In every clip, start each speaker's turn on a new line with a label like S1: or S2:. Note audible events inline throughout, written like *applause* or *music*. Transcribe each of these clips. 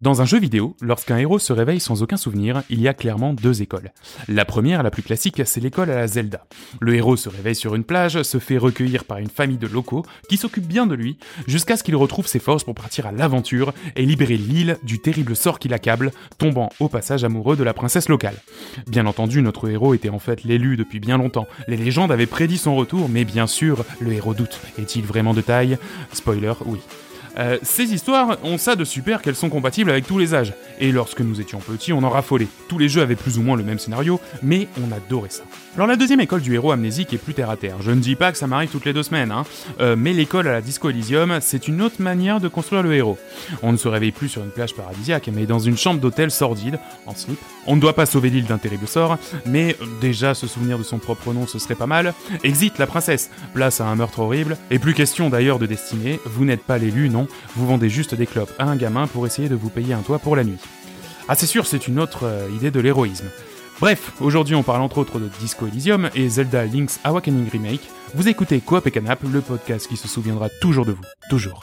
S1: Dans un jeu vidéo, lorsqu'un héros se réveille sans aucun souvenir, il y a clairement deux écoles. La première, la plus classique, c'est l'école à la Zelda. Le héros se réveille sur une plage, se fait recueillir par une famille de locaux qui s'occupe bien de lui, jusqu'à ce qu'il retrouve ses forces pour partir à l'aventure et libérer l'île du terrible sort qui l'accable, tombant au passage amoureux de la princesse locale. Bien entendu, notre héros était en fait l'élu depuis bien longtemps. Les légendes avaient prédit son retour, mais bien sûr, le héros doute. Est-il vraiment de taille Spoiler, oui. Euh, ces histoires ont ça de super qu'elles sont compatibles avec tous les âges. Et lorsque nous étions petits, on en raffolait. Tous les jeux avaient plus ou moins le même scénario, mais on adorait ça. Alors la deuxième école du héros amnésique est plus terre à terre. Je ne dis pas que ça m'arrive toutes les deux semaines, hein. Euh, mais l'école à la Disco Elysium, c'est une autre manière de construire le héros. On ne se réveille plus sur une plage paradisiaque, mais dans une chambre d'hôtel sordide, en slip. On ne doit pas sauver l'île d'un terrible sort, mais euh, déjà se souvenir de son propre nom, ce serait pas mal. Exit la princesse, place à un meurtre horrible, et plus question d'ailleurs de destinée, vous n'êtes pas l'élu, non vous vendez juste des clopes à un gamin pour essayer de vous payer un toit pour la nuit. Ah c'est sûr, c'est une autre euh, idée de l'héroïsme. Bref, aujourd'hui on parle entre autres de Disco Elysium et Zelda Link's Awakening Remake. Vous écoutez Coop et Canap, le podcast qui se souviendra toujours de vous, toujours.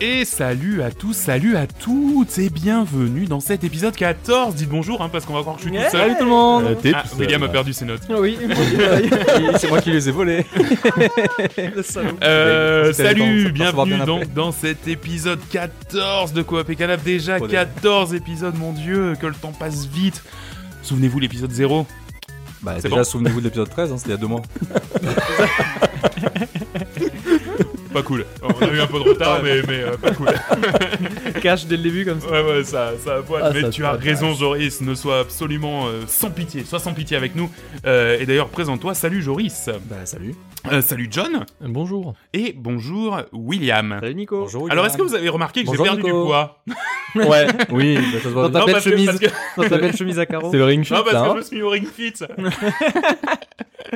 S1: Et salut à tous, salut à toutes et bienvenue dans cet épisode 14. Dites bonjour hein, parce qu'on va croire que je suis tout seul.
S2: Salut tout le monde
S3: Euh, t'es
S1: Ah,
S3: tout seul,
S1: William a
S3: là.
S1: perdu ses notes.
S2: *laughs* Oui,
S3: C'est moi qui les ai volés.
S1: Euh, salut,
S2: C'était longtemps, ça se
S1: bienvenue
S2: percevra bien
S1: donc dans cet épisode 14 de Coop et Canap. Déjà
S3: Oh, des-
S1: 14 épisodes, mon dieu, que le temps passe vite. Souvenez-vous l'épisode 0
S3: Bah,
S1: C'est
S3: déjà,
S1: bon.
S3: souvenez-vous de l'épisode 13, hein, c'était il y a deux mois.
S1: Pas cool. On a eu un peu de retard, mais, mais euh, pas cool.
S2: cache dès le début comme ça.
S1: Ouais, ouais, ça, ça va poil.
S2: Ah,
S1: mais
S2: ça
S1: tu
S2: va
S1: as
S2: poil.
S1: raison, Joris. Ne sois absolument euh, sans pitié. Sois sans pitié avec nous. Euh, et d'ailleurs, présente-toi. Salut, Joris.
S3: Bah, salut.
S1: Euh, salut, John.
S2: Bonjour.
S1: Et bonjour, William.
S2: Salut Nico.
S3: Bonjour.
S1: Alors, est-ce que vous avez remarqué que j'ai
S3: Bonjour,
S1: perdu
S3: Nico.
S1: du poids
S3: *laughs* Ouais, oui, bah, ça se voit.
S2: Dans ta
S1: Non,
S2: belle
S1: parce que-
S2: chemise.
S1: parce que-
S2: Dans ta belle chemise à carreaux.
S3: C'est le ring fit,
S1: Non, parce
S3: là.
S1: que
S3: hein.
S1: je me suis mis au ring fit.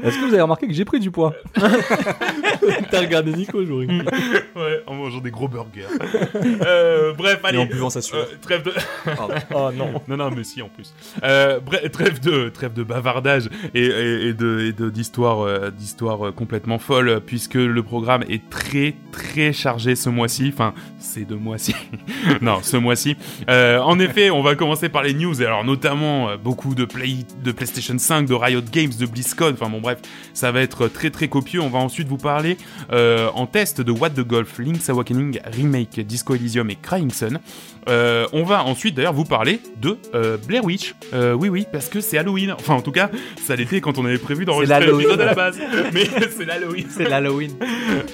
S3: Est-ce que vous avez remarqué que j'ai pris du poids
S4: T'as regardé Nico jouer.
S1: Ouais, en mangeant des gros burgers. *laughs* Euh, bref, allez.
S3: Et en buvant sa sueur. *laughs*
S1: euh, trêve de...
S3: Pardon.
S4: Oh non.
S1: *laughs* Non, non, mais si, en plus. Euh, bref, trêve de, trêve de bavardage et, et, et de, et de- d'histoires, euh, d'histoires, euh, complètement folles, puisque le programme est très, très chargé ce mois-ci. Enfin, ces deux mois-ci. *laughs* non, ce mois-ci. Euh, en effet, on va commencer par les news. Et alors, notamment, euh, beaucoup de, Play, de PlayStation 5, de Riot Games, de BlizzCon. Enfin, bon, bref, ça va être très, très copieux. On va ensuite vous parler euh, en test de What the Golf, Link's Awakening, Remake, Disco Elysium et Crying Sun. Euh, on va ensuite d'ailleurs vous parler de euh, Blair Witch. Euh, oui, oui, parce que c'est Halloween. Enfin, en tout cas, ça l'était quand on avait prévu d'enregistrer
S2: l'Halloween.
S1: l'épisode à la base. Mais *laughs* c'est l'Halloween.
S2: C'est l'Halloween.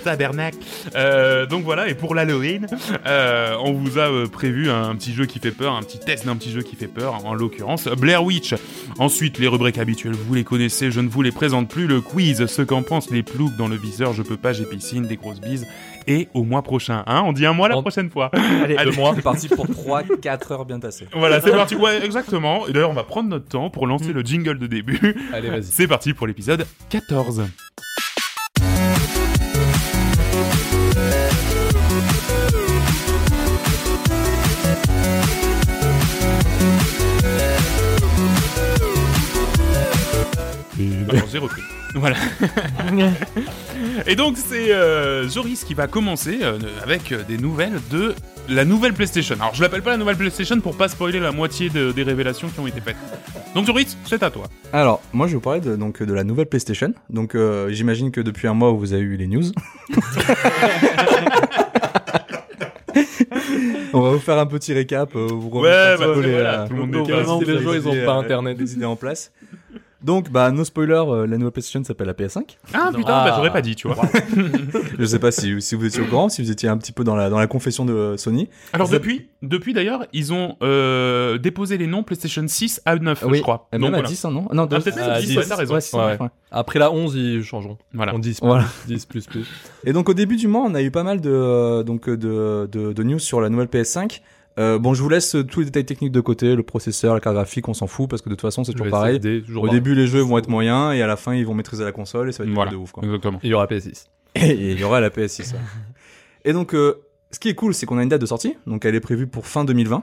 S1: Tabernacle. Euh, donc voilà, et pour l'Halloween, euh, on vous a euh, prévu un petit jeu qui fait peur, un petit test d'un petit jeu qui fait peur, en l'occurrence Blair Witch. Ensuite, les rubriques habituelles, vous les connaissez, je ne vous les présente plus, le quiz, ce qu'en pensent les ploucs dans le viseur, je peux pas, j'ai piscine, des grosses bises, et au mois prochain, hein, on dit un mois la
S3: En-
S1: prochaine fois.
S2: Allez,
S1: Allez.
S3: Moi, c'est parti pour 3-4 heures bien tassées.
S1: Voilà, c'est parti, ouais, exactement. Et d'ailleurs, on va prendre notre temps pour lancer le jingle de début.
S3: Allez, vas-y.
S1: C'est parti pour l'épisode 14. Alors, j'ai Bah, repris. Voilà. Et donc, c'est euh, Joris qui va commencer euh, avec euh, des nouvelles de la nouvelle PlayStation. Alors, je l'appelle pas la nouvelle PlayStation pour pas spoiler la moitié de- des révélations qui ont été faites. Donc, Joris, c'est à toi.
S3: Alors, moi, je vais vous parler de, donc, de la nouvelle PlayStation. Donc, euh, j'imagine que depuis un mois, vous avez eu
S1: *laughs*
S3: les news. On va vous faire un petit récap. euh, vous remettre
S1: Ouais,
S3: un petit
S1: bah,
S3: peu les,
S1: voilà,
S3: euh,
S1: tout le monde
S4: Donc,
S1: décale.
S4: vraiment,
S3: Des
S4: les gens, ils ont
S3: idées,
S4: pas
S3: euh,
S4: Internet.
S3: Des idées en place. Donc, bah, no spoiler, euh, la nouvelle PlayStation s'appelle la PS5.
S1: Ah putain,
S4: Ah.
S1: bah, j'aurais pas dit, tu vois.
S3: Je sais pas si, si vous étiez au courant, si vous étiez un petit peu dans la, dans la confession de euh, Sony.
S1: *laughs* Alors
S3: Ça-
S1: depuis, depuis d'ailleurs, ils ont euh, déposé les noms PlayStation 6 à 9,
S3: Oui.
S1: je crois.
S3: Et
S1: Donc,
S3: même à
S1: voilà.
S3: 10, hein, non Non,
S1: Ah,
S3: de-
S1: peut-être
S4: Ah,
S1: à 10,
S4: 10,
S1: ouais, t'as raison.
S3: Ouais, c'est
S4: Ouais,
S3: ça,
S4: ouais.
S3: ouais.
S4: Après la 11, ils changeront.
S1: Voilà.
S4: On 10,
S3: Voilà.
S4: 10 plus plus.
S3: Et donc, au début du mois, on a eu pas mal de, euh, donc, euh, de, de, de news sur la nouvelle PS5. Euh, bon, je vous laisse euh, tous les détails techniques de côté, le processeur, la carte graphique, on s'en fout parce que de toute façon, c'est toujours
S4: Le
S3: pareil.
S4: SSD, toujours
S3: Au
S4: pareil.
S3: début, les jeux vont être moyens et à la fin, ils vont maîtriser la console et ça va être
S1: Voilà. Mm.
S3: de ouf. Quoi.
S1: Exactement.
S4: Il y aura PS6.
S3: Et il y aura la
S1: *laughs*
S3: PS6. ouais. Et donc, euh, ce qui est cool, c'est qu'on a une date de sortie. Donc, elle est prévue pour fin 2020.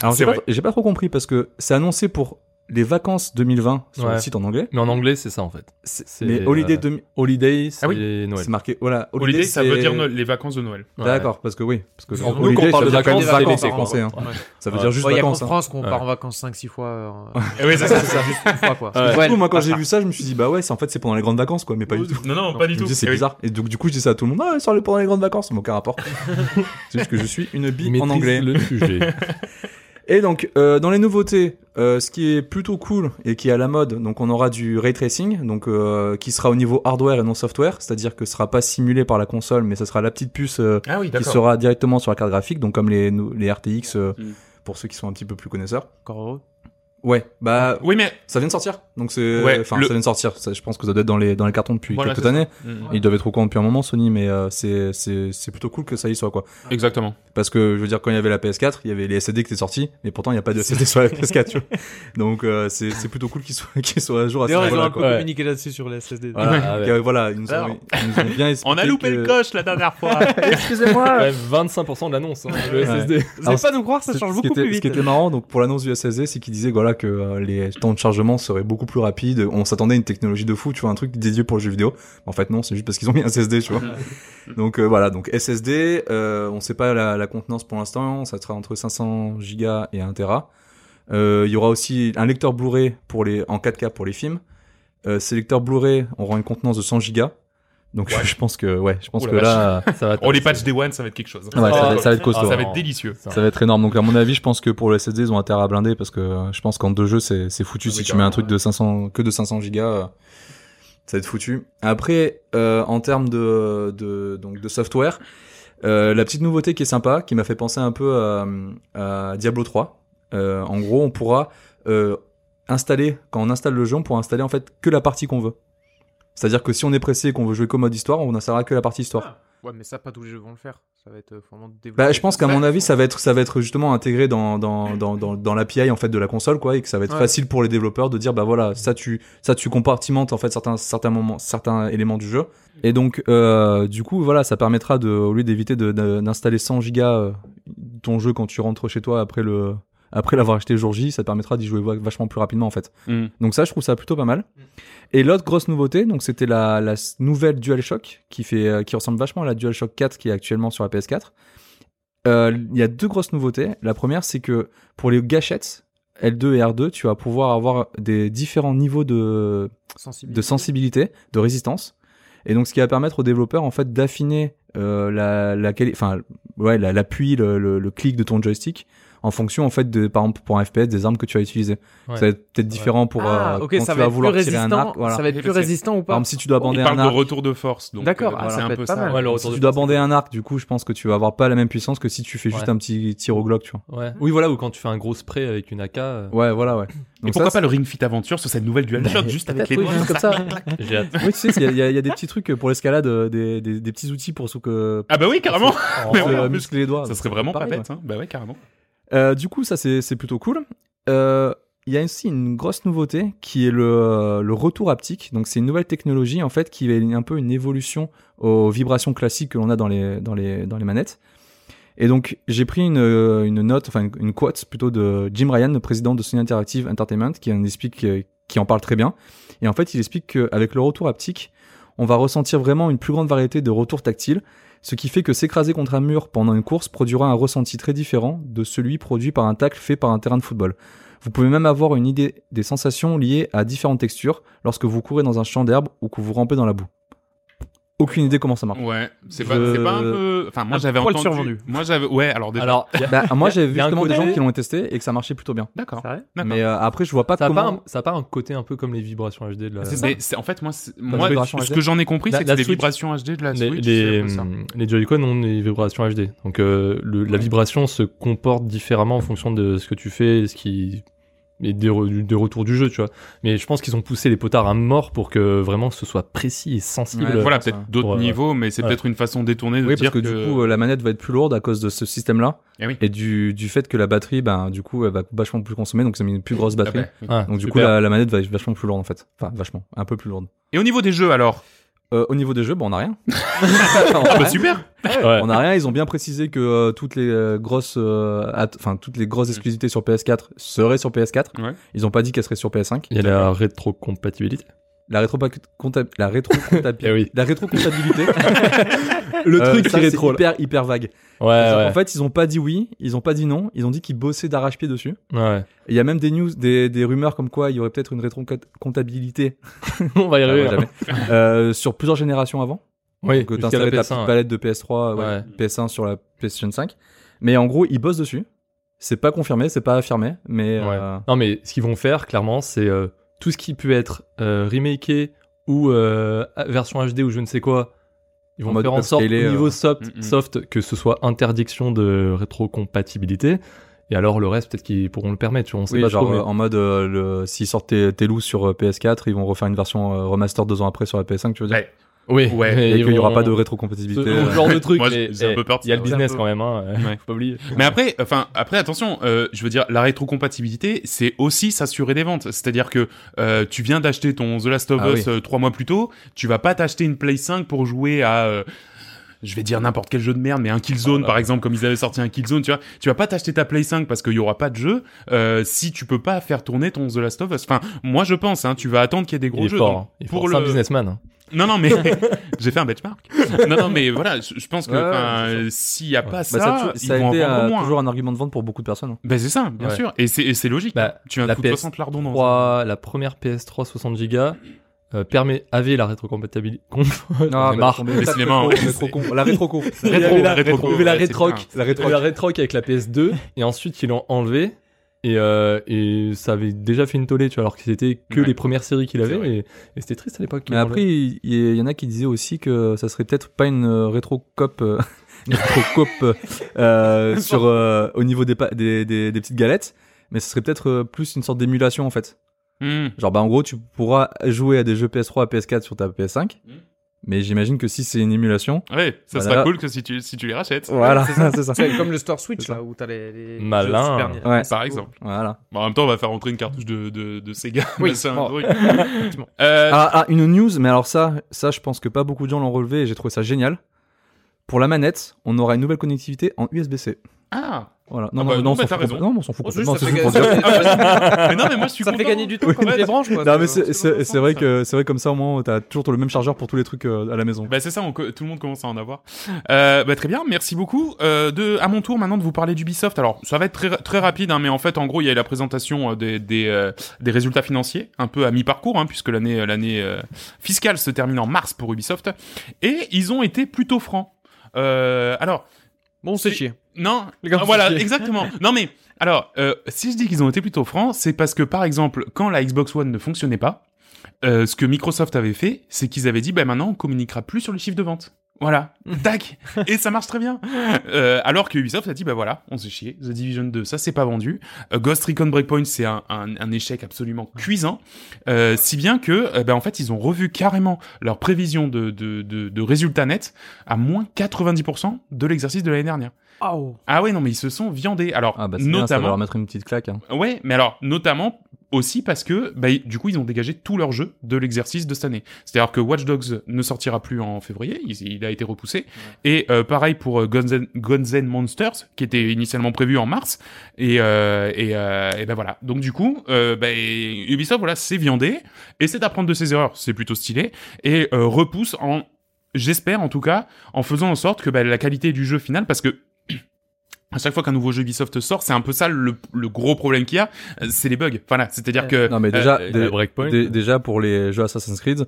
S3: Alors,
S1: C'est
S3: j'ai pas,
S1: vrai.
S3: j'ai pas trop compris parce que c'est annoncé pour les vacances 2020 sur le
S4: Ouais.
S3: site en anglais.
S4: Mais en anglais, c'est ça en fait.
S3: C'est-
S4: C'est,
S3: Mais Holiday,
S4: euh,
S3: 2000
S4: Holiday, c'est
S1: Ah oui.
S4: Noël.
S3: c'est marqué. Voilà,
S1: Holiday, ça
S3: c'est-
S1: veut dire Noël, les vacances de
S3: *laughs*
S1: Noël.
S4: Ouais.
S3: D'accord, parce que oui. Parce que
S4: Nous, quand
S3: holiday,
S4: on parle
S3: ça
S4: de
S3: veut dire
S4: vacances,
S3: quand même
S4: c'est
S3: vacances,
S4: l'été,
S3: en
S4: quoi.
S3: français, hein.
S2: Ouais.
S3: Ça veut
S4: Ouais.
S3: dire juste
S2: Il y a qu'en
S3: vacances. hein.
S2: France qu'on
S4: Ouais.
S2: part en vacances 5-6 fois, euh,
S3: Ah
S1: Eh ouais, c'est ça.
S2: juste une fois, quoi.
S4: Ouais.
S3: Du coup,
S2: Ouais.
S3: moi, quand j'ai vu ça, je me suis dit, bah ouais, c'est en fait, c'est pendant les grandes vacances, quoi, mais pas du tout.
S1: Non, non, pas du
S3: Je me
S1: tout.
S3: disais, c'est
S1: Eh oui.
S3: bizarre. Et donc, du coup, je dis ça à tout le monde. Ah, sort le pendant les grandes vacances. Mais
S4: *laughs*
S3: aucun rapport. c'est juste que je suis une
S4: Il
S3: bille en
S4: maîtrise
S3: anglais.
S4: Le sujet. *laughs*
S3: Et donc, euh, dans les nouveautés, euh, ce qui est plutôt cool et qui est à la mode, donc on aura du ray tracing, donc euh, qui sera au niveau hardware et non software, c'est-à-dire que ce sera pas simulé par la console, mais ça sera la petite puce euh,
S1: Ah oui,
S3: qui
S1: d'accord.
S3: sera directement sur la carte graphique, donc comme les, nou- les RTX euh,
S1: Mm.
S3: pour ceux qui sont un petit peu plus connaisseurs.
S2: Encore heureux.
S3: Ouais, bah
S1: Oui, mais.
S3: ça vient de sortir, donc c'est
S1: Ouais,
S3: enfin
S1: le-
S3: ça vient de sortir. Ça, je pense que ça doit être dans les dans les cartons depuis
S1: Voilà,
S3: quelques
S1: c'est
S3: années.
S1: Mm,
S3: Ils doivent être au courant depuis un moment Sony, mais euh, c'est c'est c'est plutôt cool que ça y soit quoi.
S1: Exactement.
S3: Parce que je veux dire, quand il y avait la PS4, il y avait les SSD qui étaient sortis, mais pourtant il n'y a pas de SSD sur la PS4. tu vois.
S1: *laughs*
S3: Donc euh, c'est c'est plutôt cool qu'ils soient, qu'ils soient à jour à ce
S2: D'ailleurs, ils ont
S3: niveau-là.
S2: un
S3: quoi.
S2: peu
S4: quoi.
S2: communiqué là-dessus sur les SSD.
S4: Voilà, avec-
S3: Donc, euh, voilà, ils nous,
S2: Alors.
S3: ont, ils nous ont bien expliqué.
S1: *laughs* On a loupé le
S3: que-
S1: coche la dernière
S3: *laughs*
S1: fois.
S4: quand même 25% de l'annonce, hein, le
S3: Ouais.
S4: SSD.
S2: Vous allez pas nous croire,
S3: Ce-
S2: ça
S3: ce
S2: change
S3: qui
S2: beaucoup
S3: était-
S2: plus
S3: Ce qui
S2: vite.
S3: était marrant, donc pour l'annonce du SSD, c'est qu'ils disaient voilà, que euh, les temps de chargement seraient beaucoup plus rapides. On s'attendait à une technologie de fou, tu vois, un truc dédié pour le jeu vidéo. En fait, non, c'est juste parce qu'ils ont mis un SSD, tu vois. donc euh, voilà, donc SSD, euh, on sait pas la, la contenance pour l'instant, ça sera entre 500 gigas et 1 Tera. Euh, Il y aura aussi un lecteur Blu-ray pour les en 4K pour les films. Euh, ces lecteurs Blu-ray auront une contenance de 100 gigas. Donc *laughs* je pense que ouais, je pense
S4: Oh la
S3: que
S4: vache.
S3: là,
S4: Ça va
S1: On Oh, les patch Day One, ça va être quelque chose.
S3: ouais, ça, va, être- ça va être
S1: Ah,
S3: costaud.
S1: ça va être délicieux.
S3: Ça va être énorme. Donc à mon avis, je pense que pour le SSD, ils ont intérêt à blinder parce que euh, je pense qu'en deux jeux, c'est c'est foutu.
S1: Ah
S3: si
S1: oui,
S3: tu mets un
S1: carrément,
S3: truc de 500 que de 500 gigas, euh, ça va être foutu. Après, euh, en termes de, de donc de software, euh, la petite nouveauté qui est sympa, qui m'a fait penser un peu à, à Diablo 3. euh, en gros, on pourra euh, installer quand on installe le jeu, on pourra installer en fait que la partie qu'on veut. C'est-à-dire que si on est pressé et qu'on veut jouer comme mode histoire, on installera que la partie histoire.
S2: Ouais, mais ça, pas tous les jeux vont le faire. Ça va être euh, vraiment développé.
S3: Bah, je pense qu'à mon avis, ça va être, ça va être justement intégré dans, dans, dans, dans, dans l'API en fait de la console, quoi, et que ça va être
S2: Ouais.
S3: facile pour les développeurs de dire, bah voilà, ça tu, ça tu compartimentes en fait certains, certains moments, certains éléments du jeu. Et donc, euh, du coup, voilà, ça permettra de, au lieu d'éviter de- de- d'installer 100 gigas euh, ton jeu quand tu rentres chez toi après le, après l'avoir acheté le jour J, ça te permettra d'y jouer va- vachement plus rapidement en fait. Donc ça, je trouve ça plutôt pas mal. Et l'autre grosse nouveauté, donc c'était la, la s- nouvelle DualShock qui fait, euh, qui ressemble vachement à la DualShock 4 qui est actuellement sur la PS4. Euh, Il y a deux grosses nouveautés. La première, c'est que pour les gâchettes L2 et R2, tu vas pouvoir avoir des différents niveaux de, de sensibilité, de résistance. Et donc, ce qui va permettre aux développeurs, en fait, d'affiner euh, la, la quali- enfin, ouais, la- l'appui, le, le- le clic de ton joystick en fonction, en fait, de, par exemple, pour un FPS, des armes que tu vas utiliser.
S4: Ouais.
S3: Ça va être peut-être différent pour
S2: Ah,
S3: euh,
S2: ok,
S3: quand
S2: ça
S3: tu vas
S2: va être plus
S3: vouloir tirer un
S2: résistant.
S3: arc. Voilà.
S2: Ça va être Oh, plus
S1: Parce que-
S2: résistant ou
S3: Par
S2: pas
S3: exemple, si tu dois
S1: On
S3: bander un
S1: parle de
S3: arc,
S1: retour de force. donc,
S2: D'accord,
S1: euh,
S2: ah,
S1: c'est
S2: ça
S1: un
S2: peut
S1: peu
S2: être pas
S1: ça.
S2: mal.
S4: Ouais, le
S3: si
S4: retour
S3: tu
S4: de
S3: dois
S4: force.
S3: bander un arc, du coup, je pense que tu vas avoir pas la même puissance que si tu fais juste
S4: Ouais.
S3: un petit tir au Glock, tu vois.
S4: Ouais. Oui, voilà, ou quand tu fais un gros spray avec une AK, euh,
S3: Ouais, voilà, ouais.
S1: Et
S3: Donc
S1: pourquoi
S3: ça,
S1: pas le Ring Fit Aventure sur cette nouvelle DualShock
S3: Bah,
S1: juste avec
S3: peut-être,
S1: les hein.
S3: oui,
S1: doigts
S3: juste
S1: comme
S3: comme
S1: ça *laughs*
S3: ça.
S1: clac, clac.
S4: j'ai hâte.
S3: c'est- Oui, tu sais, il y, a- il y a il y a des petits trucs pour l'escalade, euh, des, des, des petits outils pour, sou- que,
S1: Ah bah oui, carrément
S4: En-
S1: Mais
S3: pour
S1: ouais,
S3: se
S1: en plus,
S3: muscler les doigts.
S1: Ça serait vraiment pas
S3: Pareil,
S1: bête, hein Bah ouais, carrément.
S3: Euh, du coup, ça c'est c'est plutôt cool. Euh, Il y a aussi une grosse nouveauté qui est le, euh, le retour haptique. Donc c'est une nouvelle technologie en fait qui est un peu une évolution aux vibrations classiques que l'on a dans les, dans les, dans les manettes. Et donc j'ai pris une, euh, une note, enfin une, une quote plutôt de Jim Ryan, le président de Sony Interactive Entertainment, qui en explique, euh, qui en parle très bien. Et en fait il explique qu'avec le retour haptique, on va ressentir vraiment une plus grande variété de retours tactiles ce qui fait que s'écraser contre un mur pendant une course produira un ressenti très différent de celui produit par un tacle fait par un terrain de football. Vous pouvez même avoir une idée des sensations liées à différentes textures lorsque vous courez dans un champ d'herbe ou que vous rampez dans la boue. Aucune idée comment ça marche.
S1: Ouais, c'est
S3: Je-
S1: pas, c'est pas un peu. Enfin, moi
S2: Un
S1: j'avais
S2: poil
S1: entendu.
S2: survendu.
S1: Moi j'avais. Ouais, alors déjà.
S4: Alors, y a-
S3: Bah, moi j'ai vu
S4: y a un
S3: justement des
S4: côté-
S3: gens qui l'ont testé et que ça marchait plutôt bien.
S1: D'accord.
S2: C'est vrai
S1: D'accord.
S3: Mais euh, après je vois pas
S4: ça a
S3: comment.
S4: pas, un, ça a pas un côté un peu comme les vibrations HD de la,
S3: C'est ça.
S1: Mais c'est- en fait, moi, c'est- moi
S3: vibrations
S1: ce
S3: HD.
S1: que j'en ai compris,
S4: La-
S1: c'est que
S4: la
S1: c'est des
S4: Switch.
S1: vibrations HD de la
S4: Les,
S1: Switch. c'est
S4: les,
S1: un peu ça.
S4: hum, les Joy-Con ont des vibrations HD. Donc euh, le- la vibration se comporte différemment en fonction de ce que tu fais, et ce qui et des, re- du- des retours du jeu, tu vois. Mais je pense qu'ils ont poussé les potards à mort pour que vraiment ce soit précis et sensible.
S3: Ouais,
S1: Voilà,
S3: ça.
S1: peut-être d'autres
S4: Ouais, ouais.
S1: niveaux, mais c'est
S4: Ouais.
S1: peut-être une façon détournée de
S3: Oui, parce
S1: dire
S3: que, du coup, euh, la manette va être plus lourde à cause de ce système-là
S1: Eh oui.
S3: et du, du fait que la batterie, ben, du coup, elle va vachement plus consommer, donc ça met une plus grosse
S1: Ah
S3: batterie.
S1: bah, oui.
S4: Ouais,
S3: Donc, du
S4: ben, super.
S3: coup, la, la manette va être vachement plus lourde en fait. Enfin, vachement, un peu plus lourde.
S1: Et au niveau des jeux, alors
S3: Euh, au niveau des jeux, ben, on
S4: *laughs*
S3: a rien.
S1: Ah
S4: ben,
S1: bah super
S4: Ouais.
S3: On a rien, ils ont bien précisé que euh, toutes les euh, grosses euh, at- enfin toutes les
S4: Mm.
S3: grosses exclusivités sur PS4 seraient sur PS4.
S1: Ouais.
S3: Ils ont pas dit qu'elles seraient sur PS5.
S4: Il y a la rétrocompatibilité.
S3: La rétro la rétro
S4: *laughs* Eh oui.
S3: la rétrocomptabilité.
S4: *laughs* Le
S3: euh,
S4: truc
S3: ça,
S4: qui est
S3: c'est
S4: trop. là.
S3: hyper hyper vague.
S4: Eh Ouais,
S3: En
S4: ouais.
S3: fait, ils ont pas dit oui, ils ont pas dit non, ils ont dit qu'ils bossaient d'arrache-pied dessus.
S4: ouais. *laughs*
S3: Et Il y a même des news, des, des rumeurs comme quoi il y aurait peut-être une rétro-comptabilité
S4: On va y
S3: Ah,
S4: arriver.
S3: ouais, jamais. Euh, sur plusieurs générations avant.
S4: oui,
S3: que
S4: jusqu'à la
S3: t'installerais ta petite
S4: PS1, ouais.
S3: palette de PS3, ouais,
S4: Ouais.
S3: PS1 sur la PlayStation 5. Mais en gros, ils bossent dessus. C'est pas confirmé, c'est pas affirmé, mais
S4: Ouais.
S3: euh,
S4: Non, mais ce qu'ils vont faire, clairement, c'est euh, tout ce qui peut être euh, remaké ou euh, version HD ou je ne sais quoi. Ils
S3: En
S4: vont
S3: mode
S4: faire en sorte, au
S3: upscalé, euh.
S4: niveau soft,
S1: Mm, mm.
S4: soft, que ce soit interdiction de rétrocompatibilité. Et alors, le reste, peut-être qu'ils pourront le permettre. tu vois, On sait
S3: oui,
S4: pas
S3: genre
S4: trop, mais-
S3: euh, en mode euh, le- s'ils sortent tes, tes loups sur euh, PS4, ils vont refaire une version euh, remaster deux ans après sur la PS5, tu veux dire
S1: Ouais.
S4: Oui,
S1: Ouais,
S4: mais
S3: Et,
S4: ils
S3: qu'il y aura
S4: vont-
S3: pas de
S4: ce,
S3: rétrocompatibilité. euh.
S4: ce genre de
S1: *laughs*
S4: truc.
S1: Moi,
S4: mais,
S1: j'ai un
S4: eh,
S1: peu peur de
S4: Il y a
S1: ça,
S4: le
S1: ouais.
S4: business quand même. Hein, euh,
S1: Ouais.
S4: *laughs* faut pas oublier.
S1: Mais après, enfin, après, attention, euh, je veux dire, la rétrocompatibilité, c'est aussi s'assurer des ventes. C'est-à-dire que euh, tu viens d'acheter ton The Last of
S3: Ah
S1: Us
S3: oui.
S1: euh, trois mois plus tôt, tu vas pas t'acheter une Play 5 pour jouer à, euh, je vais dire n'importe quel jeu de merde, mais un Killzone par exemple, comme ils avaient sorti un Killzone, tu vois, tu vas pas t'acheter ta Play 5 parce qu'il y aura pas de jeu euh, si tu peux pas faire tourner ton The Last of Us. Enfin, moi je pense, hein, tu vas attendre qu'il y ait des gros
S4: Il est
S1: jeux.
S4: fort.
S1: donc,
S4: hein. Il est
S1: pour
S4: fort.
S1: le-
S4: C'est un businessman. hein.
S1: Non, non,
S3: *laughs*
S1: mais j'ai fait un benchmark. Non, non, mais voilà, je, je pense que
S3: Ouais, ouais,
S1: enfin, euh,
S3: c'est sûr.
S1: s'il y a pas ça,
S3: Bah, ça, a tou-
S1: ils
S3: ça
S1: vont
S3: a
S1: en
S3: été
S1: vendre
S3: euh,
S1: moins.
S3: toujours un argument de vente pour beaucoup de personnes. hein.
S1: Ben c'est ça, bien
S4: Ouais.
S1: sûr. Et c'est et c'est logique.
S4: Bah,
S1: tu as un
S4: la
S1: coup de
S4: PS3,
S1: 60 lardons dans *laughs*
S4: Trois- la première PS3 60 Go euh, permet avait la rétrocompatibilité.
S3: Ah,
S4: *laughs* J'en ai
S3: bah,
S4: marre.
S3: tombé.
S1: Mais
S3: La
S1: c'est les mains,
S3: rétro-
S1: ouais.
S3: la rétro- La rétro
S1: Rétro,
S4: Il y avait la
S1: rétro, ouais,
S4: rétro, il y avait la
S1: c'est
S3: rétroc.
S1: bien.
S3: La
S4: Il y avait la rétroc avec la PS2 et ensuite ils l'ont enlevé et, euh, et ça avait déjà fait une tollée tu vois alors que c'était que
S1: Ouais.
S4: les premières séries qu'il
S1: C'est
S4: avait et, et c'était triste à l'époque qu'ils
S3: Mais après,
S4: l'enlevaient.
S3: il il y, en a qui disaient aussi que ça serait peut-être pas une euh, rétro-cop euh, *laughs* une rétro-cop, euh,
S4: *laughs*
S3: euh, sur euh, au niveau des, pa- des, des, des petites galettes, mais ce serait peut-être euh, plus une sorte d'émulation en fait.
S1: Hmm.
S3: Genre bah en gros, tu pourras jouer à des jeux PS3 à PS4 sur ta PS5,
S4: Hmm.
S1: Mm.
S3: mais j'imagine que si c'est une émulation,
S1: Ouais, ça
S3: Voilà.
S1: sera cool que si tu, si tu les rachètes.
S3: voilà, c'est *laughs* ça.
S2: C'est comme le Store Switch
S3: C'est ça.
S2: là où t'as les, les
S4: Malin.
S2: jeux Super Nintendo.
S3: Ouais.
S1: Par exemple.
S3: Voilà.
S1: Bon, en même temps, on va faire rentrer une cartouche de, de, de Sega.
S2: Oui, Oh.
S1: Là, *laughs* c'est un
S2: bon. *laughs*
S1: truc. Euh,
S3: Ah, ah, une news, mais alors ça, ça je pense que pas beaucoup de gens l'ont relevé et j'ai trouvé ça génial. Pour la manette, on aura une nouvelle connectivité en USB-C.
S1: ah.
S3: Voilà. Non,
S1: Ah
S3: non,
S1: bah,
S3: non,
S1: non,
S3: on
S1: bah,
S3: s'en
S1: t'as
S3: fout
S1: raison.
S3: complètement. Non, on s'en fout
S2: Oh,
S3: complètement.
S2: juste,
S3: c'est juste
S2: ça
S3: pour
S2: fait
S3: dire.
S2: gagner-
S1: ah. Mais non, mais moi, je suis
S2: Ça
S1: content.
S2: fait gagner du temps
S1: Ouais,
S2: quand tu les branches quoi.
S3: Non mais c'est
S1: dans
S3: c'est-
S1: le
S3: c'est
S1: sens,
S3: vrai
S1: ça.
S3: que c'est vrai comme ça au moins t'as toujours le même chargeur pour tous les trucs euh, à la maison.
S1: Bah c'est ça, on co- tout le monde commence à en avoir. Euh, bah, très bien, merci beaucoup. Euh, de, à mon tour maintenant de vous parler d'Ubisoft. Alors ça va être très, très rapide, hein, mais en fait en gros il y a eu la présentation euh, des, des, euh, des résultats financiers, un peu à mi-parcours, hein, puisque l'année l'année euh, fiscale se termine en mars pour Ubisoft, et ils ont été plutôt francs. Euh, alors
S2: Bon, c'est chier.
S1: non,
S2: Les gars,
S1: ah, voilà,
S2: c'est chier.
S1: exactement. Non mais alors, euh, si je dis qu'ils ont été plutôt francs, c'est parce que par exemple, quand la Xbox One ne fonctionnait pas, euh, ce que Microsoft avait fait, c'est qu'ils avaient dit, ben maintenant, on communiquera plus sur les chiffres de vente.
S2: *laughs*
S1: Voilà, tac, et ça marche très bien. Euh, alors que Ubisoft a dit, bah voilà, on s'est chié, The Division 2, ça c'est pas vendu. Euh, Ghost Recon Breakpoint, c'est un, un- un échec absolument cuisant, Euh, si bien que, euh, ben, en fait, ils ont revu carrément leur prévision de, de, de, de résultats nets à moins 90% de l'exercice de l'année dernière. Ah ouais, non, mais ils se sont viandés. Alors,
S3: Ah bah c'est bien, ça va
S1: notamment.
S3: leur mettre une petite claque. hein.
S1: ouais, mais alors, notamment aussi parce que, bah, du coup, ils ont dégagé tout leur jeu de l'exercice de cette année. C'est-à-dire que Watch Dogs ne sortira plus en février, il, il a été repoussé. Et euh, pareil pour euh, Guns, N- Guns N' Monsters, qui était initialement prévu en mars. Et, euh, et, euh, et ben voilà. Donc du coup, euh, ben, Ubisoft, voilà, s'est viandé, essaie d'apprendre de ses erreurs, c'est plutôt stylé, et euh, repousse en, j'espère en tout cas, en faisant en sorte que ben, la qualité du jeu final, parce que *clears throat* à chaque fois qu'un nouveau jeu Ubisoft sort, c'est un peu ça le, le gros problème qu'il y a, euh, c'est les bugs. Voilà, c'est-à-dire que...
S3: Non mais déjà
S1: euh,
S3: dé-
S4: la Breakpoint.
S3: dé- déjà pour les jeux Assassin's Creed,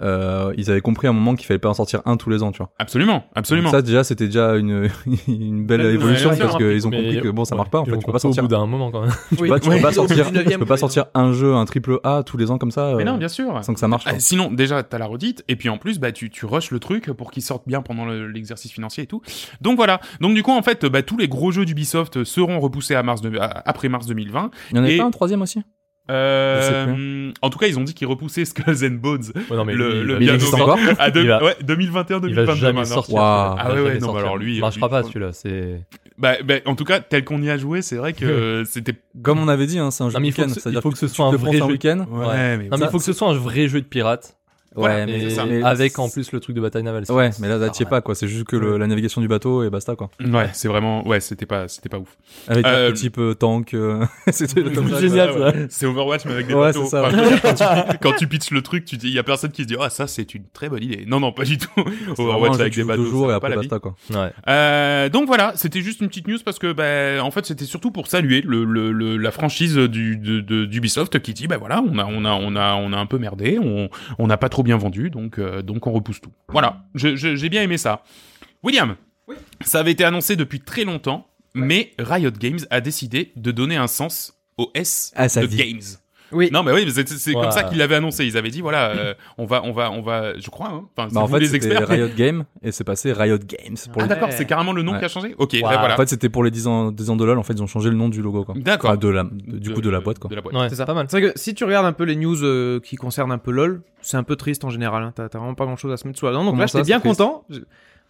S3: euh, ils avaient compris à un moment qu'il fallait pas en sortir un tous les ans, tu vois.
S1: absolument, absolument.
S3: Donc ça déjà c'était déjà une *laughs* une belle
S2: Ouais,
S3: évolution
S1: bien sûr,
S3: parce qu'ils ont
S4: Mais-
S3: compris que bon ça marche pas en
S4: Ils
S3: fait,
S4: ont
S3: tu peux pas
S4: compris au
S3: sortir.
S4: bout d'un moment quand même.
S3: Tu peux pas- tu
S1: Oui.
S3: peux pas
S2: Au bout du
S3: sortir tu
S2: neuvième,
S3: peux pas
S2: oui.
S3: sortir un jeu un triple A tous les ans comme ça
S1: Mais non,
S3: euh,
S1: bien sûr.
S3: sans que ça marche.
S1: Ah,
S3: quoi.
S1: sinon, déjà, t'as la redite, et puis en plus, bah, tu, tu rushes le truc pour qu'il sorte bien pendant le- l'exercice financier et tout. Donc voilà. Donc du coup, en fait, bah, tous les gros gros jeux d'Ubisoft seront repoussés à mars de- à- après mars 2020.
S3: Il y en avait
S1: Et-
S3: pas un troisième aussi
S1: Euh,
S3: Je sais
S1: en tout cas, ils ont dit qu'ils repoussaient Skulls and
S4: *laughs*
S1: Bones
S4: Ouais, non, mais
S1: Le-
S4: lui, il
S1: le
S4: va-
S3: Mais Il
S1: piano
S3: existe
S1: mec.
S3: encore
S1: à deux-
S4: Il va-
S1: ouais, 2021
S4: il va
S1: 2022
S4: jamais
S1: maintenant.
S4: sortir.
S3: Waouh.
S4: celui-là.
S1: Ah
S4: Il va
S1: ouais, ouais,
S4: jamais
S1: non, bah
S4: sortir.
S1: alors lui,
S4: marchera
S1: lui,
S4: pas
S1: faut-
S4: celui-là. C'est.
S1: Bah, bah, en tout cas, tel qu'on y a joué, c'est vrai que euh, c'était.
S3: Comme on avait dit, hein, c'est un jeu
S4: Non, mais il faut
S3: week-end.
S4: que ce- il
S3: C'est-à-dire
S4: faut que ce soit un
S3: tu te
S4: vrai
S3: fonces
S4: jeu.
S3: week-end.
S1: Ouais, mais
S4: Ouais. Non, mais
S1: ça-
S4: il faut que ce soit un vrai jeu de pirate.
S1: Voilà,
S3: Ouais,
S1: mais
S4: et-
S1: c'est ça.
S3: mais-
S4: avec en plus le truc de bataille navale.
S3: Ouais, mais là, là t'y es
S4: Ah,
S3: pas quoi. C'est juste que le- la navigation du bateau et basta quoi.
S1: ouais, c'est vraiment. Ouais, c'était pas, c'était pas ouf.
S3: Avec
S1: Euh,
S3: un type euh, tank. euh, C'était
S1: Ouais, ouais,
S3: génial ça.
S1: ouais. C'est Overwatch, mais avec des
S3: Ouais,
S1: bateaux.
S3: c'est ça,
S1: Enfin, je veux dire,
S3: *laughs*
S1: quand, tu, quand tu pitches le truc, tu dis, il y a personne qui se dit, ah, ça, c'est une très bonne idée. Non, non, pas du tout. Overwatch avec des bateaux.
S3: deux jours
S1: ça
S3: et
S1: va pas
S3: après
S1: la vie.
S3: basta quoi.
S4: Ouais.
S1: Euh, donc voilà, c'était juste une petite news parce que, bah, en fait, c'était surtout pour saluer le, le- le- la franchise du, de, de- d'Ubisoft qui dit, bah voilà, on a, on a, on a, on a un peu merdé, on, on n'a pas trop bien vendu, donc, euh, donc on repousse tout. Voilà, Je- je- j'ai bien aimé ça. William, ça avait été annoncé depuis très longtemps, mais Riot Games a décidé de donner un sens au S
S3: Ah, ça
S1: de
S3: dit.
S1: Games.
S2: Oui.
S1: Non, mais oui, mais c'est c'est comme
S4: Ouah.
S1: ça qu'ils l'avaient annoncé. Ils avaient dit, voilà, euh, on va, on va, on va, je crois, hein. enfin, c'est
S3: Bah, en
S1: vous
S3: fait,
S1: les
S3: c'était
S1: experts.
S3: Riot Games et c'est passé Riot Games pour
S1: Ah
S3: le
S1: d'accord,
S2: Ouais.
S1: c'est carrément le nom
S3: Ouais.
S1: qui a changé Ok,
S4: Ouah.
S1: bah, voilà.
S3: En fait, c'était pour les 10 ans, 10 ans de LoL. En fait, ils ont changé le nom du logo quoi.
S1: D'accord.
S3: Enfin, de la, de- du coup, de la boîte quoi.
S1: De la boîte.
S4: Ouais,
S2: C'est ça.
S4: Pas mal.
S2: C'est vrai que si tu regardes un peu les news euh, qui concernent un peu LoL, c'est un peu triste en général. hein. T'as t'as vraiment pas grand chose à se mettre sous la dent. Donc
S3: Comment
S2: là,
S3: ça,
S2: j'étais bien
S3: c'est triste
S2: content. Je-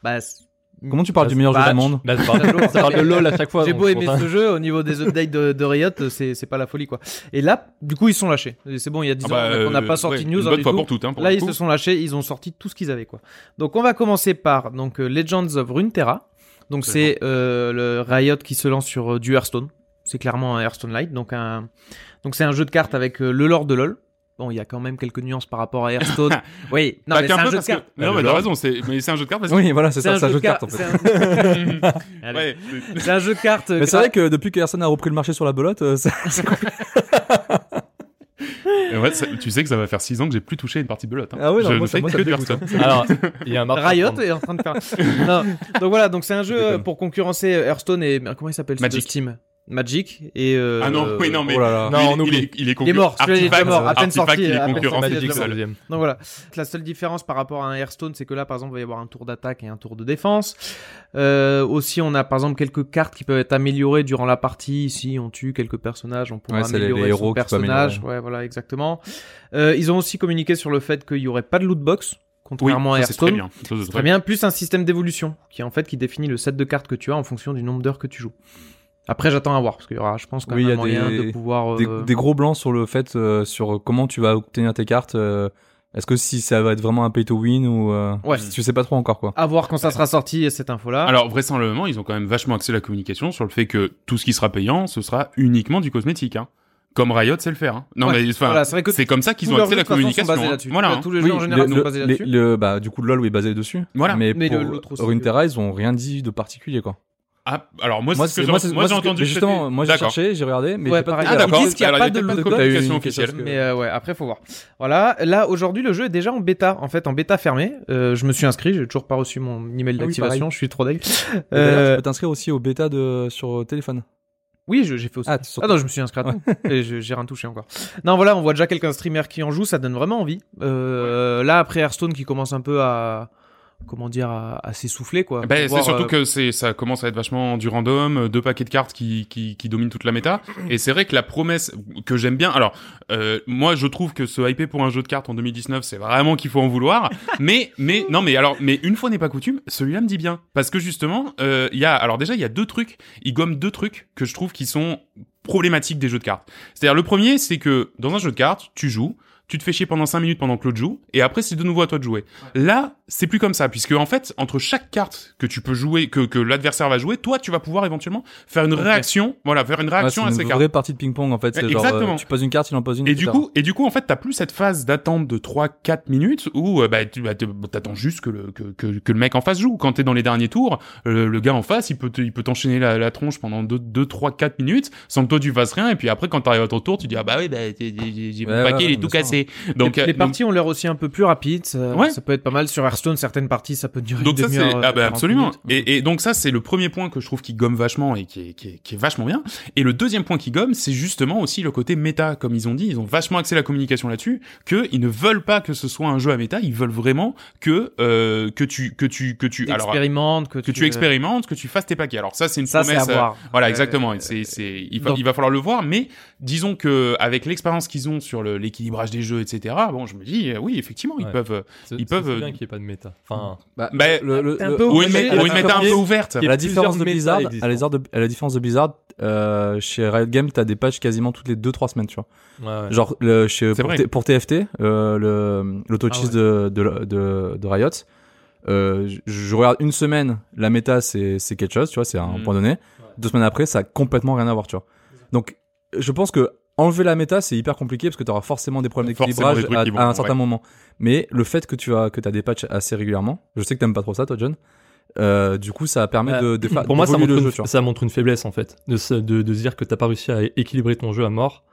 S2: Bah, c'est-
S3: Comment tu parles
S4: Ça,
S3: du meilleur
S2: bah,
S3: jeu du monde
S4: Là, ça parle, ça parle de LoL à chaque fois.
S2: j'ai
S4: donc
S2: beau
S4: je
S2: aimer
S4: comprends.
S2: ce jeu, au niveau des updates de, de Riot, c'est c'est pas la folie quoi. Et là, du coup, ils sont lâchés. Et C'est bon, il y a 10
S1: Ah bah,
S2: ans, on n'a
S1: euh,
S2: pas sorti
S1: ouais,
S2: de news.
S1: Une
S2: hein,
S1: bonne
S2: du
S1: fois
S2: tout.
S1: pour toutes. Hein, pour
S2: Là,
S1: le
S2: ils
S1: coup.
S2: se sont lâchés, ils ont sorti tout ce qu'ils avaient quoi. Donc on va commencer par donc euh, Legends of Runeterra. Donc c'est euh, le Riot qui se lance sur euh, du Hearthstone. C'est clairement un Hearthstone Light, donc un donc c'est un jeu de cartes avec euh, le lore de LoL. Bon, il y a quand même quelques nuances par rapport à Hearthstone.
S1: *laughs*
S2: oui, non
S1: Bah,
S2: mais
S1: t'es
S2: c'est
S1: un peu
S2: un jeu de
S1: parce que-
S2: cartes.
S1: Non,
S4: Ah,
S1: mais
S4: le
S1: t'as
S4: lore.
S1: raison, c'est mais c'est un jeu de cartes parce que.
S3: Oui, voilà, c'est ça, c'est un jeu de
S2: car-
S3: cartes en fait.
S2: c'est un- Allez.
S1: Ouais,
S2: C'est un jeu de cartes. euh,
S3: Mais c'est vrai
S2: gra-
S3: que depuis que Hearthstone a repris le marché sur la belote, euh, ça-
S1: c'est- ouais, ça- tu sais que ça va faire 6 ans que j'ai plus touché une partie de belote. hein.
S3: Ah ouais, non,
S1: je
S3: moi,
S1: ne
S3: ça-
S1: fais
S3: moi, ça
S1: que
S3: me
S1: du
S3: dégoûte,
S1: Hearthstone.
S4: Alors, il y a un marché. à
S2: Riot
S4: prendre.
S2: est en train de faire.
S1: *laughs*
S2: non. Donc voilà, donc c'est un jeu euh, pour concurrencer Hearthstone et comment il s'appelle ce
S1: Magic.
S2: de Steam Magic et euh,
S1: Ah non,
S2: euh,
S1: oui, non, mais.
S3: oh là là.
S4: Non,
S1: il est-
S4: on oublie.
S1: Il est, il est
S2: Il est mort, celui-là, il est déjà
S1: Artifact,
S2: mort, à peine
S1: Artifact,
S2: sorti,
S1: il
S2: à
S1: est
S2: peine
S1: concurrent
S2: sorti,
S1: Magic
S2: il est
S1: seul.
S2: déjà Donc voilà, la seule différence par rapport à un Hearthstone, c'est que là, par exemple, il va y avoir un tour d'attaque et un tour de défense. Euh, aussi, on a par exemple quelques cartes qui peuvent être améliorées durant la partie. Si on tue quelques personnages, on pourra
S3: Ouais, c'est les-
S2: améliorer
S3: les
S2: son
S3: héros que tu peux
S2: personnage. Ouais, voilà, exactement. Euh, ils ont aussi communiqué sur le fait qu'il y aurait pas de loot box,
S1: Oui,
S2: contrairement à
S1: ça, c'est
S2: Hearthstone.
S1: très bien. Ça, c'est
S2: Très bien, plus un système d'évolution qui en fait qui définit le set de cartes que tu as en fonction du nombre d'heures que tu joues. Après, j'attends à voir parce qu'il y aura, je pense, quand
S3: Oui,
S2: même
S3: il y
S2: un
S3: a
S2: moyen
S3: des-
S2: de pouvoir.
S3: des,
S2: euh,
S3: des gros blancs sur le fait euh, sur comment tu vas obtenir tes cartes. euh, Est-ce que si ça va être vraiment un pay to win ou euh,
S2: Ouais.
S1: Hmm.
S3: tu sais pas trop encore quoi.
S2: À voir quand ça sera sorti cette info-là.
S1: Alors vraisemblablement, ils ont quand même vachement axé la communication sur le fait que tout ce qui sera payant, ce sera uniquement du cosmétique. Hein. Comme Riot sait le faire. Hein. Non
S2: Ouais,
S1: mais enfin,
S2: voilà, c'est vrai que
S1: c'est comme ça qu'ils
S2: Tous
S1: ont
S2: leurs
S1: axé
S2: jeux,
S1: la
S2: de toute façon, sont
S1: communication.
S2: basés
S1: hein.
S2: là-dessus.
S1: Voilà.
S2: Tu vois,
S1: hein.
S2: Tous les jeux en général
S3: le-
S2: sont basés
S3: le-
S2: là-dessus.
S3: le- bah, du coup, LoL est basé dessus.
S1: Voilà.
S3: Mais,
S2: Mais
S3: pour
S2: le- l'autre aussi,
S3: Runeterra, ils ont rien dit de particulier quoi.
S1: Ah, alors moi, c'est ce que
S3: c'est-
S1: j'ai-
S3: c'est-
S1: moi, j'ai
S3: c'est ce que-
S1: entendu.
S3: mais Justement,
S1: c'était-
S3: moi j'ai
S1: D'accord.
S3: cherché, j'ai regardé, mais
S2: Ouais,
S3: j'ai pas trouvé.
S2: pareil. Ah,
S3: Alors,
S2: d'accord.
S1: Ils disent qu'il y a
S2: Alors,
S1: pas
S2: il y
S1: de
S2: a peut-être
S1: loot
S2: pas de
S1: communication
S3: communication
S1: officielle.
S3: officielle.
S2: Mais euh, ouais, après faut voir. Voilà, là aujourd'hui le jeu est déjà en bêta, en fait en bêta fermée. Euh, je me suis inscrit, j'ai toujours pas reçu mon email
S3: Ah oui,
S2: d'activation, je suis trop
S3: *laughs*
S2: deg.
S3: Et d'ailleurs,
S2: Euh,
S3: Tu peux t'inscrire aussi au bêta de sur euh, téléphone.
S2: oui, je- j'ai fait aussi.
S3: Ah, sur-
S2: Ah non, je me suis inscrit à tout. Et je- j'ai rien touché encore. Non, voilà, on voit déjà quelques streamers qui en jouent, ça donne vraiment envie. Euh, Là, après Hearthstone qui commence un peu à. Comment dire À, à s'essouffler, quoi.
S1: Ben,
S2: Pour
S1: c'est
S2: voir,
S1: surtout
S2: euh,
S1: que c'est ça commence à être vachement du random, euh, deux paquets de cartes qui, qui, qui dominent toute la méta. Et c'est vrai que la promesse que j'aime bien. Alors euh, moi je trouve que se hyper pour un jeu de cartes en 2019 c'est vraiment qu'il faut en vouloir. mais mais non mais alors mais une fois n'est pas coutume, celui-là me dit bien parce que justement euh, il y a alors déjà il y a deux trucs, il gomme deux trucs que je trouve qui sont problématiques des jeux de cartes. C'est-à-dire le premier c'est que dans un jeu de cartes tu joues tu te fais chier pendant 5 minutes pendant que l'autre joue, et après c'est de nouveau à toi de jouer. Là, c'est plus comme ça, puisque en fait, entre chaque carte que tu peux jouer, que, que l'adversaire va jouer, toi, tu vas pouvoir éventuellement faire une
S2: Ok.
S1: réaction, voilà, faire une
S3: Ouais,
S1: réaction
S3: c'est
S1: à ces
S3: une
S1: cartes.
S3: vraie partie de ping-pong en fait. C'est
S1: Ouais,
S3: genre, euh,
S1: exactement.
S3: tu poses une carte, il en pose une.
S1: Et du
S2: hein.
S3: etc.
S1: coup, et du coup, en fait, t'as plus cette phase d'attente de 3-4 minutes où euh, bah, tu bah, te- t'attends juste que le, que, que, que le mec en face joue. Quand t'es dans les derniers tours, euh, le gars en face, il peut te- il peut t'enchaîner la, la tronche pendant 2, 3, 4 minutes sans que toi tu fasses rien. Et puis après, quand t'arrives à ton tour, tu dis ah bah oui, bah, t'es- j'ai- j'ai- j'ai
S3: Ouais,
S1: mon paquet, il
S3: ouais,
S1: est
S3: bien
S1: tout
S3: sûr.
S1: cassé. clés. Donc,
S2: les,
S1: euh,
S2: les
S1: donc-
S2: parties ont l'air aussi un peu plus rapides. Ça,
S1: Ouais.
S2: ça peut être pas mal. Sur Hearthstone, certaines parties, ça peut durer
S1: Donc
S2: une
S1: ça c'est
S2: demi-heure. euh,
S1: ah bah
S2: 40
S1: absolument
S2: minutes.
S1: et, et donc ça c'est le premier point que je trouve qui gomme vachement et qui est, qui est- qui est vachement bien et le deuxième point qui gomme c'est justement aussi le côté méta comme ils ont dit ils ont vachement axé la communication là-dessus que ils ne veulent pas que ce soit un jeu à méta ils veulent vraiment que euh, que tu que tu que tu alors
S2: T'expérimentes, que, euh,
S1: que tu expérimentes que tu fasses tes paquets alors ça c'est une
S2: Ça, c'est à
S1: promesse euh,
S2: voir.
S1: voilà,
S2: Euh,
S1: exactement. C'est, c'est, il, va,
S2: donc-
S1: il va falloir le voir, mais disons que avec l'expérience qu'ils ont sur le- l'équilibrage des jeux, etc. Bon, je me dis, euh, oui, effectivement, ils
S4: Ouais.
S1: peuvent. euh,
S4: C'est-
S1: Ils
S4: c'est
S1: peuvent,
S4: bien
S1: euh,
S4: qu'il n'y ait pas de méta. Enfin,
S3: Bah,
S1: bah,
S3: le- le-
S2: t'es un
S3: le-
S2: peu
S1: ou une,
S2: obligé
S1: mé-
S2: de-
S1: ou une méta un peu ouverte.
S4: Il y
S3: à
S4: a plusieurs
S3: la différence de
S4: méta
S3: Blizzard,
S4: existantes.
S3: à la, Blizzard- à la différence de Blizzard, euh, chez Riot Games, t'as des patchs quasiment toutes les 2-3 semaines, tu vois.
S4: ouais, ouais.
S3: Genre, le, chez,
S1: C'est
S3: pour,
S1: vrai.
S3: T- pour TFT, euh, le- l'auto-cheese
S2: Ah
S3: de, de, de, de Riot, euh, je- je regarde une semaine, la méta c'est c'est quelque chose, tu vois, c'est un
S1: Mm.
S3: point donné. Deux semaines après, ça a complètement rien à voir, tu vois. Donc, je pense que enlever la méta c'est hyper compliqué parce que tu auras forcément des problèmes
S1: Forcément des
S3: d'équilibrage
S1: trucs
S3: à,
S1: qui vont,
S3: à un
S1: ouais.
S3: certain moment. Mais le fait que tu as que t'as des patchs assez régulièrement, je sais que t'aimes pas trop ça, toi, John. euh, du coup, ça permet
S4: Bah,
S3: de, de faire
S4: Pour moi, ça
S3: d'évoluer
S4: montre,
S3: le
S4: une,
S3: jeu, tu vois.
S4: ça montre une faiblesse en fait, de se, de, de se dire que t'as pas réussi à équilibrer ton jeu à mort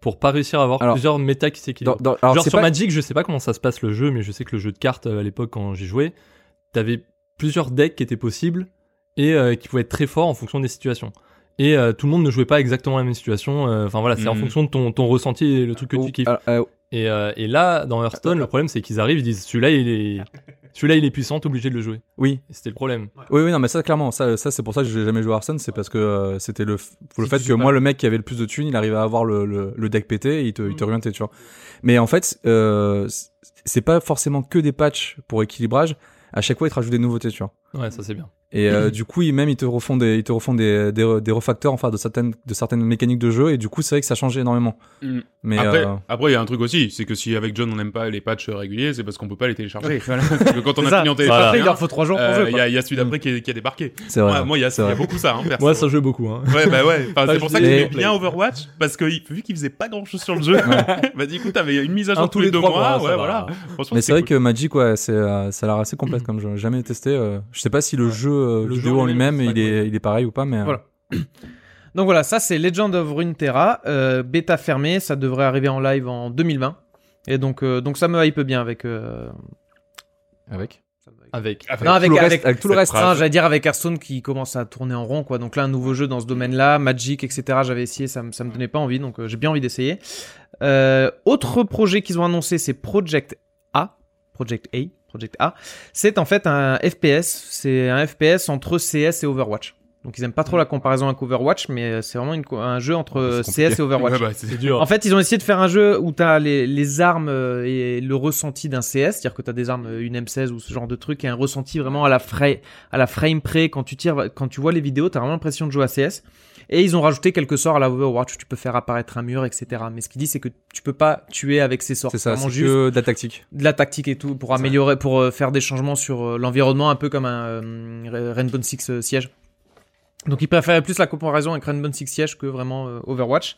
S4: pour pas réussir à avoir
S3: Alors,
S4: plusieurs méta qui s'équilibrent.
S3: Dans- dans- alors,
S4: Genre
S3: c'est
S4: sur
S3: pas-
S4: Magic, je sais pas comment ça se passe le jeu, mais je sais que le jeu de cartes euh, à l'époque quand j'y jouais, t'avais plusieurs decks qui étaient possibles et euh, qui pouvaient être très forts en fonction des situations. Et euh, tout le monde ne jouait pas exactement la même situation. euh, Enfin voilà, c'est en
S1: Mhm.
S4: fonction de ton, ton ressenti et le truc que
S3: ou-
S4: tu kiffes.
S3: alors, euh,
S4: Et, euh, et là, dans Hearthstone, le problème c'est qu'ils arrivent, ils disent celui-là
S1: *laughs*
S4: il est, celui-là il est puissant, t'es obligé de le jouer.
S3: oui,
S4: Et C'était le problème.
S3: oui, oui, non, mais ça, clairement, ça, ça c'est pour ça que j'ai jamais joué à Hearthstone, c'est parce que euh, c'était le, f- pour le
S2: Si
S3: fait
S2: tu
S3: que
S2: joues
S3: moi,
S2: pas.
S3: le mec qui avait le plus de thunes, il arrivait à avoir le, le, le deck pété, et il te, il te ruinait, tu vois. Mais en fait, euh, c- c'est pas forcément que des patchs pour équilibrage. À chaque fois, ils te rajoutent des nouveautés, tu vois.
S4: Ouais, ça c'est bien.
S3: Et euh, du coup, ils, même, ils te refont des, ils te refont des, des, re- des refacteurs, enfin, de certaines, de certaines mécaniques de jeu. Et du coup, c'est vrai que ça change énormément.
S1: Mm.
S3: Mais
S1: après,
S3: euh,
S1: après, il y a un truc aussi, c'est que si avec John on n'aime pas les patchs réguliers, c'est parce qu'on peut pas les télécharger. Voilà. Parce que quand on
S2: C'est
S1: a
S2: ça.
S1: fini en
S2: Après,
S1: télécharge,
S2: il leur faut 3 jours pour
S1: euh,
S2: jouer.
S1: il y, a- il y a celui d'après qui, est- qui a débarqué.
S3: c'est vrai.
S1: Moi- moi, il y a,
S3: c'est
S1: il y a
S3: vrai.
S1: beaucoup ça. Hein, perso.
S4: Moi ça joue
S1: *laughs*
S4: beaucoup. Hein.
S1: Ouais, bah ouais. Enfin,
S4: Pas
S1: c'est pour
S4: je
S1: ça
S4: dis-
S1: que j'aimais
S3: Mais-
S1: bien Overwatch, parce que il- vu qu'il faisait pas grand chose sur le jeu, *laughs* bah du coup, t'avais une mise à jour
S4: Un
S1: tous les deux
S4: trois
S1: mois.
S4: mois, ça
S1: ouais,
S4: va.
S1: voilà. Franchement,
S3: Mais c'est vrai
S1: cool.
S3: que Magic, ouais, c'est, euh, ça a l'air assez complexe comme jeu. Jamais testé. euh, je sais pas si le jeu euh,
S4: Le
S3: vidéo
S4: jeu
S3: en
S4: lui-même,
S3: lui-même,
S4: c'est
S3: il
S4: pas
S3: est, il est pareil ou pas, mais euh,
S2: Voilà. Donc voilà, ça c'est Legend of Runeterra, euh, bêta fermée, ça devrait arriver en live en 2020. Et donc, euh, donc ça me hype bien avec. euh,
S3: avec.
S4: Avec.
S1: Avec-
S2: Non, avec,
S3: tout le
S2: avec,
S3: reste, avec tout le
S1: cette
S3: reste.
S1: phrase.
S2: Non, hein, j'allais dire avec Hearthstone qui commence à tourner en rond, quoi. Donc là, un nouveau jeu dans ce domaine-là, Magic, etc. J'avais essayé, ça, me- ça me donnait pas envie, donc euh, j'ai bien envie d'essayer. Euh, autre projet qu'ils ont annoncé, c'est Project A. Project A. Project A. C'est en fait un FPS. C'est un FPS entre CS et Overwatch. Donc ils aiment pas trop la comparaison avec Overwatch, mais euh, c'est vraiment une co- un jeu entre
S3: Mm. C'est compliqué.
S2: CS euh, et Overwatch.
S1: Ouais, bah, c'est-
S4: C'est dur.
S2: En fait, ils ont essayé de faire un jeu où tu as les, les armes euh, et le ressenti d'un CS, c'est-à-dire que tu as des armes, euh, une M16 ou ce genre de truc, et un ressenti vraiment à la, fra- à la frame près. Quand tu tires, quand tu vois les vidéos, tu as vraiment l'impression de jouer à CS. Et ils ont rajouté quelques sorts à la Overwatch, tu peux faire apparaître un mur, etc. Mais ce qu'ils disent, c'est que tu peux pas tuer avec ces sorts.
S3: C'est ça,
S2: vraiment
S3: c'est
S2: juste
S3: que de la tactique.
S2: de la tactique et tout, pour améliorer, pour euh, faire des changements sur euh, l'environnement, un peu comme un euh, Rainbow Six euh, Siege. Donc ils préféraient plus la comparaison avec Rainbow Six Siege que vraiment euh, Overwatch.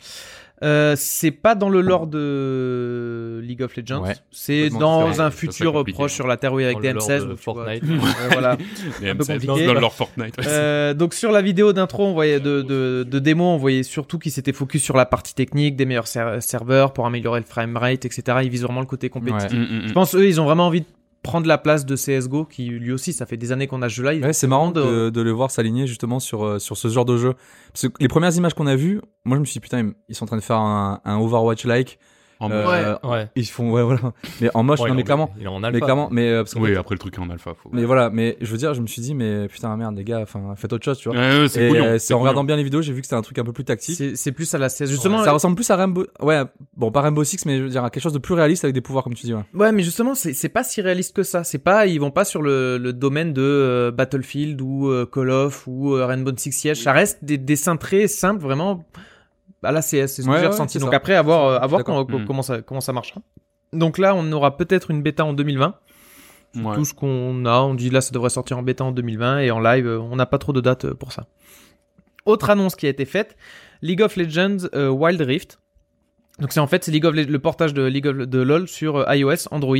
S2: Euh, c'est pas dans le lore de League of Legends,
S3: Ouais.
S2: c'est
S3: Complètement
S2: dans
S1: différent.
S2: un
S1: Ça,
S2: futur euh,
S1: c'est compliqué,
S2: proche
S1: hein.
S2: sur la Terre où il y a avec
S4: Dans le
S2: des
S4: lore
S2: M16.
S4: de
S2: où tu vois-
S4: Fortnite.
S2: Ouais, voilà.
S1: Mais
S2: un peu
S1: M16,
S2: compliqué.
S1: Dans leur Fortnite. ouais.
S2: Euh, donc sur la vidéo d'intro, on voyait de, de, de démo, on voyait surtout qu'ils s'étaient focus sur la partie technique, des meilleurs ser- serveurs pour améliorer le framerate, etc. Ils visent vraiment le côté compétitif.
S3: Ouais.
S1: Mm, mm, mm.
S2: Je pense eux, ils ont vraiment envie de prendre la place de CS:GO, qui lui aussi, ça fait des années qu'on a ce jeu-là. Ils-
S3: Ouais, c'est marrant
S2: demande,
S3: de, de les voir s'aligner justement sur, euh, sur ce genre de jeu. Parce que les premières images qu'on a vues, moi je me suis dit putain, ils sont en train de faire un, un Overwatch-like.
S1: En
S3: Euh,
S1: mode-
S4: Ouais.
S3: Ils font, ouais, voilà. Mais en moche,
S4: Ouais,
S3: non,
S4: il
S3: mais
S4: en-
S3: clairement.
S4: Il est en
S3: Mais
S4: alpha.
S3: clairement, mais euh, parce qu'en
S1: Oui,
S3: fait-
S1: après le truc est en alpha. Faut...
S3: mais voilà, mais je veux dire, je me suis dit, mais putain, merde, les gars, enfin, faites autre chose, tu vois.
S1: Ouais, ouais, c'est
S3: Et,
S1: couillon.
S3: euh,
S1: c'est
S3: en
S1: couillon.
S3: regardant bien les vidéos, j'ai vu que c'était un truc un peu plus tactique.
S2: C'est c'est plus à la CS. Justement,
S3: ça ressemble plus à Rainbow, ouais, bon, pas Rainbow Six, mais je veux dire, à quelque chose de plus réaliste avec des pouvoirs, comme tu dis, ouais.
S2: ouais, mais justement, c'est c'est pas si réaliste que ça. C'est pas, ils vont pas sur le, le domaine de euh, Battlefield ou euh, Call of ou euh, Rainbow Six Siege. Ça reste des dessins très simples, vraiment à la CS. C'est ce
S3: Ouais,
S2: que j'ai
S3: ouais,
S2: ressenti.
S3: c'est
S2: Donc
S3: ça.
S2: après, à voir, euh, à voir
S3: D'accord.
S2: comment,
S1: Mm.
S2: comment ça comment ça marchera. Donc là, on aura peut-être une bêta en 2020.
S1: Ouais.
S2: Tout ce qu'on a, on dit là, ça devrait sortir en bêta en 2020 et en live, euh, on n'a pas trop de dates euh, pour ça. Autre annonce qui a été faite, League of Legends euh, Wild Rift. Donc c'est en fait c'est League of Le- le portage de League of, de LoL sur euh, iOS, Android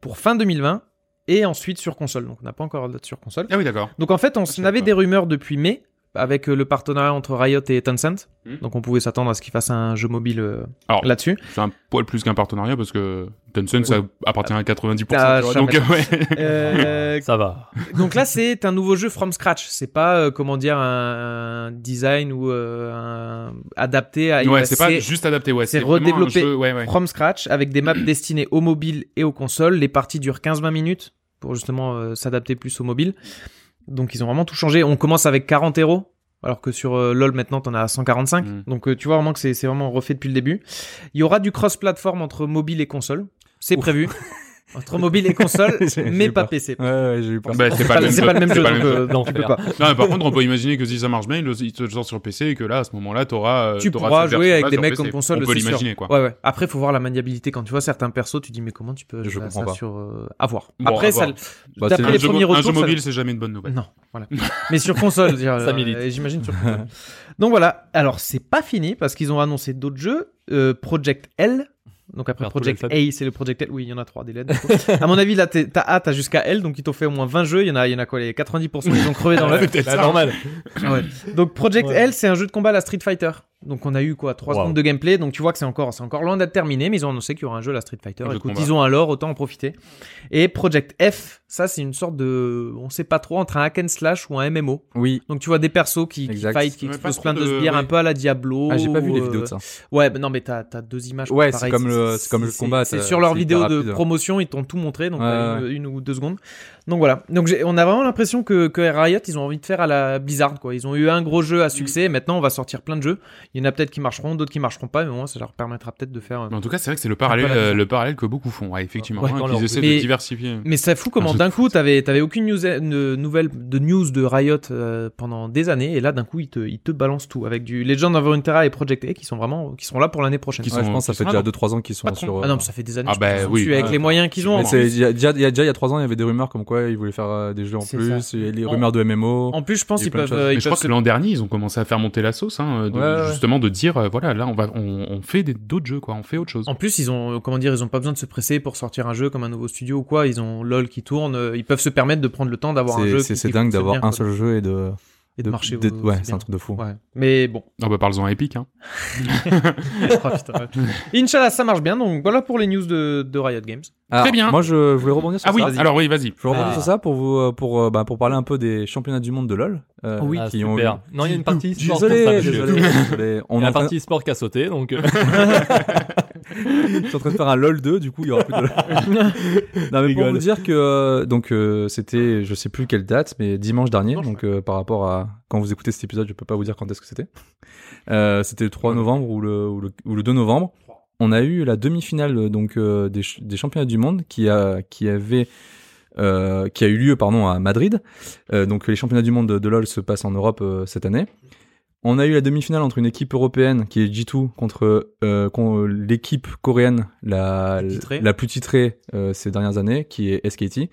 S2: pour fin 2020 et ensuite sur console. Donc on n'a pas encore de date sur console.
S1: Ah oui, d'accord.
S2: Donc en fait, on
S1: je
S2: avait
S1: savais
S2: des rumeurs depuis mai avec euh, le partenariat entre Riot et Tencent.
S1: Mhm.
S2: Donc on pouvait s'attendre à ce qu'ils fassent un jeu mobile euh,
S1: Alors, *laughs*
S2: là-dessus.
S1: C'est un poil plus qu'un partenariat parce que Tencent,
S2: Oui.
S1: ça appartient à 90%.
S2: Ah,
S1: tu vois,
S2: ça
S1: donc, ouais.
S2: Euh,
S4: *laughs* Ça va.
S2: donc là, c'est un nouveau jeu from scratch. C'est pas euh, comment dire un, un design ou euh, un- adapté à.
S1: Ouais, c'est pas
S2: c'est
S1: juste adapté. Ouais,
S2: c'est
S1: vraiment un
S2: redéveloppé.
S1: jeu- ouais, ouais.
S2: from scratch avec des maps destinées aux mobiles et aux consoles. Les parties durent 15-20 minutes pour justement euh, s'adapter plus aux mobiles. Donc ils ont vraiment tout changé. On commence avec 40 héros. Alors que sur euh, LoL maintenant t'en as 145,
S1: Mm.
S2: donc euh, tu vois vraiment que c'est c'est vraiment refait depuis le début. Il y aura du cross-platform entre mobile et console, c'est
S3: Ouf.
S1: *laughs*
S2: prévu. Entre mobile et console,
S3: J'ai-
S2: mais
S3: j'ai
S2: pas
S3: peur.
S2: PC.
S3: Ouais, ouais, j'ai eu peur.
S1: Bah, c'est pas, le même
S2: c'est
S1: jeu.
S2: pas le même
S1: C'est
S2: jeu,
S1: pas
S2: donc
S1: le même jeu.
S2: euh, non, tu peux pas.
S4: L'enfer.
S1: Non, mais par contre, on peut imaginer que si ça marche bien, il le- il te le sort sur PC et que là, à ce moment-là, t'auras. euh,
S2: Tu
S1: t'auras
S2: pourras
S1: cette
S2: jouer avec
S1: version-là
S2: des
S1: sur
S2: mecs
S1: PC.
S2: comme console,
S1: On peut
S2: c'est sûr.
S1: l'imaginer, quoi.
S2: Ouais, ouais. Après, faut voir la maniabilité. Quand tu vois certains persos, tu dis mais comment tu peux
S3: Je
S2: faire
S3: comprends
S2: ça
S3: pas.
S2: sur euh, à voir.
S1: Bon,
S2: Après,
S1: à
S2: ça,
S1: voir.
S3: Bah,
S2: d'après
S3: c'est-
S1: Un
S2: les
S1: jeu,
S2: premiers
S1: mo- un jeu
S2: retours, ça-
S1: mobile, c'est jamais une bonne nouvelle.
S2: Non,
S1: *laughs*
S2: voilà. Mais sur console, je veux dire,
S4: Ça
S2: euh,
S4: milite.
S2: j'imagine sur console. *laughs* Donc voilà. Alors c'est pas fini parce qu'ils ont annoncé d'autres jeux. Euh, Project L. Donc après
S4: Alors, tout
S2: Project A,
S4: l'alphabet.
S2: c'est le Project L. Oui, il y en a trois des LED. du coup. *laughs* à mon avis, là, t'es- t'as A, t'as jusqu'à L, donc ils t'ont fait au moins 20 jeux. Il y en a, il y en a quoi Les 90% ils ont
S1: *laughs*
S2: crevé dans l'œuf.
S1: C'est *laughs* peut-être
S4: Bah,
S1: ça.
S4: normal.
S1: Ah
S2: *clears throat* Donc Project
S4: Ouais.
S2: L, c'est un jeu de combat à la Street Fighter. Donc on a eu quoi 3
S3: Wow.
S2: secondes de gameplay, donc tu vois que c'est encore, c'est encore loin d'être terminé, mais ils ont annoncé qu'il y aura un jeu à la Street Fighter.
S1: Un jeu de
S2: Écoute,
S1: combat.
S2: ils ont alors, autant en profiter. Et Project F, ça c'est une sorte de, on sait pas trop, entre un hack and slash ou un MMO.
S3: Oui.
S2: Donc tu vois des persos qui, qui
S3: Exact.
S2: fight, qui
S1: Mais pas
S2: explosent
S1: trop
S2: plein de,
S1: de-
S2: sbires,
S1: ouais.
S2: un peu à la Diablo.
S3: Ah, j'ai pas vu les
S2: euh,
S3: vidéos de ça.
S2: Ouais, mais non, mais t'as t'as deux images.
S3: Ouais, c'est
S2: pareilles,
S3: comme le- c'est comme le combat,
S2: C'est
S3: t'as-
S2: sur leur
S3: c'est
S2: vidéo
S3: hyper
S2: de
S3: rapide. hein.
S2: promotion, ils t'ont tout montré, donc
S3: Ouais,
S2: t'as une, une ou deux secondes. Donc voilà. Donc j'ai- on a vraiment l'impression que, que Riot, ils ont envie de faire à la Blizzard, quoi. Ils ont eu un gros jeu à succès, et
S3: Mm.
S2: maintenant on va sortir plein de jeux. Il y en a peut-être qui marcheront, d'autres qui marcheront pas, mais au moins ça leur permettra peut-être de faire. euh,
S1: Mais en tout cas, c'est vrai que c'est le parallèle,
S2: la
S1: euh, le parallèle que beaucoup font. Ouais, effectivement,
S4: Ouais,
S1: hein,
S4: dans
S1: qu'ils
S4: leur-
S1: essaient
S2: Mais-
S1: de diversifier.
S2: Mais c'est fou
S1: Un
S2: comment
S1: jeu
S2: d'un coup t'avais t'avais aucune news, ne- nouvelle de news de Riot euh, pendant des années et là d'un coup ils te ils te balancent tout avec du Legend of Runeterra et Project A qui sont vraiment qui sont là pour l'année prochaine.
S1: Qui
S3: Ouais,
S1: sont-
S3: je pense que ça
S1: qui
S3: fait
S1: sont
S3: déjà
S1: là,
S3: 2-3 ans qu'ils
S1: Pas
S3: sont
S1: de
S3: sur. euh,
S2: Ah non, mais ça fait des années.
S1: Ah
S2: je pense
S1: bah
S2: qu'ils sont
S1: oui,
S2: dessus avec
S1: ouais.
S2: les moyens qu'ils ont.
S1: Mais
S2: en
S3: Mais
S1: bon.
S3: c'est- Il y, a- il y a il y a déjà il y a 3 ans, il y avait des rumeurs comme quoi ils voulaient faire euh, des jeux en
S2: C'est
S3: plus,
S2: ça.
S3: et les
S2: En-
S3: rumeurs de MMO.
S2: En plus, je pense
S3: Il y a
S2: qu'ils
S3: plein de
S2: peuvent.
S3: choses.
S2: euh,
S1: Mais
S2: ils
S1: je
S2: peuvent
S1: crois que l'an dernier, ils ont commencé à faire monter la sauce, hein, de-
S3: Ouais, ouais.
S1: justement de dire, euh, voilà, là, on va, on, on fait des- d'autres jeux, quoi, on fait autre chose.
S2: se- En plus, ils ont euh, comment dire, ils ont pas besoin de se presser pour sortir un jeu comme un nouveau studio ou quoi. Ils ont LOL qui tourne. euh, Ils peuvent se permettre de prendre le temps d'avoir un
S3: C'est-
S2: jeu.
S3: C'est
S2: qui-
S3: c'est
S2: qui
S3: dingue
S2: fonctionne
S3: d'avoir
S2: bien,
S3: un
S2: quoi,
S3: seul jeu et de.
S2: et de marcher.
S3: de-
S2: au-
S3: Ouais,
S2: aussi
S3: c'est un
S2: bien.
S3: truc de fou.
S2: Ouais.
S3: *laughs*
S2: Mais bon.
S1: Ah bah parlons à Epic, hein.
S2: Oh, putain, ouais. Inch'Allah, ça marche bien. Donc voilà pour les news de, de Riot Games.
S3: Alors,
S1: bien.
S3: Moi, je voulais rebondir sur
S1: Ah oui,
S3: ça.
S1: alors oui, vas-y.
S3: Je voulais rebondir
S4: Ah.
S3: sur ça pour vous, euh, pour, euh, bah, pour parler un peu des championnats du monde de LoL. euh,
S2: Oui.
S4: Ah,
S3: qui ont eu-
S4: super. Non, il *laughs* y a une partie sport. pour ça,
S3: Désolé,
S4: monsieur.
S3: désolé, désolé.
S4: Il y
S3: On
S4: a
S3: est
S4: la
S3: en train,
S4: partie sport qui a sauté, donc. euh, *laughs*
S3: je suis en train de faire un LOL 2, du coup, il y aura plus de LOL. non, mais pour
S4: Rigole.
S3: vous dire que, euh, donc, euh, c'était, je sais plus quelle date, mais dimanche dernier, donc, euh, par rapport à, quand vous écoutez cet épisode, je peux pas vous dire quand est-ce que c'était. Euh, c'était le 3 novembre ou le, ou le, ou le 2 novembre. On a eu la demi-finale, euh, donc, euh, des, ch- des championnats du monde qui a, qui avait, euh, qui a eu lieu pardon à Madrid. Euh, donc les championnats du monde de, de LoL se passent en Europe euh, cette année. On a eu la demi-finale entre une équipe européenne qui est G2 contre euh, con- l'équipe coréenne la,
S2: La titrée.
S3: la plus titrée euh, ces dernières années qui est SKT.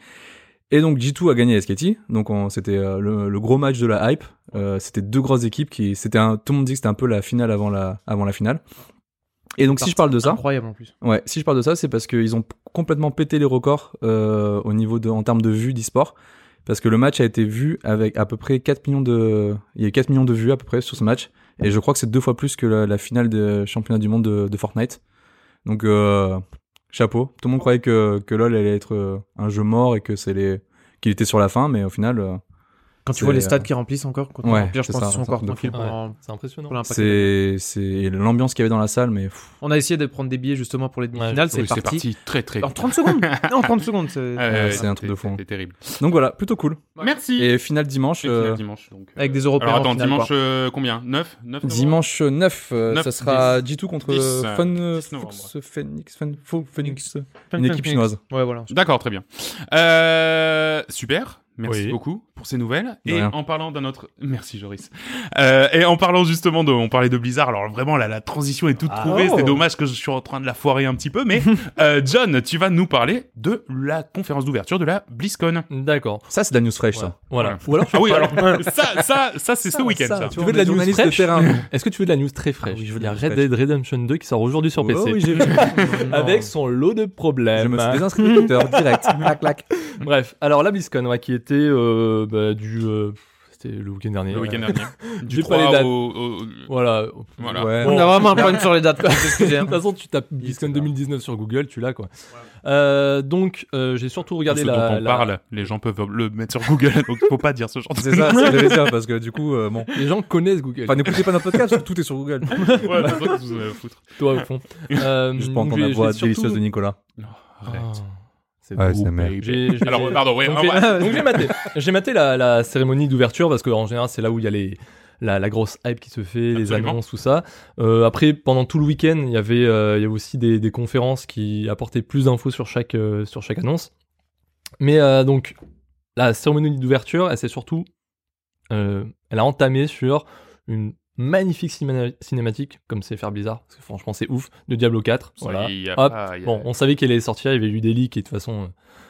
S3: Et donc G2 a gagné SKT. Donc on- c'était euh, le, le gros match de la hype. Euh, c'était deux grosses équipes qui c'était un tout le monde dit que c'était un peu la finale avant la avant la finale. Et donc si je parle de ça,
S2: Incroyable en plus.
S3: Ouais, si je parle de ça, c'est parce qu'ils ont p- complètement pété les records euh, au niveau de, en termes de vues d'e-sport. Parce que le match a été vu avec à peu près 4 millions de. Il y a eu 4 millions de vues à peu près sur ce match. Et je crois que c'est deux fois plus que la, la finale de championnat du monde de, de Fortnite. Donc, euh, chapeau. Tout le monde croyait que, que LoL allait être euh, un jeu mort et que c'est les. qu'il était sur la fin, mais au final, euh,
S2: Quand tu
S3: C'est-
S2: vois les stades qui remplissent encore, quand ils
S3: Ouais,
S2: remplissent, je
S3: c'est
S2: pense
S3: ça,
S2: qu'ils sont
S3: un
S2: encore
S3: truc de fou.
S2: tranquilles pendant-
S4: c'est impressionnant.
S2: pour l'impact.
S3: c'est c'est et l'ambiance qu'il y avait dans la salle, mais pff,
S2: On a essayé de prendre des billets justement pour les demi-finales,
S4: Ouais,
S2: c'est
S1: Oui,
S2: parti.
S1: Très, très.
S2: En 30 secondes
S3: *laughs*
S2: En 30 secondes, c'est-
S1: Euh,
S3: c'est un truc de fou, hein.
S1: C'est terrible.
S3: donc voilà, plutôt cool.
S1: Merci.
S3: Et finale dimanche.
S1: Et finale
S3: euh,
S1: dimanche, donc.
S2: Avec des Européens.
S1: Alors
S2: en
S1: attends,
S2: finale,
S1: dimanche
S2: quoi.
S1: euh, combien 9 9
S3: Dimanche 9, euh,
S1: Neuf,
S3: ça sera
S1: dix.
S3: G2 contre
S1: Dix,
S3: euh,
S1: euh,
S3: Fun euh,
S1: 10 novembre.
S3: Fox, euh, Phoenix, Fun- Fo- Phoenix, euh,
S2: Fin-
S3: une
S2: fin-
S3: équipe
S2: fin-
S3: chinoise.
S1: *laughs*
S2: Ouais, voilà.
S1: D'accord, très bien. Euh, super. Merci
S4: Oui.
S1: beaucoup pour ces nouvelles.
S3: De
S1: et
S3: rien.
S1: en parlant d'un autre, *laughs* merci Joris. Euh, et en parlant justement de, on parlait de Blizzard. Alors vraiment là, la transition est toute
S4: Ah.
S1: trouvée.
S2: Oh.
S1: C'est dommage que je suis en train de la foirer un petit peu. Mais euh, John, tu vas nous parler de la conférence d'ouverture de la BlizzCon.
S4: D'accord.
S3: Ça, c'est de la news fraîche,
S4: Voilà.
S3: ça.
S4: Voilà.
S1: Ouais.
S4: Ou alors,
S1: *laughs* Ah oui, alors ça, ça, ça c'est ce week-end. ça.
S3: Tu veux de la
S4: news
S3: journaliste
S4: fraîche
S3: de terrain
S4: Est-ce que tu veux de la news très fraîche
S3: Ah oui, je veux
S4: Il
S3: de
S4: y
S3: la
S4: a
S3: news
S4: Red
S3: fraîche.
S4: Dead Redemption 2 qui sort aujourd'hui sur PC.
S3: Oh, oui, j'ai *laughs* vu.
S4: Avec son lot de
S3: Je
S4: problèmes.
S3: me suis désinscrit de *laughs*
S4: Mmh.
S3: Twitter direct. Clac, clac.
S4: Bref, alors la BlizzCon, ouais, qui était euh, bah, du. euh, c'était le week-end dernier.
S1: le week-end dernier. Du
S4: J'ai pas les
S1: 3
S4: dates.
S1: au- au- au-
S4: Voilà.
S1: Voilà.
S3: Ouais.
S2: On a vraiment un problème sur les dates.
S4: *laughs*
S2: quoi.
S4: De
S2: Excusez.
S4: toute façon, tu tapes BlizzCon
S3: c'est
S4: 2019 sur Google, tu l'as quoi. Euh, donc, euh, j'ai surtout regardé
S1: ce
S4: la.
S1: dont on
S4: la-
S1: parle, les gens peuvent le mettre sur Google, *laughs* donc faut pas dire ce genre de
S3: C'est ça, c'est j'avais ça, parce que du coup, euh, bon.
S4: Les gens connaissent Google.
S3: Enfin, n'écoutez pas notre podcast, parce que tout est sur *laughs* Google.
S1: Ouais, c'est ça que vous en avez à foutre.
S4: toi au
S3: *laughs*
S4: fond. Euh,
S3: Juste pour
S4: donc,
S3: entendre la
S4: j'ai-
S3: voix
S4: j'ai surtout- Ah,
S3: délicieuse de Nicolas.
S1: Arrête. C'est
S3: Ouais,
S1: beau,
S3: c'est merde.
S1: baby.
S4: J'ai- j'ai-
S1: Alors, pardon, ouais,
S4: Oh. Donc
S1: on va-
S4: j'ai- donc j'ai maté, j'ai maté la, la cérémonie d'ouverture parce que en général c'est là où il y a les, la, la grosse hype qui se fait, les
S1: Absolument.
S4: annonces, tout ça. Euh, après, pendant tout le week-end, il y avait, euh, il y avait aussi des, des conférences qui apportaient plus d'infos sur chaque, euh, sur chaque annonce. Mais euh, donc la cérémonie d'ouverture, elle s'est surtout, euh, elle a entamé sur une magnifique cinéma- cinématique, comme c'est faire bizarre, parce que franchement c'est ouf, de Diablo 4. Voilà.
S1: Il y a
S4: Hop.
S1: pas- il y a-
S4: Bon, on savait qu'elle allait sortir, il y avait eu des leaks et de toute façon, euh,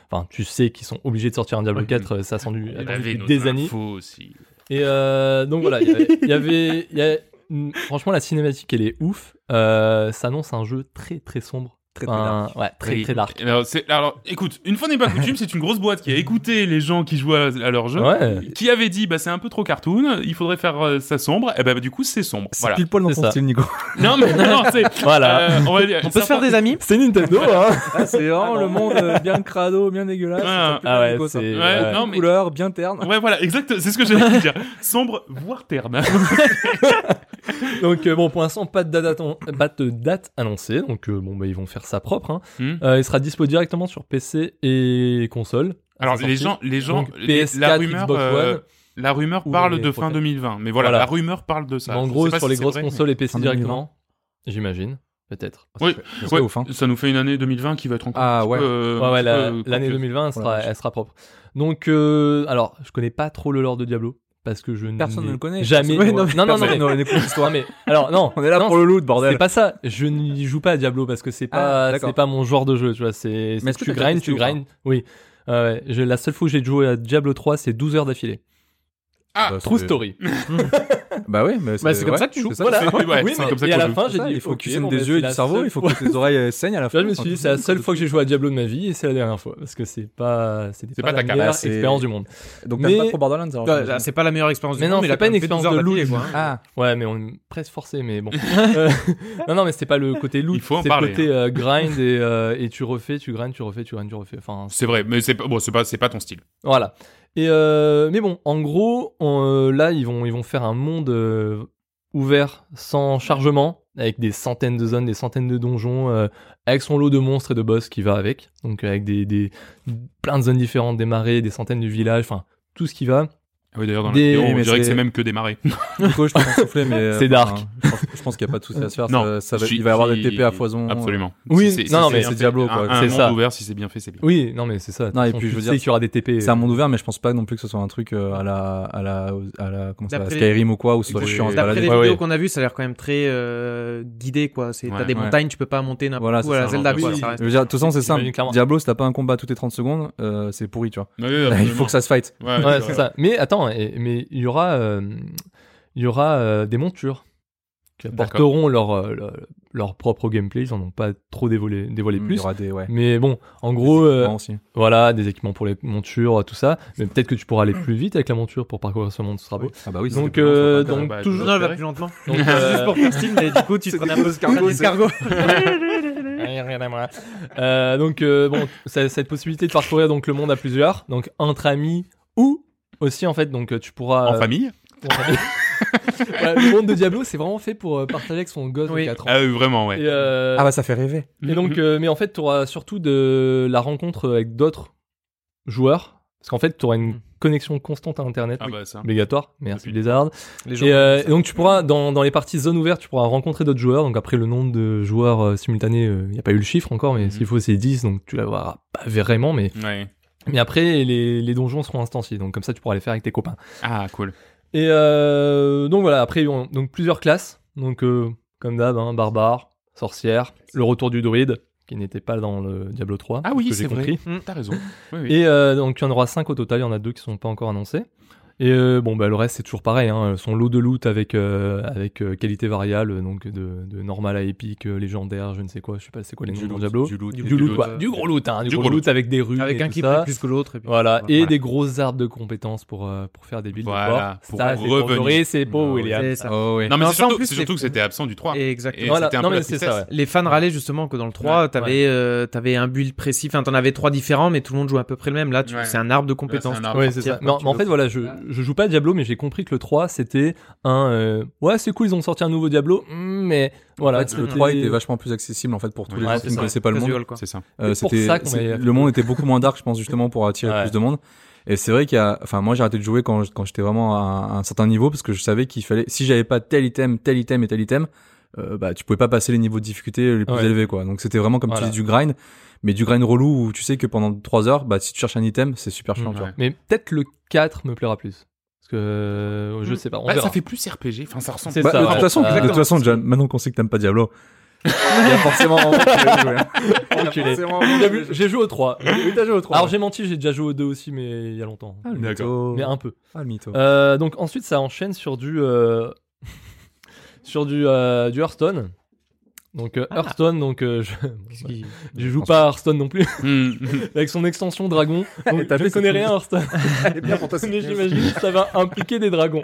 S4: enfin, tu sais qu'ils sont obligés de sortir un Diablo
S1: Oui.
S4: 4, euh, ça a
S1: *laughs*
S4: attendu,
S1: on
S4: attendu
S1: avait
S4: depuis
S1: nos
S4: des années.
S1: infos aussi.
S4: Et euh, donc voilà, il y avait- il y avait, il y a- mm, franchement, la cinématique, elle est ouf. Euh, ça annonce un jeu très très sombre,
S3: Très, très
S4: Enfin,
S3: dark.
S4: ouais, très
S1: Oui.
S4: très dark.
S1: Alors, c'est- alors, écoute, une fois n'est pas coutume, c'est une grosse boîte qui a écouté les gens qui jouaient à, à leur jeu,
S4: Ouais.
S1: qui avait dit bah c'est un peu trop cartoon, il faudrait faire euh, ça sombre. Et bah, du coup c'est sombre.
S3: C'est
S1: Voilà.
S3: pile poil dans
S4: C'est
S3: son
S4: ça.
S3: style, Nico.
S1: Non mais non, c'est
S4: Voilà.
S1: euh, on, va dire-
S2: On peut se faire des amis.
S4: C'est
S3: *laughs*
S4: Nintendo, hein
S3: *laughs* c'est vraiment le monde euh, bien crado, bien dégueulasse.
S1: Ah,
S3: Ça pue
S4: ah
S3: pas
S4: ouais,
S3: Nico, ça.
S4: c'est-
S3: Bien
S1: Ouais,
S4: Ouais.
S1: non mais
S3: couleur, bien terne.
S1: ouais voilà exact, c'est ce que j'allais dire. Sombre voire terne.
S4: Donc euh, bon, pour l'instant, pas de date, atten- pas de date annoncée. Donc euh, bon, bah, ils vont faire ça propre. hein.
S1: Hmm.
S4: Euh, il sera dispo directement sur PC et console.
S1: Alors
S4: Sa
S1: les
S4: sortie.
S1: gens, les gens,
S4: Donc,
S1: les- la
S4: PS4,
S1: rumeur,
S4: Xbox
S1: euh,
S4: One.
S1: la rumeur
S4: ou
S1: parle
S4: les
S1: de fin
S4: prochaines.
S1: 2020. Mais voilà,
S4: Voilà.
S1: la rumeur parle de ça.
S4: en
S1: Je
S4: gros,
S1: sais pas
S4: sur
S1: si
S4: les
S1: c'est
S4: grosses
S1: vrai, mais-
S4: consoles et PC
S3: Fin 2020.
S4: directement, j'imagine, peut-être.
S1: Oui,
S3: Ça serait
S1: Ouais,
S3: ouf, hein.
S1: ça nous fait une année 2020 qui va être encore. un
S3: Ah
S1: petit
S3: ouais.
S1: peu, euh,
S4: Ouais,
S1: un
S4: ouais,
S1: petit
S4: la-
S1: peu
S4: l'année 2020 elle
S3: Voilà,
S4: sera,
S3: je-
S4: elle sera propre. Donc, euh, alors, je connais pas trop le lore de Diablo parce que je n'ai
S3: Personne ne le connaît.
S4: Jamais.
S3: Personne-
S4: non, non, non,
S3: Personne
S4: mais-
S3: ne connaît l'histoire.
S4: non, mais alors non,
S3: On est là
S4: non,
S3: pour le loot, bordel.
S4: c'est pas ça. Je n'y joue pas à Diablo parce que c'est pas,
S3: Ah, d'accord.
S4: c'est pas mon genre de jeu. Tu vois, c'est
S3: Mais
S4: c'est
S3: est-ce que
S4: tu
S3: t'as déjà
S4: grindes,
S3: testé
S4: tu
S3: ou pas
S4: grindes. Oui. Euh, ouais, j'ai- la seule fois où j'ai joué à Diablo 3, c'est 12 heures d'affilée.
S1: Ah,
S3: Bah,
S4: True
S3: c'est-
S4: story.
S3: Bah oui, mais
S2: Bah, c'est comme
S3: ouais,
S2: ça que tu joues.
S3: c'est ça.
S1: Voilà.
S4: Voilà.
S1: Oui, ouais,
S4: Oui,
S1: c'est
S4: mais
S1: comme ça
S4: et à
S1: qu'on
S4: la
S1: joue.
S4: fin,
S3: C'est
S4: j'ai
S3: ça,
S4: dit,
S3: il faut que tu
S4: ok,
S3: saignes
S4: bon, bah,
S3: des
S4: c'est
S3: yeux et du
S4: la
S3: cerveau,
S4: seule
S3: il faut
S4: fois.
S3: que tes oreilles saignent à la *laughs*
S4: Tu vois, Ah,
S3: fin.
S4: je me suis dit, c'est la seule fois que j'ai joué à Diablo de ma vie et c'est la dernière fois parce que c'est pas, c'était
S1: C'est
S4: pas,
S1: pas
S4: la
S1: ta cam-
S4: meilleure
S3: Bah, c'est-
S4: expérience du monde.
S3: Donc
S4: Mais-
S3: t'aimes pas trop Borderlands alors,
S2: Ouais,
S3: j'imagine.
S2: C'est pas la meilleure expérience du
S4: Mais
S2: monde,
S4: non,
S2: mais
S4: c'est
S2: il a
S4: pas
S2: quand
S4: une
S2: même fait 12
S4: expérience
S2: heures
S4: de
S2: d'affilée,
S4: loot.
S2: quoi, hein.
S3: Ah,
S4: Ouais, mais on est presque forcé, mais *laughs* bon. Euh, non, non, mais c'était pas le côté loot.
S1: Il faut en
S4: c'est
S1: parler,
S4: le côté euh, grind et, euh, et tu refais, tu grind, tu refais, tu grind, tu refais. Enfin,
S1: C'est vrai, mais c'est pas, bon, c'est pas, c'est pas ton style.
S4: voilà. Et euh, mais bon, en gros, on, euh, là, ils vont, ils vont faire un monde euh, ouvert, sans chargement, avec des centaines de zones, des centaines de donjons, euh, avec son lot de monstres et de boss qui va avec. Donc euh, avec des, des plein de zones différentes, des marais, des centaines de villages, enfin tout ce qui va.
S1: Ah oui, d'ailleurs, dans
S4: Des-
S1: la vidéo, on
S3: mais
S1: dirait que
S3: c'est-
S1: c'est même que démarrer.
S3: du coup, je t'en souffler, mais. euh,
S4: C'est dark.
S3: enfin, je pense- Je pense qu'il n'y a pas de souci à se faire.
S1: Non,
S3: ça- ça va-
S1: je suis-
S3: Il va y avoir des
S1: je suis-
S3: TP à foison.
S1: Absolument.
S4: Oui,
S1: c'est-
S4: non, non,
S1: c'est
S4: mais
S1: bien
S3: c'est
S1: fait.
S3: Diablo,
S1: Un-
S3: quoi.
S1: Un,
S4: C'est
S1: monde
S4: ça.
S1: ouvert, si c'est bien fait, c'est bien.
S4: Oui, non mais c'est ça. De toute
S3: Non, et
S4: façon,
S3: puis,
S4: tu
S3: je veux
S4: sais
S3: dire,
S4: qu'il y aura des TP.
S3: C'est un monde ouvert, mais je pense pas non plus que ce soit un truc euh, à la, à la, à la, comment ça,
S2: D'après les-
S3: Skyrim ou quoi, où ce soit
S1: Écoute,
S3: chiant à se
S2: D'après
S3: balader.
S2: les
S4: Ouais,
S2: vidéos
S4: ouais.
S2: qu'on a vues, ça a l'air quand même très euh, guidé quoi. C'est
S1: Ouais,
S2: t'as des
S3: ouais.
S2: montagnes, tu peux pas monter n'importe
S3: Voilà,
S2: où
S3: c'est
S2: à la
S1: ça,
S2: Zelda
S1: genre,
S2: quoi.
S1: oui.
S2: ça
S3: Je
S2: reste-
S3: veux dire, de toute façon, c'est
S4: J'imagine
S3: simple.
S4: clairement.
S3: Diablo, si t'as pas un combat toutes les 30 secondes, euh, c'est pourri, tu vois. Il faut que ça se fight.
S4: Ouais, c'est ça. Mais attends, et- mais il y aura, euh, il y aura euh, des montures qui
S1: D'accord.
S4: apporteront leur, euh, leur, leur propre gameplay. Ils en ont pas trop dévoilé, dévoilé
S3: Il
S4: plus.
S3: y aura des, ouais.
S4: Mais bon, en gros, euh,
S3: Vraiment aussi.
S4: voilà, des équipements pour les montures, tout ça. Mais peut-être que tu pourras aller plus vite avec la monture pour parcourir ce monde, ce sera beau.
S3: Ah bah oui,
S4: Donc,
S3: c'est-
S4: euh,
S1: pas grave.
S4: donc
S1: Bah,
S4: toujours.
S2: Non, elle va plus lentement.
S4: donc,
S2: C'est
S4: euh,
S2: Juste pour faire style, mais du coup tu te prends un peu un escargot.
S4: Euh, donc euh, bon, ça- cette possibilité de parcourir donc le monde à plusieurs, donc entre amis ou aussi en fait, donc tu pourras
S1: En
S4: euh,
S1: famille
S4: *laughs* Ouais, le monde de Diablo, c'est vraiment fait pour euh, partager avec son gosse
S2: Oui.
S4: de 4 ans.
S1: Ah oui, vraiment, ouais.
S4: Et, euh,
S3: Ah bah ça fait rêver.
S4: et donc, euh, mais en fait, tu auras surtout de la rencontre avec d'autres joueurs, parce qu'en fait, tu auras une connexion constante à Internet,
S1: Ah bah ça.
S4: obligatoire. Merci Blizzard.
S2: Les gens-
S4: Et, euh, et donc, tu pourras dans, dans les parties zone ouverte, tu pourras rencontrer d'autres joueurs. Donc après, le nombre de joueurs euh, simultanés, il n'y a pas eu le chiffre encore, mais
S1: Mhm.
S4: s'il faut, c'est 10, donc tu l'auras pas vraiment. Mais
S1: Ouais.
S4: mais après, les, les donjons seront instanciés, donc comme ça, tu pourras les faire avec tes copains.
S1: Ah, cool.
S4: Et euh, donc voilà, après, on- donc plusieurs classes. Donc, euh, comme d'hab, hein, barbare, sorcière, le retour du druide, qui n'était pas dans le Diablo 3.
S1: Ah oui,
S4: que j'ai
S1: c'est vrai.
S4: compris.
S1: T'as raison. Oui, oui.
S4: Et euh, donc, il y en aura 5 au total, il y en a deux qui sont pas encore annoncés. Et euh, bon, bah, le reste, c'est toujours pareil. Hein, son lot de loot avec, euh, avec euh, qualité variable, donc de, de normal à épique, euh, légendaire, je ne sais quoi, je sais pas c'est quoi les noms dans Diablo.
S1: Du loot.
S4: Du,
S1: Du
S4: loot,
S1: loot.
S4: quoi. Du gros loot, hein, du,
S1: Du
S4: gros
S1: gros
S4: loot avec des runes.
S2: Avec
S4: et
S2: un
S4: tout
S2: qui
S4: ça.
S2: pète plus que l'autre. et puis-
S4: Voilà, et
S2: voilà.
S4: des grosses arbres de compétences pour, euh, pour faire des builds
S1: Voilà,
S4: de corps.
S1: pour
S4: Ça, c'est pour
S1: revenir. Bah
S4: dorer, c'est beau,
S3: Ah,
S4: William.
S2: C'est ça.
S3: Oh, ouais.
S1: Non, mais
S2: Non,
S1: c'est
S2: ça, en
S1: surtout,
S2: plus,
S1: c'est
S2: c'est-
S1: surtout que c'était absent du 3.
S2: Et Exactement.
S1: Et
S4: Voilà,
S1: c'était un
S4: non,
S1: peu
S4: mais
S1: la
S4: c'est ça,
S1: tristesse.
S2: Les fans râlaient justement que dans le 3, t'avais euh, t'avais un build précis, enfin t'en avais trois différents, mais tout le monde jouait à peu près le même. Là, tu-
S1: Ouais.
S2: c'est un arbre de compétences.
S1: un
S2: tu
S1: arbre.
S2: peux
S4: Ouais, c'est
S2: partir
S4: ça.
S2: quand
S4: Non,
S2: tu
S4: mais en
S2: veux.
S4: fait, voilà, je, je joue pas à Diablo, mais j'ai compris que le 3, c'était un. euh, ouais, c'est cool, ils ont sorti un nouveau Diablo, hmm, mais voilà.
S3: En fait, le
S4: c'était-
S3: 3 était vachement plus accessible en fait pour tous
S1: Ouais,
S3: les
S4: ouais,
S3: gens
S4: c'est
S3: qui ne
S4: ça.
S3: connaissaient pas le monde.
S2: Casual, quoi.
S1: C'est ça.
S3: Euh,
S4: C'est pour
S3: c'était-
S4: ça qu'on
S3: c'est-
S4: avait-
S3: le monde était beaucoup moins dark, je pense justement pour attirer
S4: Ouais.
S3: plus de monde. Et c'est vrai qu'il y a, enfin moi j'ai arrêté de jouer quand je- quand j'étais vraiment à un, à un certain niveau parce que je savais qu'il fallait, si j'avais pas tel item, tel item et tel item, euh, bah tu pouvais pas passer les niveaux de difficulté les plus
S4: Ouais.
S3: élevés quoi. Donc c'était vraiment comme
S4: Voilà.
S3: tu dis du grind, mais du grind relou où tu sais que pendant 3 heures, bah si tu cherches un item, c'est super chiant.
S4: Mm,
S3: tu vois.
S1: ouais.
S4: Mais peut-être le 4 me plaira plus. Parce que euh, je
S1: Mm.
S4: sais pas, on
S1: Bah,
S4: verra.
S1: ça fait plus RPG. Enfin, ça ressemble.
S4: C'est
S3: Bah,
S4: ça,
S3: de
S4: ouais.
S3: toute façon,
S4: Euh,
S3: de toute façon, déjà, maintenant qu'on sait que t'aimes
S4: *laughs*
S3: pas Diablo, il y a forcément. un moment où tu vas y jouer, hein.
S4: Enculé. J'ai vu- J'ai joué au 3. Alors j'ai menti, j'ai déjà joué au 2 aussi, mais il y a longtemps.
S3: Ah, le
S1: D'accord.
S3: mytho.
S4: Mais un peu.
S3: Ah, le mytho.
S4: Euh, donc ensuite, ça enchaîne sur du euh, *laughs* sur du euh, du Hearthstone. Donc euh, Hearthstone, donc euh, je,
S2: Qu'est-ce qui-
S4: je joue pas à Hearthstone non plus *laughs*
S1: Hmm.
S4: avec son extension dragon. Donc,
S3: t'as
S4: je
S3: fait
S4: connais
S3: cette
S4: rien à Hearthstone, mais j'imagine que ça va impliquer des dragons.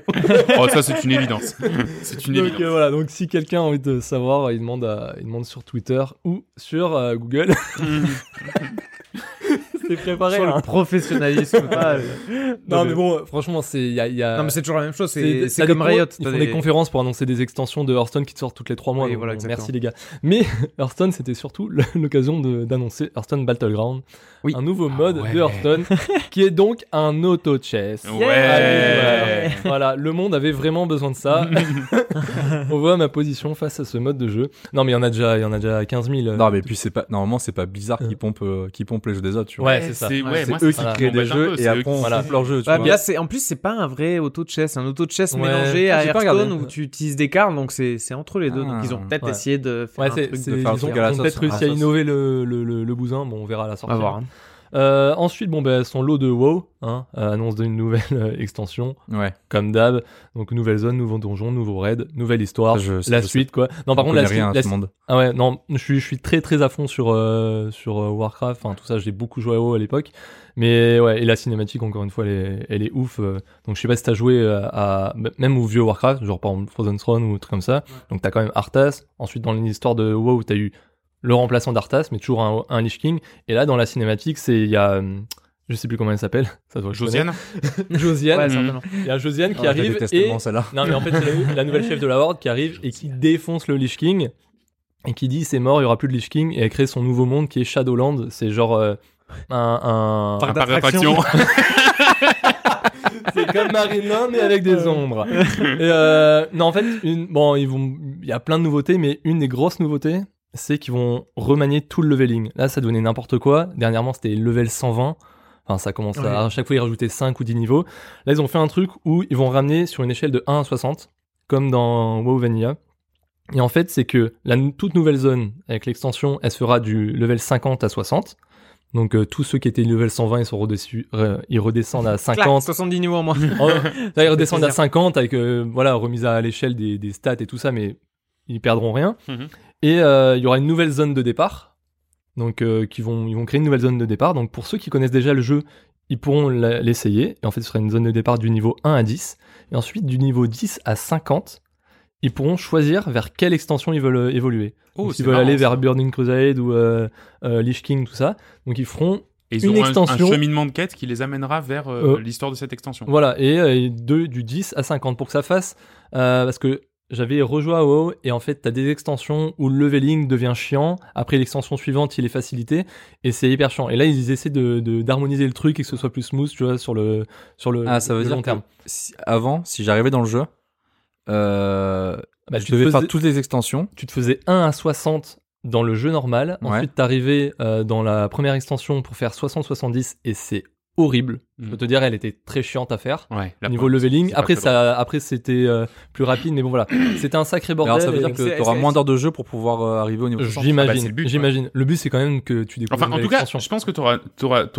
S1: oh, ça, c'est une évidence. c'est une
S4: Donc
S1: évidence.
S4: euh, voilà, donc si quelqu'un a envie de savoir, il demande à- il demande sur Twitter ou sur euh, Google.
S2: *laughs*
S4: C'est préparé.
S2: Sur
S4: hein. *laughs*
S2: le professionnalisme. pas, euh,
S4: Non mais bon, franchement, c'est il y a, il y a-
S2: Non, mais c'est toujours la même chose.
S4: Euh, des-
S2: C'est
S4: t'as
S2: c'est
S4: des
S2: comme
S4: con-
S2: Riot.
S4: Ils
S2: t'as
S4: font des... conférences pour annoncer des extensions de Hearthstone qui te sortent toutes les 3 mois.
S2: Oui,
S4: donc
S2: voilà,
S4: bon,
S2: exactement.
S4: merci les gars. Mais *laughs* Hearthstone, c'était surtout le- *laughs* l'occasion de- d'annoncer Hearthstone Battleground,
S2: Oui. Ah,
S4: un nouveau mode
S1: ouais.
S4: de
S2: *laughs*
S4: Hearthstone qui est donc un auto chess.
S1: Ouais.
S4: Voilà, le monde avait vraiment besoin de
S3: *laughs*
S4: ça. On voit ma position face à ce mode de jeu. Non, mais il y en a déjà, il y en a déjà 15 000. euh,
S3: Non, mais puis c'est pas normalement c'est pas Blizzard
S4: Ouais.
S3: qui pompe euh, qui pompe les jeux des autres, tu vois.
S4: Ouais, c'est ça.
S1: C'est ouais,
S3: c'est
S1: moi,
S3: eux
S1: ça
S3: qui
S4: ça
S3: créent des
S1: m'embête un
S3: jeux
S1: peu,
S3: et
S1: c'est eux
S3: après
S1: qui-
S3: on
S4: voilà.
S3: souffle leur jeu, tu
S2: Ouais,
S3: vois.
S2: mais là, c'est en plus c'est pas un vrai auto de chess, un auto de chess
S4: Ouais. Ah,
S2: mélangé à
S3: J'ai pas regardé.
S2: Hearthstone où tu utilises des cartes, donc c'est c'est entre les deux.
S3: Ah.
S2: donc ils ont peut-être
S4: Ouais.
S2: essayé de faire
S4: Ouais,
S2: un
S4: c'est-
S2: truc
S4: c'est-
S2: de
S4: ils
S3: faire un
S4: ont,
S3: truc à
S4: ils
S3: la
S4: ont
S3: sauce,
S4: peut-être
S3: à la
S4: réussi à
S3: sauce.
S4: innover le, le, le- le bousin. Bon, on verra à la
S2: On
S4: sortie.
S2: va voir. hein.
S4: Euh, ensuite, bon, bah, son lot de WoW, hein, euh, annonce d'une nouvelle euh, extension.
S3: Ouais.
S4: comme d'hab. Donc nouvelle zone, nouveau donjon, nouveau raid, nouvelle histoire.
S3: Ça, je- ça,
S4: la
S3: je
S4: suite quoi. Non par
S3: On
S4: contre la
S3: connaît
S4: suite,
S3: rien à
S4: la
S3: ce
S4: suite-
S3: monde.
S4: ah ouais non je suis je suis très très à fond sur euh, sur euh, Warcraft. Enfin tout ça j'ai beaucoup joué à WoW à l'époque. Mais ouais et la cinématique encore une fois elle est, elle est ouf. euh. Donc je sais pas si t'as joué euh, à m- même au vieux Warcraft genre par exemple Frozen Throne ou truc comme ça. Donc t'as quand même Arthas. Ensuite dans l'histoire de WoW t'as eu le remplaçant d'Arthas mais toujours un, un Lich King. Et là dans la cinématique c'est il y a hum, je sais plus comment elle s'appelle. Ça doit
S1: Josiane
S4: *laughs* Josiane.
S2: Ouais,
S1: Mhm.
S2: certainement.
S4: Il y a Josiane qui
S3: Ah, je la
S4: arrive
S3: déteste
S4: et
S3: tellement, celle-là.
S4: non, mais en fait, c'est la, la nouvelle chef de la Horde qui arrive et qui défonce le Lich King et qui dit c'est mort, il y aura plus de Lich King et elle crée son nouveau monde qui est Shadowland. C'est genre euh, un. un-
S1: Par attraction.
S4: c'est comme Marina mais avec des ombres. Et, euh, non, en fait, une, bon, ils vont, il y a plein de nouveautés, mais une des grosses nouveautés, c'est qu'ils vont remanier tout le leveling. Là, ça donnait n'importe quoi. Dernièrement, c'était level 120. Enfin, ça commence
S2: Ouais.
S4: à, à chaque fois, ils rajoutaient 5 ou 10 niveaux. Là, ils ont fait un truc où ils vont ramener sur une échelle de 1 à 60, comme dans WoW Vanilla. Et en fait, c'est que la nou- toute nouvelle zone avec l'extension, elle se fera du level 50 à 60. Donc, euh, tous ceux qui étaient level 120, ils, sont redessus- re- ils redescendent à
S2: Clac,
S4: 50.
S2: 70 niveaux en moins.
S4: *laughs* Oh, là, ils redescendent à
S2: plaisir.
S4: 50 avec euh, voilà remise à l'échelle des, des stats et tout ça, mais ils perdront rien.
S1: Mhm.
S4: Et euh, il y aura une nouvelle zone de départ. Donc euh, qui vont ils vont créer une nouvelle zone de départ. Donc pour ceux qui connaissent déjà le jeu, ils pourront la- l'essayer. Et en fait, ce sera une zone de départ du niveau 1 à 10 et ensuite du niveau 10 à 50. Ils pourront choisir vers quelle extension ils veulent euh, évoluer.
S1: Oh,
S4: Donc,
S1: c'est
S4: ils veulent
S1: marrant,
S4: aller
S1: ça.
S4: vers Burning Crusade ou euh, euh, Lich King, tout ça. Donc ils feront
S1: Et ils
S4: une
S1: auront un-
S4: extension.
S1: Un, cheminement de quête qui les amènera vers euh,
S4: Euh,
S1: l'histoire de cette extension.
S4: Voilà, et, euh, et deux, du 10 à 50 pour que ça fasse. euh, parce que j'avais rejoué à WoW et en fait, t'as des extensions où le leveling devient chiant. Après l'extension suivante, il est facilité et c'est hyper chiant. Et là, ils essaient de de- d'harmoniser le truc et que ce soit plus smooth, tu vois, sur le, sur le,
S3: Ah, ça veut
S4: le
S3: dire
S4: long
S3: que
S4: terme.
S3: si- avant, si j'arrivais dans le jeu, euh,
S4: Bah,
S3: je
S4: tu,
S3: devais
S4: te
S3: faire
S4: faisais,
S3: toutes les extensions.
S4: tu te faisais 1 à 60 dans le jeu normal.
S3: Ouais.
S4: Ensuite, t'arrivais euh, dans la première extension pour faire 60-70 et c'est horrible. Je peux
S1: Mm.
S4: te dire, elle était très chiante à faire.
S1: Ouais, la
S4: niveau
S1: première.
S4: leveling.
S1: c'est pas
S4: Après,
S1: très
S4: ça, après c'était euh, plus rapide, mais bon
S3: *clears throat*
S4: voilà, c'était un sacré bordel.
S3: Alors ça veut
S4: et-
S3: dire
S2: c'est-
S3: que t'auras
S2: c'est-
S3: moins d'heures de jeu pour pouvoir euh, arriver au niveau.
S1: Ah bah,
S3: 60.
S1: c'est
S4: J'imagine.
S1: le but, ouais.
S4: J'imagine. Le but, c'est quand même que tu découvres
S1: Enfin, en
S4: une
S1: tout cas,
S4: extension.
S1: je pense que tu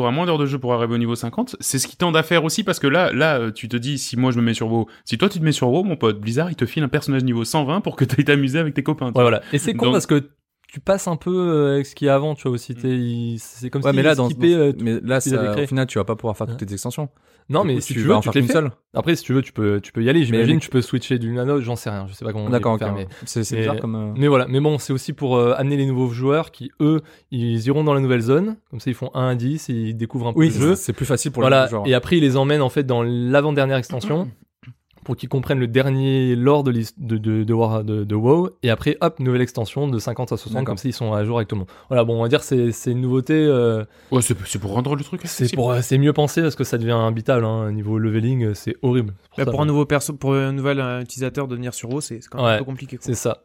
S1: auras, moins d'heures de jeu pour arriver au niveau 50. C'est ce qui tente à faire aussi parce que là, là, euh, tu te dis, si moi je me mets sur WoW, si toi tu te mets sur WoW, mon pote Blizzard, il te file un personnage niveau 120 pour que tu t'amuser avec tes copains. tu
S4: Ouais, voilà. Et c'est con
S1: Donc-
S4: parce que tu passes un peu euh, avec ce qu'il y a avant, tu vois aussi. t'es- il- C'est comme
S3: Mm. Ouais,
S4: si
S3: mais là, dans,
S4: skipper,
S3: dans-
S4: euh, tout-
S3: mais là,
S4: qu'ils avaient
S3: ça-
S4: créé.
S3: au final, tu vas pas pouvoir faire
S4: Ouais.
S3: toutes tes extensions.
S4: Non,
S3: Du
S4: mais
S3: coup,
S4: si
S3: tu
S4: tu
S3: vas
S4: veux,
S3: en
S4: tu
S3: faire
S4: te les
S3: qu'une
S4: fais.
S3: seule.
S4: Après, si tu veux, tu peux, tu peux y aller. J'imagine,
S3: mais-
S4: tu peux switcher d'une à l'autre. J'en sais rien. Je sais pas comment. on
S3: D'accord,
S4: va
S3: ok.
S4: faire,
S3: ouais.
S4: mais...
S3: C'est c'est
S4: mais-
S3: bizarre comme. euh,
S4: mais voilà. Mais bon, c'est aussi pour euh, amener les nouveaux joueurs qui, eux, ils iront dans la nouvelle zone. Comme ça, ils font 1 à 10 et ils découvrent un peu
S3: Oui,
S4: le jeu.
S3: c'est- c'est plus facile pour
S4: voilà,
S3: les joueurs.
S4: et après, ils les emmènent en fait dans l'avant-dernière extension pour qu'ils comprennent le dernier lore de, l'his- de, de, de, War- de- de WoW. Et après, hop, nouvelle extension de 50 à 60,
S3: D'accord.
S4: comme ça ils sont à jour avec tout le monde. Voilà, bon, on va dire c'est c'est une nouveauté. euh,
S1: vois. Ouais, c'est c'est pour rendre le truc
S4: c'est
S1: *laughs* accessible.
S4: pour euh, c'est mieux pensé parce que ça devient imbitable. Hein, niveau leveling, euh, c'est horrible. C'est
S2: Bah,
S4: ça,
S2: pour un
S4: bon.
S2: nouveau perso, pour un nouvel euh, utilisateur de venir sur WoW, c'est c'est quand même
S4: Ouais.
S2: un peu compliqué. quoi.
S4: C'est ça.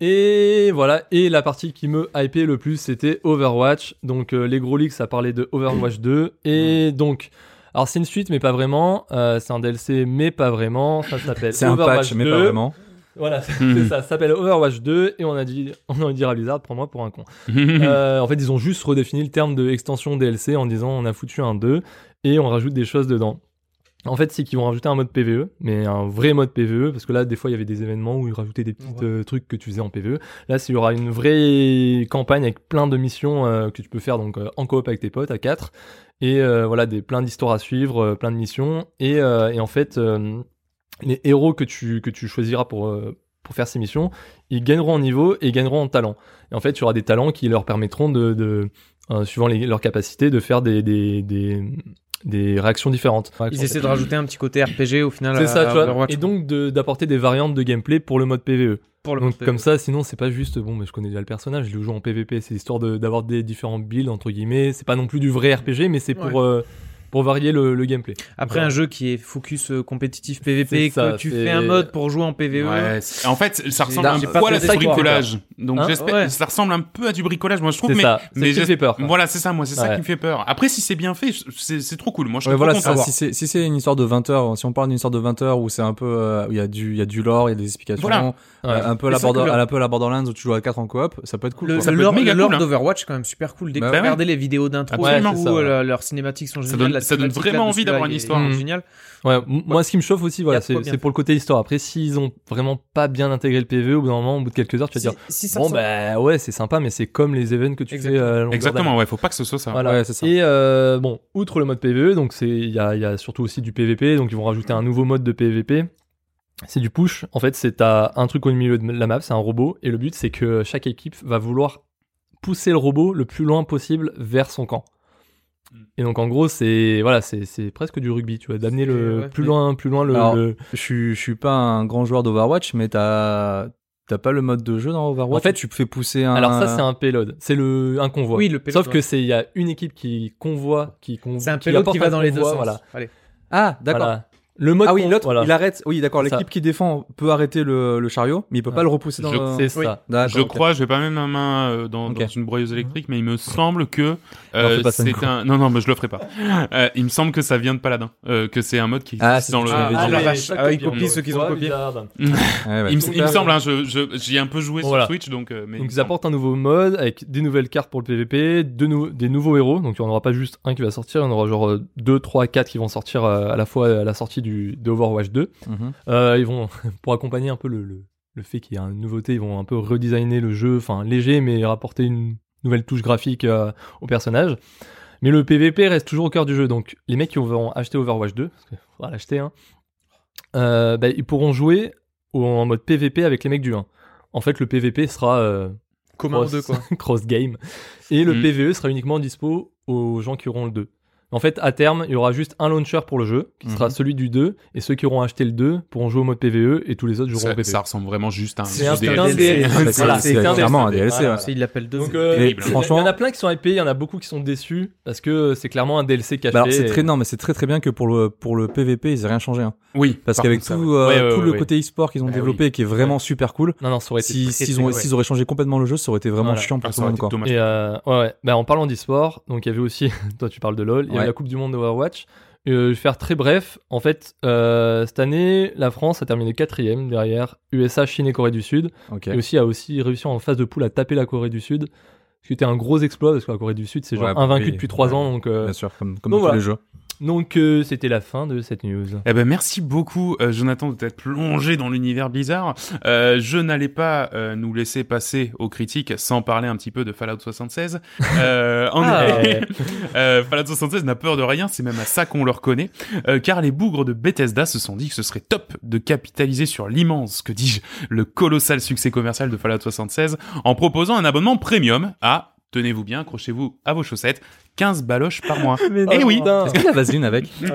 S4: Et voilà, et la partie qui me hypait le plus, c'était Overwatch. Donc euh, les gros leaks, ça parlait de Overwatch 2. Et donc, alors c'est une suite, mais pas vraiment. Euh, c'est un DLC, mais pas vraiment. Ça s'appelle
S3: C'est un
S4: Overwatch
S3: patch, mais
S4: 2.
S3: pas vraiment.
S4: Voilà, *laughs* c'est
S1: Hmm.
S4: ça. Ça s'appelle Overwatch 2 et on a dit, on a dit à Blizzard, prends-moi pour un con.
S1: *laughs*
S4: Euh, en fait, ils ont juste redéfini le terme de extension DLC en disant on a foutu un 2 et on rajoute des choses dedans. En fait, c'est qu'ils vont rajouter un mode PVE, mais un vrai mode PVE, parce que là, des fois, il y avait des événements où ils rajoutaient des petits
S2: Ouais.
S4: euh, trucs que tu faisais en PVE. Là, c'est- il y aura une vraie campagne avec plein de missions euh, que tu peux faire donc euh, en coop avec tes potes à 4. Et euh, voilà, des, plein d'histoires à suivre, euh, plein de missions. Et, euh, et en fait, euh, les héros que tu, que tu choisiras pour, euh, pour faire ces missions, ils gagneront en niveau et ils gagneront en talent. Et en fait, il y aura des talents qui leur permettront de, de euh, suivant les- leurs capacités, de faire des, des, des, des réactions différentes.
S2: Ils essaient de rajouter un petit côté RPG au final. à-
S4: C'est ça,
S2: à
S4: tu vois.
S2: Overwatch,
S4: Et donc de- d'apporter des variantes de gameplay pour le mode PVE.
S2: pour le
S4: Donc
S2: mode E.
S4: comme ça, sinon c'est pas juste bon, mais je connais déjà le personnage, je le joue en PVP. C'est l'histoire de- d'avoir des différents builds entre guillemets. C'est pas non plus du vrai RPG, mais c'est pour
S2: Ouais.
S4: euh, pour varier le, le gameplay.
S2: Après
S4: Voilà.
S2: un jeu qui est focus euh, compétitif PVP,
S4: C'est ça,
S2: que tu
S4: c'est-
S2: fais un mode pour jouer en E, PVE.
S4: Euh,
S1: Ouais, c'est- en fait, ça ressemble
S2: J'ai-
S1: un
S2: j'ai pas
S1: poil à
S2: fait
S1: du
S2: d'espoir,
S1: bricolage. Donc
S4: Hein
S1: j'espère,
S2: Ouais.
S1: ça ressemble un peu à du bricolage, moi je trouve.
S4: C'est
S1: mais
S4: ça. C'est
S1: mais
S4: ce qui
S1: j'es-
S4: fait peur. quoi.
S1: Voilà, c'est ça, moi, c'est ça
S4: Ouais.
S1: qui me fait peur. Après, si c'est bien fait, c'est c'est trop cool. Moi, je suis
S3: Ouais,
S1: trop
S3: voilà,
S1: content.
S3: ça, si c'est si c'est une histoire de 20 heures, si on parle d'une histoire de 20 heures où c'est un peu, euh, où il y a du, il y a du lore, il y a des explications,
S1: Voilà.
S4: Ouais.
S3: euh, un peu à la
S1: Et ça,
S3: Border-
S1: cool.
S3: à la- un peu à la Borderlands où tu joues à 4 en coop, ça peut être cool.
S2: Le,
S3: quoi.
S1: Ça peut
S2: le
S1: être
S2: lore,
S1: méga
S2: le lore
S1: cool, hein.
S2: d'Overwatch est quand même super cool. Dès que
S3: Bah
S2: vous
S1: ouais.
S2: regardez les vidéos d'intro
S1: Absolument.
S2: où
S4: Ouais, c'est ça, ouais.
S2: euh, leurs cinématiques sont
S1: Ça
S2: géniales,
S1: donne-
S2: la
S1: ça donne
S2: cinématique
S1: vraiment
S2: là,
S1: envie d'avoir
S2: celui-là,
S1: une
S2: il est
S1: histoire.
S2: géniale.
S4: Ouais, m- moi ce qui me chauffe aussi, voilà,
S2: Y a trop
S4: c'est
S2: bien
S4: c'est pour le côté histoire. Après, s'ils ont vraiment pas bien intégré le PVE, au bout d'un moment, au bout de quelques heures, tu vas
S2: Si-
S4: dire
S2: si ça
S4: bon
S2: ressemble-
S4: bah ouais, c'est sympa, mais c'est comme les events que tu fais.
S2: Exactement.
S4: euh, à longueur d'année.
S1: Exactement, ouais, faut pas que ce soit ça.
S4: Voilà.
S3: Ouais, c'est ça.
S4: Et euh, bon, outre le mode PVE, donc c'est il y a, il y a surtout aussi du PVP, donc ils vont rajouter un nouveau mode de PVP. C'est du push. En fait, c'est t'as un truc au milieu de la map, c'est un robot, et le but c'est que chaque équipe va vouloir pousser le robot le plus loin possible vers son camp.
S2: Hmm.
S4: Et donc en gros, c'est voilà, c'est c'est presque du rugby, tu vois, d'amener le
S2: Ouais,
S4: plus
S2: mais-
S4: loin, plus loin le-
S3: Alors,
S4: le,
S3: Je suis, je suis pas un grand joueur d'Overwatch, mais t'as, t'as pas le mode de jeu dans Overwatch.
S4: En fait,
S3: où tu fais pousser un.
S4: Alors ça c'est un payload, c'est le un convoi.
S2: Oui, le payload,
S4: Sauf que
S2: ouais.
S4: c'est il y a une équipe qui convoie, qui convoie,
S2: c'est un payload qui va dans les deux sens.
S4: Voilà.
S2: Allez.
S3: Ah, d'accord.
S4: Voilà. Le mode
S3: Ah oui,
S4: con-
S3: l'autre,
S4: voilà.
S3: il arrête. Oui, d'accord.
S4: Ça. Ah.
S3: L'équipe qui défend peut arrêter le, le chariot, mais il peut
S4: Ouais.
S3: pas le repousser dans.
S1: Je-
S3: le-
S4: c'est
S2: Oui.
S4: ça.
S3: D'accord,
S1: Je
S3: Ah, ok.
S1: crois, je vais pas mettre ma main euh, dans,
S3: Ok.
S1: dans une broyeuse électrique, mais il me semble que
S3: Non, fais
S1: euh,
S3: pas ça,
S1: c'est
S3: Nico.
S1: un. Non, non, mais je le ferai pas. Euh, il me semble que ça vient de Paladin, euh, que c'est un mode qui
S3: Ah,
S1: existe
S3: c'est
S1: dans le.
S3: ce que tu m'avais
S1: dans
S2: Ah,
S1: le-
S2: la vache, ah oui, Ah, ils copient ceux qu'ils ont copiés.
S3: Ouais, Mhm. ouais.
S1: il, me- il me
S4: Super.
S1: semble, hein, je- je- j'y ai un peu joué
S4: Voilà.
S1: sur Switch, donc. euh, mais il me
S4: Donc ils
S1: semble.
S4: apportent un nouveau mode avec des nouvelles cartes pour le PVP, de nou- des nouveaux héros. Donc il n'y en aura pas juste un qui va sortir, il y en aura genre euh, 2, 3, 4 qui vont sortir euh, à la fois à la sortie du, de Overwatch 2.
S3: Mhm.
S4: Euh, ils vont, *laughs* pour accompagner un peu le, le, le fait qu'il y a une nouveauté, ils vont un peu redesigner le jeu, enfin léger, mais rapporter une nouvelle touche graphique euh, au personnage. Mais le PVP reste toujours au cœur du jeu, donc les mecs qui vont acheter Overwatch 2, parce qu'il faudra l'acheter, hein, euh, bah, ils pourront jouer au- en mode PVP avec les mecs du 1. En fait, le PVP sera euh,
S2: Commun
S4: *laughs*
S2: aux deux, quoi.
S4: cross game. Et le
S1: Mm.
S4: PVE sera uniquement dispo aux gens qui auront le 2. En fait, à terme, il y aura juste un launcher pour le jeu, qui sera
S3: Mhm.
S4: celui du 2, et ceux qui auront acheté le 2 pourront jouer au mode PVE, et tous les autres joueront au E.
S1: ça,
S4: PVE.
S1: ça ressemble vraiment juste à un.
S4: C'est un
S1: jeu
S4: putain de
S1: DLC.
S3: Ah, bah, c'est-
S4: Voilà,
S3: c'est
S4: c'est un
S3: clairement un
S4: DLC.
S3: DLC.
S4: Voilà.
S3: ouais.
S2: C'est- Ils l'appellent deux.
S4: Donc,
S2: *laughs* c'est-
S4: euh,
S3: terrible.
S4: c'est-
S3: Franchement-
S4: il y en a plein qui sont hypés, il y en a beaucoup qui sont déçus, parce que c'est clairement un DLC caché.
S3: Bah, alors, c'est
S4: et-
S3: très non, mais c'est très très bien que pour le pour le PVP ils aient rien changé. hein.
S1: Oui,
S3: Parce
S1: par
S3: qu'avec
S1: contre, ça,
S3: tout, euh,
S4: Ouais, ouais,
S3: tout le
S4: ouais,
S3: côté e-sport qu'ils ont
S1: Bah
S3: développé et qui est vraiment super cool,
S4: Non, non, ça aurait été
S3: si-
S4: très,
S3: s'ils
S4: très-
S3: ont-
S4: ouais.
S3: s'ils auraient changé complètement le jeu, ça aurait été vraiment
S4: Voilà.
S3: chiant
S1: ouais.
S3: pour
S1: Ah,
S4: euh,
S3: tout
S1: ça
S3: le
S1: aurait
S3: monde.
S1: été
S3: Quoi.
S1: dommage.
S4: Et euh, ouais, ouais. Bah, en parlant d'e-sport, donc il y avait aussi, *laughs* toi tu parles de LoL, il y y a eu
S3: Ouais.
S4: la Coupe du Monde d'Overwatch. Euh, je vais faire très bref. En fait, euh, cette année, la France a terminé quatrième derrière USA, Chine et Corée du Sud.
S3: Ok.
S4: Et aussi a aussi réussi en phase de poule à taper la Corée du Sud. Ce qui était un gros exploit parce que la Corée du Sud, c'est
S3: Ouais, bah
S4: genre invaincu
S3: oui,
S4: depuis trois
S3: ouais.
S4: ans. Donc, euh,
S3: Bien sûr, comme, comme
S4: donc
S3: dans
S4: voilà.
S3: tous les jeux.
S4: donc euh, c'était la fin de cette news.
S1: Eh ben merci beaucoup euh, Jonathan de t'être plongé dans l'univers Blizzard. Euh, je n'allais pas euh, nous laisser passer aux critiques sans parler un petit peu de Fallout 76. Euh, en
S2: Ah.
S1: effet, *laughs* euh, Fallout 76 n'a peur de rien, c'est même à ça qu'on le reconnaît, euh, car les bougres de Bethesda se sont dit que ce serait top de capitaliser sur l'immense, que dis-je, le colossal succès commercial de Fallout 76 en proposant un abonnement premium à, tenez-vous bien, accrochez-vous à vos chaussettes, 15 baloches par
S2: *laughs*
S1: mois. Eh oui. *laughs*
S3: Est-ce qu'il y a la vaseline *laughs* avec
S1: Oui,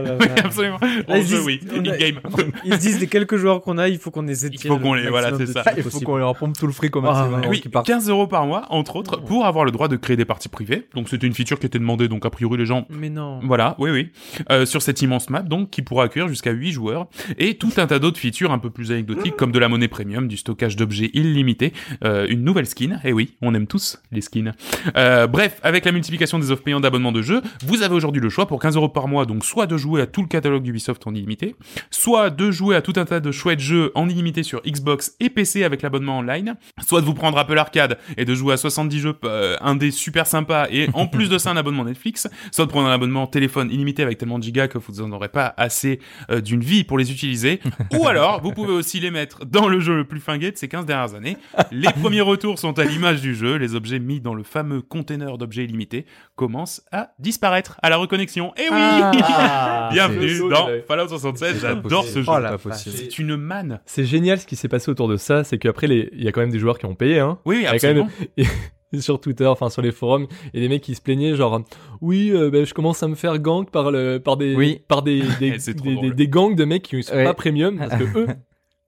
S1: absolument. Bon
S2: Vas-y,
S1: jeu, oui.
S2: *laughs* on a-
S1: In-game.
S2: Ils se disent les quelques joueurs qu'on a, il faut qu'on les
S1: Il
S2: étire.
S1: faut qu'on
S2: le
S1: les- voilà,
S2: maximum
S1: c'est
S2: de
S1: ça.
S2: temps
S3: Il faut
S2: possible.
S3: qu'on leur pompe tout le fric au
S2: Ah,
S3: maximum avant
S1: Oui,
S3: qu'ils partent.
S1: 15 euros par mois, entre autres, pour avoir le droit de créer des parties privées. Donc c'était une feature qui était demandée, donc a priori les gens...
S2: Mais non.
S1: Voilà, oui, oui. Euh, sur cette immense map, donc, qui pourra accueillir jusqu'à 8 joueurs. Et tout un tas d'autres features un peu plus anecdotiques, comme de la monnaie premium, du stockage d'objets illimité, euh, une nouvelle skin. Et oui, on aime tous les skins. Euh, bref, avec la multiplication des offres payantes d'abonnements de jeux, vous avez aujourd'hui le choix pour 15 euros par mois, donc soit de jouer à tout le catalogue d'Ubisoft en illimité, soit de jouer à tout un tas de chouettes jeux en illimité sur Xbox et PC avec l'abonnement online, soit de vous prendre Apple Arcade et de jouer à 70 jeux euh, indés super sympa et en plus de ça un abonnement Netflix, soit de prendre un abonnement téléphone illimité avec tellement de gigas que vous n'en aurez pas assez euh, d'une vie pour les utiliser, ou alors vous pouvez aussi les mettre dans le jeu le plus fingué de ces 15 dernières années. Les premiers retours sont à l'image du jeu, les objets mis dans le fameux container d'objets illimités commencent à disparaître à la reconnexion. Et oui *laughs* Bienvenue
S4: c'est-
S1: dans Fallout 76, j'adore ce jeu.
S2: Oh la
S3: pas
S2: vache.
S3: possible.
S1: C'est une manne.
S4: C'est génial ce qui s'est passé autour de ça, c'est qu'après, les- il y a quand même des joueurs qui ont payé. Hein.
S1: Oui, oui,
S4: Il y a quand
S1: absolument.
S4: même- *laughs* sur Twitter, enfin sur les forums, et des mecs qui se plaignaient genre oui, euh, ben, je commence à me faire gang par le par des
S3: Oui.
S4: par
S1: *laughs*
S4: des des,
S1: Eh, c'est trop
S4: des-
S1: drôle.
S4: des- des gangs de mecs qui sont
S3: Ouais.
S4: pas premium parce que
S1: *laughs*
S4: eux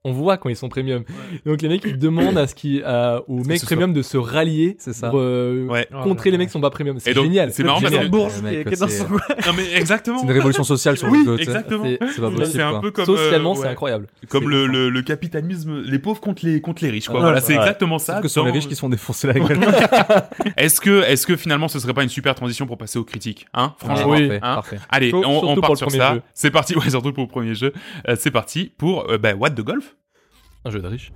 S4: on voit quand ils sont premium. Donc les mecs ils demandent à ce qui à- aux
S1: que
S4: mecs
S1: ce
S4: premium de se rallier
S3: C'est ça.
S4: pour euh,
S1: Ouais.
S2: Oh
S4: contrer
S2: là
S4: les
S2: là.
S4: mecs qui sont pas premium. C'est
S1: donc,
S4: génial.
S1: c'est marrant parce
S4: Génial.
S2: C'est
S1: que-
S2: une bourge
S3: Ouais,
S2: qui est-
S3: mec,
S2: qui est dans
S3: c'est-
S2: son coin.
S1: Non, mais exactement.
S3: C'est une révolution sociale sur
S1: Oui,
S3: le jeu. tu sais.
S1: exactement.
S4: C'est-
S3: C'est pas
S4: c'est-
S1: C'est
S3: possible.
S1: un
S3: quoi. hein.
S1: peu comme,
S4: Socialement,
S1: euh,
S4: c'est
S1: ouais.
S4: incroyable. Ah,
S1: comme le, le- le capitalisme, les pauvres contre les, contre les riches. Quoi.
S3: Ouais,
S1: voilà,
S3: ouais.
S1: c'est exactement ça.
S3: Sauf que ce sont les
S1: dans-
S3: riches qui sont défoncés
S4: *laughs*
S3: la gueule.
S1: *laughs* Est-ce que, est-ce que finalement ce serait pas une super transition pour passer aux critiques hein Franchement.
S4: Ah, Oui.
S3: Parfait,
S1: Hein.
S3: parfait.
S1: Allez,
S4: Surtout-
S1: on, on
S4: surtout
S1: part
S4: pour le
S1: sur
S4: premier
S1: ça.
S4: jeu.
S1: C'est parti, *laughs* ouais, surtout pour le premier jeu. Euh, c'est parti pour euh, bah, What the Golf
S4: Un jeu de riche.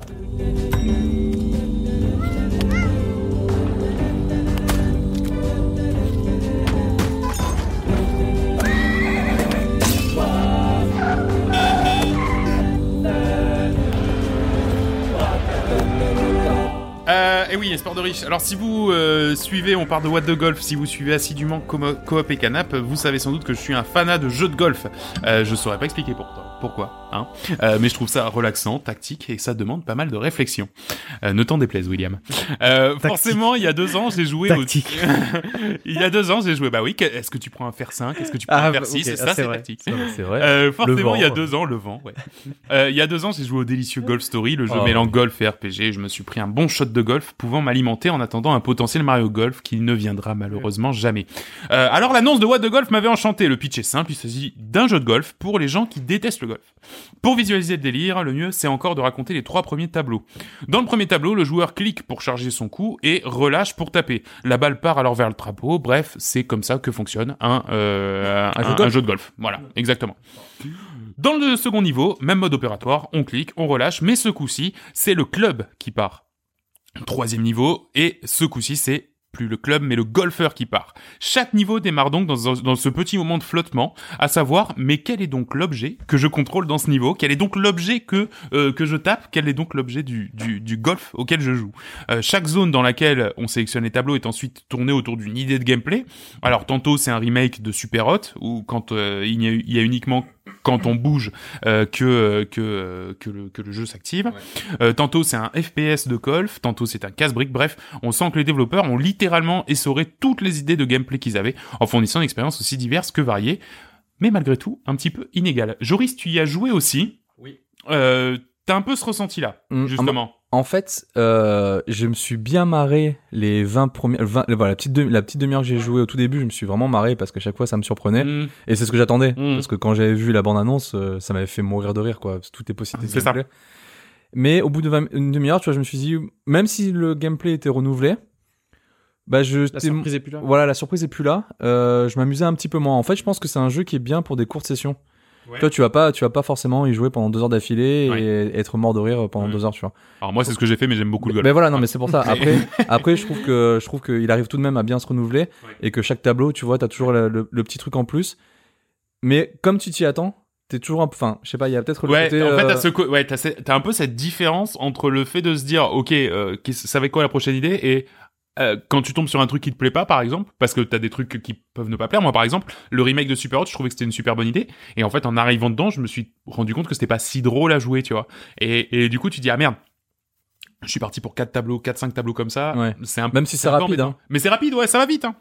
S1: Euh, et oui, les sports de riches. Alors si vous euh, suivez, on part de What de Golf, si vous suivez assidûment Como- Coop et Canap, vous savez sans doute que je suis un fanat de jeux de golf. Euh, je saurais pas expliquer pour toi- pourquoi, hein. Euh, mais je trouve ça relaxant, tactique, et ça demande pas mal de réflexion. Euh, ne t'en déplaise, William. Euh, forcément, il y a deux ans, j'ai joué... au-
S2: Tactique.
S1: il y a deux ans, j'ai joué... Bah oui, que- est-ce que tu prends un fer 5 Est-ce que tu prends
S2: Ah,
S1: un fer
S2: bah,
S1: 6
S2: ok,
S1: Ça,
S2: ah, c'est
S1: c'est
S2: vrai.
S1: tactique.
S4: C'est vrai.
S1: Euh, forcément,
S4: vent,
S1: il y a
S4: ouais.
S1: deux ans, le vent, ouais. Euh, il y a deux ans, j'ai joué au délicieux Golf Story, le jeu
S4: Oh.
S1: mêlant golf et RPG. Je me suis pris un bon shot de golf, pouvant m'alimenter en attendant un potentiel Mario Golf qui ne viendra malheureusement jamais. Euh, alors, l'annonce de What the Golf m'avait enchanté. Le pitch est simple, il s'agit d'un jeu de golf pour les gens qui détestent le golf. Pour visualiser le délire, le mieux, c'est encore de raconter les trois premiers tableaux. Dans le premier tableau, le joueur clique pour charger son coup et relâche pour taper. La balle part alors vers le trapeau. Bref, c'est comme ça que fonctionne un, euh, un-
S3: jeu de
S1: un
S3: golf.
S1: jeu de golf. Voilà, exactement. Dans le second niveau, même mode opératoire, on clique, on relâche, mais ce coup-ci, c'est le club qui part. Troisième niveau, et ce coup-ci, c'est plus le club, mais le golfeur qui part. Chaque niveau démarre donc dans, dans ce petit moment de flottement, à savoir, mais quel est donc l'objet que je contrôle dans ce niveau Quel est donc l'objet que, euh, que je tape Quel est donc l'objet du, du, du golf auquel je joue Euh, Chaque zone dans laquelle on sélectionne les tableaux est ensuite tournée autour d'une idée de gameplay. Alors, tantôt, c'est un remake de Super Hot, où quand euh, il, y a, il y a uniquement quand on bouge euh, que euh, que euh, que le, que le jeu s'active. Euh, tantôt c'est un FPS de golf, tantôt c'est un casse-brique. Bref, on sent que les développeurs ont littéralement essoré toutes les idées de gameplay qu'ils avaient en fournissant une expérience aussi diverse que variée, mais malgré tout un petit peu inégale. Joris, tu y as joué aussi
S4: Oui.
S1: Euh, T'as un peu ce ressenti-là,
S3: Mm,
S1: justement.
S3: En fait, euh, je me suis bien marré les 20 premières. 20, euh, voilà, la petite, demi- la petite demi-heure que j'ai joué au tout début, je me suis vraiment marré parce qu'à chaque fois ça me surprenait.
S1: Mm.
S3: Et c'est ce que j'attendais.
S1: Mm.
S3: Parce que quand j'avais vu la bande-annonce, euh, ça m'avait fait mourir de rire, quoi. Parce que tout est possible.
S1: C'est ça.
S3: Mais au bout de 20 une demi-heure, tu vois, je me suis dit, même si le gameplay était renouvelé, Bah, je
S2: La
S3: t'ai-
S2: surprise est plus là.
S3: Voilà, la surprise est plus là. Euh, je m'amusais un petit peu moins. En fait, je pense que c'est un jeu qui est bien pour des courtes sessions.
S1: Ouais.
S3: Toi, tu vas pas, tu vas pas forcément y jouer pendant deux heures d'affilée
S1: Ouais. Mm.
S3: et être mort de rire pendant
S1: Ouais.
S3: deux heures, tu vois.
S1: Alors moi c'est ce que j'ai fait mais j'aime beaucoup le golf.
S3: Mais voilà, non, mais
S1: *laughs*
S3: c'est pour ça. Après, après, je trouve que je trouve qu'il arrive tout de même à bien se renouveler
S1: Ouais.
S3: et que chaque tableau, tu vois, t'as toujours le, le- le petit truc en plus. Mais comme tu t'y attends, t'es toujours, un... peu- enfin, je sais pas, il y a peut-être le
S1: Ouais,
S3: côté.
S1: en fait,
S3: euh,
S1: t'as, ce co- ouais, t'as, ce- t'as un peu cette différence entre le fait de se dire, ok, euh, qu'est-ce- ça va être quoi la prochaine idée et euh, quand tu tombes sur un truc qui te plaît pas, par exemple, parce que t'as des trucs qui peuvent ne pas plaire. Moi, par exemple, le remake de Superhot, je trouvais que c'était une super bonne idée. Et en fait, en arrivant dedans, je me suis rendu compte que c'était pas si drôle à jouer, tu vois. Et, et du coup, tu dis, ah merde. Je suis parti pour quatre tableaux, quatre cinq tableaux comme ça.
S3: Ouais.
S1: C'est un
S3: Même si c'est
S1: un peu
S3: rapide,
S1: embêtant.
S3: hein.
S1: Mais c'est rapide, ouais, ça va vite, hein.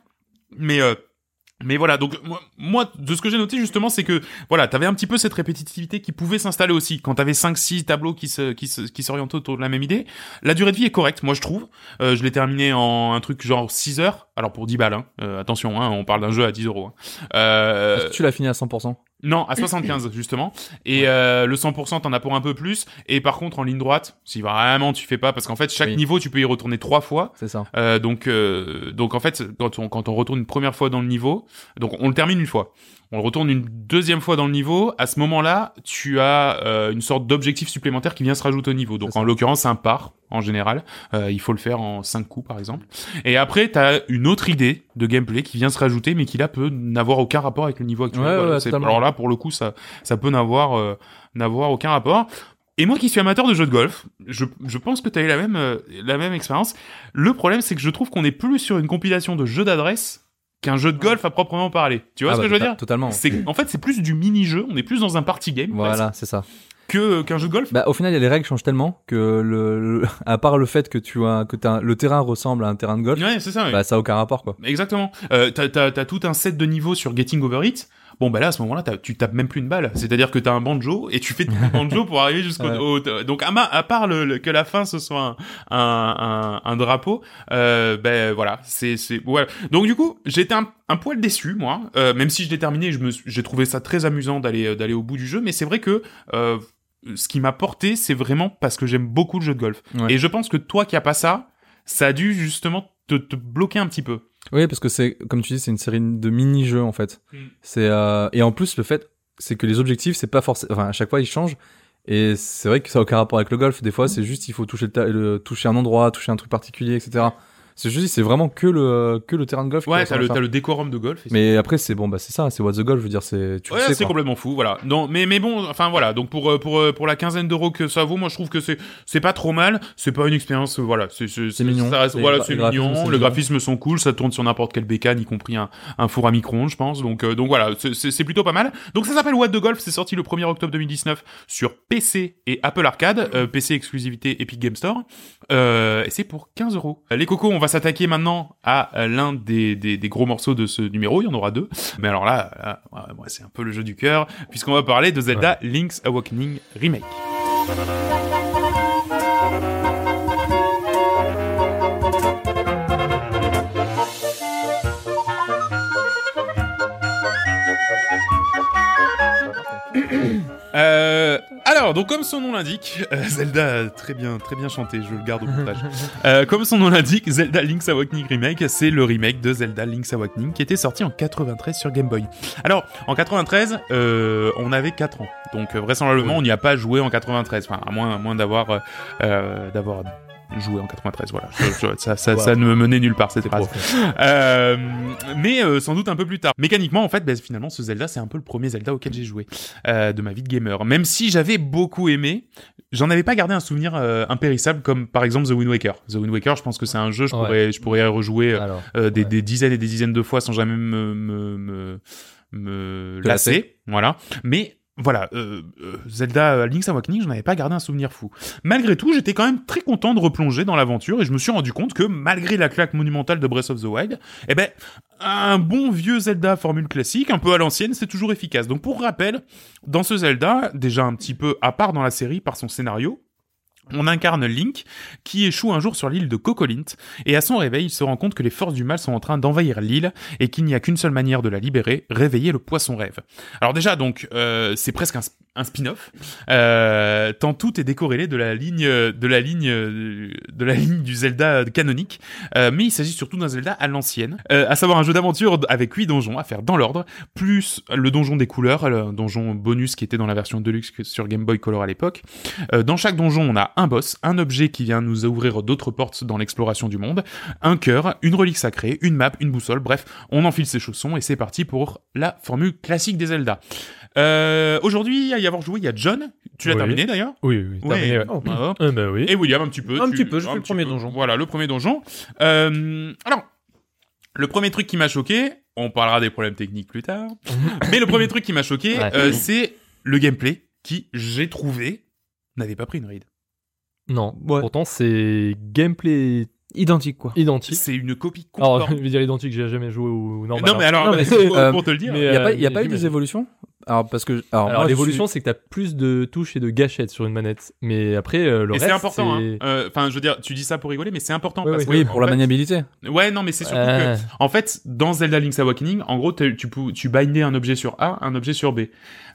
S1: Mais euh, mais voilà, donc moi, moi, de ce que j'ai noté justement, c'est que voilà, t'avais un petit peu cette répétitivité qui pouvait s'installer aussi quand t'avais 5 six tableaux qui se qui se- qui s'orientaient autour de la même idée. La durée de vie est correcte, moi je trouve. Euh, je l'ai terminé en un truc genre 6 heures, alors pour 10 balles. Hein. Euh, attention, hein, on parle d'un jeu à 10 euros. hein. Euh,
S3: Est-ce que tu l'as fini à 100%
S1: non, à 75 justement. Et euh, le 100%, t'en as pour un peu plus. Et par contre, en ligne droite, si vraiment tu fais pas, parce qu'en fait chaque
S3: Oui.
S1: niveau, tu peux y retourner trois fois.
S3: C'est ça.
S1: Euh, donc, euh, donc en fait, quand on, quand on retourne une première fois dans le niveau, donc on le termine une fois, on le retourne une deuxième fois dans le niveau, à ce moment-là, tu as euh, une sorte d'objectif supplémentaire qui vient se rajouter au niveau. Donc
S3: C'est
S1: en l'occurrence, un par en général. Euh, il faut le faire en cinq coups par exemple. Et après, tu as une autre idée de gameplay qui vient se rajouter, mais qui là peut n'avoir aucun rapport avec le niveau actuel.
S3: Ouais, ouais,
S1: c'est-
S3: totalement.
S1: alors là, pour le coup, ça, ça peut n'avoir... euh, n'avoir aucun rapport. Et moi qui suis amateur de jeux de golf, je, je pense que tu as eu la même, euh, la même expérience. Le problème, c'est que je trouve qu'on est plus sur une compilation de jeux d'adresse qu'un jeu de golf à proprement parler. Tu vois
S3: Ah
S1: ce
S3: bah,
S1: que je veux
S3: tota-
S1: dire
S3: Totalement.
S1: c'est, En fait, c'est plus du mini-jeu, on est plus dans un party game presque,
S3: Voilà, c'est ça.
S1: que, euh, qu'un jeu de golf.
S3: Bah, au final, les règles changent tellement que le, le- à part le fait que tu as que t'as- le terrain ressemble à un terrain de golf,
S1: Ouais, c'est ça. ouais.
S3: bah ça a aucun rapport quoi.
S1: Exactement. Euh, t'as, t'as, t'as tout un set de niveaux sur Getting Over It. Bon, bah là, à ce moment-là, t'as- tu tapes même plus une balle. C'est-à-dire que t'as un banjo et tu fais
S3: *laughs*
S1: tout le banjo pour arriver jusqu'au.
S3: Ouais.
S1: au- donc, à, ma- à part le, le- que la fin ce soit un, un, un, un drapeau, euh, ben voilà. C'est, c'est, voilà. Donc, du coup, j'étais un, un poil déçu, moi. Euh, même si je l'ai terminé, je me, suis- j'ai trouvé ça très amusant d'aller, euh, d'aller au bout du jeu. Mais c'est vrai que. Euh, ce qui m'a porté, c'est vraiment parce que j'aime beaucoup le jeu de golf.
S3: Ouais.
S1: Et je pense que toi qui as pas ça, ça a dû justement te, te bloquer un petit peu.
S3: Oui, parce que c'est comme tu dis, c'est une série de mini-jeux en fait.
S1: Mm.
S3: C'est euh, et en plus le fait c'est que les objectifs c'est pas forcément enfin à chaque fois ils changent et c'est vrai que ça a aucun rapport avec le golf.
S1: Mm.
S3: Des fois c'est juste il faut toucher le, ta- le- toucher un endroit, toucher un truc particulier, etc. C'est juste c'est vraiment que le que le terrain de golf. qui
S1: Ouais, t'as
S3: ressemble
S1: le,
S3: à ça.
S1: t'as le décorum de golf. et
S3: Mais après c'est bon bah c'est ça, c'est what the golf. Je veux dire c'est tu
S1: c'est- Ouais,
S3: le sais
S1: c'est
S3: quoi.
S1: complètement fou, voilà. Non, mais mais bon, enfin voilà. Donc pour euh, pour euh, pour la quinzaine d'euros que ça vaut, moi je trouve que c'est c'est pas trop mal. C'est pas une expérience, euh, voilà. C'est c'est c'est-
S3: mignon.
S1: ça reste-
S3: Les
S1: voilà,
S3: gra-
S1: c'est
S3: les graphismes
S1: mignon.
S3: sont
S1: Le
S3: mignons.
S1: graphisme sont cool. Ça tourne sur n'importe quelle bécane, y compris un un four à micro-ondes, je pense. Donc euh, donc voilà, c'est- c'est c'est plutôt pas mal. Donc ça s'appelle What the Golf. C'est sorti le 1er octobre 2019 sur PC et Apple Arcade, euh, PC exclusivité Epic Game Store. Euh, et c'est pour 15 euros. Euh, Les cocos, on va s'attaquer maintenant à euh, l'un des, des, des gros morceaux de ce numéro. Il y en aura deux. Mais alors là, là, euh, ouais, moi, c'est un peu le jeu du cœur, puisqu'on va parler de Zelda Link's Awakening Remake. Euh, alors, donc comme son nom l'indique, euh, *laughs* Zelda euh, très bien, très bien chanté. Je le garde au montage. Euh, comme son nom l'indique, Zelda Link's Awakening Remake, c'est le remake de Zelda Link's Awakening qui était sorti en 93 sur Game Boy. Alors, en 93, euh, on avait 4 ans. Donc, euh, vraisemblablement, on n'y a pas joué en 93. Enfin, à moins, à moins d'avoir, euh, euh, d'avoir joué en 93. Voilà. Je- je- ça, ça, ça ne me menait nulle part, cette phrase. Euh, mais euh, sans doute un peu plus tard. Mécaniquement, en fait, bah, finalement, ce Zelda, c'est un peu le premier Zelda auquel j'ai joué euh, de ma vie de gamer. Même si j'avais beaucoup aimé, j'en avais pas gardé un souvenir euh, impérissable comme par exemple The Wind Waker. The Wind Waker, je pense que c'est un jeu, je
S4: Ouais.
S1: pourrais, je pourrais rejouer euh,
S4: Alors,
S1: euh, des,
S4: ouais.
S1: des dizaines et des dizaines de fois sans jamais me, me, me, me
S3: Te
S1: lasser.
S3: lasser.
S1: Voilà. Mais voilà, euh, euh, Zelda euh, Link's Awakening, je n'avais pas gardé un souvenir fou. Malgré tout, j'étais quand même très content de replonger dans l'aventure et je me suis rendu compte que malgré la claque monumentale de Breath of the Wild, eh ben, un bon vieux Zelda formule classique, un peu à l'ancienne, c'est toujours efficace. Donc pour rappel, dans ce Zelda, déjà un petit peu à part dans la série par son scénario, On incarne Link, qui échoue un jour sur l'île de Cocolint, et à son réveil, il se rend compte que les forces du mal sont en train d'envahir l'île, et qu'il n'y a qu'une seule manière de la libérer, réveiller le poisson rêve. Alors déjà, donc, euh, c'est presque un, sp- un spin-off, euh, tant tout est décorrélé de la ligne, de la ligne, euh, de la ligne du Zelda canonique, euh, mais il s'agit surtout d'un Zelda à l'ancienne, euh, à savoir un jeu d'aventure avec 8 donjons à faire dans l'ordre, plus le donjon des couleurs, le donjon bonus qui était dans la version Deluxe que- sur Game Boy Color à l'époque. Euh, dans chaque donjon, on a un boss, un objet qui vient nous ouvrir d'autres portes dans l'exploration du monde, un cœur, une relique sacrée, une map, une boussole, bref, on enfile ses chaussons et c'est parti pour la formule classique des Zelda. Euh, Aujourd'hui, à y avoir joué, il y a John, tu l'as
S4: Oui.
S1: terminé d'ailleurs
S4: Oui, oui, terminé, ouais.
S1: Ouais. Hop.
S4: Ah, bah oui.
S1: Et William, un petit peu.
S2: Un
S1: tu-
S2: petit peu, je fais le
S1: petit
S2: premier donjon.
S1: Voilà, le premier donjon. Euh, alors, le premier truc qui m'a choqué, on parlera des problèmes techniques plus tard, mais le premier truc qui m'a choqué,
S4: Ouais.
S1: euh, c'est le gameplay qui, j'ai trouvé, n'avait pas pris une ride.
S4: Non.
S3: Ouais.
S4: Pourtant, c'est gameplay
S2: Identique, quoi.
S4: identique.
S1: C'est une copie
S4: Alors, *laughs* je
S1: conforme.
S4: vais dire identique, j'ai jamais joué au normal. hein.
S1: non, mais alors, bah,
S3: Non, mais
S1: pour,
S3: c'est- euh,
S1: pour te le dire,
S4: mais,
S3: Il n'y a pas, y a
S4: Euh,
S3: pas eu des
S4: j'imagine.
S3: évolutions Alors, parce que. Alors,
S4: Alors
S3: moi, je
S4: l'évolution,
S3: suis-
S4: c'est que t'as plus de touches et de gâchettes sur une manette. Mais après, euh, le
S1: et
S4: reste,
S1: c'est important. hein.
S4: c'est-
S1: Euh, Enfin, je veux dire, tu dis ça pour rigoler, mais c'est important.
S4: Ouais,
S1: parce
S4: ouais.
S1: que,
S3: Oui, pour
S1: en
S3: la
S1: fait-
S3: maniabilité.
S1: Ouais, non, mais c'est surtout que
S4: Euh,
S1: En fait, dans Zelda Link's Awakening, en gros, t'as- tu, pou- tu bindais un objet sur A, un objet sur B.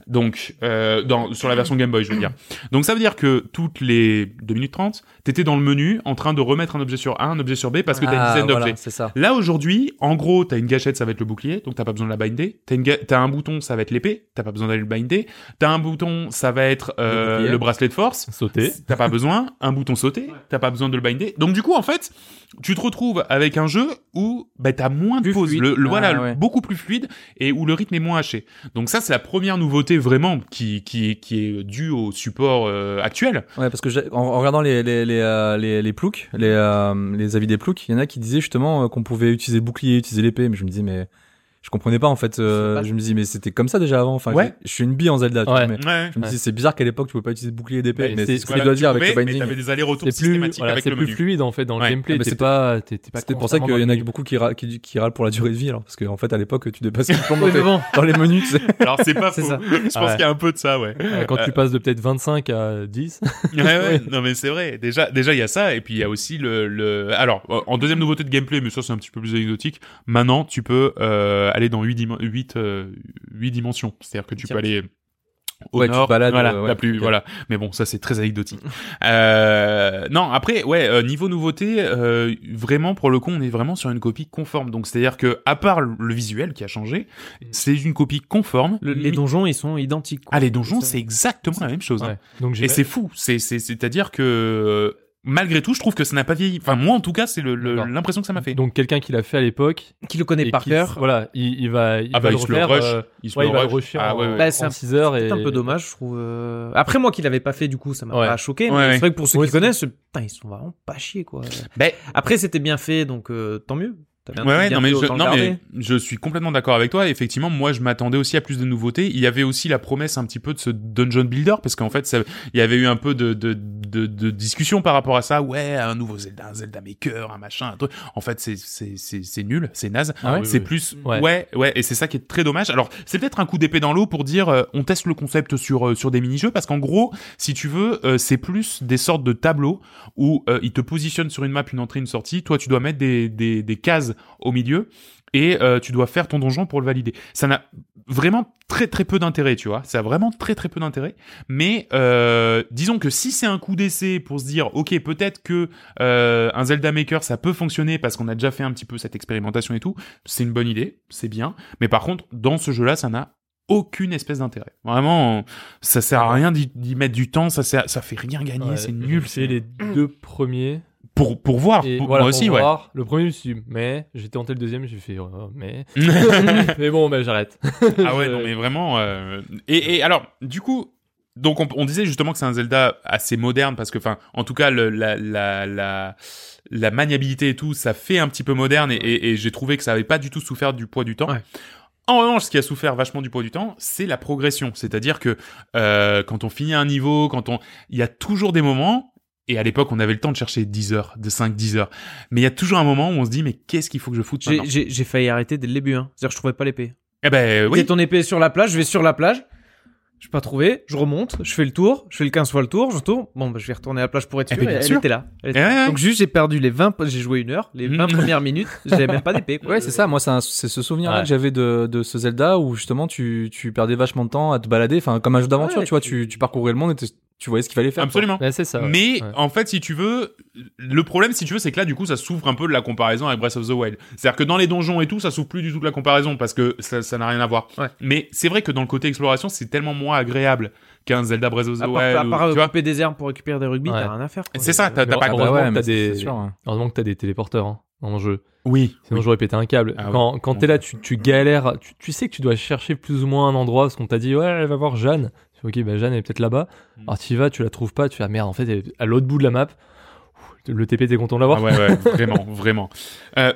S1: Donc, euh, dans, sur la version Game Boy, je veux dire. Donc, ça veut dire que toutes les 2 minutes 30, t'étais dans le menu en train de remettre un objet sur A, un objet sur B parce que t'as une
S3: Ah,
S1: dizaine
S3: voilà,
S1: d'objets.
S3: c'est ça.
S1: Là, aujourd'hui, en gros, t'as une gâchette, ça va être le bouclier, donc t'as pas besoin de la binder. T'as, une ga- t'as un bouton, ça va être l'épée, t'as pas besoin d'aller le binder. T'as un bouton, ça va être euh,
S3: Le bouclier.
S1: le bracelet de force.
S4: Sauter.
S1: T'as pas besoin, un bouton sauter, t'as pas besoin de le binder. Donc du coup, en fait, tu te retrouves avec un jeu où bah, t'as moins de
S3: Plus
S1: pauses,
S3: fluide.
S1: le, le- voilà,
S3: Ah,
S1: le-
S3: ouais.
S1: beaucoup plus fluide et où le rythme est moins haché. Donc ça, c'est la première nouveauté vraiment qui, qui, qui est due au support euh, actuel.
S3: Ouais, parce que j'ai- en, en regardant les les les euh, les, les ploucs, les euh, les avis des ploucs, il y en a qui disaient justement euh, qu'on pouvait utiliser le bouclier, utiliser l'épée, mais je me dis mais je comprenais pas en fait. euh,
S2: C'est pas-
S3: Je me dis mais c'était comme ça déjà avant. Enfin,
S1: Ouais.
S3: je, je suis une bille en Zelda. tu
S4: Ouais.
S3: vois, mais
S1: Ouais.
S3: je me
S4: Ouais.
S3: dis c'est bizarre qu'à l'époque tu pouvais pas utiliser le bouclier et
S4: Mais
S3: l'épée. Mais
S4: c'est-
S3: c'est ce que
S1: Voilà,
S3: tu dois
S1: tu
S3: dire avec
S1: pouvais,
S3: le
S1: Mais
S3: binding.
S1: t'avais des allers-retours
S4: C'est plus,
S1: systématiques
S4: voilà,
S1: avec
S4: c'est
S1: le
S4: plus
S1: menu.
S4: fluide en fait dans
S1: Ouais.
S4: le gameplay.
S3: Ah, mais
S4: T'es
S3: c'était-
S4: pas, t'es t'es pas.
S3: C'était pour ça
S4: constamment
S3: qu'il y en
S4: dans
S3: a
S4: le
S3: beaucoup qui, ra- qui, qui râlent pour la durée de vie alors parce qu'en fait à l'époque tu dépassais le plomb
S2: Oui, mais
S3: dans,
S2: bon.
S3: tes- dans les menus. Tu sais.
S1: Alors c'est
S3: *laughs*
S1: pas
S2: C'est
S1: faux.
S2: ça.
S1: Je pense
S4: Ouais.
S1: qu'il y a un peu de ça, ouais.
S4: menu. Euh, Quand tu passes de peut-être 25 à 10.
S3: *laughs*
S1: Ouais, ouais, *laughs* non mais c'est vrai. Déjà, déjà il y a ça et puis il y a aussi le, le. Alors euh, en deuxième nouveauté de gameplay, mais ça c'est un petit peu plus anecdotique. Maintenant, tu peux euh, aller dans 8, euh, dimensions. C'est-à-dire que tu peux
S3: Tiens.
S1: aller au
S3: Ouais, tu te
S1: nord,
S3: balades,
S1: voilà,
S3: euh, ouais,
S1: la plus,
S3: ok.
S1: voilà. Mais bon, ça c'est très
S3: *laughs*
S1: anecdotique. Euh, non, après, ouais, euh, niveau nouveauté, euh, vraiment pour le coup, on est vraiment sur une copie conforme. Donc c'est-à-dire que à part le visuel qui a changé,
S3: Mm.
S1: c'est une copie conforme.
S2: Le- les
S1: Mais-
S2: donjons, ils sont identiques. quoi.
S1: Ah, les donjons, c'est exactement la même chose. hein.
S4: Ouais. Donc j'ai.
S1: Et c'est fou. C'est c'est c'est à dire que euh, malgré tout, je trouve que ça n'a pas vieilli. Enfin, moi en tout cas, c'est le- le-
S4: D'accord.
S1: l'impression que ça m'a fait.
S4: Donc quelqu'un qui l'a fait à l'époque.
S2: Qui le connaît
S4: et
S2: par
S4: qui-
S2: cœur.
S4: Voilà, il, il va. Il
S1: ah bah
S4: va
S1: il se le
S4: refaire,
S1: rush.
S4: euh,
S1: il se
S4: ouais,
S1: le
S4: il va le
S1: rush.
S4: rusher
S1: Ah, ouais, ouais.
S2: Bah, c'est un-
S4: 6 heures et.
S2: C'est un peu dommage, je trouve. euh. Après, moi qui l'avais pas fait, du coup, ça m'a
S4: Ouais.
S2: pas
S1: Ouais,
S2: choqué. mais
S1: ouais.
S2: C'est vrai que pour ceux
S4: Ouais,
S2: qui
S4: c'est-
S2: connaissent, putain, ils sont vraiment pas chiés, quoi.
S1: Ben-
S2: Après, c'était bien fait, donc euh, tant mieux. T'avais un
S1: Ouais,
S2: truc
S1: ouais,
S2: bien
S1: non, mais
S2: fait,
S1: je,
S2: autant le
S1: non, mais
S2: garder.
S1: je suis complètement d'accord avec toi. Effectivement, moi, je m'attendais aussi à plus de nouveautés. Il y avait aussi la promesse un petit peu de ce dungeon builder, parce qu'en fait, ça, il y avait eu un peu de, de, de, de discussion par rapport à ça. Ouais, un nouveau Zelda, un Zelda Maker, un machin, un truc. En fait, c'est, c'est, c'est, c'est nul, c'est naze.
S4: Ah ouais
S1: c'est
S4: Oui, oui.
S1: plus, ouais.
S4: Ouais.
S1: ouais, et c'est ça qui est très dommage. Alors, c'est peut-être un coup d'épée dans l'eau pour dire, euh, on teste le concept sur, euh, sur des mini-jeux, parce qu'en gros, si tu veux, euh, c'est plus des sortes de tableaux où euh, ils te positionnent sur une map une entrée, une sortie. Toi, tu dois mettre des, des, des cases au milieu et euh, tu dois faire ton donjon pour le valider. Ça n'a vraiment très très peu d'intérêt, tu vois. Ça a vraiment très très peu d'intérêt. Mais euh, disons que si c'est un coup d'essai pour se dire, ok, peut-être que euh, un Zelda Maker ça peut fonctionner parce qu'on a déjà fait un petit peu cette expérimentation et tout, c'est une bonne idée, c'est bien. Mais par contre, dans ce jeu-là, ça n'a aucune espèce d'intérêt. Vraiment, ça sert à rien d'y d'y mettre du temps, ça sert- ça fait rien gagner,
S4: Ouais,
S1: c'est nul.
S4: C'est Ah, les deux premiers.
S1: pour pour voir,
S4: Et
S1: pour-
S4: voilà,
S1: moi
S4: pour
S1: aussi, ouais.
S4: voir. Le premier, je me suis dit, mais j'ai tenté le deuxième, j'ai fait, oh, mais.
S1: *laughs*
S4: mais bon, bah, j'arrête.
S2: *laughs*
S1: Ah ouais,
S4: Je-
S1: non, mais vraiment. euh, Et, et alors, du coup, donc on, on disait justement que c'est un Zelda assez moderne parce que, enfin, en tout cas, le- la, la, la, la maniabilité et tout, ça fait un petit peu moderne et, et- et j'ai trouvé que ça avait pas du tout souffert du poids du temps.
S2: Ouais.
S1: En revanche, ce qui a souffert vachement du poids du temps, c'est la progression. C'est-à-dire que euh, quand on finit un niveau, quand on, il y a toujours des moments. Et à l'époque, on avait le temps de chercher 10 heures, de 5-10 heures. Mais il y a toujours un moment où on se dit, mais qu'est-ce qu'il faut que je foute
S2: J'ai-
S1: maintenant
S2: J'ai j'ai failli arrêter dès le début, hein. C'est-à-dire, que je trouvais pas l'épée.
S1: Eh ben
S2: Oui.
S1: oui,
S2: ton épée sur la plage, je vais sur la plage. Je peux pas trouvé, je remonte, je fais le tour, je fais le 15 fois le tour, je retourne. Bon, bah, je vais retourner à la plage pour être
S1: Eh
S2: sûr.
S1: ben,
S2: et
S1: bien
S2: elle
S1: sûr.
S2: était là. Elle était
S1: Eh
S2: là.
S1: ouais, ouais.
S2: Donc juste, j'ai perdu les 20, j'ai joué une heure, les 20
S1: Mm.
S2: premières minutes, j'avais même pas d'épée. quoi.
S3: Ouais, c'est ça. Moi, c'est un- c'est ce souvenir-là
S2: Euh, Ouais.
S3: que j'avais de, de ce Zelda où justement tu, tu perdais vachement de temps à te balader. Enfin, comme un jeu d'aventure,
S2: Ouais,
S3: tu vois,
S2: tu-
S3: tu, tu parcourais le monde et t'es- tu voyais ce qu'il fallait faire. quoi.
S1: Absolument.
S4: Ouais, Bah, c'est ça. ouais.
S1: Mais
S4: Ouais.
S1: en fait, si tu veux, le problème, si tu veux, c'est que là, du coup, ça s'ouvre un peu de la comparaison avec Breath of the Wild. C'est-à-dire que dans les donjons et tout, ça s'ouvre plus du tout de la comparaison parce que ça ça n'a rien à voir.
S2: Ouais.
S1: Mais c'est vrai que dans le côté exploration, c'est tellement moins agréable qu'un Zelda Breath of the
S2: À part,
S1: Wild.
S2: à
S1: ou-
S2: part, euh,
S1: tu vois
S2: couper des herbes pour récupérer des rugby,
S4: Ouais.
S2: t'as rien à faire. quoi.
S1: C'est ça, t'as t'as
S4: Mais
S1: pas
S4: en-
S1: compris.
S4: Heureusement
S3: Bah ouais,
S4: que
S3: mais
S4: t'as
S3: c'est
S4: des-
S3: sûr. hein.
S4: Heureusement que t'as des téléporteurs hein, dans le jeu.
S1: Oui.
S4: Sinon, j'aurais pété un câble.
S1: Ah
S4: quand quand
S1: Bon.
S4: t'es là, tu, tu galères. Tu, tu sais que tu dois chercher plus ou moins un endroit parce qu'on t'a dit, ouais, elle va voir Jeanne. Tu fais, ok, bah, Jeanne, elle est peut-être là-bas.
S1: Mm.
S4: Alors, tu y vas, tu la trouves pas. Tu fais, ah, merde, en fait, elle est à l'autre bout de la map. Ouh, Le TP, t'es content de l'avoir.
S1: Ah ouais, *laughs* ouais, vraiment, vraiment. Euh,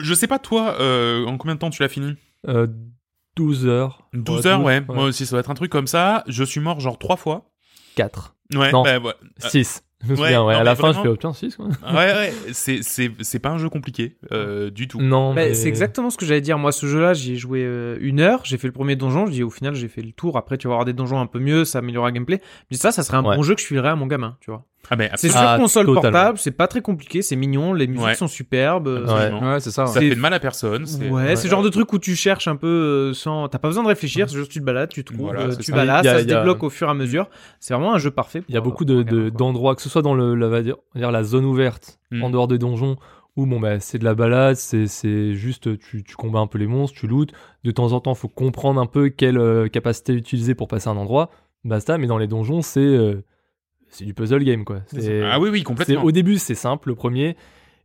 S1: je sais pas, toi, euh, en combien de temps tu l'as fini
S4: Euh, 12 heures.
S1: 12 heures, ouais. Moi
S4: Bah, ouais.
S1: aussi, ça doit être un truc comme ça. Je suis mort genre trois fois.
S4: 4.
S1: Ouais,
S4: Non.
S1: bah, ouais. Euh,
S4: 6. Je
S1: ouais,
S4: me souviens, ouais.
S1: non,
S4: à la
S1: mais
S4: fin,
S1: vraiment- Bah,
S4: je fais, oh, putain, 6 quoi.
S1: ouais, ouais, c'est- c'est c'est pas un jeu compliqué euh, du tout.
S4: Non,
S2: Bah,
S4: mais-
S2: C'est exactement ce que j'allais dire. Moi, ce jeu-là, j'y ai joué euh, une heure. J'ai fait le premier donjon. Je dis au final, j'ai fait le tour. Après, tu vas avoir des donjons un peu mieux. Ça améliorera le gameplay. Mais ça, ça serait un
S4: Ouais.
S2: bon jeu que je filerais à mon gamin. Tu vois.
S1: Ah, mais
S2: C'est
S1: absolument.
S2: sur
S4: Ah,
S2: console
S4: totalement.
S2: portable. C'est pas très compliqué. C'est mignon. Les musiques
S1: Ouais.
S2: sont superbes. euh,
S4: Ouais.
S3: Ouais, c'est ça. ouais.
S1: Ça
S2: C'est-
S1: fait de mal à personne. c'est-
S2: Ouais, c'est
S4: ouais.
S2: le genre de truc où tu cherches un peu euh, sans. T'as pas besoin de réfléchir, c'est juste tu te balades, tu trouves,
S1: Mm. Voilà,
S2: euh,
S1: c'est
S2: tu
S1: ça.
S2: vas là,
S4: Il y a-
S2: ça se
S4: il y a-
S2: débloque au fur et à mesure. C'est vraiment un jeu parfait.
S4: Il y a
S2: pour,
S4: beaucoup
S2: euh,
S4: de-
S2: pour un gamin,
S4: de-
S2: quoi.
S4: d'endroits, que ce soit dans le, la, va dire, on va dire la zone ouverte,
S1: Mm.
S4: en dehors des donjons, où bon, bah, c'est de la balade, c'est- c'est juste tu, tu combats un peu les monstres, tu lootes. De temps en temps, faut comprendre un peu quelle euh, capacité utiliser pour passer un endroit. Basta, mais dans les donjons, c'est euh, c'est du puzzle game. quoi. C'est-
S1: Ah oui, oui,
S4: c'est-
S1: complètement.
S4: Au début, c'est simple, le premier.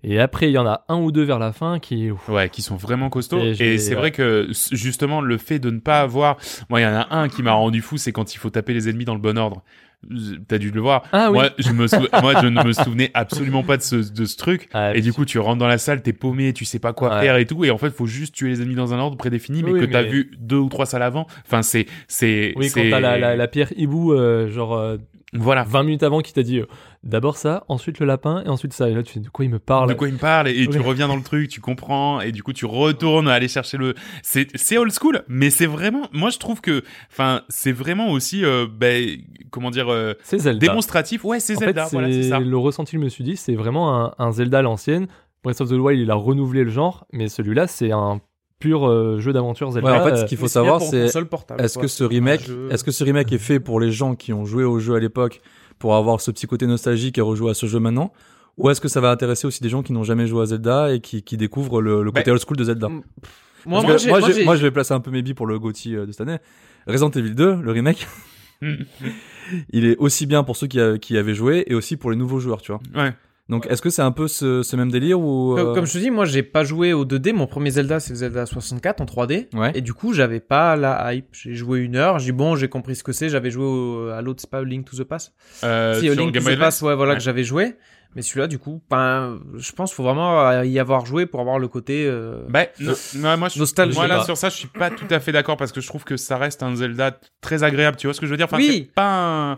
S4: Et après, il y en a un ou deux vers la fin qui. ouf,
S1: Ouais, qui sont vraiment costauds.
S4: Et
S1: Et,
S4: je vais-
S1: c'est
S4: ouais.
S1: vrai que s- justement, le fait de ne pas avoir. Moi, il y en a un qui m'a rendu fou, c'est quand il faut taper les ennemis dans le bon ordre. Euh, T'as dû le voir.
S4: Ah oui
S1: Moi, je me sou- Moi, je ne me souvenais absolument pas de ce, de ce truc.
S4: Ah,
S1: Et du coup, tu rentres dans la salle, t'es paumé, tu sais pas quoi
S4: Ouais.
S1: faire et tout. Et en fait, faut juste tuer les ennemis dans un ordre prédéfini, mais
S4: Oui,
S1: que t'as
S4: mais-
S1: vu deux ou trois salles avant. Enfin, c'est, c'est,
S4: Oui, quand
S1: c'est-
S4: t'as la, la, la pierre hibou, euh, genre euh,
S1: voilà.
S4: 20 minutes avant, qui t'a dit euh, d'abord ça, ensuite le lapin, et ensuite ça. Et Oh là, tu fais de quoi il me parle
S1: De quoi il me parle et, et tu
S4: Oui.
S1: reviens dans le truc, tu comprends et du coup tu retournes aller chercher le. C'est c'est old school, mais c'est vraiment. Moi je trouve que, enfin, c'est vraiment aussi, euh, ben, comment dire, euh,
S4: C'est Zelda.
S1: démonstratif. Ouais, c'est
S4: En
S1: Zelda,
S4: fait,
S1: voilà, c'est
S4: c'est
S1: ça.
S4: le ressenti que je me suis dit, c'est vraiment un, un Zelda à l'ancienne. Breath of the Wild, il a renouvelé le genre, mais celui-là, c'est un pur euh, jeu d'aventure Zelda.
S3: Ouais, en fait, ce
S4: euh,
S3: qu'il
S2: Mais
S3: faut
S2: c'est
S3: savoir,
S2: bien pour
S3: c'est
S2: console portable,
S3: est-ce
S2: quoi.
S3: que ce remake,
S2: jeu-
S3: est-ce que ce remake est fait pour les gens qui ont joué au jeu à l'époque pour avoir ce petit côté nostalgique et rejouer à ce jeu maintenant, ou est-ce que ça va intéresser aussi des gens qui n'ont jamais joué à Zelda et qui, qui découvrent le, le côté old school de Zelda
S2: Ben, Moi,
S3: Parce que
S2: Moi, moi, j'ai-
S3: moi,
S2: moi,
S3: j'ai-
S2: j'ai-
S3: moi, je vais placer un peu mes billes pour le GOTY euh, de cette année. Resident Evil 2, le
S2: *laughs*
S3: remake, il est aussi bien pour ceux qui, a- qui y avaient joué et aussi pour les nouveaux joueurs, tu vois.
S1: Ouais.
S3: Donc, est-ce que c'est un peu ce, ce même délire ou
S2: Comme,
S3: euh,
S2: comme je te dis, moi j'ai pas joué au 2D. Mon premier Zelda, c'est le Zelda 64 en 3D.
S3: Ouais.
S2: Et du coup, j'avais pas la hype. J'ai joué une heure. J'ai dit, bon, j'ai compris ce que c'est. J'avais joué au- à l'autre, c'est pas Link to the Past.
S1: Euh,
S2: si, au
S1: sur
S2: Link
S1: Game
S2: to the
S1: Boy
S2: Past, ouais, voilà
S1: Ouais.
S2: que j'avais joué. Mais celui-là, du coup, ben, je pense qu'il faut vraiment euh, y avoir joué pour avoir le côté. euh,
S3: Bah,
S1: Ben, non, non, moi, je,
S2: Nostalgie.
S1: moi, là,
S4: Pas.
S1: sur ça, je suis pas tout à fait d'accord parce que je trouve que ça reste un Zelda très agréable. Tu vois ce que je veux dire Enfin,
S2: Oui.
S1: c'est pas un-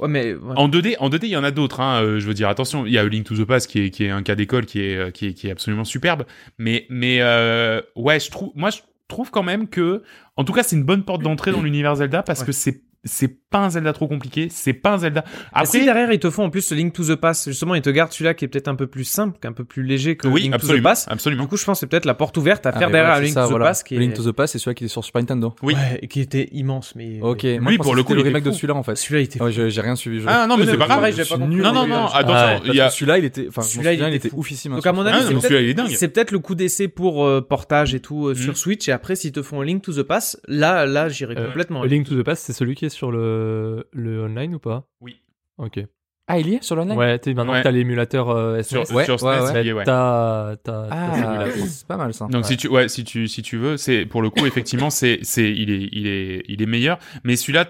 S2: Ouais, mais ouais.
S1: En 2D, en 2D, il y en a d'autres. Hein, euh, je veux dire, attention, il y a A Link to the Past qui est, qui est un cas d'école qui est, euh, qui est, qui est absolument superbe. Mais, mais euh, ouais, je trouve, moi, je trouve quand même que, en tout cas, c'est une bonne porte d'entrée dans l'univers Zelda parce
S2: Ouais.
S1: que c'est, c'est pas un Zelda trop compliqué, c'est pas un Zelda.
S2: Après, si
S1: Après,
S2: derrière ils te font en plus ce Link to the Past, justement ils te gardent celui-là qui est peut-être un peu plus simple, qu'un peu plus léger que
S1: euh, oui,
S2: Link to the
S1: absolument,
S2: Past. Du
S1: absolument.
S2: coup, je pense que c'est peut-être la porte ouverte à
S3: Ah,
S2: faire
S3: mais
S2: derrière
S3: ouais,
S2: à
S3: c'est
S2: Link
S3: ça,
S2: to the
S3: voilà.
S2: Past, qui est...
S3: Link to the Past, c'est celui qui est sur Super Nintendo.
S1: Oui.
S2: Ouais, et qui était immense, mais.
S3: Ok.
S2: mais-
S3: Moi, je pensais
S1: pour le
S3: que
S1: coup,
S3: c'était
S1: il
S3: le
S1: était
S3: remake de
S1: fou.
S3: celui-là en fait.
S2: Celui-là il était.
S3: Ah ouais, j'ai j'ai rien suivi. je-
S1: Ah non, mais
S2: Oui,
S1: c'est
S2: mais
S1: pas grave.
S2: pareil, j'avais
S3: je
S2: pas
S3: suis
S2: compris.
S3: nul
S1: Non,
S3: en
S1: non, non,
S3: Zelda.
S1: attention,
S4: Ouais,
S1: il y a.
S3: Parce que celui-là, il était, enfin, je m'en
S2: Celui-là, il
S3: souviens, il
S2: était
S3: était
S2: fou.
S3: oufissime. hein,
S2: Donc
S3: sur
S2: à mon
S3: Super
S1: Ah,
S2: avis,
S1: non,
S2: c'est
S1: mais
S2: peut-être
S1: celui-là, il est dingue.
S2: c'est peut-être le coup d'essai pour euh, portage et tout euh,
S1: Mhm.
S2: sur Switch. Et après, s'ils te font un Link to the Past, là, là, j'irai
S4: Euh,
S2: complètement.
S4: A Link to the Past, c'est celui qui est sur le, le online ou pas
S1: Oui.
S4: Ok.
S3: Ah, il y est sur l'online
S4: Ouais, t'es- maintenant
S1: Ouais.
S4: que t'as l'émulateur euh, SNES,
S1: Sur,
S3: Ouais,
S1: sur SNES,
S3: ouais, ouais.
S1: il y est, ouais.
S4: t'as t'as- t'as
S3: Ah,
S1: *laughs*
S4: celui-là.
S3: c'est pas mal ça.
S1: Donc si tu ouais si tu si tu veux c'est pour le coup effectivement c'est c'est il est il est il est meilleur mais celui-là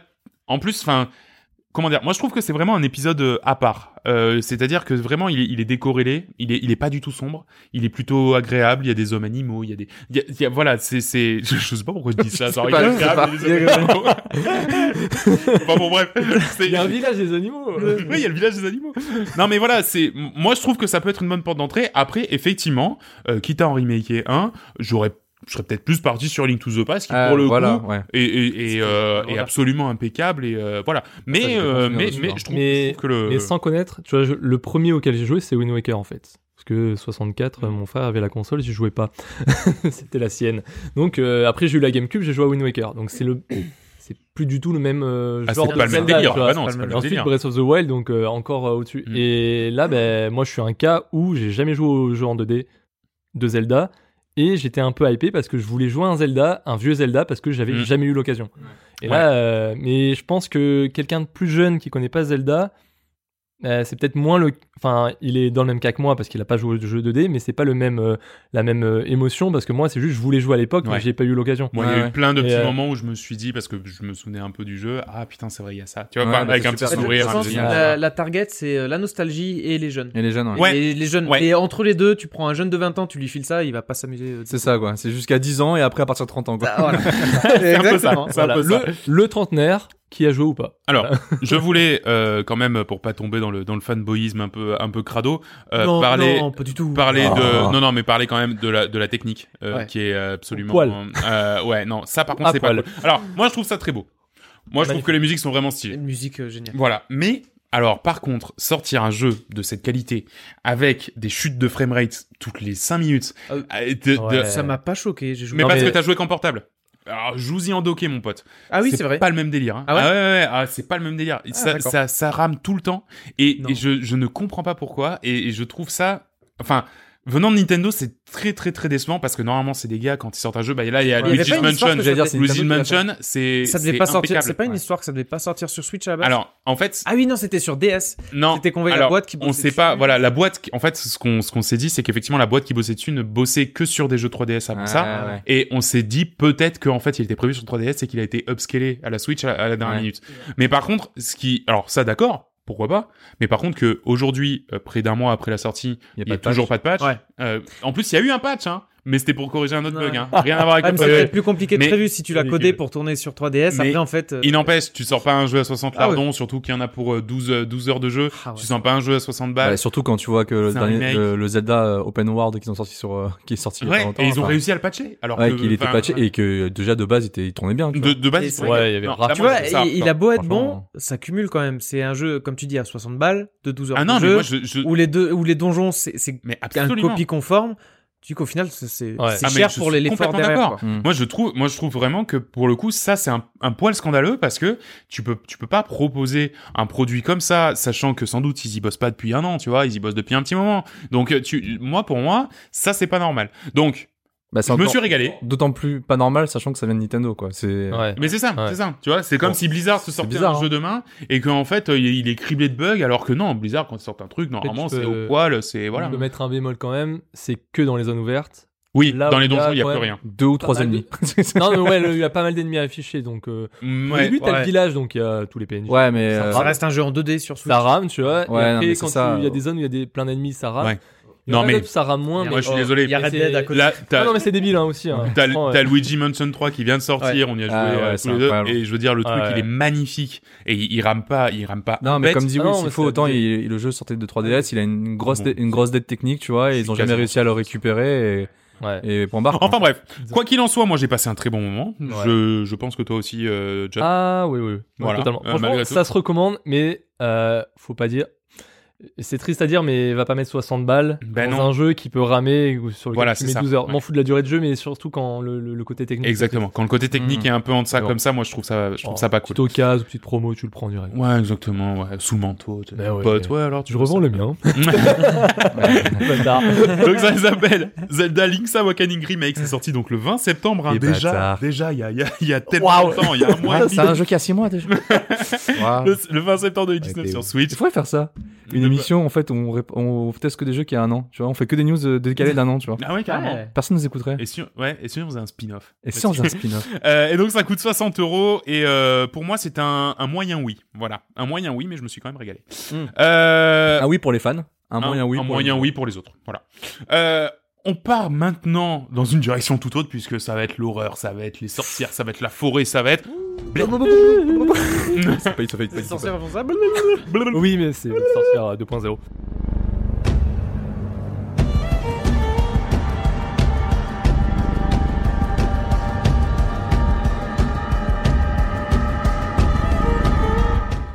S1: en plus enfin comment dire moi je trouve que c'est vraiment un épisode euh, à part Euh, c'est-à-dire que vraiment il est, il est décorrélé il est il est pas du tout sombre il est plutôt agréable il y a des hommes animaux il y a des il y a- il y a- voilà c'est c'est *laughs* je, je sais pas pourquoi je dis
S3: *laughs*
S1: ça genre il est
S3: pas, je sais
S1: agréable il y a des hommes animaux
S3: *laughs*
S1: enfin bon bref c'est-
S4: village des animaux
S1: *laughs* oui, il y a le village des animaux. Non, mais voilà, c'est. Moi, je trouve que ça peut être une bonne porte d'entrée. Après, effectivement, euh, quitte à en remaker un, j'aurais je serais peut-être plus parti sur Link to the Past, qui
S3: Euh,
S1: pour le
S3: voilà,
S1: coup
S3: ouais.
S1: est, est- est, euh,
S2: Voilà.
S1: est absolument impeccable et euh, voilà. Mais
S3: j'étais pas
S1: euh,
S3: revenu
S1: mais,
S3: dessus,
S1: mais
S3: hein.
S1: je trouve,
S4: Mais-
S1: je trouve que le
S4: Mais sans connaître, tu vois, je- le premier auquel j'ai joué, c'est Wind Waker en fait. Parce que 64, euh, mon frère avait la console, j'y jouais pas. *laughs* C'était la sienne. Donc euh, après, j'ai eu la GameCube, j'ai joué à Wind Waker. Donc c'est le, c'est plus du tout le même euh,
S1: Ah,
S4: genre
S1: c'est
S4: de
S1: pas le même
S4: Zelda,
S1: délire.
S4: tu vois.
S1: Bah non, c'est pas le
S4: Et
S1: même
S4: ensuite
S1: délire.
S4: Breath of the Wild, donc euh, encore euh, au-dessus.
S1: Mm.
S4: Et là, ben, moi, je suis un cas où j'ai jamais joué au jeu en 2D de Zelda. Et j'étais un peu hypé parce que je voulais jouer à un Zelda, un vieux Zelda, parce que j'avais
S1: Mm.
S4: jamais eu l'occasion. Et là, euh, mais je pense que quelqu'un de plus jeune qui connaît pas Zelda, euh, c'est peut-être moins le. Enfin, il est dans le même cas que moi parce qu'il a pas joué au jeu 2D, mais c'est pas le même, euh, la même euh, émotion parce que moi, c'est juste je voulais jouer à l'époque,
S1: Ouais.
S4: mais j'ai pas eu l'occasion.
S1: Moi, il y
S3: Ouais,
S1: a eu
S3: ouais.
S1: plein de
S4: Et,
S1: petits
S4: euh,
S1: moments où je me suis dit, parce que je me souvenais un peu du jeu, ah putain, c'est vrai, il y a ça. Tu vois,
S3: Ouais,
S1: pas-
S3: bah,
S1: avec
S3: c'est
S1: un petit
S3: super.
S1: sourire. hein,
S2: je
S1: un
S2: pense
S1: petit-
S2: que la, la target, c'est euh, la nostalgie et les jeunes.
S3: Et les jeunes, ouais.
S1: Ouais.
S2: Et les jeunes.
S1: Ouais.
S2: Et entre les deux, tu prends un jeune de 20 ans, tu lui files ça, il va pas s'amuser. euh, du
S3: C'est
S2: tout.
S3: ça, quoi. C'est jusqu'à 10 ans et après à partir de 30 ans, quoi.
S2: Ah,
S1: *laughs*
S2: voilà.
S1: C'est un peu ça.
S2: Exactement.
S1: c'est un
S4: Voilà.
S1: peu ça.
S4: Le, le trentenaire qui a joué ou pas.
S1: Alors, je voulais euh, quand même, pour pas tomber dans le dans le fanboyisme un peu un peu crado, euh,
S2: non,
S1: parler
S2: non, pas du tout.
S1: parler
S3: Ah.
S1: de non non mais parler quand même de la de la technique euh,
S2: Ouais.
S1: qui est euh, absolument
S4: Poil.
S1: euh, ouais non ça par contre
S4: À
S1: c'est pas
S4: poil.
S1: cool. Alors moi je trouve ça très beau. Moi je trouve
S4: Magnifique.
S1: que les musiques sont vraiment stylées.
S2: Une musique euh, géniale.
S1: Voilà. Mais, alors, par contre, sortir un jeu de cette qualité avec des chutes de framerate toutes les 5 minutes.
S2: Ah oui.
S1: euh, de- de-
S4: Ouais.
S2: Ça m'a pas choqué, j'ai joué.
S1: Mais
S4: Non,
S1: parce
S4: mais-
S1: que t'as joué qu'en portable. Alors, joue-y en docké, mon pote.
S2: Ah oui, c'est vrai.
S1: pas le même délire. hein.
S2: Ah ouais
S1: ouais, ouais, ah, c'est pas le même délire. ça,
S2: d'accord.
S1: ça, ça rame tout le temps. Et,
S2: Non.
S1: et je, je ne comprends pas pourquoi. Et, et je trouve ça. Enfin. Venant de Nintendo, c'est très très très décevant parce que normalement c'est des gars quand ils sortent un jeu, bah là il y a
S2: Il y avait
S1: Luigi's
S2: pas une histoire
S1: Mansion,
S2: que ça
S3: j'allais dire, c'est
S1: Luigi's
S3: Nintendo qui l'a
S1: Mansion, c'est
S2: Ça devait
S1: c'est
S2: pas sortir.
S1: impeccable.
S2: C'est pas une histoire que ça devait pas sortir sur Switch à la base.
S1: Alors en fait,
S2: Ah oui, non, c'était sur DS.
S1: non,
S2: C'était qu'on voyait la
S1: alors,
S2: boîte qui.
S1: on
S2: bossait
S1: sait pas
S2: dessus.
S1: voilà la boîte qui- en fait ce qu'on ce qu'on s'est dit c'est qu'effectivement la boîte qui bossait dessus ne bossait que sur des jeux 3DS avant ça
S3: Ah, ouais.
S1: et on s'est dit peut-être qu'en fait il était prévu sur 3DS et qu'il a été upscalé à la Switch à, à la dernière
S3: Ouais.
S1: minute mais par contre ce qui alors ça d'accord pourquoi pas mais par contre que aujourd'hui euh, près d'un mois après la sortie
S3: Il y
S1: il
S3: a pas
S1: n'y a,
S3: de
S1: toujours
S3: patch.
S1: pas de patch
S2: Ouais.
S1: Euh, en plus il y a eu un patch hein mais c'était pour corriger un autre
S2: Ouais.
S1: bug hein. rien à voir avec
S2: Ah,
S1: le
S2: mais c'est
S1: patch.
S2: peut-être plus compliqué que
S1: Mais-
S2: prévu si tu l'as
S1: Ridicule.
S2: codé pour tourner sur 3DS.
S1: Mais
S2: Après, en fait. euh,
S1: il n'empêche tu sors pas un jeu à 60
S2: Ah ouais.
S1: lardons surtout qu'il y en a pour euh, 12 euh, 12 heures de jeu
S2: Ah ouais.
S1: tu sors pas un jeu à 60
S3: Ouais,
S1: balles
S3: surtout quand tu vois que le,
S1: C'est un
S3: dernier-
S1: remake.
S3: le- le Zelda euh, Open World qu'ils ont sorti sur, euh, qui est sorti il y a
S1: Ouais,
S3: pas longtemps,
S1: et ils ont
S3: enfin,
S1: réussi à le patcher. Alors
S3: ouais,
S1: que,
S3: qu'il était
S1: enfin,
S3: patché et que euh, déjà de base il, était, il tournait bien. tu vois.
S1: De, de base,
S2: Et
S1: ils
S2: c'est-
S1: sont-
S4: Ouais, il y avait
S1: Non,
S4: rarement
S1: là,
S2: Tu
S1: moi,
S2: vois,
S1: je trouve ça
S2: il,
S1: hardcore.
S2: il a beau être bon,
S3: franchement.
S2: ça cumule quand même. C'est un jeu, comme tu dis, à 60 balles, de 12 heures
S1: Ah
S2: de
S1: non,
S2: jeu,
S1: mais moi, je. je-
S2: où, les deux, où les donjons, c'est c'est
S1: Mais
S2: un
S1: absolument.
S2: copie conforme. Du coup, au final, c'est c'est-
S4: Ouais.
S2: c'est
S1: Ah, mais
S2: cher
S1: je
S2: pour
S1: suis
S2: les- l'effort
S1: complètement
S2: derrière.
S1: d'accord.
S2: quoi.
S3: Mm.
S4: Mmh.
S1: Moi, je trouve, moi, je trouve vraiment que pour le coup, ça, c'est un, un poil scandaleux parce que tu peux, tu peux pas proposer un produit comme ça, sachant que sans doute ils y bossent pas depuis un an, tu vois, ils y bossent depuis un petit moment. Donc, euh, tu, moi, pour moi, ça, c'est pas normal. Donc,
S3: Bah,
S1: je
S3: c'est
S1: me
S3: encore-
S1: suis régalé.
S3: D'autant plus pas normal, sachant que ça vient de Nintendo, quoi. C'est.
S4: Ouais.
S1: Mais c'est ça,
S4: Ouais.
S1: c'est ça. Tu vois, c'est comme
S3: Bon,
S1: si Blizzard se
S3: c'est
S1: sortait
S3: bizarre,
S1: un
S3: hein.
S1: jeu demain et qu'en fait, euh, il est criblé de bugs, alors que non, Blizzard, quand ils sortent un truc, normalement,
S4: tu
S1: c'est au
S4: peux-
S1: poil, c'est voilà.
S4: On peut mettre un bémol quand même, c'est que dans les zones ouvertes.
S1: Oui,
S4: Là
S1: dans
S4: où
S1: les donjons, il
S4: il y
S1: n'y
S4: a
S1: a plus
S4: quand
S1: rien.
S3: Deux ou trois
S4: mal
S3: *laughs* ennemis.
S4: Non, mais ouais, le- il y a pas mal d'ennemis affichés, donc euh, au
S1: Ouais.
S4: début t'as
S2: Ouais.
S4: le village, donc il y a tous les PNJ.
S3: ouais, mais. euh,
S2: Ça reste un jeu en 2D sur Switch.
S4: Ça rame, tu vois. et
S3: Ouais, non,
S4: après,
S3: mais c'est
S4: quand
S3: ça.
S4: tu- il y a des zones où il y a des, plein d'ennemis, ça rame.
S1: Ouais.
S4: Il y en
S1: Non,
S4: a
S1: mais-
S4: d'autres, ça rame moins.
S2: Moi,
S1: Moi,
S4: mais-
S1: je suis
S4: oh.
S2: Il y
S1: désolé.
S2: a Red Dead à côté.
S1: Là,
S4: Ah
S1: t'as
S4: non, mais c'est débile hein, aussi. hein.
S1: *laughs* t'as-
S4: Franchement,
S1: t'as Luigi Mansion 3 qui vient de sortir, on y a joué
S3: Ah ouais,
S1: euh,
S3: c'est
S1: tous les deux,
S3: incroyable.
S1: et je veux dire, le truc,
S4: Ouais.
S1: il est magnifique, et il, il rame pas, il rame pas.
S3: Non, mais
S1: bête.
S3: comme dit
S4: Ah
S3: Will,
S4: non,
S3: s'il
S4: mais
S3: faut,
S4: c'est
S3: autant
S4: abusé.
S3: il- il- le jeu sortait de 3DS, il a une grosse,
S1: Bon.
S3: dé- une grosse dette technique, tu vois, et ils
S1: C'est
S3: ont jamais
S1: quasiment-
S3: réussi à le récupérer,
S4: ouais.
S3: et, et point barre.
S1: *laughs*
S3: quoi.
S1: Enfin bref, quoi qu'il en soit, moi j'ai passé un très bon moment,
S4: Ouais.
S1: je, je pense que toi aussi, euh, John.
S4: Ah oui, oui. oui.
S1: Voilà.
S4: Totalement.
S1: Euh,
S4: Franchement,
S1: malgré tout.
S4: ça se recommande, mais euh, faut pas dire. C'est triste à dire, mais va pas mettre 60 balles
S1: Ben
S4: dans
S1: non.
S4: un jeu qui peut ramer ou sur lequel
S1: Voilà,
S4: tu
S1: c'est
S4: mets
S1: ça.
S4: 12 heures.
S1: Ouais.
S4: M'en fous de la durée de jeu, mais surtout quand le, le- le côté technique.
S1: Exactement, quand le côté technique
S3: Mmh.
S1: est un peu en deçà
S3: Bon.
S1: comme ça, moi je trouve ça, je trouve
S4: Oh,
S1: ça pas
S4: Petite
S1: cool.
S4: occasion, petite promo, tu le prends direct.
S1: Ouais, exactement, ouais. sous le manteau, t'es
S4: Ben ouais,
S1: pote,
S4: mais-
S1: ouais, alors tu
S4: Je revends
S1: veux
S4: le
S1: ça.
S4: *laughs*
S1: *laughs*
S4: mien.
S1: donc ça s'appelle Zelda Link's Awakening Remake, c'est sorti donc le 20 septembre, hein.
S3: Les
S1: déjà,
S3: bâtards.
S1: déjà, il y a, il y a- il y a tellement longtemps, il y a un mois et demi.
S3: Ah, c'est un jeu qui a 6
S1: *laughs*
S3: mois déjà. Waouh.
S1: Le, le 20 septembre 2019
S3: Ouais, t'es
S1: sur
S3: ouf.
S1: Switch.
S3: Il faudrait faire ça. Une
S1: De-
S3: émission, en fait, où on, rép- on teste que des jeux qui a un an. Tu vois, on fait que des news euh, décalées d'un an, tu vois.
S1: Ah ouais, carrément.
S2: Ouais.
S3: Personne nous écouterait.
S1: Et si, on- ouais, et si on faisait un spin-off
S3: Et si on faisait un spin-off
S1: Euh, Et donc ça coûte 60 euros et euh, pour moi c'est un, un moyen oui. Voilà, un moyen oui, mais je me suis quand même régalé.
S3: Mm.
S1: Euh,
S3: Ah oui pour les fans. Un, moyen oui.
S1: un
S3: pour
S1: moyen
S3: les-
S1: oui pour les autres. Voilà. Euh, on part maintenant dans une direction tout autre puisque ça va être l'horreur, ça va être les sorcières, ça va être la forêt, ça va être.
S3: *laughs* Ça paye, ça paye, ça paye,
S2: Les
S3: ça paye.
S2: sorcières font ça.
S4: oui, mais c'est euh, une sorcière à 2.0.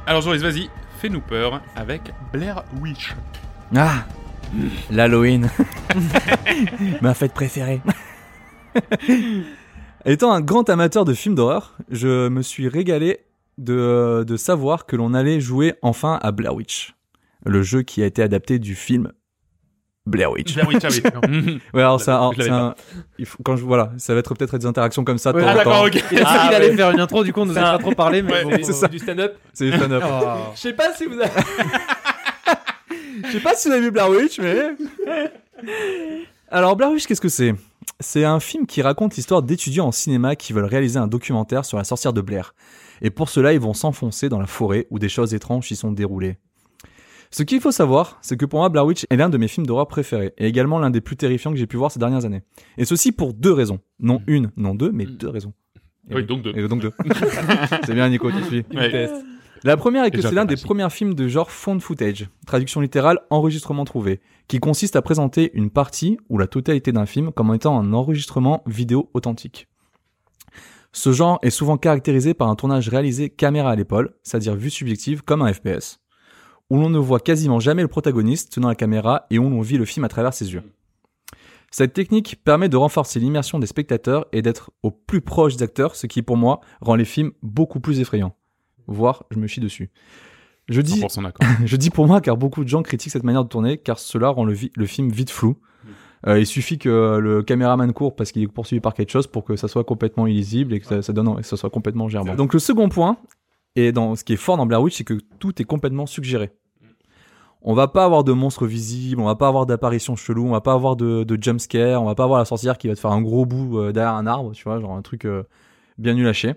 S1: Alors Joris, vas-y, fais-nous peur avec Blair Witch.
S3: Ah L'Halloween *laughs* Ma fête préférée *laughs* Étant un grand amateur de films d'horreur, je me suis régalé de, de savoir que l'on allait jouer enfin à Blair Witch, le jeu qui a été adapté du film Blair
S1: *laughs*
S3: Witch.
S1: Blair Witch, ah oui. *laughs*
S3: Ouais, alors
S4: Je
S3: ça, alors,
S4: l'avais
S3: c'est un- il faut- quand je, voilà, ça va être peut-être des interactions comme ça. de
S2: Ouais.
S3: temps
S1: Ah
S3: en temps.
S1: d'accord, ok.
S2: Il a
S4: Ah,
S2: dit qu'il
S4: ouais.
S2: allait faire une intro, du coup on nous a pas trop parlé, mais
S1: Ouais,
S2: bon,
S4: Et
S2: faut-
S4: Du stand-up.
S3: C'est des stand-up.
S2: Oh.
S4: Je sais pas si vous avez.
S3: Je sais pas si vous avez vu Blair Witch, mais. Alors, Blair Witch, qu'est-ce que c'est C'est un film qui raconte l'histoire d'étudiants en cinéma qui veulent réaliser un documentaire sur la sorcière de Blair. Et pour cela, ils vont s'enfoncer dans la forêt où des choses étranges y sont déroulées. Ce qu'il faut savoir, c'est que pour moi, Blair Witch est l'un de mes films d'horreur préférés, et également l'un des plus terrifiants que j'ai pu voir ces dernières années. Et ceci pour deux raisons. Non une, non deux, mais
S1: Mm.
S3: deux raisons. Et
S1: Oui, donc deux.
S3: Et donc deux. *laughs* c'est bien, Nico, tu suis.
S1: Ouais.
S3: La première est que
S1: Déjà,
S3: c'est l'un des
S1: merci.
S3: premiers films de genre found footage, traduction littérale enregistrement trouvé, qui consiste à présenter une partie ou la totalité d'un film comme étant un enregistrement vidéo authentique. Ce genre est souvent caractérisé par un tournage réalisé caméra à l'épaule, c'est-à-dire vue subjective comme un FPS, où l'on ne voit quasiment jamais le protagoniste tenant la caméra et où l'on vit le film à travers ses yeux. Cette technique permet de renforcer l'immersion des spectateurs et d'être au plus proche des acteurs, ce qui pour moi rend les films beaucoup plus effrayants. Voire, je me chie dessus. Je dis,
S1: 100% d'accord.
S3: je dis pour moi car beaucoup de gens critiquent cette manière de tourner car cela rend le, vi- le film vite flou. Euh, il suffit que le caméraman court parce qu'il est poursuivi par quelque chose pour que ça soit complètement illisible et que ça, ça donne, que ça soit complètement gerbant. Donc le second point, et dans, ce qui est fort dans Blair Witch, c'est que tout est complètement suggéré. On va pas avoir de monstres visibles, on va pas avoir d'apparitions cheloues, on va pas avoir de, de jumpscare, on va pas avoir la sorcière qui va te faire un gros bout euh, derrière un arbre, tu vois, genre un truc euh, bien nul à chier.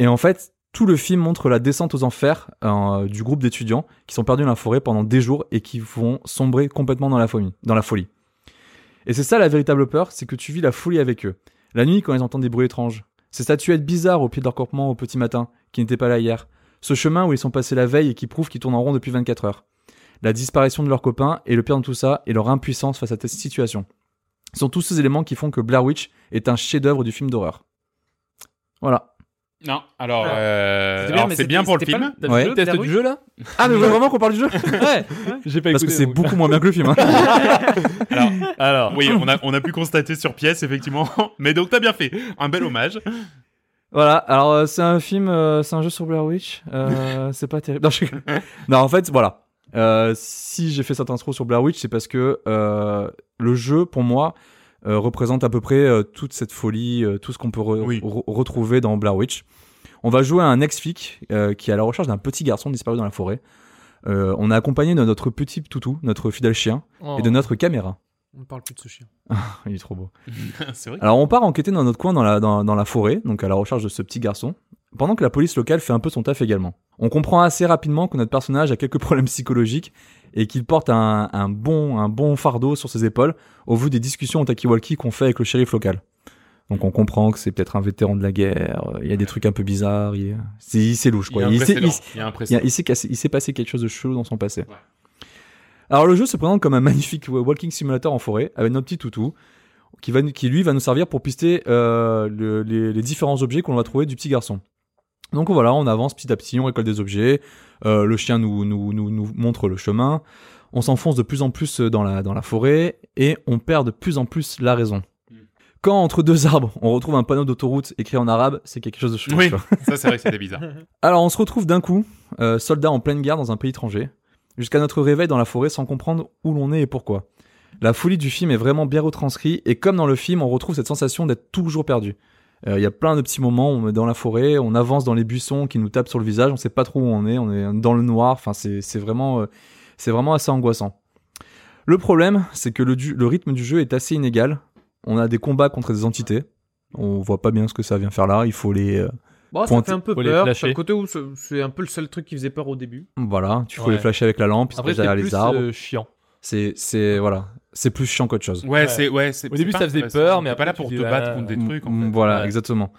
S3: Et en fait, tout le film montre la descente aux enfers euh, du groupe d'étudiants qui sont perdus dans la forêt pendant des jours et qui vont sombrer complètement dans la folie. Dans la folie. Et c'est ça la véritable peur, c'est que tu vis la folie avec eux. La nuit, quand ils entendent des bruits étranges. Ces statuettes bizarres au pied de leur campement au petit matin, qui n'étaient pas là hier. Ce chemin où ils sont passés la veille et qui prouve qu'ils tournent en rond depuis 24 heures. La disparition de leurs copains, et le pire dans tout ça, et leur impuissance face à cette situation. Ce sont tous ces éléments qui font que Blair Witch est un chef-d'œuvre du film d'horreur. Voilà.
S1: Non, alors,
S2: Ah.
S1: euh,
S2: C'était bien,
S1: alors
S2: mais
S1: c'est bien
S2: c'était-
S1: pour le
S2: c'était pas
S1: film.
S4: T'as
S3: Ouais.
S4: vu le test
S2: Blair
S4: du
S2: Witch
S4: jeu là
S3: Ah, mais vraiment qu'on parle du jeu
S4: Ouais. J'ai pas
S3: Parce que c'est beaucoup moins bien que le *laughs* film. hein.
S1: Alors,
S4: Alors.
S1: oui, on a, on a pu constater sur pièce, effectivement. *laughs* Mais donc, t'as bien fait. Un bel hommage.
S3: Voilà, alors euh, c'est un film, euh, c'est un jeu sur Blair Witch, euh, c'est pas terrible. Non, je rigole. Non, en fait, voilà. Euh, si j'ai fait cette intro sur Blair Witch, c'est parce que euh, le jeu, pour moi, euh, représente à peu près euh, toute cette folie, euh, tout ce qu'on peut re-
S1: Oui.
S3: re- retrouver dans Blair Witch. On va jouer à un ex-flic euh, qui est à la recherche d'un petit garçon disparu dans la forêt. Euh, on a accompagné de notre petit toutou, notre fidèle chien,
S4: Oh.
S3: et de notre caméra. *laughs*
S2: On ne parle plus de ce chien.
S3: Il est trop beau.
S1: c'est vrai.
S3: Alors on part enquêter dans notre coin dans la, dans, dans la forêt, donc à la recherche de ce petit garçon, pendant que la police locale fait un peu son taf également. On comprend assez rapidement que notre personnage a quelques *laughs* problèmes psychologiques et qu'il porte un, un bon, un bon fardeau sur ses épaules au vu des discussions au talkie-walkie qu'on fait avec le shérif local. Donc on comprend que c'est peut-être un vétéran de la guerre, euh, il y a des trucs un peu bizarres, il, c'est- il- c'est louche
S1: Il y
S3: quoi.
S1: a un
S3: Il s'est-
S1: précédent.
S3: il-
S1: Il y a un
S3: il, y
S1: précédent.
S3: a- il s'est cassé- il s'est passé quelque chose de chelou dans son passé.
S1: Ouais.
S3: Alors le jeu se présente comme un magnifique walking simulator en forêt avec notre petit toutou qui, va, nous- qui lui va nous servir pour pister euh, le- les, les différents objets qu'on va trouver du petit garçon. Donc voilà, on avance petit à petit, on récolte des objets, euh, le chien nous, nous, nous, nous montre le chemin, on s'enfonce de plus en plus dans la, dans la forêt et on perd de plus en plus la raison.
S1: Mm.
S3: Quand entre deux arbres, on retrouve un panneau d'autoroute écrit en arabe, c'est quelque chose de chelou.
S1: Oui,
S3: tu vois.
S1: ça, c'est vrai que c'était bizarre.
S3: Alors on se retrouve d'un coup, euh, soldats en pleine guerre dans un pays étranger, jusqu'à notre réveil dans la forêt sans comprendre où l'on est et pourquoi. La folie du film est vraiment bien retranscrite et comme dans le film, on retrouve cette sensation d'être toujours perdu. Euh, Il y a plein de petits moments, on est dans la forêt, on avance dans les buissons qui nous tapent sur le visage, on sait pas trop où on est, on est dans le noir, enfin c'est c'est vraiment, euh, c'est vraiment assez angoissant. Le problème, c'est que le, du- le rythme du jeu est assez inégal. On a des combats contre des entités. On voit pas bien ce que ça vient faire là. Il faut les, euh,
S2: Bon, Bah, ça
S3: Pointe-
S2: fait un peu
S4: faut les
S2: peur.
S4: flasher.
S2: C'est le côté où ce- c'est un peu le seul truc qui faisait peur au début.
S3: Voilà, tu faut
S4: Ouais.
S3: les flasher avec la lampe, ils se
S4: Après,
S3: cachent
S4: c'était
S3: derrière
S4: plus
S3: les arbres.
S4: euh, chiant.
S3: C'est, c'est, voilà, c'est plus chiant qu'autre chose.
S1: Ouais,
S4: Ouais.
S1: c'est, ouais, c'est.
S4: Au début,
S1: c'est
S4: ça
S1: pas-
S4: faisait
S1: c'est-
S4: peur, mais
S1: t'es pas
S4: après,
S1: là
S4: tu
S1: pour
S4: dis,
S1: te
S4: ouais,
S1: battre contre des
S3: Mm,
S1: trucs. en
S3: mm,
S1: fait.
S3: Voilà,
S4: Ouais.
S3: exactement.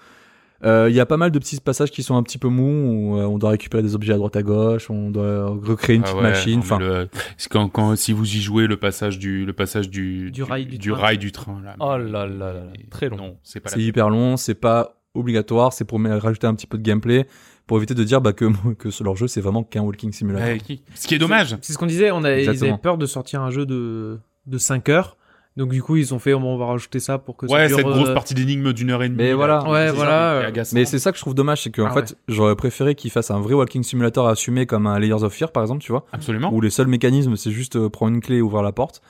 S3: Euh, Il y a pas mal de petits passages qui sont un petit peu mous, où euh, on doit récupérer des objets à droite à gauche, on doit recréer une
S1: Ah
S3: petite
S1: ouais, non,
S3: machine.
S1: mais
S3: Enfin,
S1: le- c'est quand, quand, si vous y jouez, le passage du, le passage du,
S2: Du rail du train.
S1: rail du train, là.
S4: Oh là là là là, très long.
S1: Non, c'est pas la
S3: c'est hyper long, c'est pas obligatoire, c'est pour me- rajouter un petit peu de gameplay, pour éviter de dire bah, que, *laughs* que ce- leur jeu c'est vraiment qu'un walking simulator.
S1: Ouais, Eh, qui- Ce qui est dommage.
S2: C'est ce qu'on disait, on a, ils
S3: Exactement.
S2: avaient peur de sortir un jeu de, de 5 heures. Donc du coup, ils ont fait, oh, on va rajouter ça pour que ça
S1: Ouais,
S2: dure,
S1: cette grosse
S2: euh,
S1: partie d'énigme d'une heure et demie.
S3: Mais
S1: là,
S3: voilà.
S1: qui-
S2: Ouais,
S1: c'est ça,
S2: voilà,
S1: qui est
S2: euh,
S1: agaçant.
S3: Mais c'est ça que je trouve dommage, c'est qu'en
S2: Ah
S3: fait, j'aurais préféré qu'ils fassent un vrai walking simulator assumé comme un Layers of Fear par exemple, tu vois,
S2: Hein
S1: absolument.
S3: où les seuls mécanismes c'est juste euh, prendre une clé et ouvrir la porte,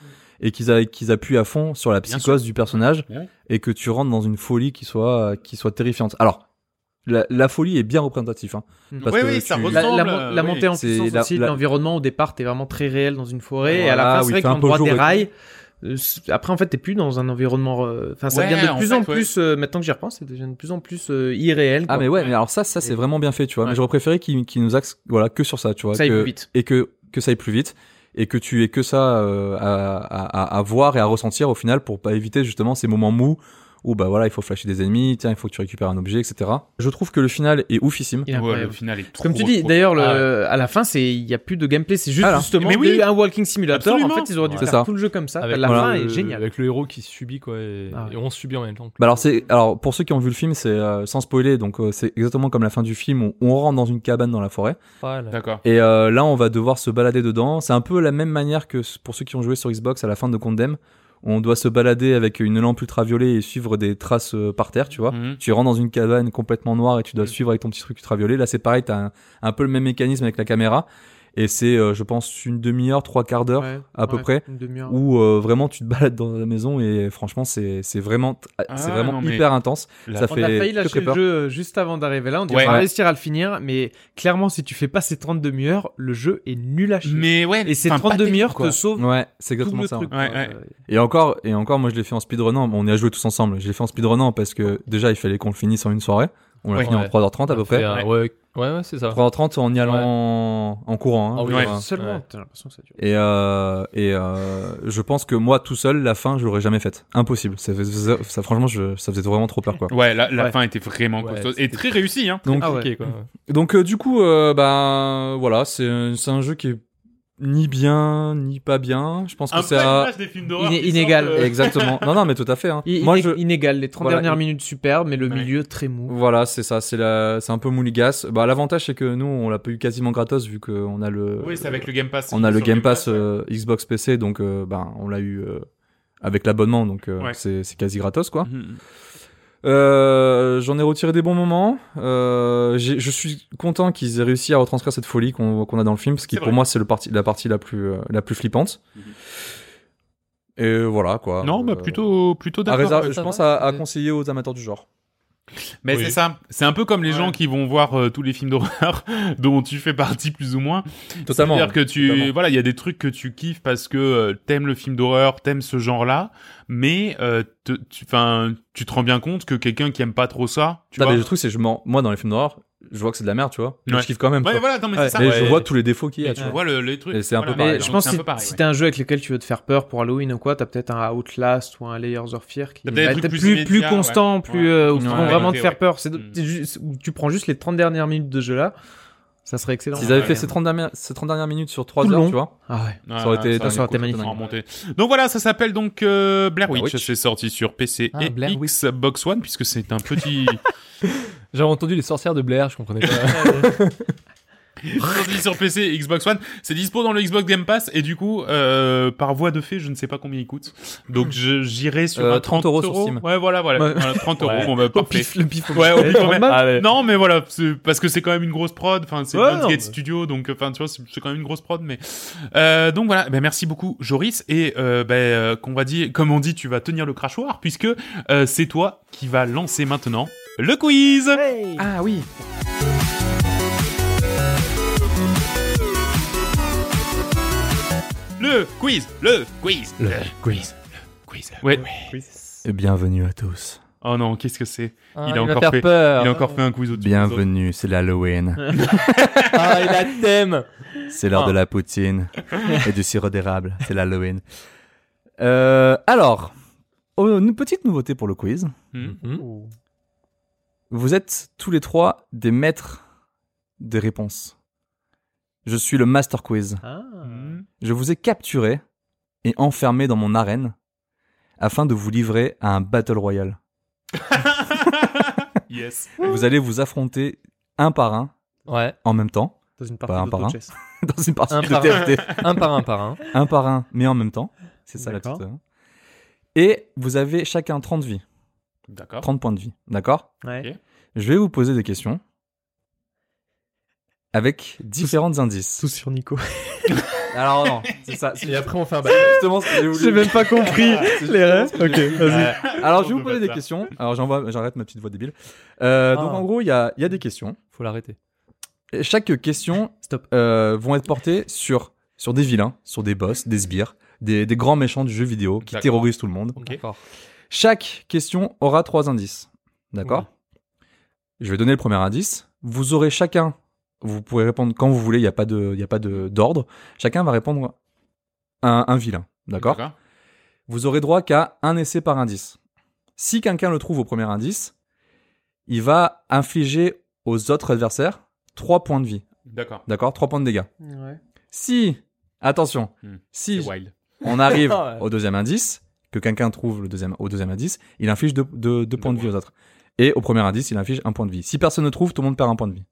S3: et qu'ils a- qu'ils appuient à fond sur la
S1: Bien
S3: psychose du personnage,
S2: Eh
S1: Ouais.
S3: et que tu rentres dans une folie qui soit, euh, qui soit terrifiante. Alors, la, la folie est bien représentative, hein,
S2: Mm.
S3: parce
S1: oui,
S3: que
S1: oui, ça
S3: tu-
S1: ressemble.
S2: La, la mon-
S1: euh,
S2: la
S1: oui.
S2: montée en
S3: c'est
S2: puissance
S3: la-
S2: aussi de
S3: la-
S2: l'environnement au départ, t'es vraiment très réel dans une forêt et à
S3: Voilà,
S2: la fin
S3: où
S2: c'est
S3: il
S2: vrai
S3: fait un
S2: qu'en
S3: peu
S2: droit
S3: jour
S2: des
S3: et tout.
S2: rails, euh, c'est- après en fait t'es plus dans un environnement, euh, enfin ça
S1: Ouais,
S2: devient de
S1: en
S2: plus
S1: fait,
S2: en
S1: ouais.
S2: plus, euh, maintenant que j'y repense, ça devient de plus en plus euh, irréel.
S3: Ah
S2: quoi.
S3: mais ouais, mais alors ça, ça c'est
S2: Et-
S3: vraiment bien fait, tu vois.
S1: Ouais.
S3: Mais j'aurais préféré qu'ils qu'ils nous axent voilà que sur ça, tu vois.
S2: Ça aille
S3: que-
S2: plus vite.
S3: Et que que ça aille plus vite et que tu aies que ça euh, à, à, à- à voir et à ressentir au final pour pas éviter justement ces moments mous où bah voilà il faut flasher des ennemis, tiens il faut que tu récupères un objet, etc. Je trouve que le final est oufissime.
S2: Il est
S1: Ouais,
S2: incroyable.
S1: le final est trop,
S2: euh, Comme tu dis,
S1: trop-
S2: d'ailleurs, le-
S1: Ah,
S2: à la fin, c'est il y a plus de gameplay, c'est juste
S3: Ah là.
S2: justement
S1: Mais oui.
S2: des- un walking simulator. En
S1: Absolument.
S2: fait, ils auraient dû
S3: C'est
S2: faire
S3: ça.
S2: tout le jeu comme ça.
S4: Avec-
S2: la
S3: voilà,
S2: fin
S4: le-
S2: est géniale.
S4: Avec le héros qui subit, quoi, et,
S2: Ah ouais.
S4: et on subit en même temps.
S3: Bah alors c'est alors pour ceux qui ont vu le film, c'est euh, sans spoiler, donc euh, c'est exactement comme la fin du film où on rentre dans une cabane dans la forêt.
S4: Voilà.
S1: D'accord.
S3: Et euh, là, on va devoir se balader dedans. C'est un peu la même manière que s- pour ceux qui ont joué sur Xbox à la fin de Condemn. On doit se balader avec une lampe ultraviolet et suivre des traces euh, par terre, tu vois.
S1: Mhm.
S3: Tu rentres dans une cabane complètement noire et tu dois
S1: Mhm.
S3: suivre avec ton petit truc ultraviolet. Là, c'est pareil, t'as un, un peu le même mécanisme avec la caméra. Et c'est, euh, je pense, une demi-heure, trois quarts d'heure
S2: Ouais,
S3: à peu
S2: ouais,
S3: près,
S2: une demi-heure.
S3: où euh, vraiment tu te balades dans la maison et franchement, c'est c'est vraiment, t-
S1: Ah,
S3: c'est vraiment
S1: non, mais-
S3: hyper intense.
S1: La-
S3: Ça
S2: On
S3: fait
S2: a failli
S3: très,
S2: lâcher
S3: très
S2: le
S3: peur.
S2: jeu euh, juste avant d'arriver là. On dit
S1: Ouais.
S2: on va
S1: Ouais.
S2: réussir à le finir, mais clairement, si tu fais pas ces 30 demi-heures, le jeu est nul à chier.
S1: Mais ouais.
S2: Et ces
S1: enfin,
S2: 30
S1: pas
S2: demi-heures
S1: terrible,
S2: te sauvent
S3: Ouais, c'est
S2: tout
S3: exactement
S2: le
S3: ça.
S2: truc.
S1: Ouais,
S2: quoi.
S1: ouais.
S2: Euh,
S3: Et encore, et encore, moi je l'ai fait en speedrunnant. On y a joué tous ensemble. Je l'ai fait en speedrunnant parce que déjà il fallait qu'on le finisse en une soirée. On l'a
S1: Ouais.
S3: fini en
S4: Ouais.
S3: 3h30 à peu
S4: Et,
S3: près.
S4: euh,
S1: Ouais.
S4: ouais, ouais, ouais, c'est ça.
S3: 3h30 en y allant en- en courant. hein,
S4: Ah oui,
S3: je veux
S1: ouais.
S3: dire.
S2: Euh, Seulement,
S4: Ouais.
S2: t'as l'impression que ça dure.
S3: Et, euh, et euh, je pense que moi tout seul, la fin, je l'aurais jamais faite. Impossible. Ça, fais- ça, ça- franchement, je- ça faisait vraiment trop peur quoi.
S1: quoi. Ouais, la, la
S2: Ouais.
S1: fin était vraiment
S4: Ouais,
S1: costaud et
S4: c'était-
S1: très réussie. Hein.
S3: Donc,
S2: Ah ouais.
S4: Ok, quoi.
S3: donc euh, du coup, euh, bah voilà, c'est un, c'est un jeu qui est ni bien ni pas bien. Je pense que c'est à...
S1: des films
S2: d'horreur Iné- qui inégal. sortent, euh,
S3: exactement. Non non, mais tout à fait. Hein.
S2: I-
S3: moi
S2: iné-
S3: je
S2: Inégal, les 30
S3: Voilà.
S2: dernières minutes superbes, mais le
S1: Ouais.
S2: milieu très mou.
S3: Voilà, c'est ça, c'est la, c'est un peu mouligasse. Bah l'avantage c'est que nous on l'a pas eu quasiment gratos vu qu'on a le,
S1: Oui, c'est avec le Game Pass.
S3: on a
S1: sur
S3: le Game Pass
S1: ouais.
S3: euh, Xbox PC donc euh, ben on l'a eu euh, avec l'abonnement donc euh,
S1: Ouais.
S3: c'est c'est quasi gratos quoi.
S1: Mhm.
S3: Euh, J'en ai retiré des bons moments. Euh, j'ai- je suis content qu'ils aient réussi à retranscrire cette folie qu'on qu'on a dans le film parce que
S1: C'est
S3: pour
S1: vrai.
S3: moi c'est le parti, la partie la plus, euh, la plus flippante.
S1: Mhm. Mm-hmm.
S3: Et voilà quoi.
S1: Non, bah
S3: Euh,
S1: plutôt, plutôt
S3: à
S1: d'accord.
S3: réserve-
S4: ouais,
S3: je
S4: ça
S3: pense
S4: va,
S3: à, à
S4: c'est-
S3: conseiller aux amateurs du genre.
S1: Mais
S4: Oui.
S1: c'est ça. C'est un peu comme les
S4: Ouais.
S1: gens qui vont voir euh, tous les films d'horreur *laughs* dont tu fais partie plus ou moins.
S3: Totalement.
S1: C'est-à-dire que tu,
S3: Totalement.
S1: voilà, il y a des trucs que tu kiffes parce que euh, t'aimes le film d'horreur, t'aimes ce genre-là, mais euh, te- tu, enfin, tu te rends bien compte que quelqu'un qui aime pas trop ça, tu
S3: T'as
S1: vois.
S3: des trucs, c'est je m'en- moi dans les films d'horreur, je vois que c'est de la merde, tu vois. mais
S1: Ouais.
S3: Je kiffe quand même.
S1: Ouais,
S3: quoi.
S1: voilà, non, mais
S2: Ouais.
S1: c'est ça.
S3: mais
S1: ouais.
S3: je vois tous les défauts qu'il y
S1: Et
S3: a.
S1: tu
S3: tu vois.
S1: vois le, les trucs.
S3: Et c'est un peu
S1: Voilà,
S3: pareil, hein.
S2: Mais
S1: donc
S2: je pense
S1: c'est
S2: que
S1: un
S2: si,
S1: peu pareil,
S2: si
S1: ouais.
S2: t'as un jeu avec lequel tu veux te faire peur pour Halloween ou quoi, t'as peut-être un Outlast ou un Layers of Fear qui
S1: T'as
S2: va
S1: peut-être des
S2: être
S1: trucs
S2: plus,
S1: plus
S2: plus,
S1: immédiats,
S2: constant,
S1: ouais.
S2: plus, euh,
S1: Ouais.
S2: qui
S1: Ouais,
S2: vont vraiment te
S1: ouais.
S2: faire peur. C'est,
S1: Mm.
S2: c'est juste- où tu prends juste les 30 dernières minutes de jeu là, ça serait excellent.
S3: S'ils avaient
S1: Ouais.
S3: fait ces 30, dernières, ces 30 dernières minutes sur 3
S2: Tout le
S3: heures,
S2: long.
S3: tu vois,
S2: Ah ouais.
S1: Ouais,
S3: ça aurait été,
S2: ça aurait été magnifique.
S1: en remonté. Donc voilà, ça s'appelle donc euh, Blair Witch.
S3: Blair Witch.
S1: C'est sorti sur PC
S4: Ah,
S1: et
S4: Blair Witch.
S1: Xbox One puisque c'est un petit
S4: J'avais entendu les sorcières de Blair, je comprenais pas.
S1: sorti sur PC et Xbox One. C'est dispo dans le Xbox Game Pass et du coup, euh, par voie de fait, je ne sais pas combien il coûte. Donc je- j'irai sur
S3: Euh,
S1: un 30
S3: 30 euros sur Steam.
S1: Ouais, voilà, voilà,
S2: Ouais.
S1: Voilà, 30 euros.
S4: Ouais.
S1: Bon bah
S3: Oh,
S2: Au
S1: parfait.
S2: Oh, pif, le pif. au
S1: Ouais, au
S2: pif.
S1: pif, on met-
S4: Ah, ouais.
S1: Non, mais voilà, c'est- parce que c'est quand même une grosse prod. Enfin, c'est
S2: Ouais,
S1: Lionsgate
S2: non, mais-
S1: Studio, donc enfin, tu vois, c'est c'est quand même une grosse prod. Mais euh, donc voilà, ben merci beaucoup Joris et euh, ben euh, qu'on va dire, comme on dit, tu vas tenir le crachoir puisque euh, c'est toi qui va lancer maintenant le quiz.
S2: Ah oui.
S1: Le quiz, le quiz, le quiz, le quiz. Ouais.
S3: Bienvenue à tous.
S1: Oh non, qu'est-ce que c'est
S4: Ah,
S1: Il a
S4: va
S1: encore
S4: faire
S1: fait-
S4: peur.
S1: Il a encore fait un quiz au-dessus. des autres.
S3: c'est l'Halloween.
S4: Ah, il a thème.
S3: C'est l'heure de
S4: *laughs*
S3: la poutine et du sirop d'érable. C'est l'Halloween. Euh, alors, oh, une petite nouveauté pour le quiz.
S1: Hmm
S3: Vous êtes tous les trois des maîtres des réponses. Je suis le master quiz.
S2: Ah.
S1: Hmm.
S3: Je vous ai capturé et enfermé dans mon arène afin de vous livrer à un battle royal.
S1: Yes.
S3: Vous allez vous affronter un par un
S4: Ouais,
S3: en même temps *laughs*
S2: Dans une
S3: Bah, un
S2: partie
S3: par un.
S2: de chess.
S3: dans une partie
S4: Un
S3: de
S4: par un.
S3: TFT.
S4: un par un par un.
S3: un par un, mais en même temps. C'est ça la
S2: D'accord.
S3: petite. euh, Et vous avez chacun 30 vies,
S1: D'accord.
S3: 30 points de vie, d'accord
S2: Ouais.
S3: Je vais vous poser des questions avec différents indices.
S2: Tout sur
S3: *laughs*
S2: Nico.
S3: Alors non, c'est ça.
S4: Et après, on fait un
S3: Justement, j'ai voulu-
S2: J'ai même pas
S3: *laughs*
S2: compris les rêves. Ok, vas-y.
S1: Euh,
S3: Alors je vais vous
S1: Bâtard.
S3: poser des questions. Alors j'envoie, j'arrête ma petite voix débile. Euh, Donc
S4: Ah.
S3: en gros, il y a, il y a des questions.
S4: Faut l'arrêter.
S3: Et Chaque question
S2: Stop.
S3: euh, vont être portées sur sur des vilains, sur des boss, des sbires, des, des grands méchants du jeu vidéo qui
S1: D'accord.
S3: terrorisent tout le monde.
S1: Ok.
S4: D'accord.
S3: Chaque question aura trois indices. D'accord Je vais donner le premier indice. Vous aurez chacun, vous pouvez répondre quand vous voulez, il n'y a pas de- il y a pas de- d'ordre. Chacun va répondre un, un vilain. D'accord Vous aurez droit qu'à un essai par indice. Si quelqu'un le trouve au premier indice, il va infliger aux autres adversaires trois points de vie.
S1: D'accord.
S3: D'accord Trois points de dégâts.
S2: Ouais.
S3: Si, attention,
S1: Hmm. C'est
S3: si
S1: wild.
S3: on *laughs* arrive
S4: Ah ouais.
S3: au deuxième indice, que quelqu'un trouve le deuxième, au deuxième indice, il inflige deux, deux- deux points de vie
S1: points.
S3: aux autres. Et au premier indice, il inflige un point de vie. Si personne ne trouve, tout le monde perd un point de vie.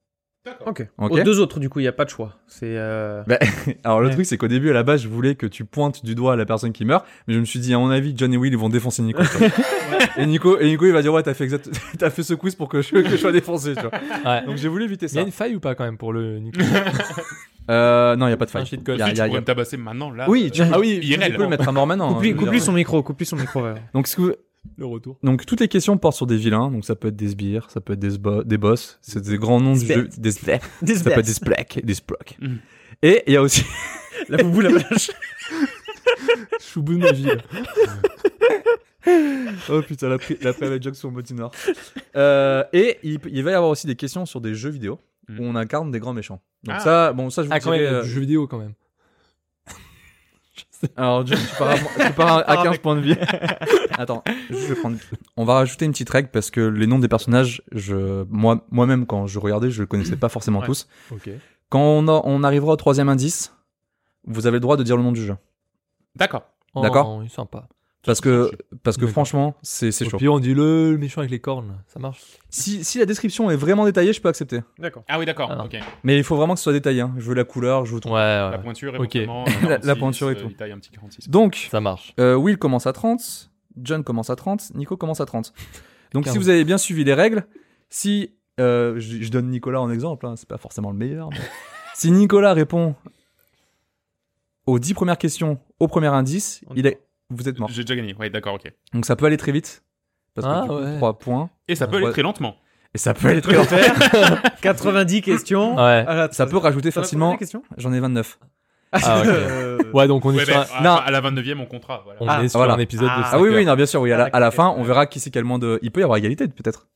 S1: D'accord.
S2: Ok.
S3: Ok.
S2: Aux deux autres, du coup, il n'y a pas de choix. C'est. euh,
S3: *laughs* Alors le
S2: Ouais.
S3: truc, c'est qu'au début, à la base, je voulais que tu pointes du doigt la personne qui meurt, mais je me suis dit, à mon avis, John et Will ils vont défoncer Nico. tu vois. *laughs* et Nico, et Nico, il va dire, ouais, t'as fait exact, *laughs* t'as fait ce quiz pour que je, que je sois défoncé. tu vois.
S4: Ouais.
S3: Donc j'ai voulu éviter
S4: Il y a
S3: ça.
S4: une faille ou pas quand même pour le Nico
S3: Euh, non, il y a pas de faille.
S4: Un cheat code.
S3: Y a-
S1: Si,
S3: y a-
S1: tu
S3: y a-
S1: pourrais me tabasser maintenant là.
S3: Oui, tu,
S1: euh,
S3: ah oui, tu
S1: IRL.
S3: peux le mettre à mort maintenant. hein,
S2: Coupe-lui
S3: je veux
S2: coupe-lui
S3: dire.
S2: son micro, coupe-lui son micro. ouais.
S3: Donc ce que vous-
S4: Le retour.
S3: Donc toutes les questions portent sur des vilains, donc ça peut être des sbires, ça peut être des, sbo- des boss, c'est des grands noms du
S2: Sbires.
S3: jeu, des sbires, *laughs* ça peut être des splacks, des splocks.
S1: Mm.
S3: Et il y a aussi
S2: *laughs* La boubou, la vache.
S4: Chou bout de ma vie. là.
S3: *laughs* oh putain la, pri- la private joke sur Motinor. Euh, et il, p- il va y avoir aussi des questions sur des jeux vidéo
S1: Mm.
S3: où on incarne des grands méchants. Donc
S1: Ah.
S3: ça, bon ça je vous
S4: Ah, quand
S3: dirai,
S4: même,
S3: euh,
S4: du jeu vidéo quand même.
S3: Alors John, tu pars à, tu pars à- à
S2: Ah,
S3: 15
S2: mec.
S3: points de
S2: *laughs*
S3: vie. Attends, juste, je vais prendre. On va rajouter une petite règle parce que les noms des personnages, je moi moi-même quand je regardais, je les connaissais pas forcément
S2: Ouais.
S3: tous.
S4: Ok.
S3: Quand on, a- on arrivera au troisième indice, vous avez le droit de dire le nom du jeu.
S1: D'accord.
S4: Oh,
S3: D'accord.
S4: oh, Sympa.
S3: Parce que, parce que
S4: D'accord.
S3: franchement, c'est c'est
S4: Et
S3: chaud.
S4: puis on dit le, le méchant avec les cornes. là. Ça marche.
S3: Si, si la description est vraiment détaillée, je peux accepter.
S2: D'accord.
S1: Ah oui, d'accord.
S4: Ah.
S1: ok.
S3: Mais il faut vraiment que ce soit détaillé. hein. Je veux la couleur, je veux tout.
S4: Ouais, ouais.
S1: La pointure,
S4: Ok. *laughs*
S1: éventuellement.
S3: La- la pointure et tout.
S1: euh, Il taille un petit 46.
S3: Donc,
S4: Ça marche.
S3: euh, Will commence à 30, John commence à 30, Nico commence
S4: *laughs*
S3: à 30. Donc, si
S4: Carrément.
S3: vous avez bien suivi les règles, si. euh, je, je donne Nicolas en exemple, hein, c'est pas forcément le meilleur.
S4: *laughs*
S3: mais- si Nicolas répond aux 10 premières questions au premier indice,
S2: On est
S3: il est... vous êtes mort.
S1: J'ai déjà gagné. Ouais, d'accord, ok.
S3: Donc, ça peut aller très vite. Parce que
S4: Ah,
S3: du coup,
S4: ouais.
S3: 3 points.
S1: Et ça peut
S3: Ouais.
S1: aller très lentement.
S3: Et ça peut aller très vite.
S2: *laughs* 90 questions.
S4: Ouais.
S2: Ah, là,
S3: *laughs* Ça peut rajouter
S2: t'en as combien
S3: facilement.
S2: de questions
S3: J'en ai 29.
S4: Ah, ok.
S2: *laughs* Euh,
S4: Ouais, ah, donc on est
S1: Ouais,
S4: sur,
S1: ben,
S4: un,
S1: à,
S3: non.
S1: à la 29e, on comptera. Voilà.
S4: on
S2: Ah,
S4: est sur
S3: voilà.
S4: un épisode de
S2: Ah.
S4: cinq
S3: Ah oui, oui,
S4: heures.
S3: non, bien sûr, oui. À la, à la
S2: Ok.
S3: fin, on verra qui c'est qui a le moins de. Il peut y avoir égalité, peut-être.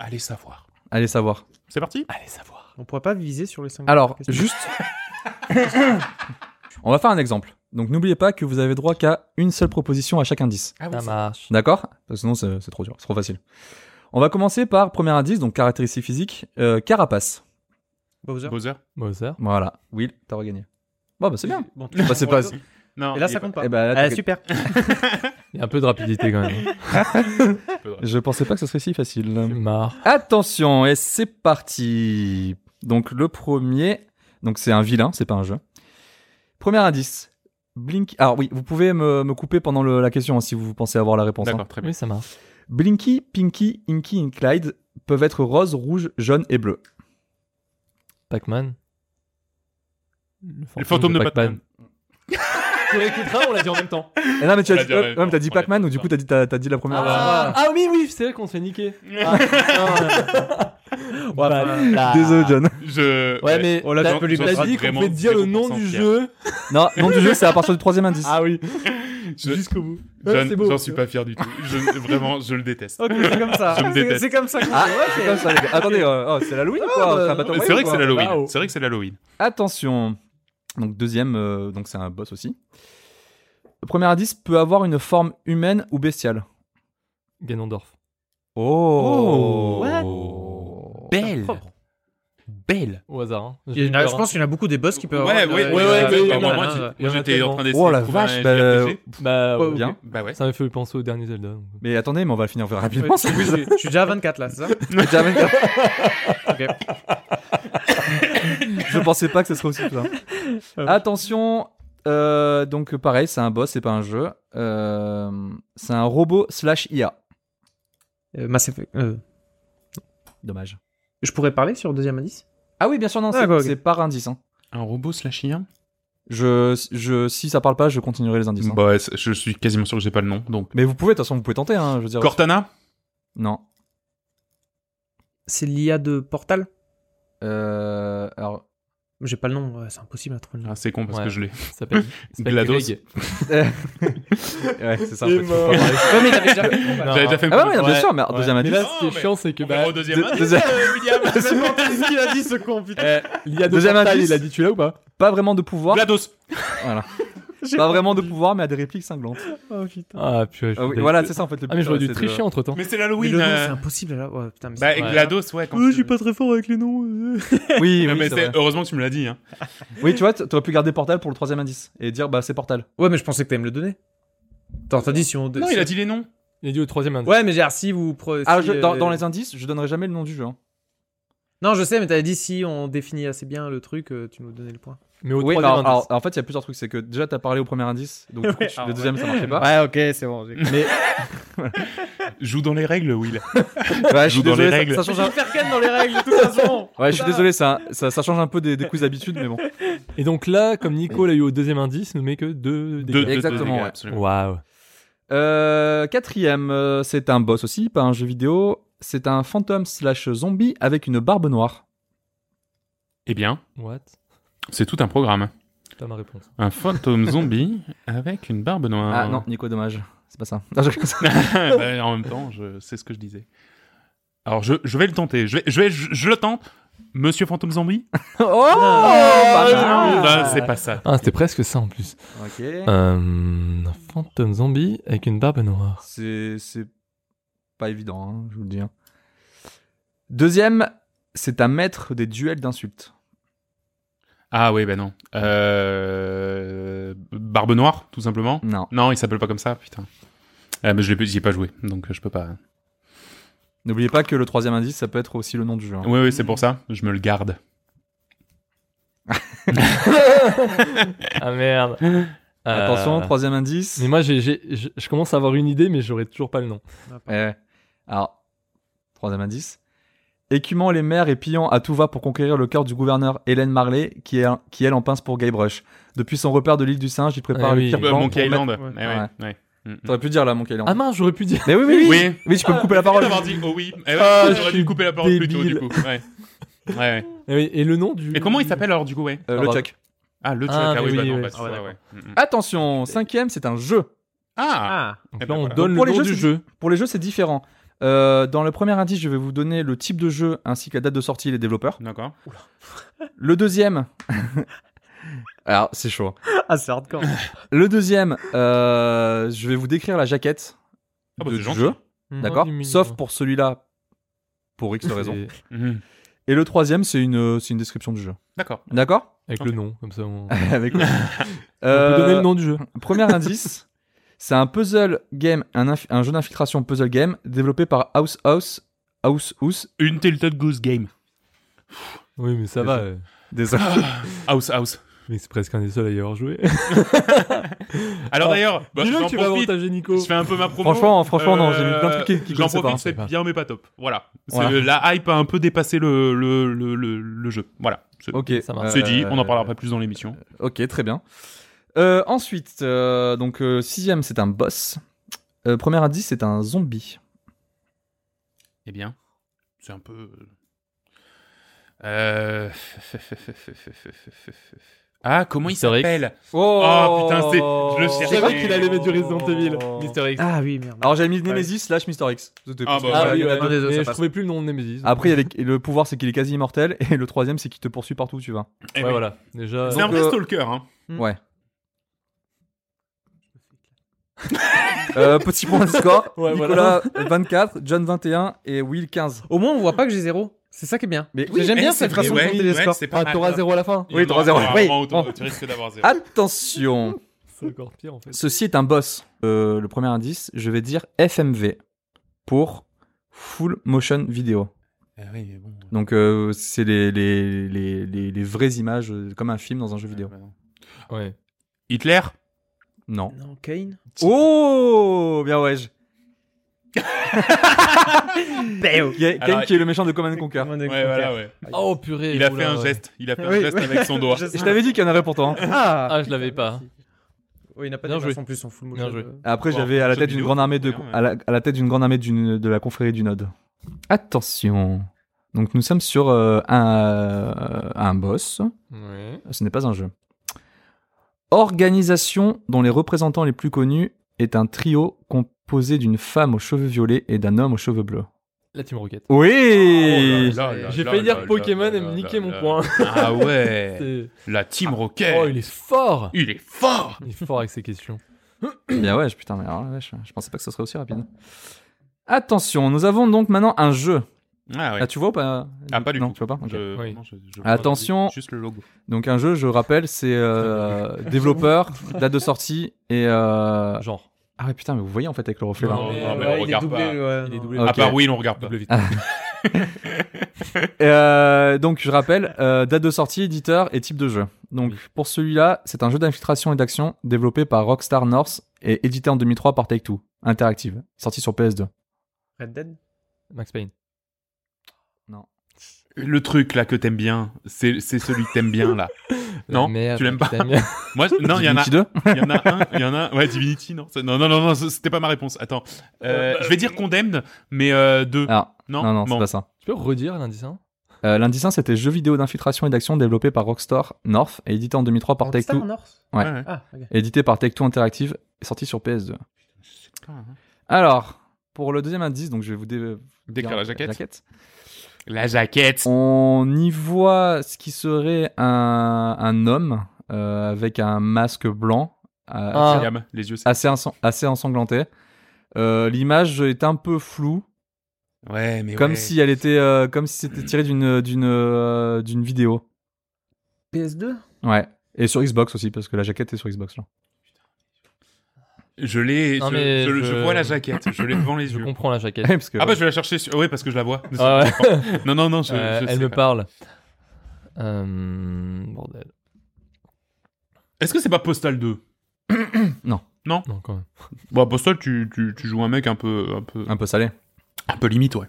S1: Allez savoir.
S3: Allez savoir.
S1: C'est parti
S4: Allez savoir.
S2: On pourrait pas viser sur les 5
S3: Alors, juste. *coughs* on va faire un exemple. Donc, n'oubliez pas que vous avez droit qu'à une seule proposition à chaque indice.
S1: Ah
S4: Ça marche.
S3: D'accord Parce que Sinon, c'est c'est trop dur, c'est trop facile. On va commencer par premier indice, donc caractéristiques physiques, euh, carapace.
S2: Bah, Bowser.
S1: Bowser
S4: Bowser.
S3: Voilà. Will, t'as regagné. Bon, bah c'est bien.
S2: Bon,
S3: Bah, c'est pas.
S1: Non.
S2: Et là,
S1: il
S2: ça
S1: est
S2: compte pas.
S3: Eh ben, là,
S2: Ah,
S3: t'as-
S2: super.
S4: Il y a un peu de rapidité quand *laughs* même.
S1: pas- peu drôle.
S3: Je pensais pas que ce serait si facile.
S4: Marre.
S3: Attention, et c'est parti. Donc le premier, donc c'est un vilain, c'est pas un jeu. Premier indice. Blink. Alors oui, vous pouvez me, me couper pendant le- la question hein, si vous pensez avoir la réponse. hein.
S1: D'accord, très bien.
S4: Oui, ça marche.
S3: Blinky, Pinky, Inky et Clyde peuvent être rose, rouge, jaune et bleu.
S4: Pac-Man. Le
S1: Le fantôme de Pac-Man.
S4: Tu réécouteras, *laughs* on l'a dit en même temps.
S3: Et non, mais tu
S1: On l'a
S3: as dit,
S1: dit en même
S3: ouais, mais t'as
S1: temps,
S3: dit
S1: on l'a
S3: Pac-Man
S1: dit
S3: ou du
S1: en
S3: coup t'as dit, t'as t'as dit la première.
S4: Ah, ah oui, oui, c'est vrai qu'on se fait *laughs* niquer. Ah,
S3: Ah.
S4: Bâtard.
S3: Désolé, John.
S1: Ah. Je. Oh
S4: Ouais, mais
S2: On l'a
S4: t'as-
S2: dit, on peut lui
S4: t'as
S1: passer
S4: dit qu'on
S1: vraiment
S4: pouvait dire le nom
S1: 0%
S4: du
S1: fier.
S4: jeu.
S3: Non, nom du jeu, c'est à partir du troisième indice.
S4: Ah oui,
S1: Je-
S4: *laughs* jusqu'au bout.
S1: John,
S4: c'est beau.
S1: j'en suis pas fier du tout. Je- vraiment, je le déteste.
S2: Ok, c'est
S3: *laughs*
S2: comme ça.
S1: Je me
S2: C'est-
S1: déteste.
S2: C'est comme ça. qu'on-
S3: Ah,
S2: Ouais,
S3: c'est
S2: ok.
S3: comme ça, les gars. Attendez, euh, oh, c'est l'Halloween ou quoi
S2: bah,
S3: C'est un
S2: non.
S3: Battle
S1: C'est
S3: Royale,
S1: vrai que
S3: quoi
S1: c'est l'Halloween.
S4: Waouh.
S1: C'est vrai que c'est l'Halloween.
S3: Attention. Donc deuxième, euh, donc c'est un boss aussi. Le premier indice peut avoir une forme humaine ou bestiale.
S4: *laughs* Ganondorf.
S3: Oh. Ah.
S2: Oh, what
S3: Belle.
S1: belle.
S4: au hasard. hein.
S2: Il y en a-
S4: J'ai
S2: je
S4: peur,
S2: pense qu'il y en a beaucoup des boss qui peuvent avoir. euh,
S4: ouais, ouais, ouais, ouais, ouais, ouais, ouais.
S1: Moi, j'étais en train d'essayer.
S3: Oh
S1: de
S3: la
S1: trouver un
S3: vache, bah,
S1: JRPG.
S4: hein. Bah,
S2: Ouais,
S4: ouais.
S3: bien.
S1: Bah ouais.
S4: Ça m'a fait penser au dernier Zelda. donc.
S3: euh, Mais attendez, mais on va le finir rapidement.
S2: *laughs* Oui, je, suis- je suis déjà à 24 là, c'est ça Ok.
S3: *laughs* Je pensais pas que ce serait aussi plein. Attention, euh, donc pareil, c'est un boss, c'est pas un jeu. Euh, c'est un robot slash IA.
S2: Euh, Mass Effect, euh,
S3: Dommage.
S2: je pourrais parler sur le deuxième indice
S3: Ah oui, bien sûr, non, c'est
S2: Ah, quoi, ok.
S3: c'est par indice. hein.
S1: Un robot slash
S3: Je, je, si ça parle pas, je continuerai les indices. hein.
S1: Bah ouais, c'est- je suis quasiment sûr que j'ai pas le nom. Donc
S3: Mais vous pouvez, de toute façon, vous pouvez tenter. Hein, je veux dire.
S1: Cortana.
S3: Non.
S2: C'est l'IA de Portal
S3: Euh, alors,
S2: J'ai pas le nom, ouais, c'est impossible à trouver le nom.
S1: Ah, c'est con parce
S4: Ouais.
S1: que je l'ai.
S4: Ça s'appelle ça s'appelle
S1: GLaDOS.
S4: Greg.
S3: *laughs* ouais, c'est ça.
S4: Il m'a-
S2: Ouais, mais t'avais
S3: *laughs*
S2: déjà fait le nom, bah. *laughs*
S4: Non.
S1: J'avais déjà fait.
S3: Ah bah ouais, bien
S4: Ouais.
S3: sûr, mais alors,
S4: Ouais.
S3: deuxième
S4: Mais
S3: indice.
S4: là,
S1: Non,
S4: ce qui est
S1: mais-
S4: chiant, c'est que.
S1: On va
S4: Bah,
S1: au deuxième
S3: deux-
S1: indice,
S3: deuxième-
S1: euh, William.
S4: ce qu'il a dit, ce con, putain. L'IA de
S3: Deuxième
S4: Portal,
S3: indice.
S4: il a dit tu l'as ou pas
S3: Pas vraiment de pouvoir.
S1: Bah, Glados.
S3: Eh, Pas vraiment de pouvoir, mais à des répliques cinglantes.
S2: Oh, putain.
S4: Ah, purée. je
S3: Ah oui,
S4: voulais-
S3: voilà, c'est ça en fait le
S4: Ah, mais j'aurais
S3: c'est
S4: dû
S3: de-
S4: tricher entre temps.
S1: Mais c'est
S2: Mais
S1: l'Halloween.
S2: le nom,
S1: euh,
S2: c'est impossible là. Ouais, putain, mais
S1: Bah
S2: c'est-
S1: Glados, ouais. quand
S2: Ouais, je
S1: tu-
S2: suis pas très fort avec les noms. euh.
S3: Oui,
S1: Non,
S3: *laughs* oui,
S1: mais
S3: c'est
S1: c'est-
S3: vrai.
S1: heureusement que tu me l'as dit. hein.
S3: oui, tu vois, t- t'aurais pu garder Portal pour le troisième indice et dire bah c'est Portal.
S2: Ouais, mais je pensais que t'allais me le donner. Attends, t'as dit si on.
S1: Non,
S2: si-
S1: il a dit les noms.
S4: Il a dit au troisième indice.
S2: Ouais, mais genre, si vous. pre-
S3: Ah,
S2: si,
S3: je- dans,
S2: euh,
S3: dans les indices, je donnerai jamais le nom du jeu. hein.
S2: Non, je sais, mais t'avais dit si on définit assez bien le truc, euh, tu nous donnais le point.
S4: Mais au
S3: Oui,
S4: troisième
S3: alors,
S4: indice.
S3: alors, en fait, il y a plusieurs trucs. C'est que déjà, t'as parlé au premier indice, donc du coup,
S2: Ouais,
S3: tu-
S2: alors,
S3: le deuxième, ça marchait pas.
S2: Ouais, ok, c'est bon.
S1: Joue dans les règles, Will.
S3: Ouais, je
S1: Joue
S3: suis
S1: dans les
S3: désolé, ça-
S1: règles.
S3: ça, change. un-
S2: faire calme dans les règles de toute façon.
S3: Ouais, je suis désolé, ça, ça, ça change un peu des, des quiz d'habitude, mais bon.
S4: Et donc là, comme Nico l'a eu au deuxième indice, il nous met que deux
S1: Deux- deux-
S4: dégâts.
S1: deux
S3: Exactement,
S1: dégâts,
S3: ouais.
S1: absolument.
S4: Waouh.
S3: Euh, quatrième, euh, c'est un boss aussi, pas un jeu vidéo. C'est un fantôme slash zombie avec une barbe noire.
S1: Eh bien,
S4: What
S1: c'est tout un programme.
S4: C'est pas ma réponse.
S1: Un fantôme zombie avec une barbe noire.
S3: Ah non, Nico, dommage. C'est pas ça. Non, je-
S1: *laughs*
S3: *laughs*
S1: Bah, en même temps, je sais ce que je disais. Alors, je, je vais le tenter. Je, vais, je, vais, je, je le tente. Monsieur fantôme zombie
S3: oh pas
S1: Ah,
S3: mal.
S1: bah, C'est pas ça.
S4: Ah, c'était presque ça en plus.
S3: bah. Ok.
S4: Euh, un fantôme zombie avec une barbe noire.
S3: C'est c'est pas évident, hein, je vous le dis. hein. Deuxième, c'est un maître des duels d'insultes.
S1: Ah oui, ben non. Euh, Barbe noire, tout simplement.
S3: Non,
S1: Non, il s'appelle pas comme ça, putain. Euh, mais je l'ai- j'y ai pas joué, donc euh, je peux pas.
S3: n'oubliez pas que le troisième indice, ça peut être aussi le nom du jeu. hein.
S1: Oui, oui, c'est pour ça. Je me le garde.
S4: Ah merde.
S3: Attention,
S4: Euh,
S3: troisième indice.
S4: Mais moi, j'ai, j'ai- je je commence à avoir une idée, mais j'aurais toujours pas le nom.
S3: Eh, alors, troisième indice. Écumant les mers et pillant à tout va pour conquérir le cœur du gouverneur Hélène Marley, qui, est, qui elle en pince pour Guybrush. Depuis son repère de l'île du singe, il prépare
S4: Ah
S3: le
S4: oui.
S3: pire
S4: Bah,
S3: plan
S1: Euh, Monkey
S3: pour mettre-
S1: Island.
S2: ouais.
S1: Eh ouais, ouais. Mm, mm.
S3: T'aurais pu dire là, Monkey Island.
S4: Ah mince, j'aurais pu dire.
S3: mais oui, oui, oui.
S1: Oui,
S3: Oui, tu peux me couper la parole.
S1: D'avoir dit oh oui. Eh ouais,
S4: Ah,
S1: j'aurais
S4: je
S1: dû
S4: suis
S1: couper la parole plus tôt, du coup.
S4: débile.
S1: Ouais. Ouais, ouais.
S4: Et, Eh oui, et le nom du.
S1: Et comment il s'appelle alors, du coup, ouais
S3: Euh, le Chuck.
S1: Ah, le truc.
S4: Ah,
S1: Ah,
S4: mais
S1: oui,
S4: oui,
S1: bah non,
S4: oui.
S1: bah, c'est
S2: Ah, ouais,
S1: ça,
S2: d'accord.
S1: ouais. Mm, mm.
S3: Attention, cinquième, c'est un jeu.
S1: Ah
S2: Ah,
S4: Donc
S1: Eh
S4: là,
S1: ben
S4: on
S1: voilà.
S4: donne
S3: Donc, pour
S4: le
S3: les
S4: nom
S3: jeux,
S4: du
S3: c'est-
S4: jeu.
S3: Pour les jeux, c'est différent. Euh, dans le premier indice, je vais vous donner le type de jeu ainsi que la date de sortie et les développeurs.
S1: D'accord.
S3: Le deuxième. *laughs* Alors, c'est chaud. hein.
S2: ah c'est hardcore.
S3: Le deuxième, euh, je vais vous décrire la jaquette
S1: Ah, bah,
S3: de-
S1: c'est
S3: du
S1: gentil.
S3: jeu. D'accord
S4: Oh, il est
S3: Sauf
S4: mignon.
S3: pour celui-là, pour X raison.
S4: C'est-
S1: Mhm.
S3: Et le troisième, c'est une, euh, c'est une description du jeu.
S1: D'accord.
S3: D'accord *laughs*
S4: Avec
S1: Ok.
S4: le nom, comme ça. On, on
S3: Avec
S4: peut donner
S3: Euh,
S4: le nom du jeu.
S1: *laughs*
S3: Premier indice, c'est un puzzle game, un, inf- un jeu d'infiltration puzzle game développé par House House. House House.
S1: Une Tilted Goose Game.
S4: Oui, mais ça
S3: c'est
S4: va.
S3: ça.
S4: euh,
S3: Désolé.
S1: Ah. House, house.
S4: Mais c'est presque un des seuls à y avoir joué.
S1: Alors
S4: Ah.
S1: d'ailleurs, bah,
S4: *laughs* Dis-le
S1: j'en
S4: que tu vas
S1: profite.
S4: avantager Nico.
S1: Je fais un peu ma promo.
S3: Franchement, franchement, non, j'ai mis plein de trucs qui- qui
S1: Euh, J'en
S3: connaissaient pas,
S1: profite,
S3: hein,
S1: c'est
S4: c'est pas-
S1: bien, mais pas top. Voilà. C'est
S3: Voilà.
S1: le- la hype a un peu dépassé le, le, le, le, le jeu. Voilà. C'est
S3: Ok. euh,
S4: Ça marche.
S1: c'est dit, on en parlera pas plus dans l'émission.
S3: Ok, très bien. Euh, ensuite, euh, donc euh, sixième, c'est un boss. Euh, premier indice, c'est un zombie.
S1: Eh bien, c'est un peu. Euh... Ah, comment il
S4: Historique.
S1: s'appelle Oh, putain, c'est- je le cherchais.
S4: C'est vrai qu'il allait mettre du Resident Evil.
S1: Oh.
S3: Mister-
S4: Mister X.
S2: Ah oui, merde.
S3: Alors j'avais mis Nemesis slash Mister X. C'était
S1: Ah,
S3: possible.
S1: bah,
S4: Ah oui,
S3: il y en a
S4: ouais,
S3: deux.
S2: des deux, ça
S4: mais je
S2: passe.
S4: trouvais plus le nom de Nemesis.
S1: Ah,
S3: Après, il y a les- le pouvoir, c'est qu'il est quasi immortel. Et le troisième, c'est qu'il te poursuit partout où tu vas.
S1: Eh
S4: ouais,
S1: oui.
S4: voilà. Déjà.
S1: C'est un
S3: Donc,
S1: vrai
S3: euh,
S1: stalker, hein.
S3: Ouais. Euh,
S1: *laughs*
S3: petit point de score.
S4: Ouais,
S3: Nicolas 24, John 21 et Will 15.
S2: Au moins, on voit pas que j'ai zéro. C'est ça qui est bien.
S3: Mais
S2: oui, J'aime bien cette façon de
S1: ouais,
S2: compter les
S1: ouais,
S2: scores.
S1: c'est pas
S3: Ah,
S1: mal.
S3: t'auras 0 à la fin.
S1: Il
S2: Oui,
S1: y en aura
S2: 3-0,
S1: un
S2: oui,
S1: moment où
S2: bon.
S1: Tu risques d'avoir
S3: Ah.
S1: 0.
S3: Attention
S4: C'est encore pire en fait.
S3: Ceci est un boss. Euh, le premier indice, je vais dire FMV pour Full Motion Video.
S1: Eh oui, mais bon.
S3: Donc, euh, c'est les, les, les, les, les vraies images, euh, comme un film dans un jeu vidéo.
S4: Ouais.
S1: Hitler
S3: Non.
S2: Non, Kane.
S3: Oh Bien
S1: *laughs*
S3: ouais. je- Ga-
S1: Ben, Alors,
S3: Kane qui est le méchant de Command and Conquer.
S1: Ouais, voilà, ouais.
S4: Oh purée.
S1: Il a
S4: oula,
S1: fait un
S4: ouais.
S1: geste. Il a fait un
S2: Oui,
S1: geste
S2: oui.
S1: avec son *laughs* doigt.
S2: *laughs* Je sais.
S3: Je t'avais dit qu'il y en avait pourtant. hein.
S2: Ah,
S4: Ah, je l'avais pas.
S2: Oui, il n'a pas
S4: Bien
S2: de
S4: joué.
S2: en plus en full
S4: Bien
S2: motion.
S4: joué.
S2: euh.
S3: Après,
S1: Bon,
S3: j'avais à la
S1: jeu
S3: tête d'une
S1: vidéo,
S3: grande armée
S1: c'est
S3: de
S1: bien, ouais.
S3: à la, à la tête d'une grande armée d'une de la confrérie du Node. Attention. Donc nous sommes sur euh, un euh, un boss.
S4: Ouais.
S3: Ce n'est pas un jeu. Organisation dont les représentants les plus connus est un trio composé d'une femme aux cheveux violets et d'un homme aux cheveux bleus.
S4: La Team Rocket.
S3: Oui.
S1: Oh là là
S4: J'ai
S1: là
S4: failli
S1: là
S4: dire
S1: là
S4: Pokémon
S1: là
S4: et me
S1: là
S4: niquer
S1: là
S4: mon
S1: là.
S4: point.
S1: Ah ouais
S4: C'est-
S1: La Team
S4: Oh,
S1: Rocket
S4: il est fort.
S1: Il est fort
S4: Il est fort avec ses questions.
S3: Bien ouais, je- putain, mais alors, la vache, je pensais pas que ce serait aussi rapide. Attention, nous avons donc maintenant un jeu.
S1: Ah ouais.
S3: Ah, tu vois ou pas
S1: Ah, pas du
S3: non,
S1: tout.
S3: tu vois pas Ok.
S1: Je-
S4: Oui.
S1: non, je- je-
S3: Attention.
S1: Juste le logo.
S3: Donc un jeu, je rappelle, c'est
S1: *laughs*
S3: euh, développeur, date de sortie et euh,
S4: Genre.
S3: ah ouais putain mais vous voyez en fait avec le reflet là.
S1: Non,
S4: mais
S1: non, mais
S4: ouais,
S1: on
S2: il est
S1: regarde
S2: doublé.
S1: pas.
S2: ouais,
S4: Il est
S2: non.
S4: doublé.
S1: À
S3: Ok.
S1: part Ah bah oui, on regarde pas.
S4: Double vite.
S3: Ah. Euh, donc je rappelle euh, date de sortie, éditeur et type de jeu. Donc pour celui-là, c'est un jeu d'infiltration et d'action développé par Rockstar North et édité en 2003 par Take Two Interactive, sorti sur PS2.
S2: Red Dead.
S4: Max Payne.
S1: Le truc là que t'aimes bien, c'est c'est celui que t'aimes bien là. *laughs* Non,
S4: La merde,
S1: tu l'aimes pas.
S4: t'aimes bien.
S1: *laughs* Moi, je- non, il y en a,
S3: Divinity 2
S1: il y en a un, il y en a un. Ouais, Divinity, non, c'est- non, non, non, non, c'était pas ma réponse. Attends, Euh, je vais dire Condemned, mais euh, deux.
S3: Ah,
S1: non,
S3: non non,
S1: bon.
S3: c'est pas ça.
S4: tu peux redire l'indice hein 1
S3: Euh, L'indice 1 c'était jeu vidéo d'infiltration et d'action développé par Rockstar North et édité en 2003 par Take
S2: Rockstar
S3: Two,
S2: North.
S3: Ouais.
S1: ouais.
S2: Ah, ok.
S3: édité par Take Two Interactive, et sorti sur PS2.
S1: D'accord.
S3: Alors, pour le deuxième indice, donc je vais vous dé-
S1: Décrire
S3: dire
S1: la jaquette. La jaquette.
S3: On y voit ce qui serait un, un homme euh, avec un masque blanc euh,
S4: Ah.
S3: assez-
S1: Gamme, les yeux. c'est-
S3: assez, ensan- assez ensanglanté. Euh, L'image est un peu floue,
S1: Ouais, mais
S3: comme
S1: ouais.
S3: si elle était, euh, comme si c'était tiré d'une d'une euh, d'une vidéo.
S2: PS2
S3: Ouais. Et sur Xbox aussi, parce que la jaquette est sur Xbox là.
S1: Je l'ai.
S4: Non,
S1: Je,
S4: mais
S1: je- je
S4: je-
S1: vois la jaquette. Je l'ai devant les
S4: Je
S1: yeux.
S4: comprends la jaquette.
S3: *laughs* Parce que-
S1: Ah bah *laughs* je vais la chercher. Sur... Oui, parce que je la vois.
S4: Ah ouais. *laughs*
S1: Non, non, non. Je,
S4: Euh,
S1: je sais
S4: elle me
S1: pas.
S4: parle. Euh, bordel.
S1: Est-ce que c'est pas Postal 2
S4: Non, quand même.
S1: Bah Postal, tu, tu, tu joues un mec un peu un peu
S3: un peu salé.
S1: un peu limite, ouais.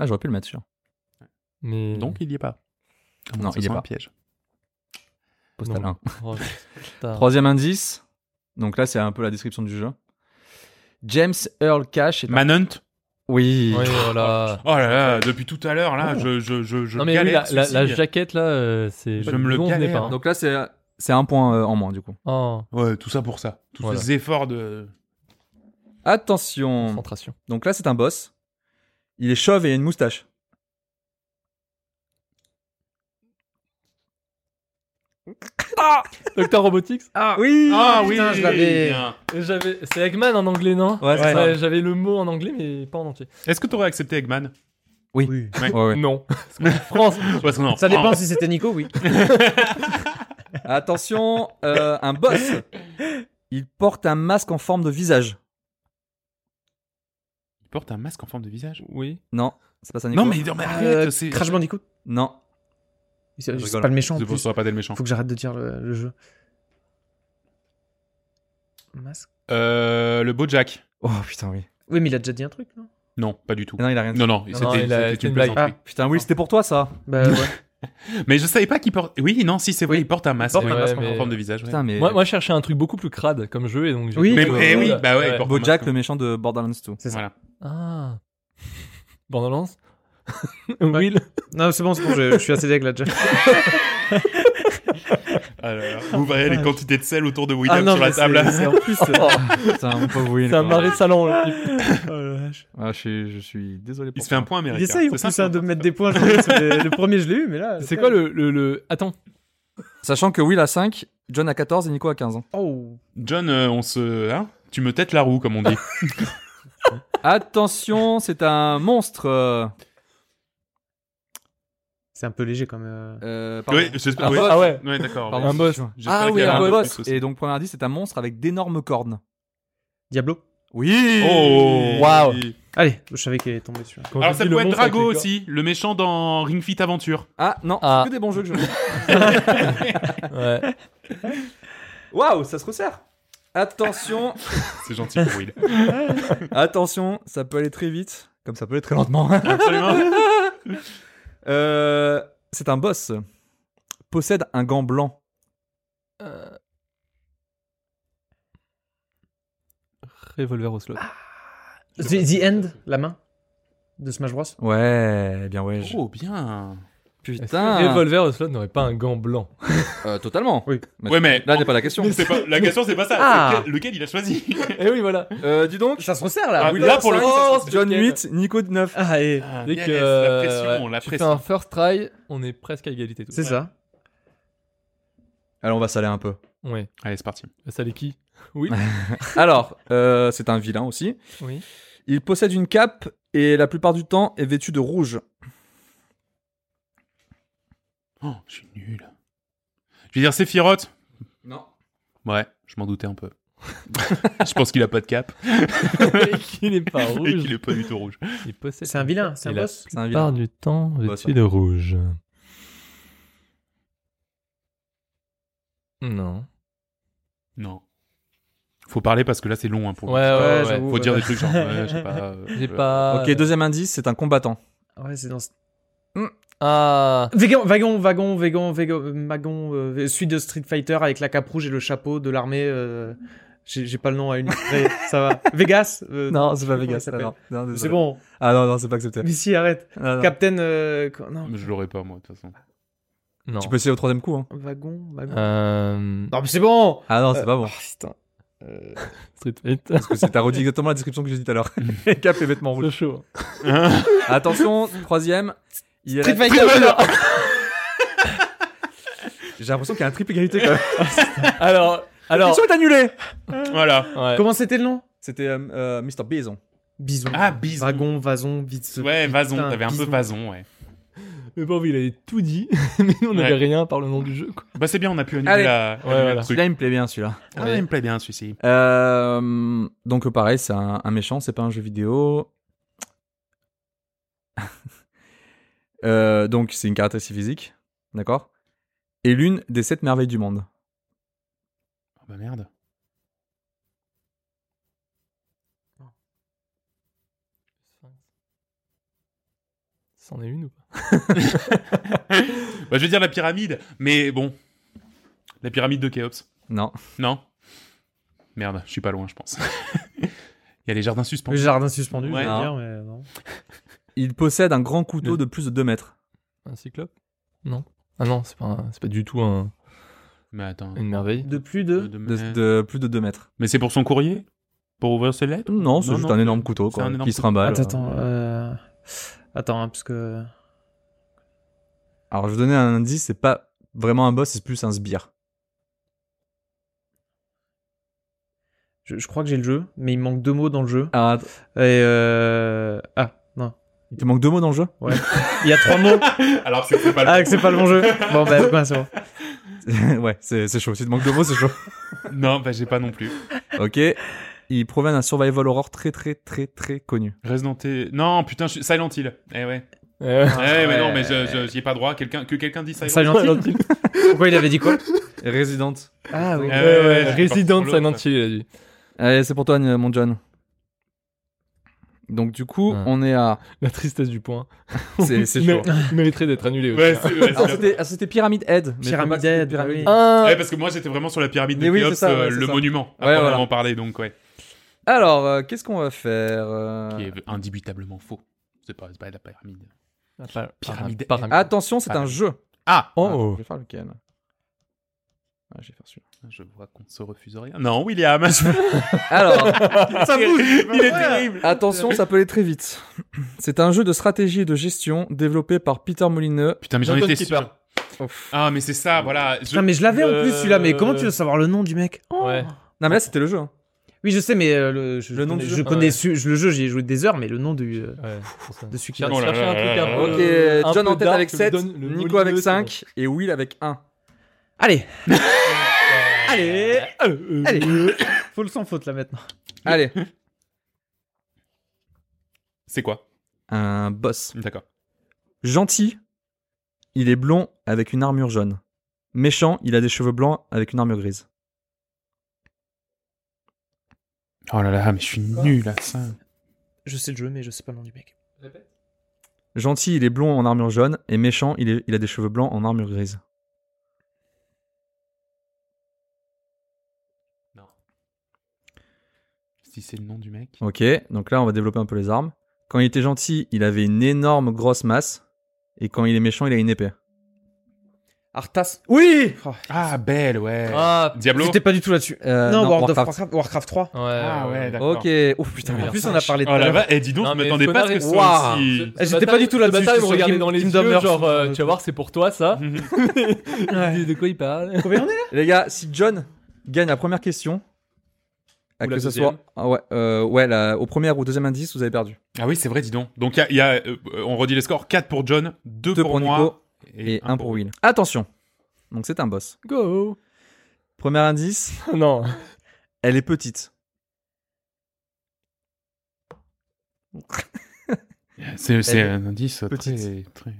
S3: Ah, j'aurais pu le mettre sur.
S4: Mais...
S1: Donc il y est pas.
S3: Non,
S1: Ça
S3: il est
S1: sent un
S3: pas.
S1: piège.
S3: Postal
S4: Non.
S3: 1.
S1: Ah. *laughs*
S4: Oh, putain.
S3: Troisième indice. Donc là, c'est un peu la description du jeu. James Earl Cash est un-
S1: Manhunt.
S3: Oui.
S4: Oui, voilà.
S1: Oh là là, depuis tout à l'heure là, je je je je
S4: Non mais oui,
S1: galère
S4: la,
S1: ce
S4: la-
S1: signe.
S4: la jaquette là, euh, c'est.
S1: Je me le
S4: on venait
S1: galère.
S4: pas, hein.
S3: Donc là, c'est c'est un point euh, en moins du coup.
S4: Oh,
S1: Ouais, tout ça pour ça. Tous
S4: Voilà.
S1: ces efforts de
S3: Attention.
S4: concentration.
S3: Donc là, c'est un boss. Il est chauve et il a une moustache.
S4: Docteur Robotics.
S2: Ah
S3: Oui.
S1: Ah
S2: putain,
S1: oui,
S2: je l'avais.
S1: bien.
S4: J'avais. C'est Eggman en anglais, non
S3: Ouais, c'est
S2: Ouais.
S3: ça.
S4: Ouais, J'avais le mot en anglais, mais pas en entier.
S1: Est-ce que t'aurais accepté Eggman
S2: Oui.
S3: Ouais, ouais.
S4: Non. Parce qu'en France.
S1: Parce qu'on est en
S2: Ça dépend
S1: France.
S2: si c'était Nico, oui.
S3: Attention, euh, un boss. Il porte un masque en forme de visage.
S1: Il porte un masque en forme de visage.
S4: Oui.
S3: Non, c'est pas ça. Nico.
S1: Non mais, non, mais arrête,
S2: Euh,
S1: c'est
S2: Crash Bandicoot.
S3: Non.
S2: C'est
S3: rigole.
S2: c'est pas le méchant en
S1: C'est pour
S2: plus.
S1: ça pas d'être méchant.
S2: Faut que j'arrête de dire le, le jeu. Masque.
S1: Euh, le Bojack.
S3: Oh putain oui. Eh
S2: Oui, mais il a déjà dit un truc, non
S1: Non, pas du tout.
S3: Non, il a rien. dit.
S1: Non non,
S4: Non, non,
S1: c'était
S4: il a-
S1: c'était
S4: c'était
S1: une
S4: une blague.
S1: plaisanterie.
S3: Putain oui, c'était pour toi ça.
S2: Bah ouais.
S1: Mais je savais pas qu'il porte. Oui, non, si c'est vrai,
S2: Oui.
S1: il porte un masque,
S2: porte
S4: un
S1: oui,
S4: masque
S1: en
S4: en
S1: forme de visage. ouais.
S3: Putain mais.
S4: Moi, moi, je cherchais un truc beaucoup plus crade comme jeu et donc. j'ai-
S2: Oui.
S1: Mais,
S4: Euh,
S1: eh oui,
S4: voilà.
S1: bah ouais, il porte un
S3: Bojack,
S1: masque.
S3: le méchant de Borderlands 2.
S2: C'est ça.
S1: Voilà.
S4: Ah.
S1: *laughs*
S4: Bande annonce. Will.
S2: Non, c'est bon, c'est bon, je, je suis assez deg là déjà.
S1: Alors, Ah vous verrez les quantités de sel autour de William
S2: non,
S1: sur la
S2: mais
S1: table.
S2: c'est- c'est en plus.
S3: Oh.
S2: euh,
S3: Putain, on peut vous
S4: C'est un marais de salon. le type.
S3: Ah, je, suis, je suis désolé.
S1: Il
S3: Pour
S1: se fait un point américain.
S2: Il essaye en
S1: C'est
S2: plus
S1: ça, *laughs*
S2: hein, de me mettre des points. je pense, mais le premier, je l'ai eu, mais là.
S4: C'est quoi le, le, le- Attends.
S3: Sachant que Will a 5, John a 14 et Nico a hein. 15 ans.
S2: Oh
S1: John, euh, on se. hein tu me têtes la roue, comme on dit.
S3: Attention, c'est un monstre. euh.
S2: C'est un peu léger comme. euh,
S3: Euh, pardon.
S1: Oui, j'espère.
S3: Ah,
S1: oui.
S3: ah ouais.
S1: Ouais, d'accord.
S3: Pardon.
S1: ouais.
S4: Un boss.
S1: J'espère
S3: Ah
S1: qu'il
S3: oui,
S1: y a
S3: un
S1: peu
S3: boss.
S1: plus aussi.
S3: Et donc, premier indice, c'est un monstre avec d'énormes cornes.
S2: Diablo.
S3: Oui
S1: Oh
S3: Waouh
S2: Allez, je savais qu'il allait tomber dessus.
S4: Quand
S1: Alors
S4: je
S1: ça
S4: dis le
S1: peut être
S4: monstre avec
S1: Drago
S4: les corps-
S1: aussi, le méchant dans Ring Fit Aventure.
S3: Ah non,
S4: Ah.
S3: c'est que des bons jeux que je joue.
S4: *laughs* Ouais.
S3: *laughs* Waouh, ça se resserre *laughs* Attention,
S1: C'est gentil pour Will.
S3: attention, ça peut aller très vite, comme ça peut aller très lentement. hein.
S1: Absolument.
S3: *laughs* Euh, c'est un boss. Possède un gant blanc.
S4: Revolver au slot.
S2: The, The End, la main de Smash Bros.
S3: Ouais, bien ouais. je-
S1: Oh bien.
S4: Est-ce que
S3: Putain,
S4: Revolver au slot n'aurait pas un gant blanc.
S3: euh, totalement.
S2: Oui.
S1: Ouais mais
S3: Là n'est pas la question.
S1: c'est pas- la question c'est pas ça.
S2: Ah.
S1: c'est quel- lequel il a choisi
S4: *laughs* Eh oui, voilà.
S3: Euh, dis donc.
S2: Ça se resserre
S1: Ah,
S2: là.
S1: oui, là, pour le coup, ça
S3: Oh,
S1: se-
S3: John
S4: lequel
S3: 8, Nico 9.
S2: Ah, et-
S4: Dès
S1: Yes,
S4: que
S1: la
S4: euh,
S1: pression,
S4: ouais,
S1: la
S4: tu fais
S1: pression.
S4: un first try, on est presque à égalité. tous.
S2: c'est ça.
S3: Alors on va saler un peu.
S4: Ouais.
S1: Allez c'est parti.
S4: Ça l'est *laughs* qui Oui.
S3: Alors, euh, c'est un vilain aussi.
S4: oui.
S3: Il possède une cape et la plupart du temps est vêtu de rouge.
S1: Oh je suis nul. Je vais dire Sephiroth.
S3: Non.
S1: Ouais, je m'en doutais un peu. *laughs* je pense qu'il a pas de cap
S4: *laughs* Et qu'il est pas
S1: et
S4: rouge.
S1: qu'il est pas du tout rouge.
S4: Il possède.
S2: C'est un vilain, c'est un
S4: Et la
S2: boss.
S3: C'est un vilain.
S4: plupart du temps
S3: Boss, ouais.
S4: vêtu de rouge. Non.
S1: Non. Faut parler parce que là c'est long hein, pour.
S4: Ouais, ouais, ouais.
S2: j'avoue.
S1: Faut dire des trucs genre. Ouais,
S4: *laughs*
S1: je sais pas. euh,
S4: J'ai
S1: euh,
S4: pas.
S3: Ok, deuxième indice, c'est un combattant.
S2: Ouais, c'est dans. ce-
S4: Ah.
S2: Végan, wagon, wagon, végan, végan, euh, magon, euh, vé- celui de Street Fighter avec la cape rouge et le chapeau de l'armée. euh, J'ai j'ai pas le nom à une. Ouais, ça va. Vegas. euh,
S3: Non, c'est pas
S2: Comment il
S3: Vegas.
S2: s'appelle
S3: non, non, désolé.
S2: C'est bon.
S3: Ah non, non, c'est pas accepté.
S2: Mais si, arrête.
S3: Non, non.
S2: Captain. euh, quand- non.
S1: Je l'aurais pas moi de toute façon.
S4: Non.
S3: Tu peux essayer au troisième coup. Hein.
S2: Wagon, wagon.
S4: Euh...
S2: Non, mais c'est bon.
S3: Ah non, c'est
S2: Euh,
S3: pas bon.
S2: oh, putain. Euh,
S4: Street Fighter.
S3: Parce que c'est- t'as redit exactement la description que j'ai dit tout à l'heure. *laughs* Cap et vêtements rouges.
S4: C'est chaud.
S3: *laughs* Attention, troisième. Il y a
S2: Street
S3: la-
S2: Fighter. *laughs*
S3: J'ai l'impression qu'il y a un triple *laughs* égalité quand même.
S4: Alors,
S3: La
S4: alors.
S3: question est annulée.
S1: Voilà.
S4: Ouais.
S2: Comment c'était le nom
S3: C'était euh, euh, Mr. Bison.
S2: Bison.
S1: Ah, bison.
S2: Wagon, vason, vite.
S1: Ouais, Vason,
S2: Putain,
S1: t'avais un peu
S2: bison.
S1: Vason, ouais.
S4: Le pauvre, il avait tout dit, *laughs* mais nous, on n'avait
S1: Ouais.
S4: rien par le nom du jeu. Quoi.
S1: Bah c'est bien, on a pu
S3: Allez.
S1: annuler la...
S4: Ouais,
S1: annuler
S4: voilà.
S1: le truc.
S3: Celui-là, il me plaît bien, celui-là.
S1: Ah,
S4: Ouais.
S1: il me plaît bien celui-ci.
S3: Euh, donc pareil, c'est un, un méchant, c'est pas un jeu vidéo. *laughs* Euh, donc c'est une caractéristique physique, d'accord Et l'une des sept merveilles du monde.
S1: Ah bah merde.
S4: C'en est une ou pas
S1: Bah je vais dire la pyramide, mais bon. La pyramide de Khéops.
S3: Non.
S1: Non Merde, je suis pas loin, je pense. *laughs* Il y a les jardins
S2: Le
S1: suspendus.
S2: jardin suspendu,
S1: Ouais.
S2: j'allais
S3: Non.
S2: dire, mais non.
S3: Il possède un grand couteau
S4: Le-
S3: de plus de 2 mètres.
S4: Un cyclope Non. Ah non, c'est pas, un- c'est pas du tout un-
S1: Mais attends.
S4: une merveille.
S2: De plus
S1: De- de-
S2: de.
S3: De, de plus de 2 mètres.
S1: Mais c'est pour son courrier Pour ouvrir ses lettres
S3: Non, c'est
S1: Non,
S3: juste
S1: non,
S3: un énorme couteau
S1: c'est
S3: quoi,
S1: un énorme
S3: qui se
S1: couteau.
S3: remballe.
S2: Attends, attends. euh, Attends, hein, parce que.
S3: Alors je vais vous donner un indice, c'est pas vraiment un boss, c'est plus un sbire.
S2: Je, je crois que j'ai le jeu, mais il me manque deux mots dans le jeu.
S3: Ah,
S2: Et euh... Ah, non.
S3: il te manque deux mots dans le jeu *laughs*
S2: Il y a trois mots.
S1: *laughs* Alors que c'est pas le
S2: Ah, que c'est pas le bon jeu. Bon, bah, ben, c'est bon.
S3: Ouais, c'est c'est chaud. S'il te manque deux
S1: *laughs*
S3: mots, c'est chaud.
S1: Non, bah j'ai pas non plus.
S3: ok. Il provient d'un survival horror très très très très connu.
S1: Resident Evil... Non, putain, je suis... Silent Hill. Eh ouais.
S4: Euh,
S1: Eh
S3: Ah,
S1: ouais, mais non, mais je- je- j'y ai pas droit. Quelqu'un... Que quelqu'un dise Silent,
S2: Silent Hill Pourquoi il avait dit quoi
S3: Resident.
S2: Ah, oui.
S1: Eh
S4: Euh,
S1: ouais, ouais, je suis parti
S4: Resident
S1: pour l'autre,
S4: Silent
S1: ouais.
S4: Hill, il a dit.
S3: Allez, c'est pour toi, mon John. Donc du coup,
S4: Ouais.
S3: on
S4: *laughs*
S3: est à.
S4: La tristesse du point.
S3: C'est- c'est
S4: Il
S3: chaud.
S4: mé- Il mériterait d'être
S1: *laughs*
S4: annulé aussi.
S1: Ouais, c'est- ouais, c'est
S3: Alors
S1: la-
S3: c'était, ah, c'était Pyramid Head. mais
S2: Pyramid
S3: faut pas que c'était Ah.
S2: Head, bah
S3: Pyramid
S2: oui.
S3: Head.
S4: Un...
S1: Ouais, parce que moi j'étais vraiment sur la pyramide de
S3: Mais oui,
S1: Khéops,
S3: c'est ça, ouais,
S1: euh,
S3: c'est
S1: le
S3: ça.
S1: monument, à
S3: Ouais,
S1: proprement
S3: voilà.
S1: parler, donc ouais.
S3: Alors, euh, qu'est-ce qu'on va faire euh,
S1: Qui est indubitablement faux. C'est pas, c'est pas la pyramide.
S3: Ah,
S4: Enfin,
S1: Pyramide.
S4: par- par-
S3: Attention, c'est un
S1: Ah.
S3: jeu.
S1: Ah
S3: Attends,
S4: Oh,
S3: je vais faire lequel Ah, je vais faire celui-là.
S1: Je vois qu'on se refuse rien. Non, William *laughs*
S3: *laughs*
S1: Ça
S3: Alors,
S4: *laughs*
S1: Il est terrible
S3: attention, ça peut aller très vite. C'est un jeu de stratégie et de gestion développé par Peter Molineux.
S1: Putain, mais j'en
S4: Dungeon
S1: étais sûr.
S4: Keeper.
S1: Ah, mais c'est ça, voilà. Je-
S2: Putain, mais je l'avais en
S4: Euh,
S2: plus celui-là, mais comment tu veux savoir le nom du mec Oh.
S4: Ouais.
S3: Non, mais là, c'était le jeu. hein.
S2: Oui, je sais, mais euh, le, je,
S3: Le nom du
S2: je connais-
S3: jeu.
S2: je connais
S4: Ouais.
S2: su- je- le jeu, j'y ai joué des heures, mais le nom du, euh,
S4: Ouais, c'est ça.
S2: de celui qui
S4: Cher-
S1: Oh là
S4: chercher
S1: là
S4: un truc
S1: là
S4: un
S1: là
S4: peu-
S1: là.
S3: Ok,
S4: Euh, un peu
S3: John en tête
S4: dark,
S3: avec
S4: le
S3: 7,
S4: donne- le
S3: Nico
S4: Molino,
S3: avec
S4: c'est
S3: 5 et Will avec 1.
S2: Allez,
S4: bon.
S2: allez,
S4: Euh,
S2: allez. *coughs* Faut le sans faute là maintenant.
S3: Allez.
S1: C'est quoi
S3: Un boss.
S1: D'accord.
S3: Gentil, il est blond avec une armure jaune. Méchant, il a des cheveux blancs avec une armure grise.
S1: Oh là là, mais je suis nul à ça.
S2: Je sais le jeu, mais je sais pas le nom du mec.
S3: Gentil, il est blond en armure jaune et méchant, il, est- il a des cheveux blancs en armure grise.
S1: Si c'est le nom du mec.
S3: Ok, donc là on va développer un peu les armes. Quand il était gentil, il avait une énorme grosse masse. Et quand il est méchant, il a une épée.
S2: Arthas. Oui.
S1: Ah, Belle, ouais.
S4: Ah,
S1: Diablo
S2: J'étais pas du tout là-dessus.
S3: Euh,
S2: non, World of
S3: Warcraft.
S2: Warcraft, Warcraft 3.
S4: ouais,
S1: Ah ouais, d'accord.
S3: Ok, ouf putain,
S4: Ah,
S2: En
S3: merde.
S2: plus, on a parlé de
S1: Oh là là, eh, dis donc,
S4: Non,
S1: je
S4: mais
S1: m'attendais
S4: faut
S1: pas à ce que
S4: arrêter.
S1: ce
S2: Waouh.
S1: soit
S4: Ce-
S1: aussi...
S4: ce
S2: J'étais pas
S4: bataille-
S2: du tout là-dessus,
S4: ce bataille,
S2: je
S4: vous
S2: suis sur
S4: regardez
S2: Kim-
S4: dans les
S2: Kingdom
S4: yeux,
S2: Hearts.
S4: genre, euh, tu vas voir, c'est pour toi ça.
S2: Ouais.
S4: De quoi il parle
S2: Combien on est là
S3: Les gars, si John gagne la première question,
S4: Ou la
S3: que ce
S4: deuxième.
S3: soit ah ouais, euh, ouais, la- au premier ou deuxième indice, vous avez perdu.
S1: *laughs* Ah oui, c'est vrai, dis donc. Donc, il y a, il y a, euh, on redit les scores 4 pour John, 2
S3: Deux
S1: pour,
S3: pour
S1: moi
S3: Nico et un pour Will. Attention, donc c'est un boss.
S4: Go
S3: Premier indice,
S4: *laughs* Non.
S3: elle est petite.
S1: C'est c'est
S3: Elle est
S1: un indice très.
S3: petite.
S1: très...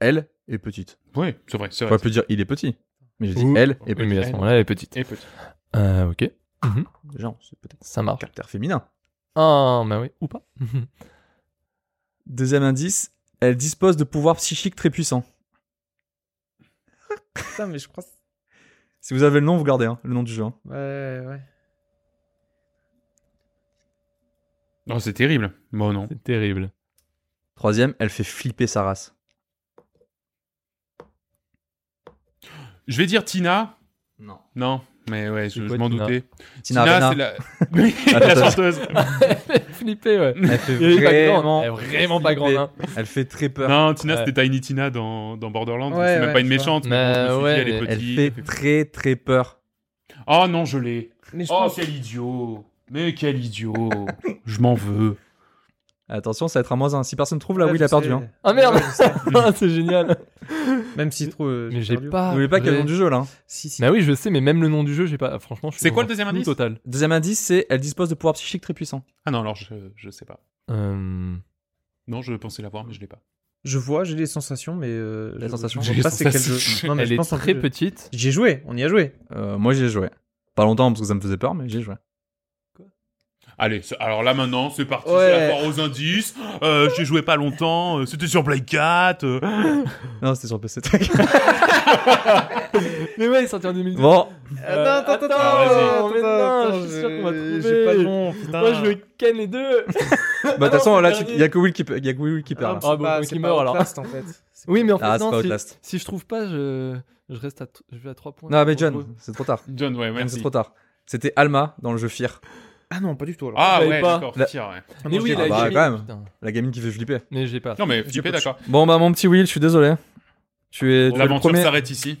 S3: Elle est petite.
S1: Oui, c'est vrai, c'est
S3: On
S1: vrai.
S3: peut dire il est petit, mais j'ai dit
S4: Ouh.
S3: elle est
S1: Oui,
S3: petite.
S4: mais à ce moment-là, elle est petite.
S1: Et petit.
S4: Euh, ok.
S3: Genre, c'est peut-être
S4: Ça marche.
S3: caractère féminin.
S4: Ah, bah oui, ou pas.
S3: Deuxième indice, elle dispose de pouvoirs psychiques très puissants.
S2: Putain, mais je crois.
S3: Si vous avez le nom, vous gardez hein, le nom du jeu. hein.
S2: Ouais, ouais.
S1: Non, c'est terrible. Bon, non.
S4: C'est terrible.
S3: Troisième, elle fait flipper sa race.
S1: Je vais dire Tina.
S3: Non.
S1: Non, mais ouais, je,
S4: C'est
S1: je
S4: quoi,
S1: m'en
S4: Tina
S1: doutais.
S3: Tina, Arena,
S1: c'est la... Oui, *laughs* la
S3: Attends.
S1: chanteuse.
S4: Flipper, ouais.
S3: elle
S4: *laughs*
S3: fait
S4: Elle est pas hein. grande.
S3: vraiment,
S4: Elle est vraiment pas grande.
S3: flipper.
S4: Hein.
S3: elle fait très peur.
S1: Non, Tina,
S4: Ouais.
S1: c'était Tiny Tina dans, dans Borderlands. hein,
S2: Ouais,
S1: c'est même
S2: ouais,
S1: pas une
S2: je vois.
S1: méchante, mais, bon, je
S4: Mais
S1: me suis dit,
S4: ouais,
S1: elle est
S4: mais
S3: Bah Elle
S1: petite.
S3: fait très très peur.
S1: Oh non, je l'ai.
S2: Mais je
S1: Oh,
S2: pense.
S1: quel idiot. Mais quel idiot. je m'en veux.
S3: Attention, ça va être un moins 1. Si personne trouve, là,
S2: Ouais,
S3: oui, il
S2: je
S3: a perdu.
S2: sais.
S3: Hein.
S4: Ah merde
S2: Ouais, je sais.
S4: Ah, *laughs* C'est génial.
S2: Même s'il trouve. euh,
S4: Mais j'ai
S2: perdu.
S4: pas.
S3: N'oubliez pas qu'il y a le nom du jeu, là. hein.
S2: Si, si.
S4: Bah oui, je sais, mais même le nom du jeu, j'ai pas. Franchement, je suis.
S1: C'est quoi
S4: dans
S1: le deuxième
S4: un flou
S1: indice
S4: Total.
S3: Deuxième indice, c'est elle dispose de pouvoirs psychiques très puissants.
S1: Ah non, alors je, je sais pas.
S4: Euh,
S1: Non, je pensais l'avoir, mais je l'ai pas.
S2: Je vois, j'ai des sensations, mais. euh,
S3: Les
S2: je-
S3: sensations.
S2: Je
S1: J'ai
S2: sais pas
S1: les
S2: c'est quel
S1: sensations.
S2: jeu. Non, mais
S4: Elle
S2: je
S4: est
S2: pense en
S4: très
S2: fait, je-
S4: petite.
S2: J'y ai joué, on y a joué.
S3: Euh, moi, j'y ai joué. Pas longtemps parce que ça me faisait peur, mais j'y ai joué.
S1: Allez, c'est- alors là maintenant, c'est parti,
S2: Ouais.
S1: c'est la foire aux indices. Euh, J'ai joué pas longtemps, euh, c'était sur Play 4. euh.
S3: Non, c'était
S4: *laughs*
S3: sur PC.
S4: Mais ouais, il est sorti en 2010.
S3: *laughs* bon,
S2: attends, attends,
S4: attends,
S2: attends,
S4: mais
S2: attends,
S4: non, je suis sûr qu'on va
S2: je-
S4: trouver.
S2: J'ai pas le nom, putain.
S4: Moi, je ken les deux.
S3: bah, de toute façon, là, il y a que Will qui, pe- y a que Will qui perd.
S2: Ah,
S3: là.
S4: Ah, bon,
S2: pas-
S4: donc
S2: c'est
S4: il
S2: pas
S4: meurt, alors.
S2: Outlast, en fait.
S4: *laughs*
S2: C'est-
S4: Oui, mais en fait,
S3: Ah, c'est
S4: non,
S3: pas
S4: si,
S3: Outlast.
S4: si je trouve pas, je, je reste à, t- je vais à 3 points.
S3: Non, mais
S4: Je retrouve.
S3: John, c'est trop tard.
S1: John, ouais,
S3: John, C'est
S1: merci.
S3: trop tard. C'était Alma dans le jeu Fear.
S2: Ah non, pas du tout alors.
S1: Ah
S4: J'avais
S1: ouais,
S4: pas.
S1: d'accord,
S3: La-
S1: fier, ouais.
S2: Ah,
S4: Mais
S2: moi,
S4: oui,
S2: je
S4: il
S2: l'ai
S4: a
S3: Ah bah,
S4: dit-
S3: quand même.
S4: Putain.
S3: La gamine qui fait flipper.
S4: Mais j'ai pas.
S1: Non mais flippé, d'accord.
S3: Bon, bah, mon petit Will, je suis désolé. Tu es, tu es le
S1: L'aventure
S3: premier.
S1: s'arrête ici.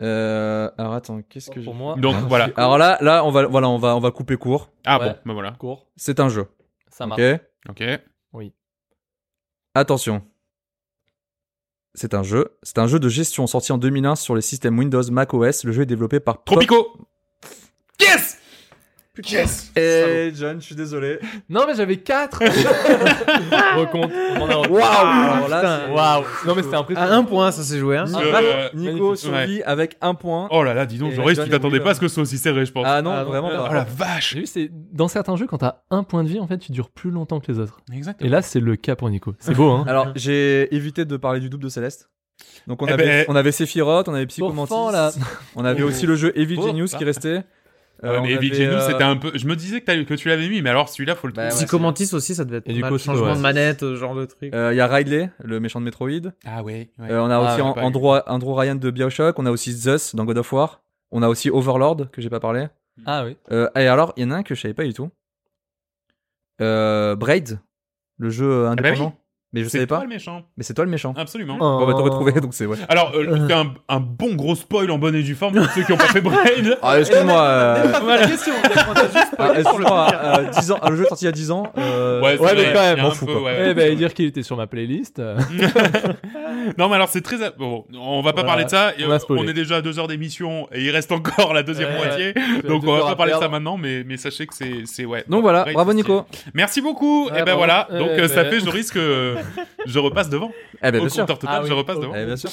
S3: Euh, alors, attends, qu'est-ce que j'ai
S4: Pour moi,
S1: Donc
S3: Ah,
S1: voilà.
S3: Alors là, là, on va, voilà, on va, on va couper court.
S1: Ah
S4: Ouais.
S1: bon, bah voilà.
S4: court,
S3: C'est un jeu.
S4: ça marche.
S3: Ok.
S1: Ok.
S3: Attention. C'est un jeu. C'est un jeu de gestion sorti en 2001 sur les systèmes Windows, Mac OS. Le jeu est développé par Pop-
S1: Tropico. Yes. Yes.
S3: Eh, John, je suis désolé.
S4: Non, mais j'avais 4 *laughs* Recompte. On en a recompte.
S3: Alors là,
S2: Putain.
S3: c'est-
S4: Waouh Non, mais c'était
S2: À
S4: impressionnant.
S2: un point, ça s'est joué. Hein.
S3: Nico,
S1: Euh,
S4: Ah, bravo.
S3: Nico
S4: Magnifique.
S3: survit avec un point.
S1: Oh là là, dis donc,
S3: Et
S1: Joris,
S3: John
S1: tu
S3: et
S1: t'attendais
S3: Will,
S1: pas à ce que ce soit aussi serré, je pense.
S3: Ah non,
S2: Ah non,
S3: vraiment
S4: euh,
S1: Oh
S3: pas.
S1: la vache.
S4: J'ai vu, c'est dans certains jeux, quand t'as un point de vie, en fait, tu dures plus longtemps que les autres.
S1: Exactement.
S4: Et là, c'est le cas pour Nico. C'est beau, hein
S3: Alors, j'ai évité de parler du double de Céleste. Donc on
S1: Eh
S3: avait,
S1: ben-
S3: on avait Sephiroth, on avait
S4: Pour
S3: Psychomantis,
S4: fan, là.
S3: on avait
S1: Oh.
S3: aussi le jeu Evil
S1: Oh,
S3: Genius
S1: ça.
S3: qui restait.
S1: Ah ouais,
S3: Euh,
S1: mais
S3: on
S1: Evic
S3: avait,
S1: Genius,
S3: euh,
S1: c'était un peu. Je me disais que, t'as- que tu l'avais mis, mais alors celui-là, faut le
S3: Bah
S1: trouver.
S3: ouais.
S2: Psychomantis aussi, ça devait être
S4: Et
S2: du
S4: du
S2: mal.
S4: coup,
S2: changement
S4: ouais,
S2: de
S4: c'est-
S2: manette, ce genre de truc.
S3: euh, Il y a Ridley, le méchant de Metroid.
S1: Ah ouais. ouais.
S3: Euh, on a
S4: Ah,
S3: aussi
S4: j'ai
S3: An-
S1: pas eu.
S3: Andrew, Andrew Ryan de Bioshock, on a aussi Zeus dans God of War, on a aussi Overlord que j'ai pas parlé.
S4: Ah oui.
S3: Euh, et alors, il y en a un que je savais pas du tout. Euh, Braid, le jeu
S1: Ah bah oui.
S3: indépendant. Mais je
S1: C'est
S3: savais
S1: toi
S3: pas.
S1: le méchant.
S3: Mais c'est toi le méchant.
S1: Absolument.
S4: Oh.
S3: Bon, bah t'aurais trouvé, donc c'est ouais.
S1: Alors, euh,
S4: Euh.
S1: c'est un, un bon gros spoil en bonne et due forme pour ceux qui n'ont pas fait
S4: *laughs*
S1: Braid.
S3: Ah, excuse-moi. euh,
S2: la question. on a juste
S3: ah,
S2: parlé pour le-
S3: excuse-moi, euh, 10 ans, ah, le jeu est sorti il y a 10 ans. euh,
S1: c'est
S4: ouais, mais
S1: vrai,
S4: quand même,
S1: il y a
S3: on
S1: un
S3: fout,
S1: peu,
S3: quoi.
S1: ouais, ouais.
S4: Eh ben, dire qu'il était sur ma
S3: *laughs*
S4: playlist. euh,
S1: non, mais alors c'est très. Bon, on va pas
S4: Voilà,
S1: parler de ça. et,
S4: on va
S1: euh,
S4: spoiler.
S1: on, est déjà à deux heures d'émission et il reste encore la deuxième
S4: Ouais,
S1: moitié.
S4: deux
S1: Donc on va
S4: heures
S1: pas
S4: à
S1: parler de ça
S4: perdre.
S1: maintenant, mais, mais sachez que c'est c'est- ouais.
S3: Donc voilà,
S1: Braid,
S3: bravo
S1: c'est-
S3: Nico.
S1: Merci beaucoup.
S4: Ouais,
S1: et ben
S4: bravo.
S1: voilà.
S4: Ah Ouais,
S1: Donc euh, ça
S4: ben-
S1: fait, je risque, euh, je repasse devant.
S3: Eh ben
S1: Au
S3: bien sûr.
S1: compteur total,
S4: Ah oui.
S1: je repasse devant.
S3: Eh bien sûr.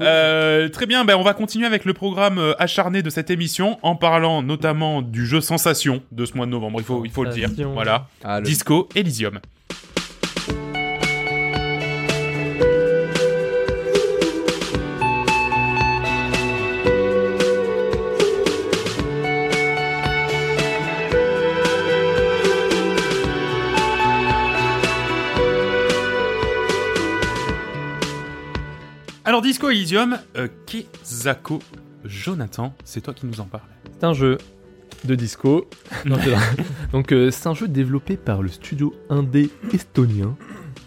S1: Euh, très bien, ben on va continuer avec le programme euh, acharné de cette émission en parlant notamment du jeu Sensation de ce mois de novembre, il faut, il faut le dire.
S4: Sensation.
S1: Voilà,
S3: Ah, le-
S1: Disco Elysium. Alors Disco Elysium, euh, Kezako Jonathan, c'est toi qui nous en parles.
S4: C'est un jeu de
S3: *laughs*
S4: disco. Non, c'est vrai. Donc euh, c'est un jeu développé par le studio indé estonien.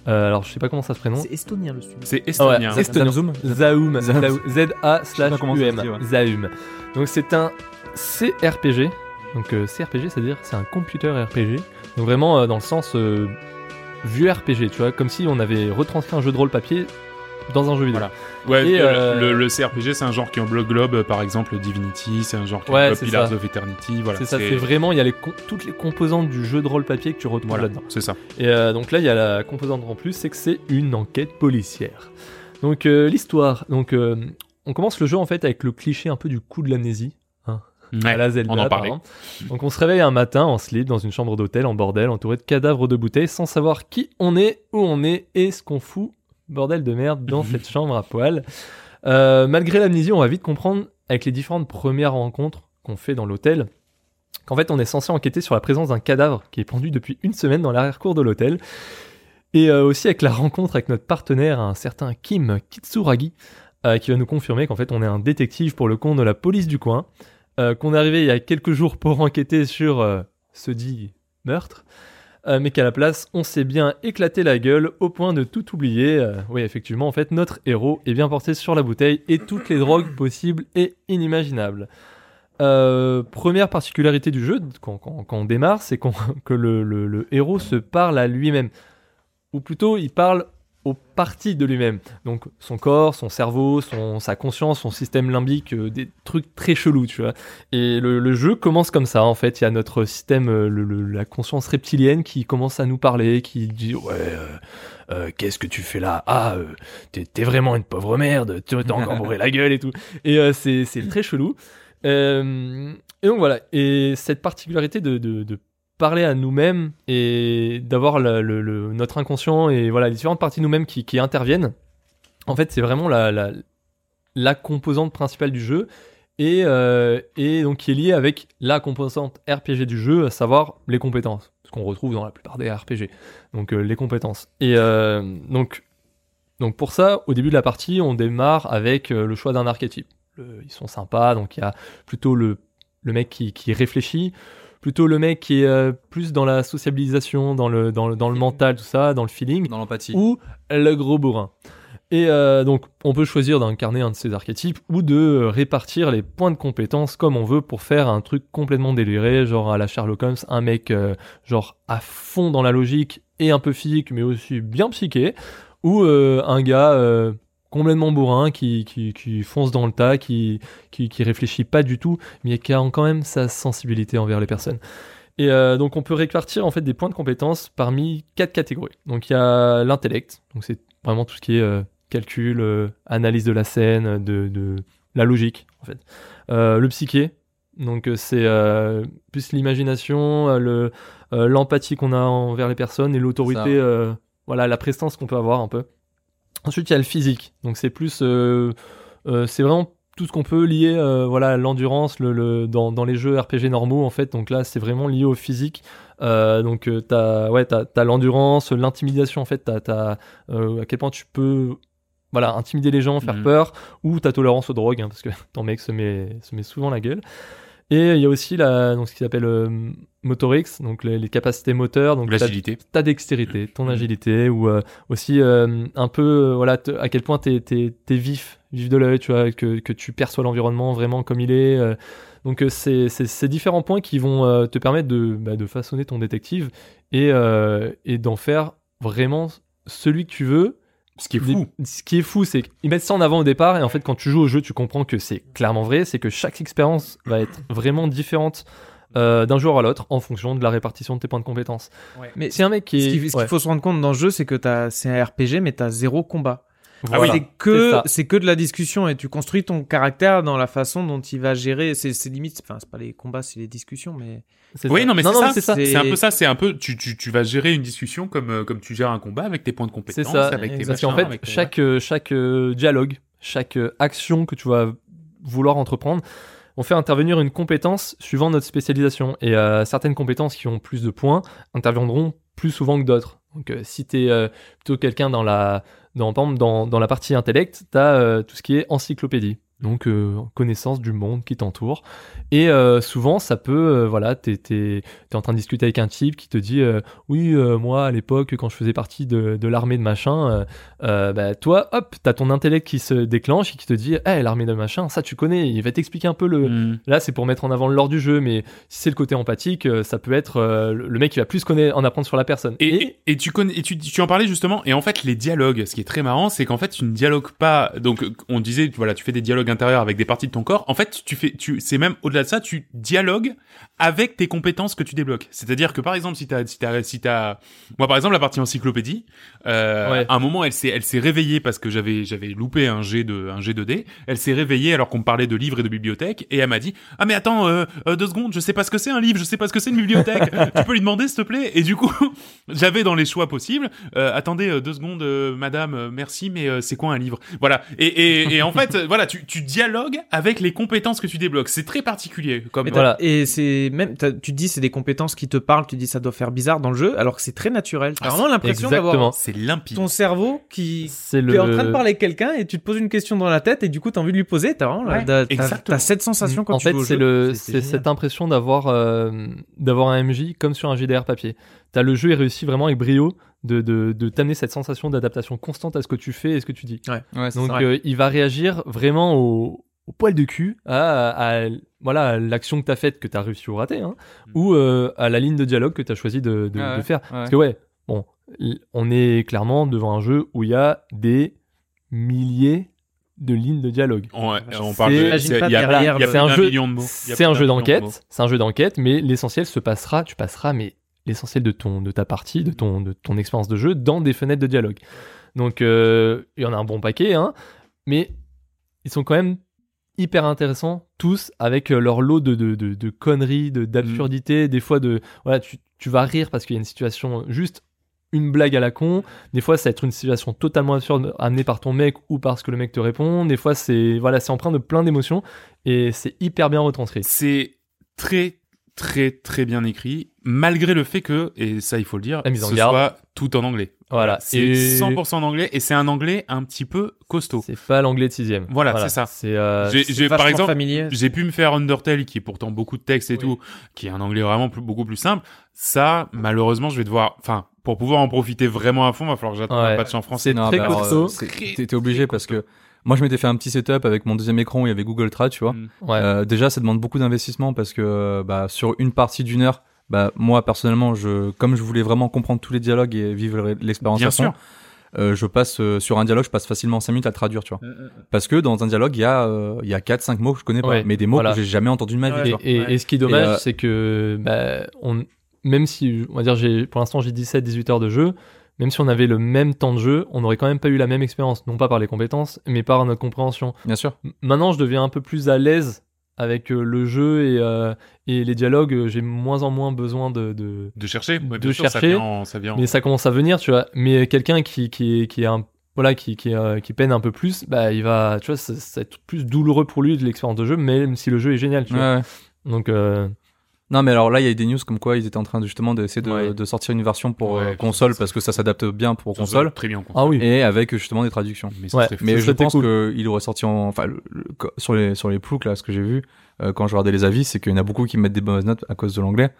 S4: Euh, alors je sais pas comment ça se prononce.
S2: C'est estonien le studio.
S1: C'est estonien.
S4: Ouais,
S3: Estonien Zoom.
S4: Zaum.
S3: Zaum.
S4: Zaum. Z A
S3: Je sais pas
S4: slash
S3: comment
S4: U
S3: ça se
S4: M.
S3: dit, ouais.
S4: Zaum. Donc c'est un CRPG. Donc euh, CRPG, c'est-à-dire c'est un computer RPG. Donc vraiment euh, dans le sens euh, vieux RPG, tu vois, comme si on avait retranscrit un jeu de rôle papier dans un jeu vidéo.
S1: Voilà. Ouais,
S4: Et,
S1: euh,
S4: euh,
S1: le, le CRPG, c'est un genre qui englobe Globe, euh, par exemple Divinity, c'est un genre qui
S4: Ouais,
S1: englobe
S4: c'est
S1: Pillars
S4: ça.
S1: of Eternity, voilà.
S4: c'est ça, c'est vraiment il y a les com- toutes les composantes du jeu de rôle papier que tu retrouves
S1: Voilà,
S4: là-dedans.
S1: c'est ça.
S4: Et euh, donc là, il y a la composante en plus, c'est que c'est une enquête policière. Donc euh, l'histoire, donc euh, on commence le jeu en fait avec le cliché un peu du coup de l'amnésie à la Zelda.
S1: on en
S4: par
S1: parlait.
S4: exemple. Donc on se réveille un matin en slip dans une chambre d'hôtel en bordel, entouré de cadavres de bouteilles, sans savoir qui on est, où on est et ce qu'on fout, bordel de merde, dans cette chambre à poil. Euh, malgré l'amnésie, on va vite comprendre avec les différentes premières rencontres qu'on fait dans l'hôtel qu'en fait on est censé enquêter sur la présence d'un cadavre qui est pendu depuis une semaine dans l'arrière-cour de l'hôtel. Et euh, aussi avec la rencontre avec notre partenaire, un certain Kim Kitsuragi, euh, qui va nous confirmer qu'en fait on est un détective pour le compte de la police du coin, euh, qu'on est arrivé il y a quelques jours pour enquêter sur euh, ce dit meurtre, euh, mais qu'à la place on s'est bien éclaté la gueule au point de tout oublier. Euh, oui effectivement en fait notre héros est bien porté sur la bouteille et toutes les drogues possibles et inimaginables. Euh, première particularité du jeu quand, quand- quand on démarre, c'est qu'on- *laughs* que le- le- le héros se parle à lui-même, ou plutôt il parle aux parties de lui-même. Donc son corps, son cerveau, son, sa conscience, son système limbique, euh, des trucs très chelous, tu vois. Et le, le jeu commence comme ça, en fait. Il y a notre système, euh, le- le- la conscience reptilienne qui commence à nous parler, qui dit Ouais, euh, euh, qu'est-ce que tu fais là Ah, euh, t'es t'es vraiment une pauvre merde, tu t'as encore bourré la gueule et tout. Et euh, c'est c'est très chelou. Euh, et donc voilà. Et cette particularité de- de- de parler à nous-mêmes et d'avoir le- le- le- notre inconscient et voilà les différentes parties de nous-mêmes qui, qui interviennent. En fait, c'est vraiment la, la, la composante principale du jeu et, euh, et donc qui est liée avec la composante RPG du jeu, à savoir les compétences, ce qu'on retrouve dans la plupart des RPG. Donc euh, les compétences. Et euh, donc donc pour ça, au début de la partie, on démarre avec euh, le choix d'un archétype. Le- ils sont sympas, donc il y a plutôt le, le mec qui, qui réfléchit, plutôt le mec qui est euh, plus dans la sociabilisation, dans le, dans le, dans le mental, tout ça, dans le feeling,
S3: Dans l'empathie.
S4: ou le gros bourrin. Et euh, donc, on peut choisir d'incarner un de ces archétypes ou de euh, répartir les points de compétence comme on veut pour faire un truc complètement déliré, genre à la Sherlock Holmes, un mec euh, genre à fond dans la logique et un peu physique, mais aussi bien psyché, ou euh, un gars euh, complètement bourrin qui, qui, qui fonce dans le tas, qui, qui, qui réfléchit pas du tout, mais qui a quand même sa sensibilité envers les personnes. Et euh, donc on peut répartir en fait des points de compétence parmi quatre catégories. Donc il y a l'intellect, donc c'est vraiment tout ce qui est euh, calcul, euh, analyse de la scène, de, de la logique en fait. Euh, le psyché, donc euh, c'est euh, plus l'imagination, euh, le euh, l'empathie qu'on a envers les personnes et
S3: Ça.
S4: l'autorité, euh, voilà la prestance qu'on peut avoir un peu. Ensuite il y a le physique, donc c'est plus euh, euh, c'est vraiment tout ce qu'on peut lier euh, voilà à l'endurance le, le- dans, dans les jeux RPG normaux en fait donc là c'est vraiment lié au physique Euh, donc euh, t'as ouais t'as t'as l'endurance l'intimidation en fait t'as t'as, euh, à quel point tu peux voilà intimider les gens faire
S1: Mhm.
S4: *laughs* peur ou ta tolérance aux drogues hein, parce que ton mec se met se met souvent la gueule Et il y a aussi la, donc, ce qui s'appelle euh, Motorix, donc les, les capacités moteurs, donc ta,
S1: L'agilité.
S4: ta dextérité,
S1: Mm.
S4: ton agilité, ou euh, aussi euh, un peu euh, voilà, te- à quel point t'es es, vif, vif de l'œil, tu vois, que, que tu perçois l'environnement vraiment comme il est. euh. donc euh, c'est c'est- ces différents points qui vont euh, te permettre de, bah, de façonner ton détective et, euh, et d'en faire vraiment celui que tu veux.
S1: Ce qui est
S4: Des-
S1: fou.
S4: ce qui est fou, c'est qu'ils mettent ça en avant au départ, et en fait, quand tu joues au jeu, tu comprends que c'est clairement vrai, c'est que chaque expérience va être vraiment différente euh, d'un joueur à l'autre en fonction de la répartition de tes points de compétences.
S2: Ouais.
S4: Mais c'est un mec qui
S2: Ce
S4: est.
S2: qu'il ce qu'il
S4: ouais,
S2: faut se rendre compte dans le jeu, c'est que t'as- c'est un RPG, mais t'as zéro combat.
S1: Ah oui.
S4: voilà.
S2: C'est que
S4: ça.
S2: c'est que de la discussion et tu construis ton caractère dans la façon dont il va gérer ses, ses limites. Enfin, c'est pas les combats, c'est les discussions, mais
S4: C'est
S1: Oui,
S4: ça.
S1: non, mais c'est ça.
S4: c'est ça.
S1: C'est un peu ça, c'est un peu, tu, tu, tu vas gérer une discussion comme, euh, comme tu gères un combat avec tes points de
S4: C'est
S1: compétence,
S4: ça.
S1: avec tes
S4: Parce
S1: machins.
S4: qu'en fait,
S1: avec tes-
S4: chaque, euh, chaque euh, dialogue, chaque euh, action que tu vas vouloir entreprendre, on fait intervenir une compétence suivant notre spécialisation. Et euh, certaines compétences qui ont plus de points interviendront plus souvent que d'autres. Donc, euh, si tu es plutôt quelqu'un dans la, dans, par exemple, dans, dans la partie intellect, tu as tout ce qui est encyclopédie. Donc, euh, connaissance du monde qui t'entoure. Et euh, souvent, ça peut, euh, voilà, t'es es, en train de discuter avec un type qui te dit euh, oui, euh, moi à l'époque, quand je faisais partie de, de l'armée de machin, euh, euh, bah, toi, hop, t'as ton intellect qui se déclenche et qui te dit, eh, l'armée de machin, ça tu connais, il va t'expliquer un peu
S2: Mm.
S4: le.
S1: Hmm.
S4: Là, c'est pour mettre en avant l'or du jeu, mais si c'est le côté empathique, euh, ça peut être euh, le le mec qui va plus connaître, en apprendre sur la personne.
S1: Et, et- et tu connais, et tu, tu en parlais justement. Et en fait, les dialogues, ce qui est très marrant, c'est qu'en fait, tu ne dialogues pas. Donc, euh, on disait, voilà, tu fais des dialogues intérieurs avec des parties de ton corps. En fait, tu fais, tu, c'est même au-delà de ça, tu dialogues avec tes compétences que tu débloques. C'est-à-dire que par exemple, si t'as, si t'as, si t'as, moi par exemple, la partie encyclopédie, euh,
S4: Ouais.
S1: à un moment, elle s'est, elle s'est réveillée parce que j'avais, j'avais loupé un G de, un G de D. Elle s'est réveillée alors qu'on me parlait de livres et de bibliothèques et elle m'a dit, ah mais attends, euh, euh, deux secondes, je sais pas ce que c'est un livre, je sais pas ce que c'est une bibliothèque. tu peux lui demander s'il te plaît. Et du coup, j'avais dans les choix possibles. euh, attendez euh, deux secondes, euh, madame, euh, merci, mais euh, c'est quoi un livre Voilà. Et, et, et en fait, euh, voilà, tu, tu dialogues avec les compétences que tu débloques. C'est très particulier. Comme
S2: Mais t'as-
S4: Voilà.
S2: Et c'est même, t'as- tu te dis, c'est des compétences qui te parlent, tu te dis ça doit faire bizarre dans le jeu, alors que c'est très naturel. T'as
S1: Ah,
S2: vraiment l'impression d'avoir
S4: exactement.
S1: c'est limpide.
S2: ton cerveau qui.
S4: c'est
S2: Tu
S4: le.
S2: es en train de parler avec quelqu'un et tu te poses une question dans la tête et du coup t'as envie de lui poser. T'as vraiment la-
S1: Ouais,
S2: t'as- t'as-
S1: exactement.
S2: t'as cette sensation quand
S4: Mm. en
S2: tu
S4: fait,
S2: joues au
S4: c'est
S2: jeu.
S4: le,
S2: C'est- c'est
S4: c'est
S2: génial.
S4: cette impression d'avoir, euh, d'avoir un MJ comme sur un GDR papier. T'as le jeu est réussi vraiment avec brio de, de, de t'amener cette sensation d'adaptation constante à ce que tu fais et ce que tu dis.
S3: Ouais, c'est
S4: Donc
S3: ça.
S2: vrai.
S4: euh, il va réagir vraiment au, au poil de cul à, à- voilà à l'action que t'as faite que t'as réussi ou raté hein,
S1: Mm.
S4: ou euh, à la ligne de dialogue que t'as choisi de, de-
S3: Ah ouais,
S4: de faire.
S3: ouais.
S4: Parce que ouais, bon, l- on est clairement devant un jeu où il y a des milliers de lignes de dialogue.
S1: On,
S2: C'est-
S1: on parle de.
S2: J'imagine
S1: c'est-
S2: pas
S1: Il y a,
S2: derrière
S1: il y a
S2: le-
S1: plus
S4: C'est un
S1: d'un
S4: jeu-
S1: million de mots. Il y a
S4: C'est
S1: plus
S4: un
S1: d'un
S4: jeu
S1: million de mots.
S4: d'enquête, c'est un jeu d'enquête, mais l'essentiel se passera, tu passeras, mais l'essentiel de ton, de ta partie, de ton, de ton expérience de jeu dans des fenêtres de dialogue. Donc euh, il y en a un bon paquet, hein, mais ils sont quand même hyper intéressants tous avec euh, leur lot de, de, de, de conneries, de-
S1: Mm.
S4: d'absurdités, des fois de voilà tu, tu vas rire parce qu'il y a une situation juste une blague à la con, des fois ça va être une situation totalement absurde amenée par ton mec ou parce que le mec te répond, des fois c'est voilà c'est empreint de plein d'émotions et c'est hyper bien retranscrit.
S1: C'est très, très, très bien écrit, malgré le fait que, et ça il faut le dire,
S4: La mise en
S1: ce
S4: garde.
S1: soit tout en anglais.
S4: Voilà,
S1: C'est
S4: Et
S1: 100% en anglais et c'est un anglais un petit peu costaud.
S4: C'est pas l'anglais de sixième.
S1: Voilà, c'est ça.
S4: C'est euh,
S1: J'ai-
S2: C'est
S1: j'ai- par
S2: vachement
S1: exemple,
S2: familier.
S1: j'ai pu me faire Undertale, qui est pourtant beaucoup de texte et
S4: Oui.
S1: tout, qui est un anglais vraiment plus- beaucoup plus simple. Ça, malheureusement, je vais devoir, enfin, pour pouvoir en profiter vraiment à fond, va falloir que j'attende un
S4: Ouais.
S1: patch en français.
S4: c'est
S3: Non,
S4: très
S3: bah alors,
S4: costaud.
S3: euh, c'est- T'étais obligé parce que moi je m'étais fait un petit setup avec mon deuxième écran où il y avait Google Trad, tu vois.
S1: Mm.
S4: Ouais.
S3: Euh, déjà, ça demande beaucoup d'investissement parce que euh, bah, sur une partie d'une heure, bah, moi personnellement, je, comme je voulais vraiment comprendre tous les dialogues et vivre le- l'expérience
S1: Bien
S3: à fond,
S1: sûr.
S3: euh, je passe euh, sur un dialogue, je passe facilement 5 minutes à le traduire, tu vois. Parce que dans un dialogue, il y a, euh, il y a 4-5 mots que je connais pas,
S4: Ouais,
S3: mais des mots
S4: voilà.
S3: que j'ai jamais entendus de ma vie,
S2: Ouais.
S3: tu
S4: Et,
S3: vois.
S4: et- et ce qui est dommage,
S3: Et, euh,
S4: c'est que bah, on, même si, on va dire, j'ai pour l'instant j'ai 17-18 heures de jeu, même si on avait le même temps de jeu, on n'aurait quand même pas eu la même expérience, non pas par les compétences, mais par notre compréhension.
S3: Bien sûr.
S4: M- Maintenant, je deviens un peu plus à l'aise avec euh, le jeu et, euh, et les dialogues. euh, J'ai moins en moins besoin de- de,
S1: De chercher, ouais,
S4: De
S1: bien sûr,
S4: chercher,
S1: ça vient, en- ça vient en-
S4: mais ça commence à venir tu vois mais euh, quelqu'un qui qui est- qui est un voilà qui qui, euh, qui peine un peu plus bah il va tu vois ça, ça va être plus douloureux pour lui de l'expérience de jeu même si le jeu est génial tu vois
S3: Ouais, ouais.
S4: donc euh,
S3: Non, mais alors là, il y a eu des news comme quoi ils étaient en train de, justement d'essayer de,
S2: Ouais.
S3: de sortir une version pour euh,
S1: Ouais,
S3: console
S1: ça,
S3: parce que ça s'adapte bien pour
S1: Ça se
S3: console
S1: voit Très bien en console.
S4: Ah oui.
S3: et avec justement des traductions.
S1: Mais
S4: Ouais,
S1: c'est très-
S3: Mais
S4: Ça,
S3: je
S4: c'était
S3: pense
S4: cool.
S3: qu'il aurait sorti en, enfin, le- le- co- sur les sur les ploucs là, ce que j'ai vu euh, quand je regardais les avis, c'est qu'il y en a beaucoup qui mettent des bonnes notes à cause de l'anglais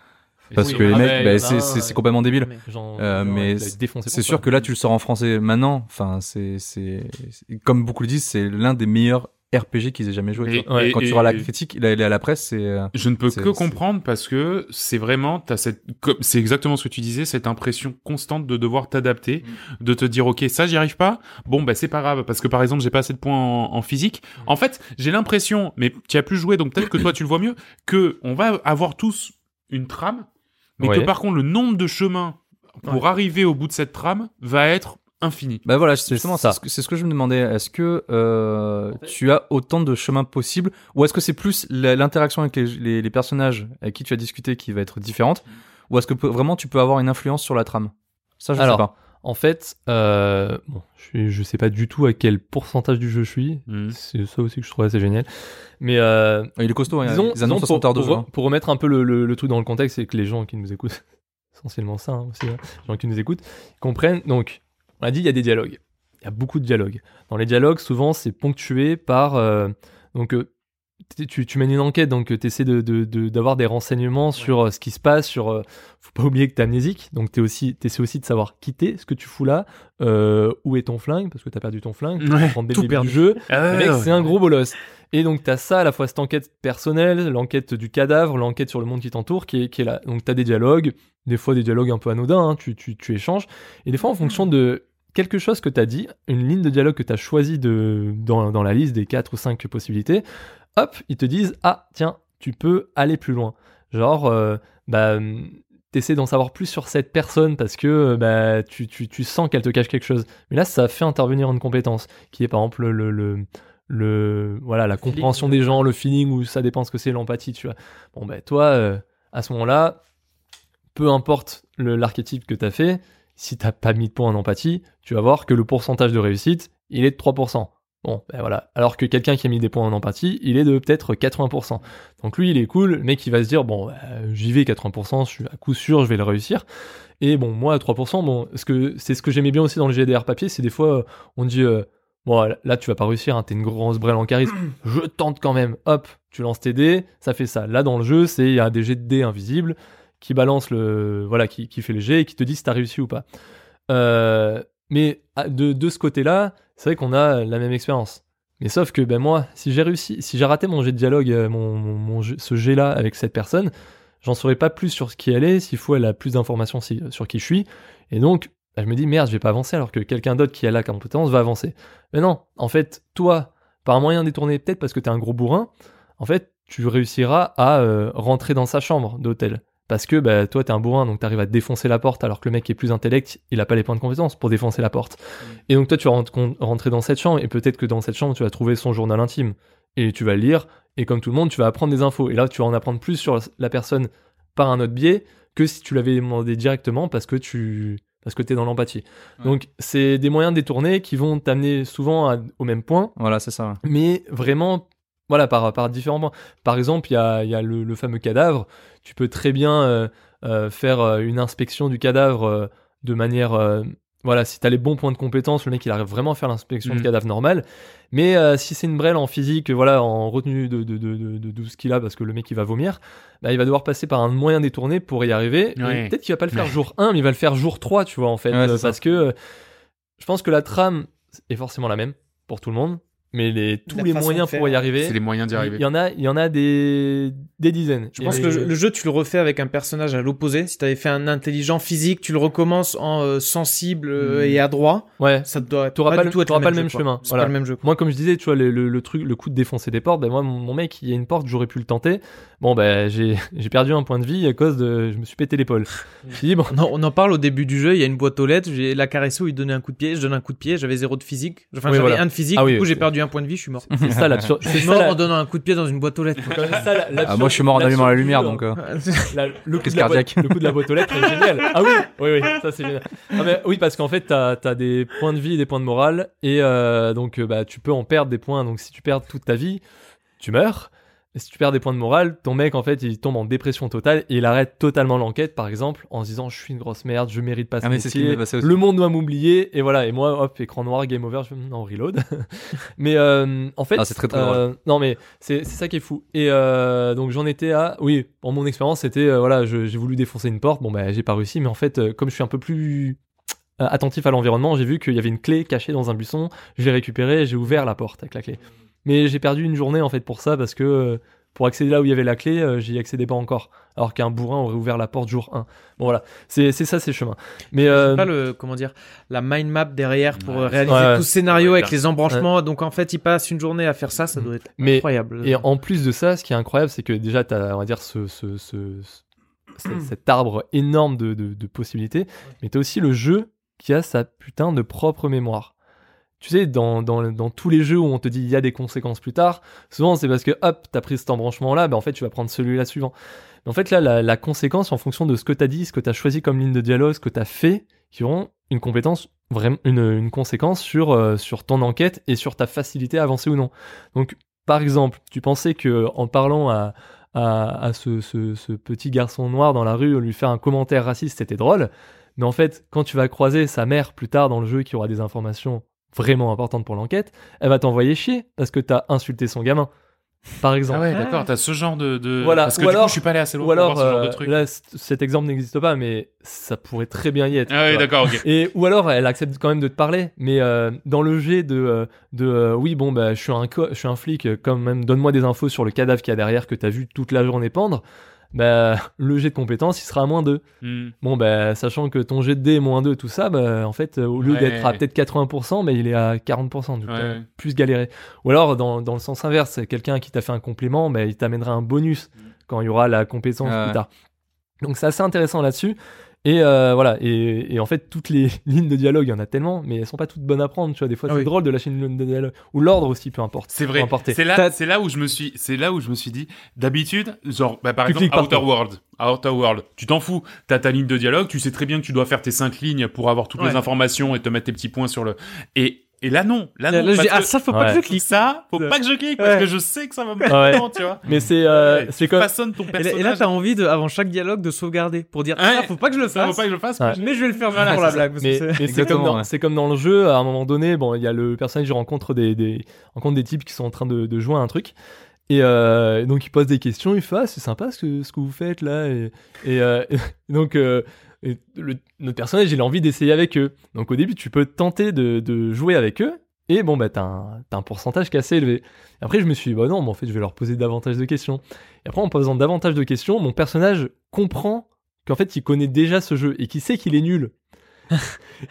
S3: parce
S4: Oui,
S3: que les
S4: ah
S3: mecs,
S4: ben, il y
S3: bah,
S4: en a
S3: c'est
S4: un,
S3: c'est- c'est
S4: euh,
S3: complètement débile.
S2: Mais-
S4: Genre,
S3: Euh,
S4: genre,
S3: mais
S4: il a été défoncé
S3: C'est
S4: pour
S3: sûr
S4: ça.
S3: que là, tu le sors en français maintenant. Enfin, c'est c'est c'est- comme beaucoup le disent, c'est l'un des meilleurs RPG qu'ils aient jamais joué.
S1: Et-
S3: tu vois.
S1: et-
S3: Quand
S1: et-
S3: tu auras la
S1: et-
S3: critique, il est à la presse, c'est euh,
S1: Je ne peux
S3: C'est-
S1: que
S3: c'est-
S1: comprendre parce que c'est vraiment, t'as cette, comme- c'est exactement ce que tu disais, cette impression constante de devoir t'adapter,
S4: Mm.
S1: de te dire, OK, ça, j'y arrive pas. Bon, bah, c'est pas grave. Parce que, par exemple, j'ai pas assez de points en, en physique.
S4: Mm.
S1: En fait, j'ai l'impression, mais tu as plus joué, donc peut-être que toi, tu le vois mieux, que on va avoir tous une trame, mais
S4: Ouais.
S1: que par contre, le nombre de chemins pour arriver au bout de cette trame va être infini.
S3: Bah voilà, c'est justement
S4: ça.
S3: ça. C'est ce que je me demandais. Est-ce que euh, tu as autant de chemins possibles ou est-ce que c'est plus la- l'interaction avec les, les- les personnages avec qui tu as discuté qui va être différente ou est-ce que peut- vraiment tu peux avoir une influence sur la trame Ça, je
S4: Alors,
S3: sais pas.
S4: En fait, euh, bon, je, suis- je sais pas du tout à quel pourcentage du jeu je suis.
S3: Hmm.
S4: C'est ça aussi que je trouve assez génial. Mais euh,
S3: Ah, Il est costaud. hein,
S4: disons,
S3: ils annoncent
S4: disons,
S3: sans
S4: pour,
S3: tard de
S4: pour
S3: jeu,
S4: re-
S3: hein.
S4: pour remettre un peu le, le- le truc dans le contexte, c'est que les gens qui nous écoutent, *laughs* essentiellement ça hein, aussi, hein, les gens qui nous écoutent, ils comprennent. Donc, on a dit, il y a des dialogues. Il y a beaucoup de dialogues. Dans les dialogues, souvent, c'est ponctué par. euh, donc, euh, t- tu, tu mènes une enquête, donc tu essaies d'avoir de, de- d'avoir des renseignements sur euh, ce qui se passe, sur. euh, faut pas oublier que t'es amnésique, donc t'es aussi, t'essaies aussi de savoir quitter ce que tu fous là, euh, où est ton flingue, parce que t'as perdu ton flingue, tu
S1: Ouais.
S4: prends dès le
S2: Mm. Tout
S4: début
S2: perdu.
S4: du jeu, le mec, c'est un gros bolos. Et donc, t'as ça à la fois cette enquête personnelle, l'enquête du cadavre, l'enquête sur le monde qui t'entoure qui est, qui est là. Donc, t'as des dialogues, des fois des dialogues un peu anodins, hein, tu, tu, tu échanges. Et des fois, en fonction de quelque chose que t'as dit, une ligne de dialogue que t'as choisi de, dans, dans la liste des 4 ou 5 possibilités, hop, ils te disent Ah, tiens, tu peux aller plus loin. Genre, euh, bah. hum, T'essaies d'en savoir plus sur cette personne parce que euh, bah, tu, tu, tu sens qu'elle te cache quelque chose. Mais là, ça fait intervenir une compétence qui est par exemple le, le, le voilà la compréhension des gens, le feeling ou ça dépend ce que c'est l'empathie, tu vois. Bon ben toi euh, à ce moment-là, peu importe le- l'archétype que t'as fait, si t'as pas mis de points en empathie, tu vas voir que le pourcentage de réussite, il est de 3%. Bon, ben voilà. Alors que quelqu'un qui a mis des points en empathie, il est de peut-être 80%. Donc lui, il est cool, le mec, il va se dire, bon, euh, j'y vais 80%, je suis à coup sûr, je vais le réussir. Et bon, moi, à 3%, bon, ce que, c'est ce que j'aimais bien aussi dans le GDR papier, c'est des fois, euh, on dit, euh, bon, là, tu vas pas réussir, hein, t'es une grosse brêle en charisme, je tente quand même, hop, tu lances tes dés, ça fait ça. Là, dans le jeu, c'est, il y a des jets de dés invisibles qui balance le, voilà, qui, qui fait le jet et qui te dit si t'as réussi ou pas. Euh, mais à- de, de ce côté-là, c'est vrai qu'on a la même expérience. Mais sauf que ben moi, si j'ai réussi, si j'ai raté mon jet de dialogue, euh, mon, mon- mon jet- ce jet-là avec cette personne, j'en saurais pas plus sur ce qui allait, s'il faut elle a plus d'informations si- sur qui je suis. Et donc, ben, je me dis merde, je vais pas avancer alors que quelqu'un d'autre qui a la compétence va avancer. Mais non, en fait, toi, par un moyen détourné, peut-être parce que t'es un gros bourrin, en fait, tu réussiras à euh, rentrer dans sa chambre d'hôtel. Parce que bah, toi, t'es un bourrin, donc t'arrives à défoncer la porte, alors que le mec qui est plus intellect, il a pas les points de compétence pour défoncer la porte. Et donc toi, tu vas rent- con- rentrer dans cette chambre, et peut-être que dans cette chambre, tu vas trouver son journal intime. Et tu vas le lire, et comme tout le monde, tu vas apprendre des infos. Et là, tu vas en apprendre plus sur la personne par un autre biais que si tu l'avais demandé directement parce que tu parce que t'es dans l'empathie.
S3: Ouais.
S4: Donc c'est des moyens détournés qui vont t'amener souvent à- au même point,
S3: Voilà, c'est ça. ouais.
S4: mais vraiment voilà par, par différents points par exemple il y a, il y a le, le fameux cadavre tu peux très bien euh, euh, faire euh, une inspection du cadavre euh, de manière euh, voilà si t'as les bons points de compétence le mec il arrive vraiment à faire l'inspection
S3: Mm.
S1: Mhm.
S4: du cadavre normal mais euh, si c'est une brêle en physique euh, voilà en retenue de, de, de, de, de tout ce qu'il a parce que le mec il va vomir bah, il va devoir passer par un moyen détourné pour y arriver Et
S1: Ouais.
S4: peut-être qu'il va pas le faire jour 1 mais il va le faire jour 3 tu vois en fait
S3: Ouais, c'est
S4: euh,
S3: ça.
S4: parce que euh, je pense que la trame est forcément la même pour tout le monde mais les, tous
S2: La
S4: les
S2: façon
S4: moyens
S2: de faire.
S4: pour y
S1: C'est
S4: arriver,
S1: les moyens d'y
S4: il
S1: arriver.
S4: y en a, il y en a des, des dizaines.
S2: Je
S4: Et
S2: pense que
S4: les-
S2: le jeu- le jeu, tu le refais avec un personnage à l'opposé. Si t'avais fait un intelligent physique, tu le recommences en euh, sensible euh, et adroit.
S4: ouais.
S2: Ça doit
S4: T'auras
S2: pas,
S4: pas
S2: du
S4: le-
S2: tout être
S4: t'auras pas le
S2: jeu,
S4: même
S2: quoi.
S4: chemin.
S2: C'est
S4: Voilà.
S2: pas le même jeu. quoi.
S4: Moi, comme je disais, tu vois, le, le- le truc, le coup de défoncer des portes, ben moi, mon, mon mec, il y a une porte, j'aurais pu le tenter. Bon, ben, j'ai, *laughs* j'ai perdu un point de vie à cause de, je me suis pété
S2: *laughs*
S4: l'épaule. Je me suis dit, bon,
S2: On en, on en parle au début du jeu. Il y a une boîte aux lettres. J'ai la caressée où il donnait un coup de pied. Je donne un coup de pied. J'avais zéro de physique. Enfin,
S4: Oui,
S2: j'avais
S4: voilà.
S2: un de physique.
S4: Ah oui,
S2: du coup,
S4: oui,
S2: j'ai
S4: c'est-
S2: perdu un point de vie. Je suis *laughs* mort.
S4: c'est ça l'absurde.
S2: Je
S4: C'est
S2: suis
S4: ça,
S2: mort
S4: la-
S2: en donnant un coup de pied dans une boîte aux lettres. *laughs* quoi.
S4: comme ça, la-
S3: Ah,
S4: l'absurde-
S3: moi, je suis mort en allumant la
S4: l'absurde du
S3: lumière,
S4: jeu,
S3: donc.
S4: hein.
S3: euh,
S4: La- le coup
S3: Crise
S4: de la boîte,
S3: cardiaque.
S4: le coup de la boîte aux lettres est génial. Ah oui, oui, oui, ça c'est génial. Ah, mais oui, parce qu'en fait, t'as as des points de vie, et des points de morale, et euh, donc euh, bah, tu peux en perdre des points. Donc si tu perds toute ta vie, tu meurs. Et si tu perds des points de morale, ton mec, en fait, il tombe en dépression totale et il arrête totalement l'enquête, par exemple, en se disant Je suis une grosse merde, je mérite pas ce
S3: Ah, mais c'est ce qui
S4: métier,
S3: m'est passé aussi.
S4: le monde doit m'oublier, et voilà. Et moi, hop, écran noir, game over, je fais, non, reload. mais euh, en fait,
S3: Ah, c'est très, très
S4: euh, non, mais c'est c'est ça qui est fou. Et euh, donc, j'en étais à, oui, en mon expérience, c'était euh, voilà, je- j'ai voulu défoncer une porte, bon, bah, j'ai pas réussi, mais en fait, euh, comme je suis un peu plus euh, attentif à l'environnement, j'ai vu qu'il y avait une clé cachée dans un buisson, je l'ai récupérée, j'ai ouvert la porte avec la clé. Mais j'ai perdu une journée en fait pour ça parce que euh, pour accéder là où il y avait la clé, euh, j'y accédais pas encore. Alors qu'un bourrin aurait ouvert la porte jour 1. Bon voilà, c'est c'est ça ces chemins. Mais euh,
S2: pas le comment dire la mind map derrière pour
S1: Ouais,
S2: euh, réaliser
S4: ouais, ouais.
S2: tout ce scénario
S1: Ouais,
S2: avec
S1: là.
S2: les embranchements. Donc en fait, il passe une journée à faire ça, ça doit être
S4: Mais-
S2: incroyable.
S4: Et en plus de ça, ce qui est incroyable, c'est que déjà, tu as, on va dire, ce, ce- ce- ce- cet arbre énorme de, de- de possibilités, mais tu as aussi le jeu qui a sa putain de propre mémoire. Tu sais, dans, dans- dans tous les jeux où on te dit il y a des conséquences plus tard, souvent c'est parce que hop, t'as pris cet embranchement-là, ben en fait tu vas prendre celui-là suivant. Mais en fait là, la, la conséquence en fonction de ce que t'as dit, ce que t'as choisi comme ligne de dialogue, ce que t'as fait, qui auront une compétence, vraiment une, une conséquence sur, euh, sur ton enquête et sur ta facilité à avancer ou non. Donc par exemple, tu pensais que en parlant à, à, à ce, ce- ce petit garçon noir dans la rue, lui faire un commentaire raciste, c'était drôle. Mais en fait, quand tu vas croiser sa mère plus tard dans le jeu qui aura des informations vraiment importantes pour l'enquête, elle va t'envoyer chier parce que t'as insulté son gamin. Par exemple.
S1: Ah ouais,
S2: Ah.
S1: d'accord, t'as ce genre de. de-
S4: Voilà,
S1: Parce que
S4: ou
S1: du
S4: alors-
S1: coup, je suis pas allé assez loin
S4: Ou
S1: pour
S4: alors,
S1: voir ce genre de
S4: euh,
S1: truc.
S4: là, c- cet exemple n'existe pas, mais ça pourrait très bien y être.
S1: Ah oui,
S4: tu vois.
S1: d'accord,
S4: *laughs*
S1: ok.
S4: Et ou alors elle accepte quand même de te parler, mais euh, dans le jet de euh, de euh, oui bon bah je suis un co- je suis un flic euh, quand même donne-moi des infos sur le cadavre qu'il y a derrière que t'as vu toute la journée pendre. Bah, le jet de compétence il sera à moins 2.
S1: Hmm.
S4: Bon, bah, sachant que ton jet de dé est moins 2, tout ça, bah, en fait, euh, au lieu
S1: Ouais.
S4: d'être à peut-être 80%, mais bah, il est à 40%, du coup,
S1: Ouais,
S4: t'as
S1: ouais.
S4: plus galéré. Ou alors, dans, dans le sens inverse, quelqu'un qui t'a fait un compliment, bah, il t'amènera un bonus
S1: Mm.
S4: quand il y aura la compétence
S3: Ah ouais.
S4: plus tard. Donc, c'est assez intéressant là-dessus. Et euh, voilà, et, et en fait, toutes les *laughs* lignes de dialogue, il y en a tellement, mais elles sont pas toutes bonnes à prendre, tu vois. Des fois,
S2: Ah
S4: c'est
S2: oui.
S4: drôle de lâcher une ligne de dialogue. Ou l'ordre aussi, peu importe.
S1: *laughs* C'est
S4: Peu
S1: vrai.
S4: importe.
S1: C'est là,
S4: T'as-
S1: c'est là où je me suis, c'est là où je me suis dit. D'habitude, genre, bah, par
S4: Tu cliques
S1: exemple,
S4: partout.
S1: Outer World, Outer World, tu t'en fous. T'as ta ligne de dialogue, tu sais très bien que tu dois faire tes cinq lignes pour avoir toutes
S2: Ouais.
S1: les informations et te mettre tes petits points sur le. Et, et là non, là,
S2: Là,
S1: non.
S2: là, je
S1: parce
S2: dis, ah
S1: que
S2: ça faut
S4: Ouais.
S2: pas que je clique.
S1: ça, faut
S2: Ouais.
S1: pas que je clique parce
S2: Ouais.
S1: que je sais que ça va me prendre du temps, tu vois.
S4: Mais c'est euh,
S1: Ouais,
S4: c'est
S1: tu
S4: comme.
S1: façonnes ton
S2: Et là,
S1: personnage.
S2: et là, t'as envie de avant chaque dialogue de sauvegarder pour dire
S1: Ouais.
S2: ça faut pas que je le
S1: ça faut
S2: fasse.
S1: pas que je le fasse.
S4: Ouais.
S2: Mais je vais le faire
S1: Voilà,
S2: pour la
S1: c'est
S2: blague. parce que
S4: mais,
S2: c'est-
S4: mais c'est comme,
S3: Exactement,
S4: dans-
S3: ouais.
S4: c'est comme dans le jeu, à un moment donné, bon, il y a le personnage qui rencontre des, des, rencontre des types qui sont en train de, de jouer à un truc. Et euh, donc il pose des questions, il fait ah, c'est sympa ce que, ce que vous faites là. Et, et, euh, *laughs* et donc euh, et le, notre personnage il a envie d'essayer avec eux. Donc au début tu peux tenter de, de jouer avec eux et bon bah t'as un, t'as un pourcentage qui est assez élevé. Après je me suis dit bah non mais en fait je vais leur poser davantage de questions. Et après en posant davantage de questions mon personnage comprend qu'en fait il connaît déjà ce jeu et qu'il sait qu'il est nul.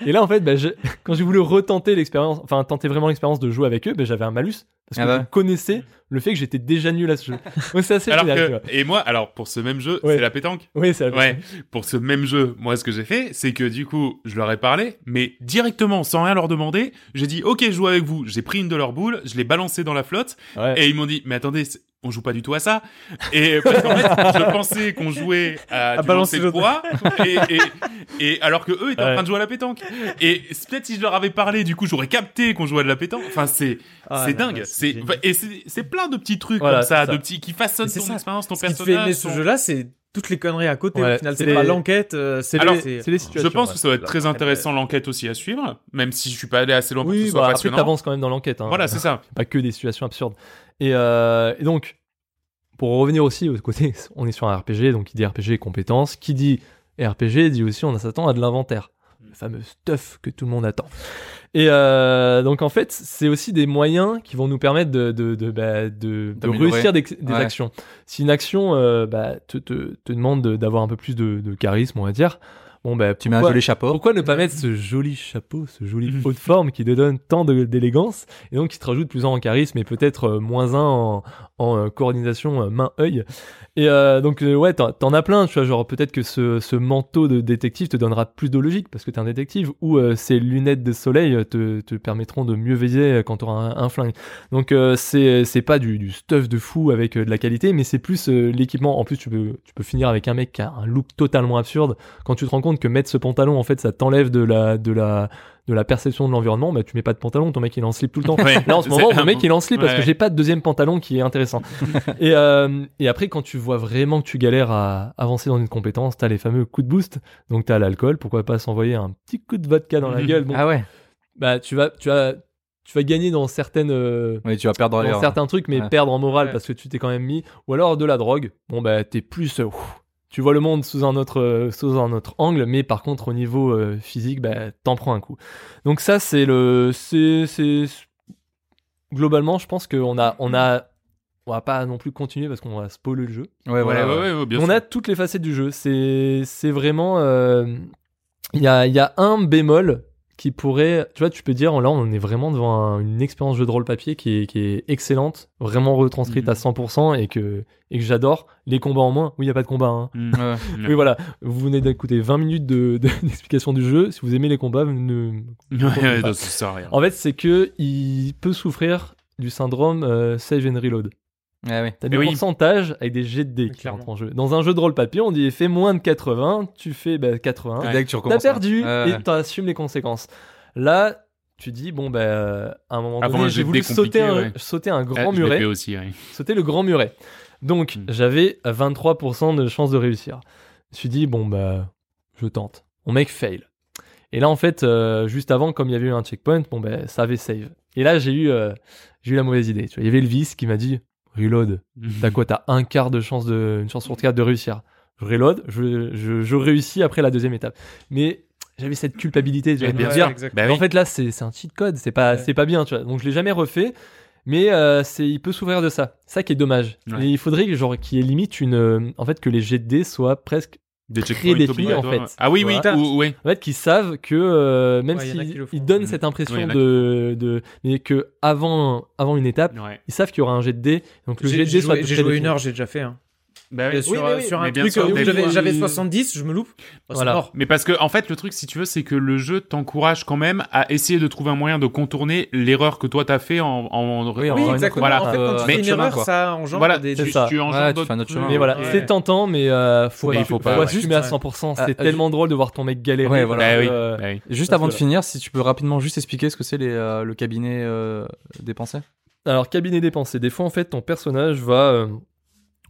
S4: et là en fait bah, j'ai- quand j'ai voulu retenter l'expérience, enfin tenter vraiment l'expérience de jouer avec eux, bah, j'avais un malus parce que
S3: Ah bah.
S4: je connaissais le fait que j'étais déjà nul à ce jeu. Ouais, c'est assez
S1: Alors
S4: génial, tu
S1: que,
S4: vois.
S1: et moi, alors pour ce même jeu,
S4: Ouais.
S1: c'est la pétanque.
S4: Oui, c'est la
S1: Ouais, pour ce même jeu, moi, ce que j'ai fait, c'est que du coup, je leur ai parlé, mais directement, sans rien leur demander, j'ai dit, OK, je joue avec vous. J'ai pris une de leurs boules, je l'ai balancée dans la flotte,
S4: Ouais.
S1: et ils m'ont dit, mais attendez, c'est- on joue pas du tout à ça. Et *laughs* parce qu'en fait, je pensais qu'on jouait à, du
S2: balancer
S1: lancer de poids, et, et, et alors que eux étaient en
S4: Ouais.
S1: train de jouer à la pétanque. Et c'est peut-être si je leur avais parlé, du coup, j'aurais capté qu'on jouait à de la pétanque. Enfin, c'est,
S2: Ah,
S1: c'est
S2: là,
S1: dingue.
S2: là,
S1: C'est,
S2: génial.
S1: et c'est, c'est plein de petits trucs
S4: Voilà,
S1: comme ça,
S4: c'est ça.
S1: de petits, qui façonnent
S2: Mais c'est
S1: ton
S2: ça.
S1: expérience, ton
S2: Ce qui te fait aimer
S1: personnage.
S2: ce
S1: ton-
S2: jeu-là, c'est toutes les conneries à côté.
S4: Ouais,
S2: au final,
S4: c'est
S2: c'est pas
S4: les-
S2: l'enquête. euh, c'est
S1: Alors,
S2: les- c'est-
S4: C'est les
S1: Je
S4: situations.
S1: pense
S4: ouais.
S1: que ça va être très intéressant l'enquête aussi à suivre, même si je suis pas allé assez loin pour que
S4: Oui,
S1: ce soit
S4: bah, après,
S1: passionnant.
S4: t'avances quand même dans l'enquête. hein.
S1: Voilà, c'est
S4: *laughs*
S1: ça.
S4: pas que des situations absurdes. Et, euh, et donc, pour revenir aussi au côté, *laughs* on est sur un RPG, donc qui dit RPG compétences, qui dit RPG dit aussi on s'attend à de l'inventaire,
S3: Mm.
S4: le fameux stuff que tout le monde attend. Et euh, donc en fait, c'est aussi des moyens qui vont nous permettre de, de, de, bah, de- de
S3: D'améliorer.
S4: réussir des, des
S3: Ouais.
S4: actions. Si une action euh, bah, te, te, te demande de- d'avoir un peu plus de, de charisme, on va dire, bon bah,
S3: Tu mets un
S4: pourquoi-
S3: joli chapeau.
S4: pourquoi ne pas mettre ce joli chapeau, ce joli haut de forme qui te donne tant de- d'élégance et donc qui te rajoute plus un en charisme et peut-être euh, moins un en, en, euh, coordination euh, main-œil. Et euh, donc euh, ouais, t'en- t'en as plein, tu vois, genre peut-être que ce, ce manteau de détective te donnera plus de logique parce que t'es un détective ou euh, ces lunettes de soleil euh, te, te permettront de mieux veiller euh, quand t'auras un, un flingue. Donc euh, c'est c'est pas du, du stuff de fou avec euh, de la qualité, mais c'est plus euh, l'équipement. En plus, tu peux, tu peux finir avec un mec qui a un look totalement absurde quand tu te rends compte compte que mettre ce pantalon, en fait, ça t'enlève de la, de la, de la perception de l'environnement, bah, tu mets pas de pantalon, ton mec il est en slip tout le temps.
S1: *laughs* Ouais.
S4: Là en ce moment,
S1: C'est-
S4: mon mec il est en slip parce
S1: Ouais,
S4: que
S1: ouais.
S4: j'ai pas de deuxième pantalon qui
S1: *laughs*
S4: est intéressant. et, euh, et après, quand tu vois vraiment que tu galères à avancer dans une compétence, t'as les fameux coups de boost. Donc t'as l'alcool, pourquoi pas s'envoyer un petit coup de vodka dans la
S1: Mhm.
S4: gueule. Bon,
S2: Ah ouais.
S4: bah tu vas, tu vas, tu vas gagner dans certaines. euh,
S3: Oui, tu vas perdre
S4: dans
S3: l'air.
S4: certains trucs, mais
S3: Ouais.
S4: perdre en morale
S2: Ouais.
S4: parce que tu t'es quand même mis. Ou alors de la drogue. Bon, bah, t'es plus. euh, ouf. tu vois le monde sous un autre, euh, sous un autre angle, mais par contre, au niveau euh, physique, bah, t'en prends un coup. Donc, ça, c'est le. C'est. c'est- Globalement, je pense qu'on a. On a on va pas non plus continuer parce qu'on va spoiler le jeu.
S3: Ouais, voilà.
S1: ouais,
S3: ouais.
S1: ouais, ouais, bien
S4: on
S1: sûr.
S4: a toutes les facettes du jeu. C'est c'est vraiment. euh, Il y, a, il y a un bémol qui pourrait. Tu vois, tu peux dire, là, on est vraiment devant un- une expérience jeu de rôle papier qui est, qui est excellente, vraiment retranscrite
S1: Mhm.
S4: à 100% et que, et que j'adore. Les combats en moins, oui, il n'y a pas de combat. hein.
S1: Mm.
S3: Ouais. *laughs*
S1: Ouais.
S4: Oui, voilà. Vous venez d'écouter 20 minutes de- *laughs* de- d'explication du jeu. Si vous aimez les combats, vous ne
S1: *laughs* Ouais, ouais, non, ça sert à rien.
S4: en fait, c'est que il peut souffrir du syndrome euh, save and reload.
S3: Ouais, ouais.
S4: T'as
S1: Eh
S4: des
S1: oui.
S4: pourcentages avec des jets de dés
S2: Mais
S4: qui
S2: clairement.
S4: rentrent en jeu. Dans un jeu de rôle papier, on dit fais moins de 80, tu fais bah, 81.
S1: Ouais.
S3: Dès que tu
S4: T'as
S3: recommences. hein.
S4: perdu
S3: Ouais, ouais.
S4: et t'assumes les conséquences. Là, tu dis bon bah euh, à un moment
S1: Avant un
S4: donné,
S1: jet
S4: j'ai
S1: de
S4: voulu
S1: dés
S4: sauter un,
S1: compliqué, ouais.
S4: sauter un
S1: Ah,
S4: grand
S1: je l'ai
S4: muret,
S1: fait aussi,
S4: *laughs*
S1: ouais.
S4: sauter le grand muret. Donc
S1: Hmm.
S4: j'avais 23% de chance de réussir. Je me suis dit bon bah je tente. Mon mec fail. Et là en fait euh, juste avant comme il y avait eu un checkpoint, bon bah ça avait save. Et là j'ai eu euh, j'ai eu la mauvaise idée. Tu vois, il y avait le vice qui m'a dit reload. T'as quoi T'as un quart de chance de, une chance sur quatre de réussir. Je reload, je, je, je réussis après la deuxième étape. Mais j'avais cette culpabilité,
S1: Eh
S4: j'allais
S1: bien
S4: me dire.
S2: exactement.
S1: Bah oui.
S4: En fait, là, c'est c'est un cheat code, c'est pas,
S2: Ouais.
S4: c'est pas bien, tu vois. Donc, je l'ai jamais refait, mais euh, c'est, il peut s'ouvrir de ça. Ça qui est dommage.
S1: Ouais.
S4: Et il faudrait que, genre qu'il y ait limite une, euh, en fait, que les GD soient presque,
S1: des
S4: créer des
S1: checkpoints
S4: filles, en
S1: obligatoires.
S4: fait.
S1: Ah oui, oui,
S4: Voilà.
S1: ou- ouais.
S4: en fait, qu'ils savent que euh, même
S2: Ouais, y en a qui
S4: s'ils
S2: le font.
S4: ils donnent
S1: Mhm.
S4: cette impression
S1: Ouais, y en a qui-
S4: de, de, mais que avant, avant une étape,
S1: Ouais.
S4: ils savent qu'il y aura un GD. Donc, le
S2: J'ai
S4: GD
S2: j'ai
S4: soit
S2: joué, j'ai
S4: très
S2: joué une
S4: défini.
S2: heure, j'ai déjà fait. hein.
S1: Bah oui.
S2: Sur,
S1: Oui,
S2: euh,
S1: oui, oui.
S2: sur
S1: Mais
S2: un
S1: bien
S2: truc
S1: sûr,
S2: où
S1: des
S2: j'avais
S1: fois,
S2: j'avais
S1: il-
S2: 70, je me loupe. Bah,
S4: Voilà.
S2: C'est mort.
S1: Mais parce que en fait le truc si tu veux c'est que le jeu t'encourage quand même à essayer de trouver un moyen de contourner l'erreur que toi t'as fait en, en...
S3: Oui,
S1: en-
S3: en-
S2: Oui,
S3: une
S2: exactement.
S1: voilà.
S2: En fait, quand
S3: Euh,
S2: tu
S1: mais
S2: fais une
S3: chemin,
S2: erreur,
S3: quoi.
S2: ça engendre
S1: Voilà,
S2: des.
S4: c'est
S1: tu,
S4: ça.
S1: tu engendres
S3: Ouais, tu
S1: d'autres
S3: fais un autre
S1: trucs.
S3: chemin.
S4: Mais voilà,
S2: Ouais.
S4: c'est tentant, mais euh, faut,
S1: Mais il faut pas, ouais.
S4: assumer à
S2: Juste,
S4: 100%.
S3: Ah,
S4: C'est
S3: ah,
S4: tellement drôle de voir ton mec galérer.
S3: Ouais, voilà.
S1: Bah oui,
S4: Euh,
S1: bah oui.
S3: Juste
S4: Parce
S3: avant
S4: que
S3: de
S4: là-
S3: finir, si tu peux rapidement juste expliquer ce que c'est les, euh, le cabinet euh, des pensées.
S4: Alors, cabinet des pensées. Des fois, en fait, ton personnage va, euh,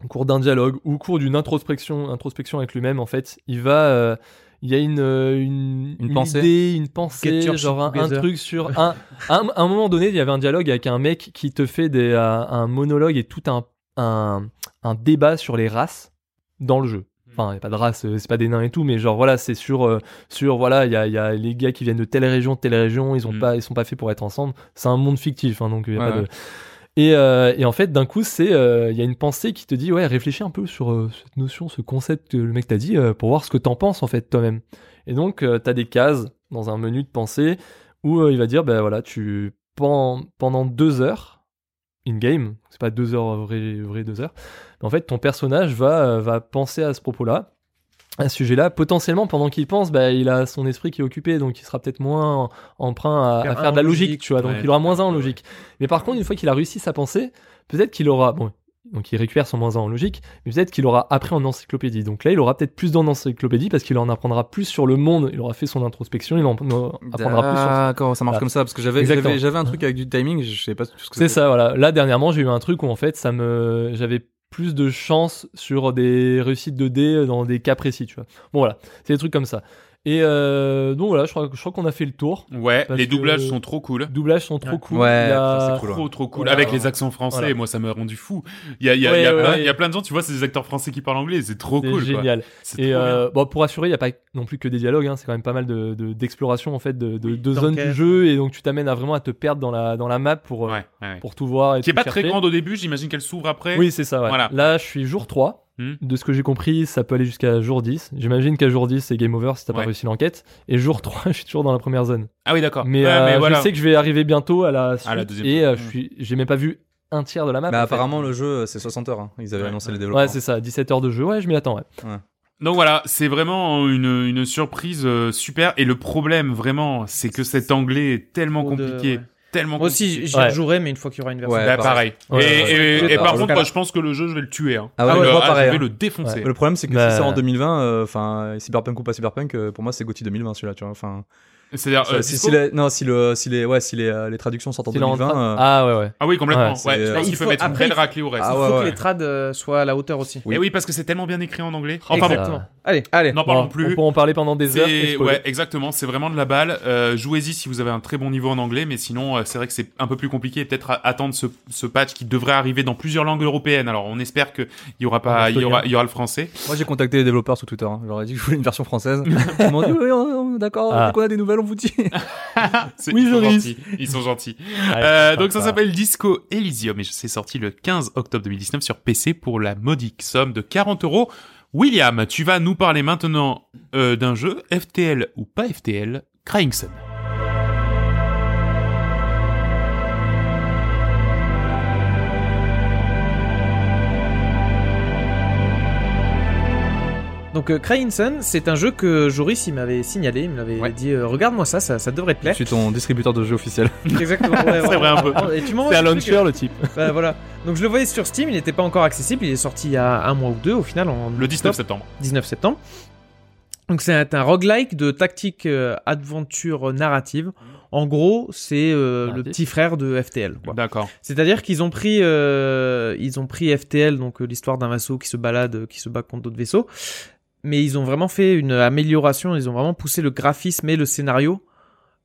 S4: au cours d'un dialogue ou au cours d'une introspection, introspection avec lui-même, en fait, il va. euh, il y a une, euh, une,
S3: Une pensée.
S4: idée, une
S2: Get
S4: pensée,
S2: your shit
S4: genre un, un
S2: together.
S4: truc sur un, un, un moment donné, il y avait un dialogue avec un mec qui te fait des, euh, un monologue et tout un, un, un débat sur les races dans le jeu. Enfin, il n'y a pas de race, euh, c'est pas des nains et tout, mais genre voilà, c'est sur, euh, sur voilà, il y a, il y a les gars qui viennent de telle région, de telle région, ils ont
S1: Mm.
S4: pas, ils sont pas faits pour être ensemble. C'est un monde fictif, hein, donc il y a
S3: Ouais,
S4: pas
S3: ouais.
S4: de. Et, euh, et en fait, d'un coup, c'est euh, il y a une pensée qui te dit ouais, réfléchis un peu sur euh, cette notion, ce concept que le mec t'a dit euh, pour voir ce que t'en penses en fait toi-même. Et donc, tu t'as des cases dans un menu de pensée où euh, il va dire ben voilà, tu pen- pendant deux heures in game, c'est pas deux heures euh, vrai, vrai deux heures. Mais en fait, ton personnage va, euh, va penser à ce propos-là, à ce sujet-là. Potentiellement, pendant qu'il pense, bah, il a son esprit qui est occupé, donc il sera peut-être moins en- emprunt à,
S2: Faire
S4: à
S2: un
S4: faire de la
S2: en
S4: logique,
S2: logique,
S4: tu vois. Donc
S1: ouais,
S4: il aura moins un en
S1: ouais.
S4: logique. Mais par contre, une fois qu'il a réussi sa pensée, peut-être qu'il aura. Bon, donc il récupère son moins un en logique, mais peut-être qu'il aura appris en encyclopédie. Donc là, il aura peut-être plus d'en encyclopédie parce qu'il en apprendra plus sur le monde. Il aura fait son introspection, il en apprendra plus sur
S3: D'accord, Ah, ça marche
S4: Bah,
S3: comme ça parce que j'avais
S4: exactement.
S3: j'avais j'avais un truc avec du timing, je sais pas tout ce que
S4: C'est
S3: c'était.
S4: ça, voilà. Là, dernièrement, j'ai eu un truc où en fait, ça me, j'avais plus de chance sur des réussites de dés dans des cas précis, tu vois. Bon, voilà. C'est des trucs comme ça. Et euh, donc voilà, je crois, je crois qu'on a fait le tour.
S1: Ouais,
S4: Parce
S1: les doublages
S4: que-
S1: sont trop cool.
S4: Les doublages sont trop
S2: Ouais.
S4: cool.
S3: Ouais,
S4: Il y a-
S3: ça, c'est cool.
S1: Trop trop cool
S4: Voilà.
S1: avec les accents français
S4: Voilà.
S1: moi ça m'a rendu fou il y a, il y, a,
S4: Ouais,
S1: il y a
S4: ouais,
S1: plein,
S4: ouais.
S1: il y a plein de gens tu vois c'est des acteurs français qui parlent anglais c'est trop
S4: C'est
S1: cool quoi.
S4: génial.
S1: C'est
S4: Et
S1: trop bien.
S4: euh, bon, pour assurer, il n'y a pas non plus que des dialogues, hein, c'est quand même pas mal d'exploration de, d'exploration en fait de, de, de zones du
S2: d'enquête.
S4: jeu, et donc tu t'amènes à vraiment à te perdre dans la, dans la map pour, euh,
S1: Ouais, ouais, ouais.
S4: pour tout voir. Et
S1: qui est
S4: tout
S1: pas très
S4: chercher.
S1: grande au début j'imagine qu'elle s'ouvre après
S4: Oui, c'est ça. ouais.
S1: Voilà.
S4: Là, je suis jour 3.
S1: Hmm.
S4: De ce que j'ai compris, ça peut aller jusqu'à jour 10. J'imagine qu'à jour 10, c'est game over si t'as
S1: Ouais.
S4: pas réussi l'enquête. Et jour 3, *laughs* je suis toujours dans la première zone.
S1: ah oui d'accord
S4: Mais,
S1: Ouais,
S4: euh,
S1: voilà.
S4: je sais que je vais arriver bientôt à la suite.
S1: la deuxième
S4: et euh,
S1: zone. Hmm.
S4: je suis, j'ai même pas vu un tiers de la map.
S3: Mais
S2: Bah,
S4: en fait.
S3: apparemment le jeu c'est 60 heures, hein. ils avaient
S1: Ouais,
S3: annoncé
S1: ouais.
S3: les développements.
S4: Ouais, c'est ça. 17 heures de jeu. Ouais, je m'y attends. ouais.
S1: Donc voilà, c'est vraiment une, une surprise euh, super. Et le problème, vraiment, c'est que cet anglais est tellement
S2: Trop de-
S1: compliqué,
S2: ouais.
S1: tellement
S2: Moi aussi,
S1: compliqué.
S2: j'y
S4: Ouais.
S2: rejouerai, mais une fois qu'il y aura une version.
S3: Ouais.
S1: Bah, pareil.
S4: Ouais,
S1: et
S4: ouais,
S1: et-
S2: ouais.
S1: et par
S2: Dans le
S1: contre,
S2: cas-là.
S1: moi, je pense que le jeu, je vais le tuer. hein.
S3: Ah ouais,
S1: Je
S3: moi,
S1: le-
S3: pareil,
S1: je vais
S3: hein.
S1: le défoncer.
S3: Le problème, c'est que
S4: Bah,
S3: si c'est en
S4: ouais.
S3: 2020, euh, enfin, Cyberpunk ou pas Cyberpunk, euh, pour moi, c'est GOTY 2020 celui-là, tu vois. Enfin,
S1: C'est-à-dire, euh,
S3: si,
S1: Cisco
S3: si les, non, si le, si les, ouais, si les, euh, les traductions sortent en
S4: S'il est en
S3: 2020,
S4: train-
S3: euh,
S4: Ah ouais, ouais.
S1: Ah oui, complètement.
S3: Ouais,
S1: Ouais,
S3: c'est-
S1: je pense
S2: Il
S1: qu'il peut
S2: faut-
S1: mettre une
S2: après,
S1: belle raclée au reste.
S3: Ah
S2: Il faut
S3: ouais,
S2: que
S3: ouais.
S2: les trades euh, soient à la hauteur aussi.
S1: Et Eh oui, parce que c'est tellement bien écrit en anglais.
S4: Oh,
S1: Enfin bon,
S2: Exactement. Allez, allez.
S1: n'en parlons
S4: Bon,
S1: plus.
S4: On peut en parler pendant des heures.
S1: C'est-
S4: et spoiler.
S1: Ouais, exactement, c'est vraiment de la balle. Euh, Jouez-y si vous avez un très bon niveau en anglais, mais sinon, euh, c'est vrai que c'est un peu plus compliqué. et Peut-être à- attendre ce, ce patch qui devrait arriver dans plusieurs langues européennes. Alors, on espère qu'il y aura
S4: En
S1: pas, il y aura,
S4: estonien.
S1: il y aura le français.
S3: moi, j'ai contacté les développeurs sur Twitter. hein. Je leur ai dit que je voulais une version française. Ils m'ont dit, oui, on- on- d'accord,
S4: Ah.
S3: dès qu'on a des nouvelles, on vous dit.
S1: C'est-
S4: Oui,
S1: ils sont
S4: Joris.
S1: gentils. Ils sont gentils.
S4: *laughs* Ouais,
S1: Euh, donc ça
S4: sympa.
S1: s'appelle Disco Elysium et c'est sorti le 15 octobre 2019 sur PC pour la modique somme de 40 euros. William, tu vas nous parler maintenant euh, d'un jeu FTL ou pas FTL, Crying Sun.
S2: Donc, euh, Crying Sun, c'est un jeu que Joris il m'avait signalé. Il me l'avait
S3: Ouais.
S2: dit euh, Regarde-moi ça, ça, ça devrait te
S3: Je
S2: plaire.
S3: suis ton distributeur de jeux officiel.
S2: *laughs* Exactement. *laughs* ouais,
S1: C'est vrai, un peu.
S2: Et tu m'envoies
S4: C'est un
S2: ce truc,
S4: launcher le
S2: *laughs*
S4: type.
S2: euh, bah, voilà. Donc, je le voyais sur Steam, il n'était pas encore accessible. Il est sorti il y a un mois ou deux au final. En
S1: Le 19 septembre.
S2: 19 septembre. Donc c'est un, un roguelike de tactique euh, aventure narrative. En gros, c'est euh, le
S4: Narratif.
S2: petit frère de FTL. quoi.
S1: D'accord.
S2: C'est-à-dire qu'ils ont pris, euh, ils ont pris FTL, donc euh, l'histoire d'un vaisseau qui se balade, euh, qui se bat contre d'autres vaisseaux. Mais ils ont vraiment fait une euh, amélioration. Ils ont vraiment poussé le graphisme et le scénario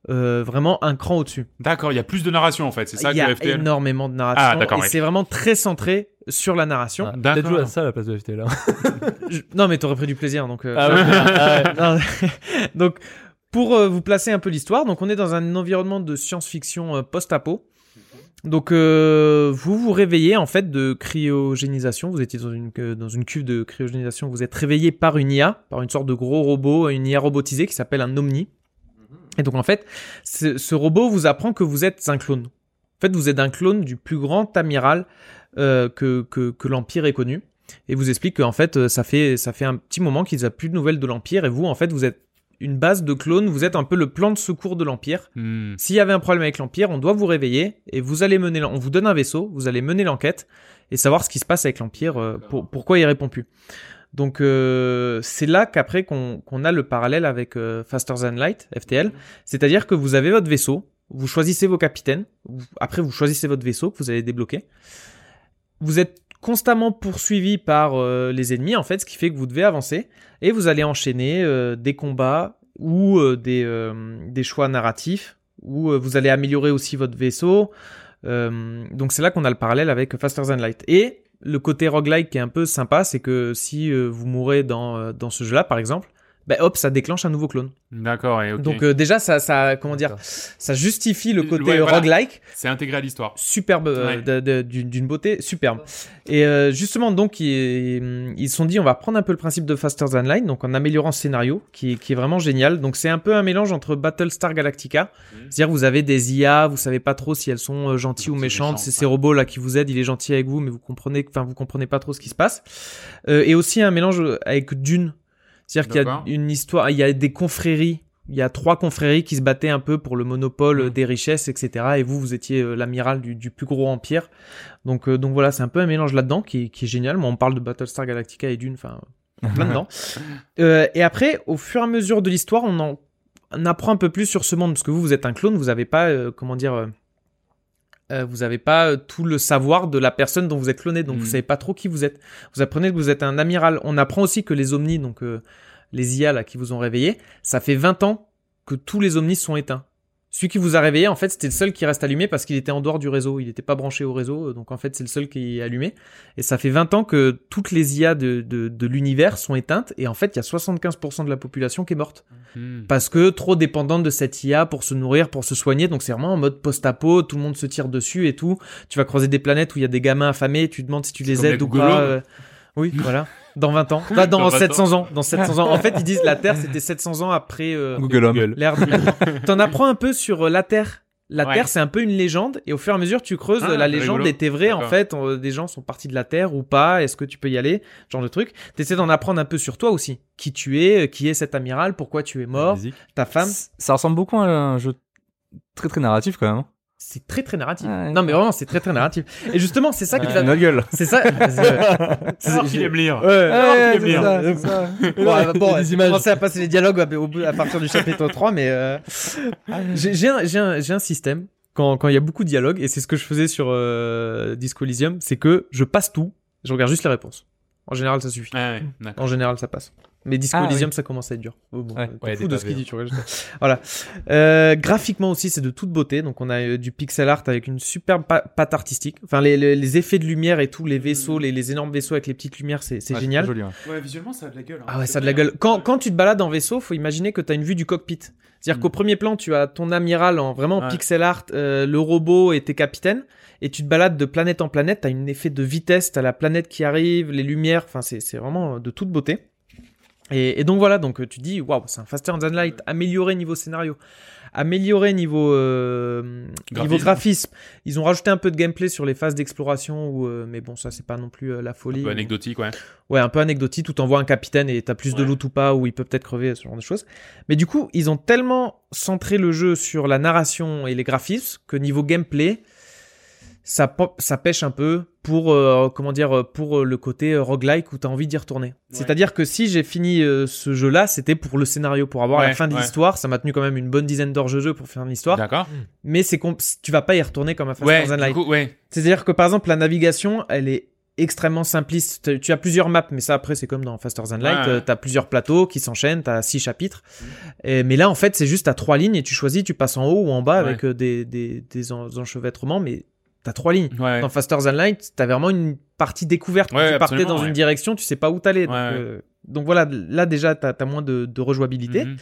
S2: euh, vraiment un cran au-dessus.
S1: D'accord, il y a plus de narration en fait, c'est ça
S2: Il y a
S1: que FTL.
S2: énormément de
S1: Ah,
S2: narration
S1: d'accord,
S2: et
S1: oui.
S2: c'est vraiment très centré sur la narration.
S4: Ah,
S1: D'accord.
S4: Peut-être jouer à ça à la place de FT là.
S2: Je- Non, mais t'aurais pris du plaisir, donc. euh,
S4: hein. Ah ouais.
S1: *laughs*
S4: Ah ouais.
S2: *laughs* Non, donc, pour euh, vous placer un peu l'histoire, donc on est dans un environnement de science-fiction euh, post-apo. Donc, euh, vous vous réveillez en fait de cryogénisation. Vous étiez dans une, euh, dans une cuve de cryogénisation. Vous êtes réveillé par une IA, par une sorte de gros robot, une IA robotisée qui s'appelle un Omni. Et donc, en fait, ce, ce robot vous apprend que vous êtes un clone. En fait, vous êtes un clone du plus grand amiral euh, que, que, que l'Empire ait connu et vous explique qu'en fait euh, ça fait ça fait un petit moment qu'ils n'ont plus de nouvelles de l'empire et vous en fait vous êtes une base de clones, vous êtes un peu le plan de secours de l'empire.
S1: Hmm.
S2: S'il y avait un problème avec l'empire, on doit vous réveiller et vous allez mener l'en- on vous donne un vaisseau, vous allez mener l'enquête et savoir ce qui se passe avec l'empire, euh, pour- pourquoi il répond plus. Donc euh, c'est là qu'après qu'on qu'on a le parallèle avec euh, Faster Than Light FTL, c'est-à-dire que vous avez votre vaisseau, vous choisissez vos capitaines, vous- après vous choisissez votre vaisseau que vous allez débloquer. Vous êtes constamment poursuivi par euh, les ennemis en fait, ce qui fait que vous devez avancer et vous allez enchaîner euh, des combats ou euh, des, euh, des choix narratifs où euh, vous allez améliorer aussi votre vaisseau. Euh, donc c'est là qu'on a le parallèle avec Faster Than Light. Et le côté roguelike qui est un peu sympa, c'est que si euh, vous mourrez dans, euh, dans ce jeu-là, par exemple, bah, hop, ça déclenche un nouveau clone.
S1: D'accord, et ok. Euh,
S2: Donc euh, déjà, ça, ça, comment dire, ça justifie le
S1: Ouais,
S2: côté
S1: voilà.
S2: roguelike
S1: C'est intégré à l'histoire.
S2: superbe euh,
S1: Ouais.
S2: de- de- d'une d'une beauté superbe et euh, justement donc ils ils se sont dit on va reprendre un peu le principe de Faster Than Light donc en améliorant ce scénario qui, est- qui est vraiment génial donc c'est un peu un mélange entre Battlestar Galactica
S1: Mhm.
S2: c'est-à-dire vous avez des IA vous savez pas trop si elles sont euh, gentilles ou
S1: Gentilles,
S2: méchantes
S1: méchantes,
S2: c'est ces
S1: ouais.
S2: robots là qui vous aident il est gentil avec vous mais vous comprenez enfin vous comprenez pas trop ce qui se passe Euh, et aussi un mélange avec Dune c'est-à-dire qu'il y a
S1: D'accord.
S2: une histoire il y a des confréries il y a trois confréries qui se battaient un peu pour le monopole euh, des richesses, etc. Et vous, vous étiez euh, l'amiral du, du plus gros empire. Donc, euh, donc voilà, c'est un peu un mélange là-dedans qui, qui est génial. Moi, on parle de Battlestar Galactica et d'une, enfin, euh, plein dedans. Euh, et après, au fur et à mesure de l'histoire, on en on apprend un peu plus sur ce monde parce que vous, vous êtes un clone, vous n'avez pas, euh, comment dire. euh, euh, vous n'avez pas euh, tout le savoir de la personne dont vous êtes cloné, donc
S1: Mhm.
S2: vous savez pas trop qui vous êtes. Vous apprenez que vous êtes un amiral. On apprend aussi que les omnis, donc euh, les IA là qui vous ont réveillé, ça fait 20 ans que tous les omnis sont éteints. Celui qui vous a réveillé, en fait, c'était le seul qui reste allumé parce qu'il était en dehors du réseau. Il n'était pas branché au réseau, euh, donc en fait, c'est le seul qui est allumé. Et ça fait 20 ans que toutes les IA de, de, de l'univers sont éteintes. Et en fait, il y a 75% de la population qui est morte.
S1: Hmm.
S2: Parce que trop dépendante de cette IA pour se nourrir, pour se soigner. Donc c'est vraiment en mode post-apo, tout le monde se tire dessus et tout. Tu vas croiser des planètes où il y a des gamins affamés, tu te demandes si tu les
S1: comme
S2: aides
S1: la
S2: ou
S1: Google
S2: pas.
S1: Home.
S2: euh, Oui,
S1: *laughs*
S2: voilà. Dans 20 ans. Bah, dans,
S1: Dans 20 ans.
S2: 700 ans. Dans 700 ans. En fait, ils disent la Terre, c'était 700 ans après euh,
S3: Google Home.
S2: l'ère du maintenant. T'en apprends un peu sur euh, la Terre. La
S1: Ouais.
S2: Terre, c'est un peu une légende, et au fur et à mesure, tu creuses,
S1: Ah,
S2: euh, la
S1: c'est
S2: légende
S1: rigolo.
S2: était vraie, en
S1: D'accord.
S2: fait, on- des gens sont partis de la Terre ou pas, est-ce que tu peux y aller, Ce genre de truc. T'essaies d'en apprendre un peu sur toi aussi, qui tu es, euh, qui est cet amiral, pourquoi tu es mort,
S4: Musique.
S2: ta femme.
S3: Ça ressemble beaucoup à un jeu très très narratif quand même.
S2: c'est très très narratif.
S3: Ah,
S2: non mais vraiment c'est très très narratif. Et justement c'est ça qui va...
S3: Notre gueule.
S2: C'est ça... C'est-
S1: Alors qu'il aime lire.
S2: Ouais.
S3: Ah,
S1: Ouais,
S2: c'est ça,
S3: c'est *laughs*
S2: Bon, euh, bon,
S4: Les
S2: euh,
S4: images.
S2: commencer à passer les dialogues à, au bout- à partir du chapitre 3, mais euh, j'ai j'ai un, j'ai un- j'ai un système quand quand il y a beaucoup de dialogues, et c'est ce que je faisais sur euh, Disco Elysium, c'est que je passe tout, je regarde juste les réponses. En général, ça suffit.
S1: Ah ouais, d'accord.
S2: En général, ça passe. Mais Disco
S3: Ah,
S2: Elysium, ça commence à être dur. Oh, bon,
S3: Ouais.
S2: t'es
S4: Ouais,
S2: fou
S4: des
S2: de ce
S4: pavés,
S2: qu'il dit, tu vois, je- voilà. Euh, graphiquement aussi, c'est de toute beauté. Donc, on a euh, du pixel art avec une superbe pa- patte artistique. Enfin, les, les- les effets de lumière et tout, les vaisseaux, les, les énormes vaisseaux avec les petites lumières, c'est c'est génial.
S3: Joli, Mm. ouais.
S1: Ouais, visuellement, ça a de la gueule. hein.
S2: Ah ouais,
S1: C'est
S2: ça a de la
S1: vrai,
S2: gueule.
S1: hein.
S2: Quand, quand tu te balades en vaisseau, faut imaginer que t'as une vue du cockpit. C'est-à-dire
S1: Mm.
S2: qu'au premier plan, tu as ton amiral en vraiment
S1: Ouais.
S2: pixel art, euh, le robot et tes capitaines, et tu te balades de planète en planète. T'as un effet de vitesse, t'as la planète qui arrive, les lumières. Enfin, c'est c'est vraiment euh, de toute beauté. Et, et donc voilà, donc euh, tu te dis, waouh, c'est un Faster Than Light amélioré niveau scénario, amélioré niveau euh,
S1: Graphisme.
S2: niveau graphisme. Ils ont rajouté un peu de gameplay sur les phases d'exploration, où, euh, mais bon, ça c'est pas non plus euh, la folie.
S1: Un peu anecdotique, ouais.
S2: Ouais, un peu anecdotique, où t'envoies un capitaine et t'as plus de
S1: Ouais.
S2: loot ou pas, ou il peut peut-être crever, ce genre de choses. Mais du coup, ils ont tellement centré le jeu sur la narration et les graphismes que niveau gameplay, ça, po- ça pêche un peu pour, euh, comment dire, euh, pour euh, le côté euh, roguelike où t'as envie d'y retourner. C'est-à-dire que si j'ai fini euh, ce jeu-là, c'était pour le scénario, pour avoir
S1: Ouais,
S2: la fin de
S1: ouais.
S2: l'histoire. Ça m'a tenu quand même une bonne dizaine d'heures de jeu pour finir l'histoire.
S1: D'accord.
S2: Mais c'est com- tu vas pas y retourner comme à Fast
S1: Ouais,
S2: Times and
S1: du
S2: Light.
S1: coup, ouais.
S2: C'est-à-dire que par exemple, la navigation, elle est extrêmement simpliste. Tu- Tu as plusieurs maps, mais ça après, c'est comme dans Faster Than Light.
S1: Ouais. Mm.
S2: euh, T'as plusieurs plateaux qui s'enchaînent, t'as six chapitres. Et- mais là, en fait, c'est juste à trois lignes et tu choisis, tu passes en haut ou en bas
S1: Ouais.
S2: avec euh, des, des, des en- enchevêtrements, mais t'as trois lignes.
S1: Ouais, ouais.
S2: Dans Faster Than Light, t'as vraiment une partie découverte.
S1: Ouais,
S2: tu partais
S1: absolument,
S2: dans
S1: ouais.
S2: une direction, tu sais pas où t'allais. donc,
S1: Ouais, ouais.
S2: euh, donc voilà, là déjà, t'as as moins de, de rejouabilité.
S1: Mhm.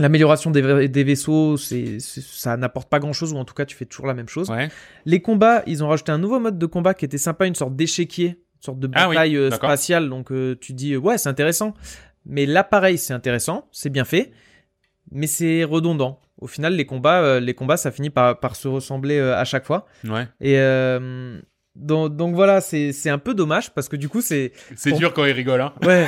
S2: L'amélioration des, vrais- des vaisseaux, c'est c'est- ça n'apporte pas grand-chose, ou en tout cas, tu fais toujours la même chose.
S1: Ouais.
S2: Les combats, ils ont rajouté un nouveau mode de combat qui était sympa, une sorte d'échiquier, une sorte de
S1: Ah oui,
S2: bataille euh,
S1: d'accord.
S2: spatiale. Donc euh, tu dis, euh, ouais, c'est intéressant. Mais l'appareil, c'est intéressant, c'est bien fait, mais c'est redondant. Au final, les combats, euh, les combats ça finit par, par se ressembler euh, à chaque fois.
S1: Ouais.
S2: Et euh, donc, donc voilà, c'est c'est un peu dommage parce que du coup, c'est.
S1: C'est
S2: Bon.
S1: dur quand il rigole, hein. *laughs*
S2: Ouais.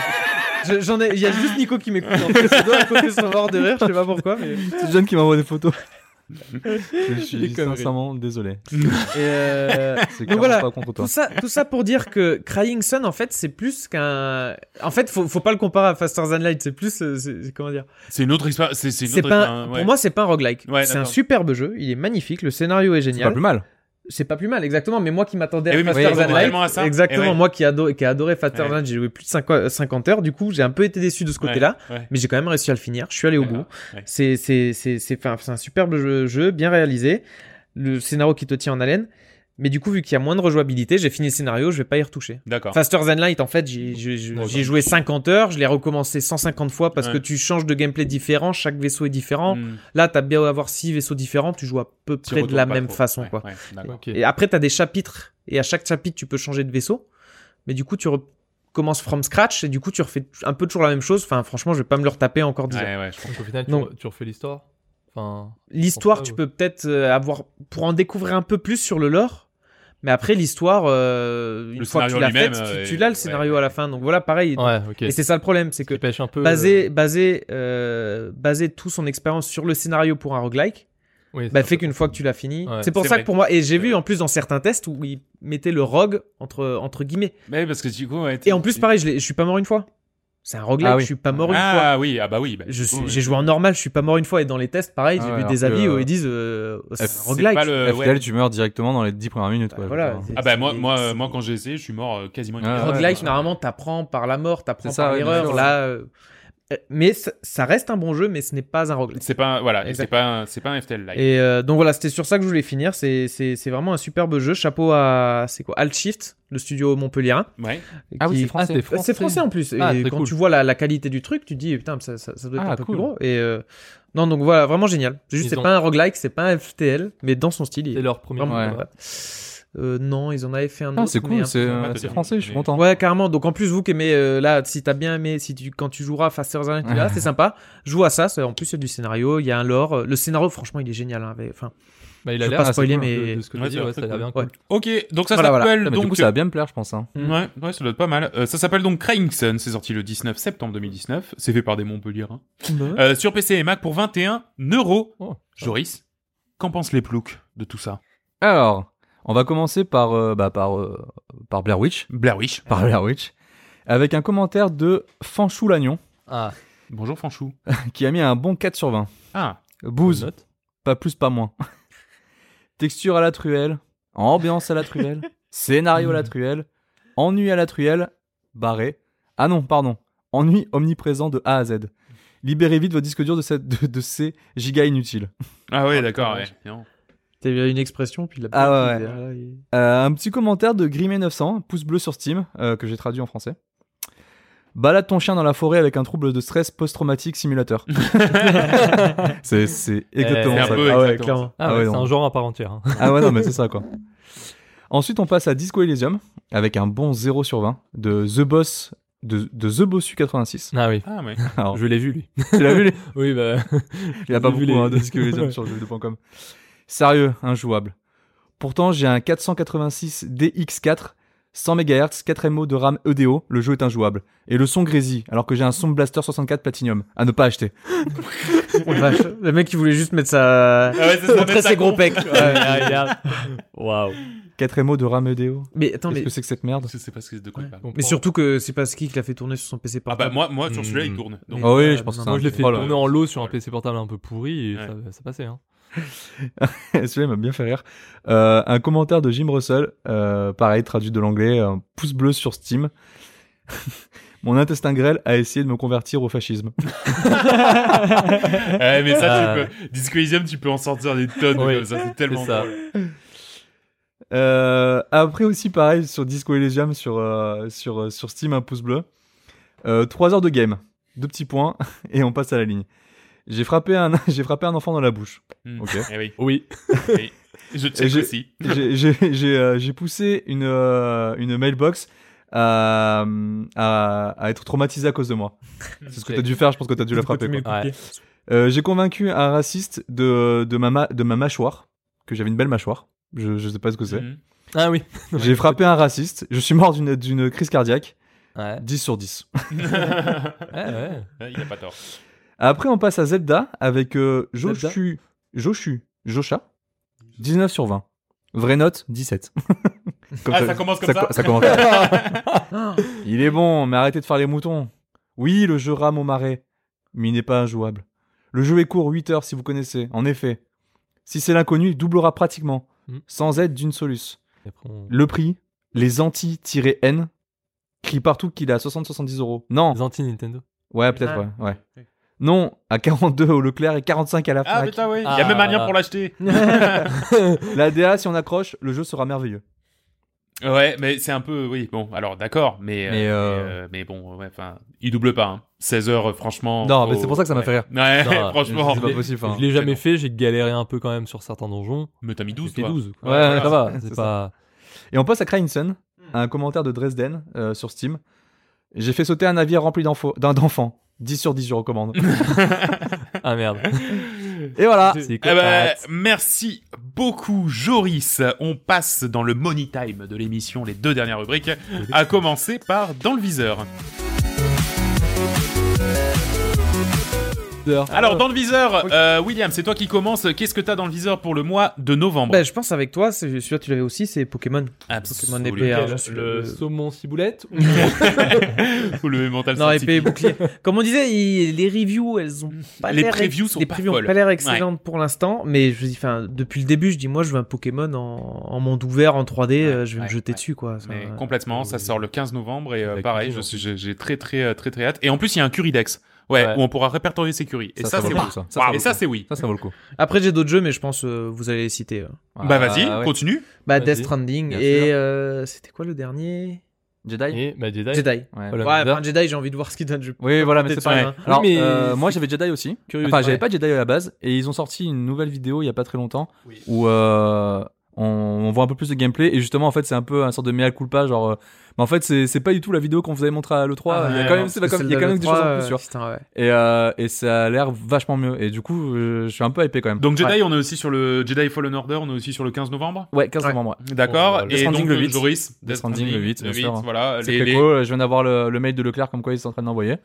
S2: Je- J'en ai, il y a juste Nico qui m'écoute. en fait, ses doigts à côté sont morts de rire, je sais pas pourquoi, mais.
S3: C'est John qui m'envoie des photos. *laughs* Je
S4: Des
S3: suis
S4: conneries.
S3: sincèrement désolé.
S2: Et euh,
S3: C'est clairement
S2: Donc voilà.
S3: pas contre toi.
S2: Tout ça, tout ça pour dire que Crying Sun, en fait, c'est plus qu'un. En fait, faut, faut pas le comparer à Faster Than Light. C'est plus, euh, c'est- c'est- comment dire
S1: C'est une autre histoire. C'est, c'est une
S2: C'est
S1: autre
S2: pas. un-
S1: histoire, ouais.
S2: Pour moi, c'est pas un roguelike.
S1: Ouais,
S2: c'est un
S1: d'accord.
S2: superbe jeu. Il est magnifique. Le scénario est
S3: C'est pas
S2: génial.
S3: plus mal.
S2: C'est pas, plus mal, exactement. Mais moi qui m'attendais
S1: Eh
S2: à
S1: oui, mais
S2: Faster
S3: t'attendais
S2: Than Light,
S1: tellement à ça. Eh
S2: exactement.
S1: ouais.
S2: Moi qui, ado- qui a adoré Faster
S1: Ouais.
S2: Than Light, j'ai joué plus de 50 50 heures. Du coup, j'ai un peu été déçu de ce côté-là
S1: Ouais, ouais.
S2: mais j'ai quand même réussi à le finir. Je suis allé au bout.
S1: D'accord, ouais.
S2: C'est c'est c'est c'est enfin, c'est un superbe jeu, jeu, bien réalisé, le scénario qui te tient en haleine. Mais du coup, vu qu'il y a moins de rejouabilité, j'ai fini le scénario, je vais pas y retoucher.
S1: D'accord.
S2: Faster Than Light, en fait, j'ai j'ai- j'ai-
S4: D'accord.
S2: j'ai joué 50 heures, je l'ai recommencé 150 fois parce
S1: Ouais.
S2: que tu changes de gameplay différent, chaque vaisseau est différent.
S1: Mm.
S2: Là, t'as bien avoir six vaisseaux différents, tu joues à peu
S1: Tu
S2: près de
S1: retournes
S2: la
S1: pas
S2: même
S1: trop.
S2: façon,
S1: Ouais,
S2: quoi.
S1: ouais, d'accord.
S4: Ok.
S2: Et après, t'as des chapitres, et à chaque chapitre, tu peux changer de vaisseau. Mais du coup, tu recommences from scratch, et du coup, tu refais un peu toujours la même chose. Enfin, franchement, je vais pas me le retaper encore 10
S1: Ouais, ouais, je comprends.
S4: Donc au final, tu,
S2: Non.
S4: re- tu refais l'histoire. Enfin,
S2: L'histoire,
S4: Pour ça,
S2: tu
S4: ouais.
S2: peux peut-être euh, avoir pour en découvrir un peu plus sur le lore, mais après l'histoire, euh, une
S1: Le
S2: fois que tu l'as
S1: scénario
S2: faite,
S1: lui-même,
S2: tu,
S1: euh,
S2: tu
S1: est-
S2: l'as le
S1: ouais,
S2: scénario
S1: ouais.
S2: à la fin. Donc voilà, pareil.
S4: ouais, ok.
S2: Et c'est ça le problème, c'est que
S4: Tu pêches un peu.
S2: baser, baser, euh, baser tout son expérience sur le scénario pour un roguelike,
S4: euh, oui, c'est
S2: bah, fait
S4: un peu-
S2: qu'une fois que tu l'as fini,
S4: Ouais,
S2: c'est pour
S1: c'est
S2: ça
S1: vrai.
S2: que pour moi, et j'ai
S1: C'est
S2: vu en plus dans certains tests où ils mettaient le rogue entre entre guillemets.
S1: Mais parce que du coup, ouais, t'es-
S2: Et en plus, pareil, je, l'ai- je suis pas mort une fois. C'est un roguelike,
S3: Ah oui.
S2: je suis pas mort une fois.
S1: Ah oui, ah bah oui. bah,
S2: Je
S1: du coup,
S2: suis-
S1: ouais.
S2: J'ai joué en normal, je suis pas mort une fois. Et dans les tests, pareil,
S3: Ah
S2: j'ai
S3: ouais,
S2: vu
S3: alors
S2: des
S3: que,
S2: avis où
S3: euh,
S2: ils disent euh, c'est un
S1: C'est
S2: roguelike.
S1: pas le-
S3: FTL,
S1: ouais.
S3: tu meurs directement dans les 10 premières minutes.
S2: Euh, Bah,
S3: Quoi,
S2: voilà.
S3: putain.
S1: Ah bah moi,
S2: c'est-
S1: moi, euh,
S2: c'est-
S1: moi quand j'ai essayé, je suis mort euh, quasiment. une
S3: Ah,
S1: heure.
S3: ouais.
S2: roguelike, généralement, t'apprends par la mort, t'apprends
S3: C'est ça,
S2: par
S3: ouais,
S2: l'erreur.
S3: bien sûr.
S2: Là, euh, euh, mais ça, ça reste un bon jeu, mais ce n'est pas un roguelike.
S1: C'est pas, un- voilà, et c'est
S2: Exact.
S1: pas, un- c'est pas un FTL like.
S2: Et euh, donc voilà, c'était sur ça que je voulais finir. C'est c'est- c'est vraiment un superbe jeu. Chapeau à c'est quoi Alt Shift, le studio montpelliérain.
S1: Ouais.
S3: Ah oui,
S2: qui-
S3: c'est
S4: Ah,
S3: français.
S4: c'est
S2: Euh,
S4: français.
S2: c'est français en plus.
S4: Ah,
S2: et
S4: très
S2: quand
S4: cool.
S2: tu vois la, la qualité du truc, tu te dis putain, ça, ça- ça doit être
S3: Ah,
S2: un peu
S3: cool.
S2: plus gros. Et euh, non, donc voilà, vraiment génial. C'est juste,
S4: Ils
S2: c'est
S4: ont-
S2: pas un roguelike, c'est pas un FTL, mais dans son style. il
S4: C'est
S2: est
S4: leur premier.
S2: vraiment
S3: Ouais.
S2: pas mal. Euh, non, ils en avaient fait un
S3: Ah,
S2: autre.
S3: c'est
S2: mais un
S3: cool,
S2: peu
S3: c'est
S1: on va
S3: euh,
S1: te
S3: c'est
S1: dire.
S3: français, je suis
S1: Mais-
S3: content.
S2: Ouais, carrément. Donc en plus, vous qui aimez euh, là, si t'as bien aimé, si tu quand tu joueras face à Resident Evil, là,
S3: *laughs*
S2: c'est sympa. Joue à ça. c'est- En plus, il y a du scénario, il y a un lore. Euh, Le scénario, franchement, il est génial. hein, avec- Enfin,
S4: Bah, il
S2: je
S4: a
S2: veux
S4: l'air
S2: pas spoiler,
S4: assez cool,
S2: mais-
S4: de- de ce que
S1: Ouais,
S4: tu dis,
S1: c'est
S4: ouais, ça a l'air bien
S2: cool.
S4: cool.
S1: Ok, donc ça
S2: Voilà, voilà.
S1: s'appelle
S3: Ah,
S1: donc.
S3: mais
S1: Mm.
S3: du coup,
S2: euh,
S3: ça va bien me plaire, je pense. hein.
S1: Ouais, ouais, ça doit être pas mal. Euh, ça s'appelle donc Crying Sun, c'est sorti le 19 septembre 2019. hein. C'est fait par des Montpellier.
S2: bah,
S1: Euh, sur PC et Mac pour 21 euros.
S4: Oh.
S1: Joris. Qu'en pensent les ploucs de tout ça
S3: Alors, on va commencer par, euh, bah, par, euh, par Blair Witch. *laughs*
S1: Blair Witch.
S3: Par Blair Witch. Avec un commentaire de Fanchou Lagnon,
S4: Ah,
S1: Bonjour Fanchou.
S3: qui a mis un bon 4 sur 20.
S1: Ah,
S3: Booze.
S4: bonne note.
S3: pas plus, pas moins. Texture à la truelle, ambiance à la truelle, scénario à la truelle, ennui à la truelle, barré. Ah non, pardon, ennui omniprésent de A à Z. Libérez vite vos disques durs de, cette, de, de ces gigas inutiles.
S1: ah oui,
S2: Ah,
S1: d'accord.
S2: dommage.
S1: ouais. Non.
S2: T'as eu une expression, puis il l'a
S3: Ah
S2: pas
S3: ouais,
S2: dit,
S3: ouais.
S2: ah, il-
S3: Euh, un petit commentaire de Grimé900, pouce bleu sur Steam, euh, que j'ai traduit en français. Balade ton chien dans la forêt avec un trouble de stress
S1: *laughs*
S3: post-traumatique simulateur. c'est c'est exactement
S4: Eh,
S1: un
S3: ça.
S1: peu
S2: Ah ouais,
S1: exactement.
S2: clairement.
S4: Ah,
S3: Ah
S4: ouais,
S3: ouais,
S4: c'est
S3: non.
S4: un genre à part entière. hein.
S3: Ah ouais, non, mais c'est ça, quoi. Ensuite, on passe à Disco Elysium, avec un bon 0 sur 20 de The Boss, de, de The Bossu 86.
S4: Ah
S3: *laughs*
S4: oui,
S1: Ah, ouais.
S3: Alors,
S4: je l'ai vu lui.
S3: tu l'as vu, les-
S4: *laughs* Oui, bah.
S3: il n'y a pas
S4: J'ai vu
S3: beaucoup
S4: les-
S3: hein, de
S4: *laughs*
S3: Disco Elysium sur jeuxvideo.com. Sérieux, injouable. Pourtant, j'ai un 486 DX4, 100 MHz, 4 MO de RAM EDO, le jeu est injouable. Et le son grésille, alors que j'ai un Sound Blaster 64 Platinum, à ne pas acheter.
S2: Oh la vache, le mec, il voulait juste mettre sa.
S1: Ah ouais, c'est ça,
S2: Montrer
S1: mettre sa
S2: ses gros
S1: comp.
S2: pecs. tu vois.
S4: Ah, regarde. Waouh.
S3: 4 MO de RAM EDO
S2: Mais attends,
S3: Qu'est-ce
S2: mais.
S3: que c'est que cette merde
S1: *laughs* Je sais pas ce que c'est de quoi il parle.
S2: Mais surtout que c'est pas Ski qui l'a fait tourner sur son PC
S1: Ah bah
S2: portable.
S1: moi, moi sur celui-là
S4: Hmm.
S1: il tourne. Donc, *laughs*
S3: Ah oui,
S2: euh,
S3: je pense que c'est
S2: non, non,
S4: Moi,
S3: un
S4: je l'ai fait
S3: troll,
S4: tourner
S3: ouais.
S4: en lot sur un PC portable un peu pourri et
S1: Ouais.
S4: ça, ça passait. Hein.
S3: *laughs* Celui-là il m'a bien fait rire. Euh, un commentaire de Jim Russell, euh, pareil, traduit de l'anglais, un pouce bleu sur Steam. *laughs* Mon intestin grêle a essayé de me convertir au fascisme.
S1: ouais, eh, mais ça,
S4: Ah.
S1: tu peux... Disco Elysium, tu peux en sortir des tonnes
S4: Oui,
S1: comme ça, c'est tellement
S4: c'est ça.
S1: drôle.
S3: Euh, après aussi, pareil, sur Disco Elysium, sur, euh, sur, euh, sur Steam, un pouce bleu. Euh, Trois heures de game, deux petits points, *laughs* et on passe à la ligne. J'ai frappé, un, *laughs* j'ai frappé un enfant dans la bouche.
S1: Hmm.
S3: Ok.
S1: Eh oui,
S4: Oui.
S1: oui. Je check
S3: j'ai-
S1: aussi. *laughs*
S3: J'ai- J'ai j'ai, euh, j'ai poussé une, euh, une mailbox à, à, à être traumatisé à cause de moi. C'est ce que t'as dû faire, je pense que t'as dû la frapper. quoi.
S4: Ouais.
S3: Euh, J'ai convaincu un raciste de, de, ma, ma- de ma mâchoire, que j'avais une belle mâchoire. Je, je sais pas ce que
S1: *laughs*
S3: c'est.
S1: Mhm.
S4: Ah oui.
S3: J'ai frappé un raciste, je suis mort d'une- d'une crise cardiaque.
S4: Ouais.
S3: 10 sur 10.
S4: Ouais, ouais.
S1: Il a pas tort.
S3: Après, on passe à Zelda avec euh,
S4: Zelda
S3: Joshu, Joshu, Josha, 19 sur 20. Vraie note, 17. *laughs* Comme
S1: Ah, ça commence comme ça
S3: co- commence.
S2: Ah.
S3: Il est bon, mais arrêtez de faire les moutons. Oui, le jeu rame au marais, mais il n'est pas injouable. Le jeu est court, 8 heures si vous connaissez, en effet. Si c'est l'inconnu, il doublera pratiquement,
S4: Mm.
S3: sans aide d'une soluce.
S4: Et après, on-
S3: Le prix, les anti-N, crie partout qu'il est à 60-70 euros. Non,
S4: Les anti-Nintendo.
S3: ouais, peut-être, ouais, ouais. Non, à 42 au Leclerc et 45 à la
S1: Ah
S3: FNAC.
S1: putain, oui. Il y
S4: Ah.
S1: a même un lien pour l'acheter.
S3: La DA, si on accroche, le jeu sera merveilleux.
S1: ouais, mais c'est un peu, oui, bon, alors d'accord, mais, euh,
S3: Mais,
S1: mais,
S3: euh,
S1: euh, mais bon, ouais, enfin, il double pas. Hein. 16 heures, euh, franchement.
S3: Non, mais c'est pour ça que ça m'a
S1: ouais.
S3: fait rire.
S1: Ouais, *laughs*
S4: Non,
S1: franchement.
S3: C'est pas possible. hein.
S4: je l'ai jamais
S1: non.
S4: fait, j'ai galéré un peu quand même sur certains donjons.
S1: Mais t'as mis 12,
S4: J'ai fait
S1: toi.
S4: 12. quoi.
S3: Ouais,
S4: Ouais,
S3: ouais,
S4: ça va.
S3: c'est
S4: C'est pas.
S3: Et on passe à Kreinson, un commentaire de Dresden euh, sur Steam. J'ai fait sauter un navire rempli d'enfo- d'un- d'enfants. 10 sur 10, je recommande.
S1: *laughs*
S4: Ah merde.
S3: Et voilà.
S4: C'est
S1: Eh ben,
S4: cocasse.
S1: merci beaucoup Joris. On passe dans le money time de l'émission, les deux dernières rubriques, à commencer par dans le viseur. Alors dans le viseur, euh, William, c'est toi qui commence. Qu'est-ce que t'as dans le viseur pour le mois de novembre
S3: Ben,
S2: Bah, je pense avec toi, c'est- celui-là tu l'avais aussi, c'est Pokémon.
S1: Absolument.
S2: Pokémon épée, hein,
S1: Lequel
S2: je-
S4: Le
S1: le...
S4: saumon ciboulette ou-
S1: ou le mental
S2: Non, épée et
S1: scientifique.
S2: bouclier. Comme on disait, il- les reviews, elles ont pas
S1: Les
S2: l'air ex-
S1: previews sont
S2: les
S1: pas
S2: previews ont
S1: folles.
S2: pas l'air excellentes pour l'instant, mais je dis, enfin, depuis le début, je dis moi, je veux un Pokémon en, en monde ouvert, en 3D, euh, je vais
S1: ouais,
S2: me jeter
S1: ouais.
S2: dessus, quoi. Ça,
S1: Mais
S2: ouais.
S1: complètement, ça
S4: Oui.
S1: sort le 15 novembre et euh,
S4: Avec
S1: pareil,
S4: plaisir.
S1: je suis- j'ai j'ai très très euh, très très hâte. Et en plus, il y a un Curidex, ouais,
S4: Ouais.
S1: où on pourra répertorier ses curies. Et
S3: Ça,
S1: ça,
S3: ça vaut
S1: c'est
S3: le
S1: oui.
S3: coup, ça. Ça,
S1: Waouh,
S3: ça vaut
S1: et
S3: le
S1: ça,
S3: coup.
S1: c'est oui.
S3: Ça, ça vaut le coup.
S2: Après, j'ai d'autres jeux, mais je pense euh, vous allez les citer. euh.
S1: Bah vas-y,
S3: Ah, ouais.
S1: continue.
S2: Bah,
S4: Vas-y.
S2: Death Stranding
S3: Bien
S2: et
S3: sûr.
S2: euh, c'était quoi le dernier
S3: Jedi
S4: Et bah, Jedi.
S2: Jedi.
S3: Ouais.
S4: Voilà.
S2: Ouais,
S4: Lander.
S2: enfin, Jedi, j'ai envie de voir ce qu'il donne. Je...
S3: Oui, voilà, mais c'est
S2: Peut-être
S3: pas.
S2: pas, hein.
S3: Alors,
S4: Oui, mais
S3: euh,
S4: c'est-
S3: moi j'avais Jedi aussi.
S4: Curieux.
S3: Enfin, j'avais
S4: Ouais.
S3: pas Jedi à la base, et ils ont sorti une nouvelle vidéo il y a pas très longtemps
S1: Oui.
S3: où euh, on, on voit un peu plus de gameplay. Et justement, en fait, c'est un peu un sorte de mea culpa, genre. euh, mais en fait, c'est c'est pas du tout la vidéo qu'on vous avait montrée à l'E3.
S1: Ah,
S3: il y a
S1: ouais,
S3: quand
S1: non,
S3: même, c'est pas comme- il y a quand même des choses en plus, tu vois.
S2: Putain, ouais.
S3: Et, euh, et ça a l'air vachement mieux. Et du coup, euh, je suis un peu hypé quand même.
S1: Donc Jedi, on est aussi sur le Jedi Fallen Order, on est aussi sur le 15 novembre.
S3: Ouais, 15
S2: Ouais.
S3: novembre.
S1: D'accord.
S4: Oh, le
S1: et
S3: Stranding,
S1: donc
S3: le huit.
S1: Joris,
S3: Le Stranding, le huit, bien sûr.
S1: voilà.
S3: C'est
S1: Euh,
S3: euh,
S1: les- les-
S3: cool. Je viens d'avoir le, le mail de Leclerc comme quoi ils sont en train de l'envoyer.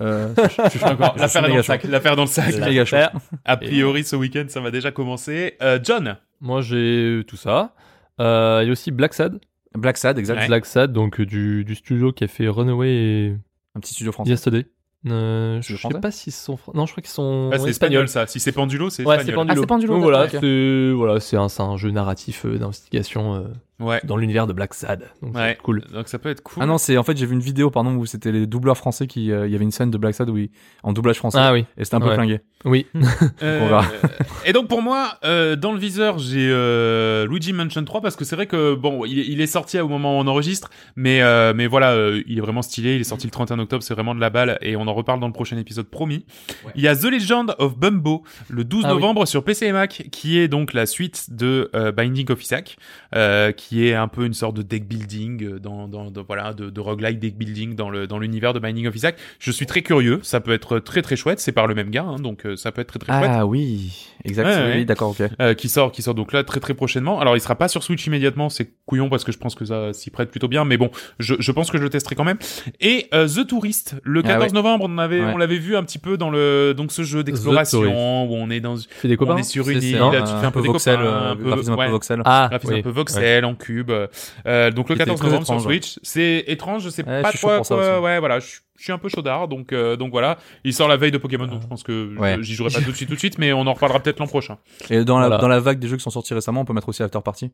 S3: Euh,
S1: Je suis *laughs* encore.
S3: Je
S1: L'affaire
S3: suis
S1: est dans le
S3: méga
S1: sac. L'affaire est dans le sac.
S4: Euh,
S3: c'est méga chaud.
S1: A priori, ce week-end, ça va déjà commencer. Euh, John,
S4: Moi, j'ai tout ça. Euh, Il y a aussi Black Sad.
S3: Black Sad, exact.
S1: Ouais.
S4: Black Sad, donc euh, du, du studio qui a fait Runaway et
S3: Un petit studio français.
S4: Yesterday. Euh, je
S3: Studio
S4: je sais
S3: français
S4: pas s'ils sont. fran- Non, je crois qu'ils sont
S1: Ah, c'est
S4: espagnols.
S1: espagnol ça. Si c'est Pendulo, c'est
S4: Ouais, c'est
S1: espagnol.
S4: Pendulo.
S3: Ah, c'est Pendulo,
S4: Donc, voilà,
S3: d'accord, ok.
S4: c'est voilà, c'est un, c'est un jeu narratif euh, d'investigation euh,
S1: Ouais.
S4: dans l'univers de Black Sad. Donc,
S1: Ouais.
S4: c'est cool.
S1: Donc ça peut être cool.
S3: Ah non, c'est en fait j'ai vu une vidéo pardon où c'était les doubleurs français qui euh, il y avait une scène de Black Sad où ils- en doublage français
S4: Ah oui,
S3: et c'était un peu
S4: Ouais.
S3: flingué.
S4: oui.
S1: Euh,
S3: on verra.
S1: et donc pour moi, euh, dans le viseur, j'ai euh, Luigi Mansion 3 parce que c'est vrai que bon, il, est- il est sorti au moment où on enregistre, mais euh, mais voilà, euh, il est vraiment stylé. Il est sorti le 31 octobre, c'est vraiment de la balle et on en reparle dans le prochain épisode promis. Il y a The Legend of Bumbo le 12
S4: Ah oui.
S1: novembre sur PC et Mac, qui est donc la suite de euh, Binding of Isaac, euh, qui est un peu une sorte de deck building euh, dans, dans, dans- voilà de, de roguelike deck building dans le dans l'univers de Binding of Isaac. Je suis très curieux, ça peut être très très chouette. C'est par le même gars, hein, donc euh, ça peut être très très chouette.
S3: Ah oui, exact.
S1: Ouais, ouais.
S3: Oui, d'accord, ok.
S1: Euh, qui sort qui sort donc là très très prochainement. Alors il sera pas sur Switch immédiatement, c'est couillon parce que je pense que ça s'y prête plutôt bien, mais bon, je, je pense que je le testerai quand même. Et euh, The Tourist, le
S3: Ah
S1: 14
S3: ouais.
S1: novembre, on avait
S3: Ouais.
S1: on l'avait vu un petit peu dans le donc ce jeu d'exploration
S4: Tourist.
S1: où on est dans
S4: Fais des copains.
S1: on est sur une
S3: C'est-
S1: île,
S3: non,
S1: là, tu fais un peu des
S3: voxel,
S1: copains,
S3: euh,
S1: un peu-
S3: graphisme un peu
S1: ouais.
S3: voxel.
S4: Ah,
S1: graphisme
S4: oui.
S1: un peu voxel en cube. Euh, donc le
S3: C'était
S1: 14
S3: très
S1: novembre sur
S3: étrange, ouais.
S1: Switch, c'est étrange, je sais
S3: Ouais,
S1: pas
S3: je suis chaud
S1: trop
S3: pour ça
S1: quoi.
S3: aussi.
S1: Ouais, voilà, je, suis- je suis un peu chaudard, donc euh, donc voilà. Il sort la veille de Pokémon, donc je pense que
S3: Ouais.
S1: j'y jouerai pas tout de suite tout de suite, mais on en reparlera peut-être l'an prochain.
S3: Et dans la,
S4: Voilà.
S3: dans la vague des jeux qui sont sortis récemment, on peut mettre aussi After Party.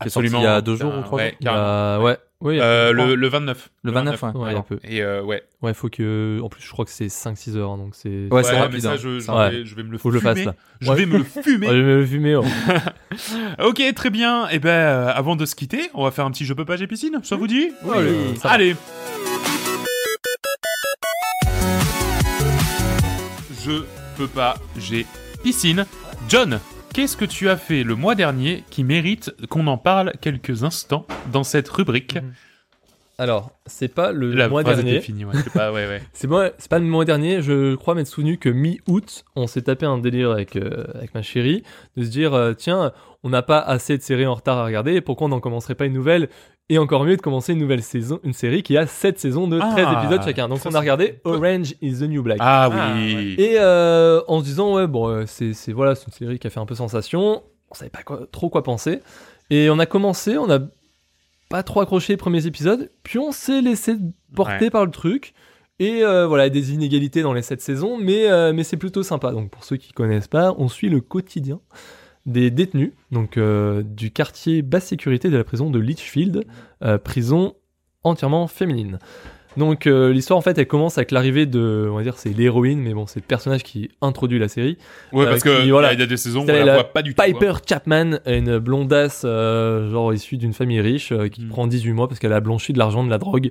S3: Qui est Ah, sorti il y a deux jours
S1: Putain,
S3: ou trois
S1: Ah, ouais,
S3: jours.
S1: carrément.
S4: Bah, ouais. Oui,
S1: Euh, le, le 29.
S3: Le 29, ouais.
S4: Ouais,
S3: d'accord.
S4: un peu.
S1: Et euh, ouais.
S4: Ouais, faut que. En plus, je crois que c'est 5-6 heures, donc c'est.
S3: Ouais, c'est
S1: mais
S3: rapide,
S1: ça,
S3: hein.
S1: je, je
S4: Ouais.
S1: vais, je vais me le
S4: Faut que
S1: fumer.
S4: je le fasse, là.
S1: Je
S4: Ouais.
S1: vais me le
S3: *laughs*
S4: Oh,
S1: fumer.
S4: je vais le fumer, oh.
S1: ok, très bien. Et ben, euh, avant de se quitter, on va faire un petit jeu page et piscine. Ça vous dit
S4: Allez. Ça va.
S1: Allez. Je peux pas, j'ai piscine. John, qu'est-ce que tu as fait le mois dernier qui mérite qu'on en parle quelques instants dans cette rubrique
S2: Mhm.
S4: Alors, c'est pas le
S1: La
S4: mois
S1: phrase
S4: dernier.
S1: était finie, ouais. C'est pas, ouais,
S4: *laughs*
S1: ouais.
S4: C'est moi, c'est pas le mois dernier, je crois m'être souvenu que mi-août, on s'est tapé un délire avec, euh, avec ma chérie, de se dire, euh, tiens, on n'a pas assez de séries en retard à regarder, pourquoi on n'en commencerait pas une nouvelle Et encore mieux de commencer une nouvelle saison, une série qui a 7 saisons de 13
S1: Ah,
S4: épisodes chacun. Donc
S1: ça,
S4: on a
S1: c'est-
S4: regardé Orange is the New Black.
S1: Ah
S2: Ah,
S1: oui.
S4: Et euh, en se disant, ouais, bon, euh, c'est c'est- voilà, c'est une série qui a fait un peu sensation, on savait pas quoi- trop quoi penser. Et on a commencé, on a pas trop accroché les premiers épisodes, puis on s'est laissé porter par le truc. Et euh, voilà, des inégalités dans les 7 saisons, mais, euh, mais c'est plutôt sympa. Donc pour ceux qui connaissent pas, on suit le quotidien des détenus, donc euh, du quartier basse sécurité de la prison de Litchfield, euh, prison entièrement féminine. Donc euh, l'histoire en fait elle commence avec l'arrivée de, on va dire c'est l'héroïne, mais bon c'est le personnage qui introduit la série,
S1: Ouais,
S4: Euh,
S1: parce que
S4: qui, voilà.
S1: il y a des saisons où on
S4: C'est
S1: la
S4: la
S1: voit pas du tout. hein.
S4: Piper Chapman, une blondasse euh, genre issue d'une famille riche euh, qui
S1: Mm.
S4: prend 18 mois parce qu'elle a blanchi de l'argent de la drogue.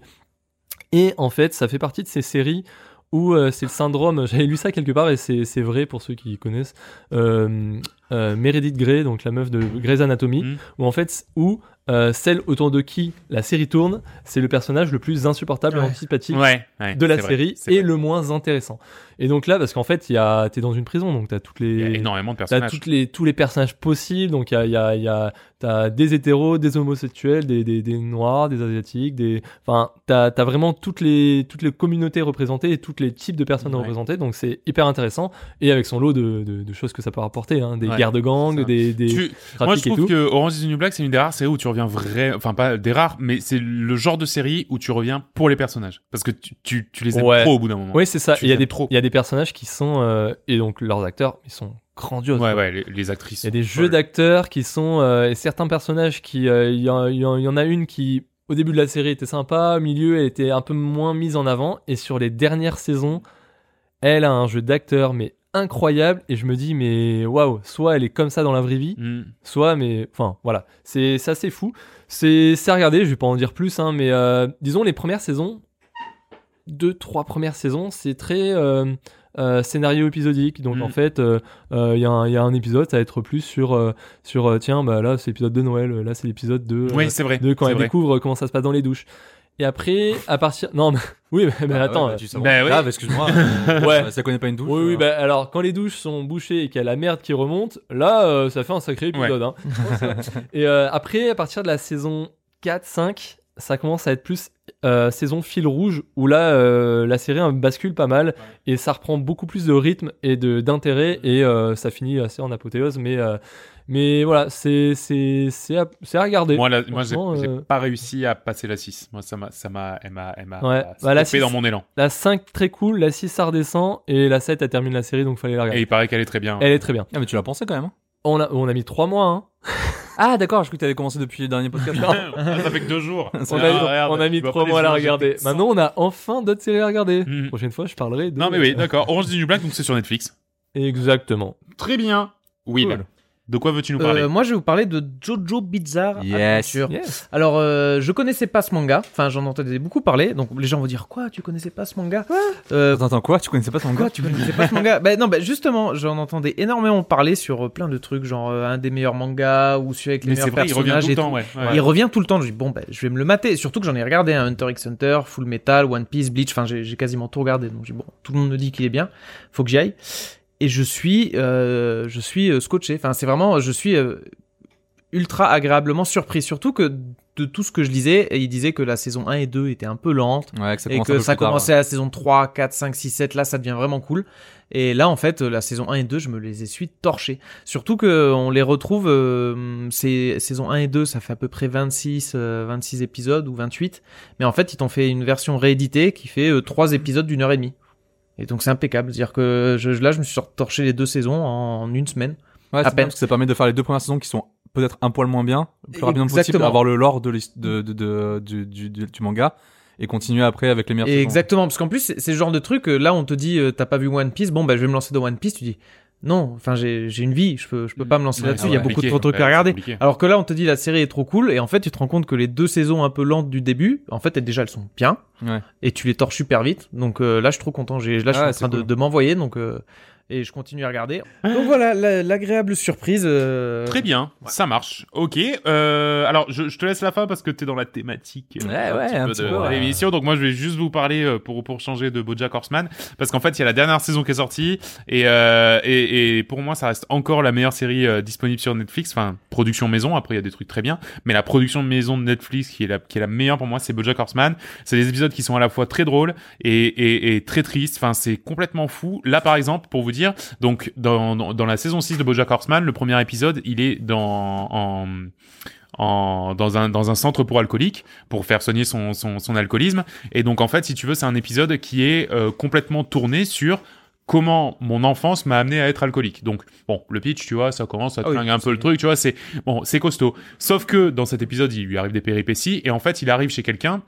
S4: Et en fait, ça fait partie de ces séries où euh, c'est le syndrome, *laughs* j'avais lu ça quelque part et c'est c'est vrai pour ceux qui connaissent, euh, euh, Meredith Grey, donc la meuf de Grey's Anatomy,
S1: Mm.
S4: où en fait, où euh, celle autour de qui la série tourne, c'est le personnage le plus insupportable et
S2: Ouais.
S4: antipathique
S1: Ouais, ouais,
S4: de la
S1: c'est vrai,
S4: série
S1: c'est
S4: et
S1: vrai.
S4: le moins intéressant. Et donc là, parce qu'en fait, il y a- t'es dans une prison, donc t'as toutes
S1: Il y a
S4: les...
S1: énormément de
S4: T'as
S1: personnages.
S4: toutes les, tous les personnages possibles, donc il y a, il y a- il y a- t'as des hétéros, des homosexuels, des, des, des noirs, des asiatiques, des, enfin t'as as vraiment toutes les, toutes les communautés représentées et tous les types de personnes
S1: Ouais.
S4: représentées, donc c'est hyper intéressant et avec son lot de, de, de choses que ça peut rapporter, hein, des
S1: Ouais,
S4: guerres de gangs,
S1: c'est ça.
S4: des, des
S1: Tu- Moi, je
S4: trafics et
S1: trouve
S4: tout.
S1: que Orange is the New Black, c'est une des rares séries où tu reviens vrai, enfin pas des rares, mais c'est le genre de série où tu reviens pour les personnages, parce que tu, tu, tu les aimes
S4: Ouais.
S1: trop au bout d'un moment.
S4: Oui, c'est ça.
S1: tu
S4: Il y a
S1: les
S4: des
S1: aimes trop.
S4: il y a des personnages qui sont euh, et donc leurs acteurs, ils sont grandioses.
S1: ouais,
S4: quoi.
S1: ouais, les, les actrices.
S4: Il y a des
S1: sont
S4: jeux
S1: folles.
S4: d'acteurs qui sont euh, et certains personnages qui euh, il y, en- il y en il y en a une qui au début de la série était sympa, au milieu elle était un peu moins mise en avant et sur les dernières saisons, elle a un jeu d'acteur mais incroyable et je me dis mais waouh, soit elle est comme ça dans la vraie vie,
S1: Mm.
S4: soit mais enfin voilà, c'est c'est assez fou. C'est c'est à regarder, je vais pas en dire plus hein, mais euh, disons les premières saisons deux trois premières saisons, c'est très euh, euh, scénario épisodique. Donc
S1: Mm.
S4: en fait, euh, euh, il y, a un- il y a un épisode, ça va être plus sur, euh, sur euh, tiens, bah, là c'est l'épisode de Noël, euh, là c'est l'épisode de, euh,
S1: Oui, c'est vrai.
S4: de quand
S1: c'est
S4: elle
S1: vrai.
S4: découvre euh, comment ça se passe dans les douches. Et après, à partir. Non, *laughs* mais oui, mais, mais attends. euh,
S1: Bah ouais.
S3: Ah,
S1: *laughs*
S3: excuse-moi. euh,
S4: Ouais.
S3: Ça connaît pas une douche.
S4: oui, oui,
S3: euh.
S4: bah, alors quand les douches sont bouchées et qu'il y a la merde qui remonte, là euh, ça fait un sacré épisode. hein. et euh, après, à partir de la saison 4-5, ça commence à être plus euh, saison fil rouge où là euh, la série euh, bascule pas mal et ça reprend beaucoup plus de rythme et de d'intérêt et euh, ça finit assez en apothéose mais euh, mais voilà c'est c'est c'est à, c'est à regarder.
S1: Moi, la- moi j'ai
S4: Franchement,
S1: j'ai
S4: euh,
S1: pas réussi à passer la 6. Moi, ça m'a, ça m'a, elle m'a, elle m'a
S4: Ouais.
S1: stoppé
S4: Bah, la 6,
S1: dans mon élan.
S4: La 5 très cool, la 6 ça redescend et la 7 elle termine la série donc fallait la
S1: Et
S4: regarder.
S1: il paraît qu'elle est très bien.
S4: Elle est très bien.
S3: Ah, mais tu l'as pensé quand même. hein.
S4: On a on a mis 3 mois hein.
S3: Ah, d'accord, je crois que t'avais commencé depuis le dernier podcast.
S1: *laughs* ça fait que deux
S4: *laughs*
S1: jours.
S4: On
S1: Ah,
S4: a,
S1: regarde,
S4: on a
S1: tu
S4: mis
S1: vois
S4: 3
S1: pas
S4: mois à
S1: les
S4: la
S1: images,
S4: regarder.
S1: j'étais
S4: Maintenant, on a enfin d'autres séries à regarder.
S1: Mhm.
S4: Prochaine fois, je parlerai de.
S1: Non, mais oui, d'accord. Orange is the New Black, donc c'est sur Netflix.
S4: Exactement.
S1: Très bien. Will,
S4: Cool.
S1: de quoi veux-tu nous parler
S2: Euh, moi, je vais vous parler de Jojo Bizarre
S3: Yes.
S2: Adventure.
S4: Yes.
S2: Alors, euh, je connaissais pas ce manga. Enfin, j'en entendais beaucoup parler. Donc, les gens vont dire quoi Tu connaissais pas ce manga Euh,
S3: Attends, attends, quoi Tu connaissais pas ton
S2: Quoi, tu connaissais pas ce manga Ben non, ben justement, j'en entendais énormément parler sur euh, plein de trucs, genre euh, un des meilleurs mangas ou celui avec les
S1: Mais c'est
S2: meilleurs
S1: vrai, il revient
S2: personnages
S1: tout le
S2: et
S1: temps,
S2: tout.
S1: ouais.
S2: Il revient tout le temps. Je dis bon, ben je vais me le mater. Surtout que j'en ai regardé un Hunter x Hunter, Full Metal, One Piece, Bleach. Enfin, j'ai j'ai quasiment tout regardé. Donc, j'ai dit, bon, tout le monde me dit qu'il est bien. Faut que j'y aille. Et je suis, euh, je suis euh, scotché. Enfin, c'est vraiment, je suis euh, ultra agréablement surpris. Surtout que de tout ce que je lisais, il disait que la saison 1 et 2 étaient un peu lentes
S3: Ouais, que ça
S2: et
S3: commence un
S2: que
S3: peu
S2: ça
S3: plus tard,
S2: commençait à la saison 3, 4, 5, 6, 7, là ça devient vraiment cool. Et là en fait la saison 1 et 2 je me les ai suis torchés. Surtout que on les retrouve, euh, c'est saison 1 et 2 ça fait à peu près 26, euh, 26 épisodes ou 28. Mais en fait ils t'ont fait une version rééditée qui fait 3 épisodes d'une heure et demie. Et donc c'est impeccable, c'est-à-dire que je, là je me suis torché les deux saisons en une semaine.
S3: Ouais,
S2: à
S3: c'est bien
S2: peine.
S3: parce que ça permet de faire les deux premières saisons qui sont peut-être un poil moins bien, le plus rapidement possible,
S2: Exactement.
S3: avoir le lore de l'hist- de, de, de- du, du, du- du manga et continuer après avec les meilleures
S2: Et
S3: saisons.
S2: exactement, parce qu'en plus, c'est c'est le genre de truc, euh, là, on te dit, euh, t'as pas vu One Piece, bon, bah, je vais me lancer dans One Piece, tu dis, non, enfin, j'ai j'ai une vie, je peux, je peux pas me lancer
S1: Ouais,
S2: là-dessus,
S1: c'est
S2: il y a beaucoup
S1: compliqué,
S2: trop de trucs
S1: ouais,
S2: à
S1: c'est
S2: regarder.
S1: compliqué.
S2: Alors que là, on te dit, la série est trop cool, et en fait, tu te rends compte que les deux saisons un peu lentes du début, en fait, elles, déjà, elles sont bien,
S3: Ouais.
S2: et tu les torches super vite, donc euh, là, je suis trop content, j'ai- là, je suis
S3: Ah,
S2: en
S3: c'est
S2: train de,
S3: cool.
S2: de m'envoyer, donc, euh, et je continue à regarder. Donc voilà, la- l'agréable surprise. euh,
S1: Très bien, ça marche. Ok. euh, alors, je, je te laisse la fin parce que t'es dans la thématique euh,
S3: Ouais, ouais, un
S1: peu
S3: petit
S1: de,
S3: peu,
S1: de
S3: ouais.
S1: l'émission. Donc moi, je vais juste vous parler euh, pour pour changer de BoJack Horseman parce qu'en fait, il y a la dernière saison qui est sortie et euh, et, et pour moi, ça reste encore la meilleure série euh, disponible sur Netflix. Enfin, production maison. Après, il y a des trucs très bien, mais la production maison de Netflix qui est la qui est la meilleure pour moi, c'est BoJack Horseman. C'est des épisodes qui sont à la fois très drôles et et, et très tristes. Enfin, c'est complètement fou. Là, par exemple, pour vous dire. Donc, dans, dans, dans la saison 6 de Bojack Horseman, le premier épisode, il est dans, en, en, dans, un, dans un centre pour alcooliques pour faire soigner son, son, son alcoolisme. Et donc, en fait, si tu veux, c'est un épisode qui est euh, complètement tourné sur comment mon enfance m'a amené à être alcoolique. Donc, bon, le pitch, tu vois, ça commence à te
S2: Ah oui,
S1: flinguer un peu le truc, tu vois, c'est bon, c'est costaud. Sauf que dans cet épisode, il lui arrive des péripéties et en fait, il arrive chez quelqu'un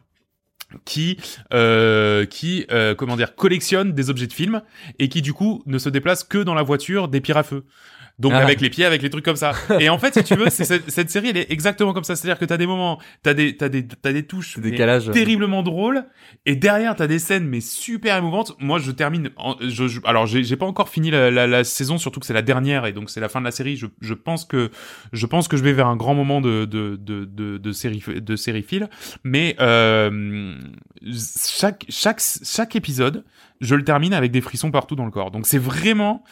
S1: qui euh, qui euh, comment dire collectionne des objets de films et qui du coup ne se déplace que dans la voiture des pires à feu. Donc
S3: Ah.
S1: avec les pieds, avec les trucs
S3: *laughs*
S1: comme ça. Et en fait, si tu veux, c'est cette, cette série, elle est exactement comme ça. C'est-à-dire que t'as des moments, t'as des, t'as des, t'as des touches,
S3: C'est
S1: mais
S3: décalage.
S1: terriblement drôle. Et derrière, t'as des scènes, mais super émouvantes. Moi, je termine. en- je, je- alors, j'ai j'ai pas encore fini la, la- la saison, surtout que c'est la dernière et donc c'est la fin de la série. Je, je pense que je pense que je vais vers un grand moment de de de de, de série de série fil. Mais euh, chaque chaque chaque épisode, je le termine avec des frissons partout dans le corps. Donc c'est vraiment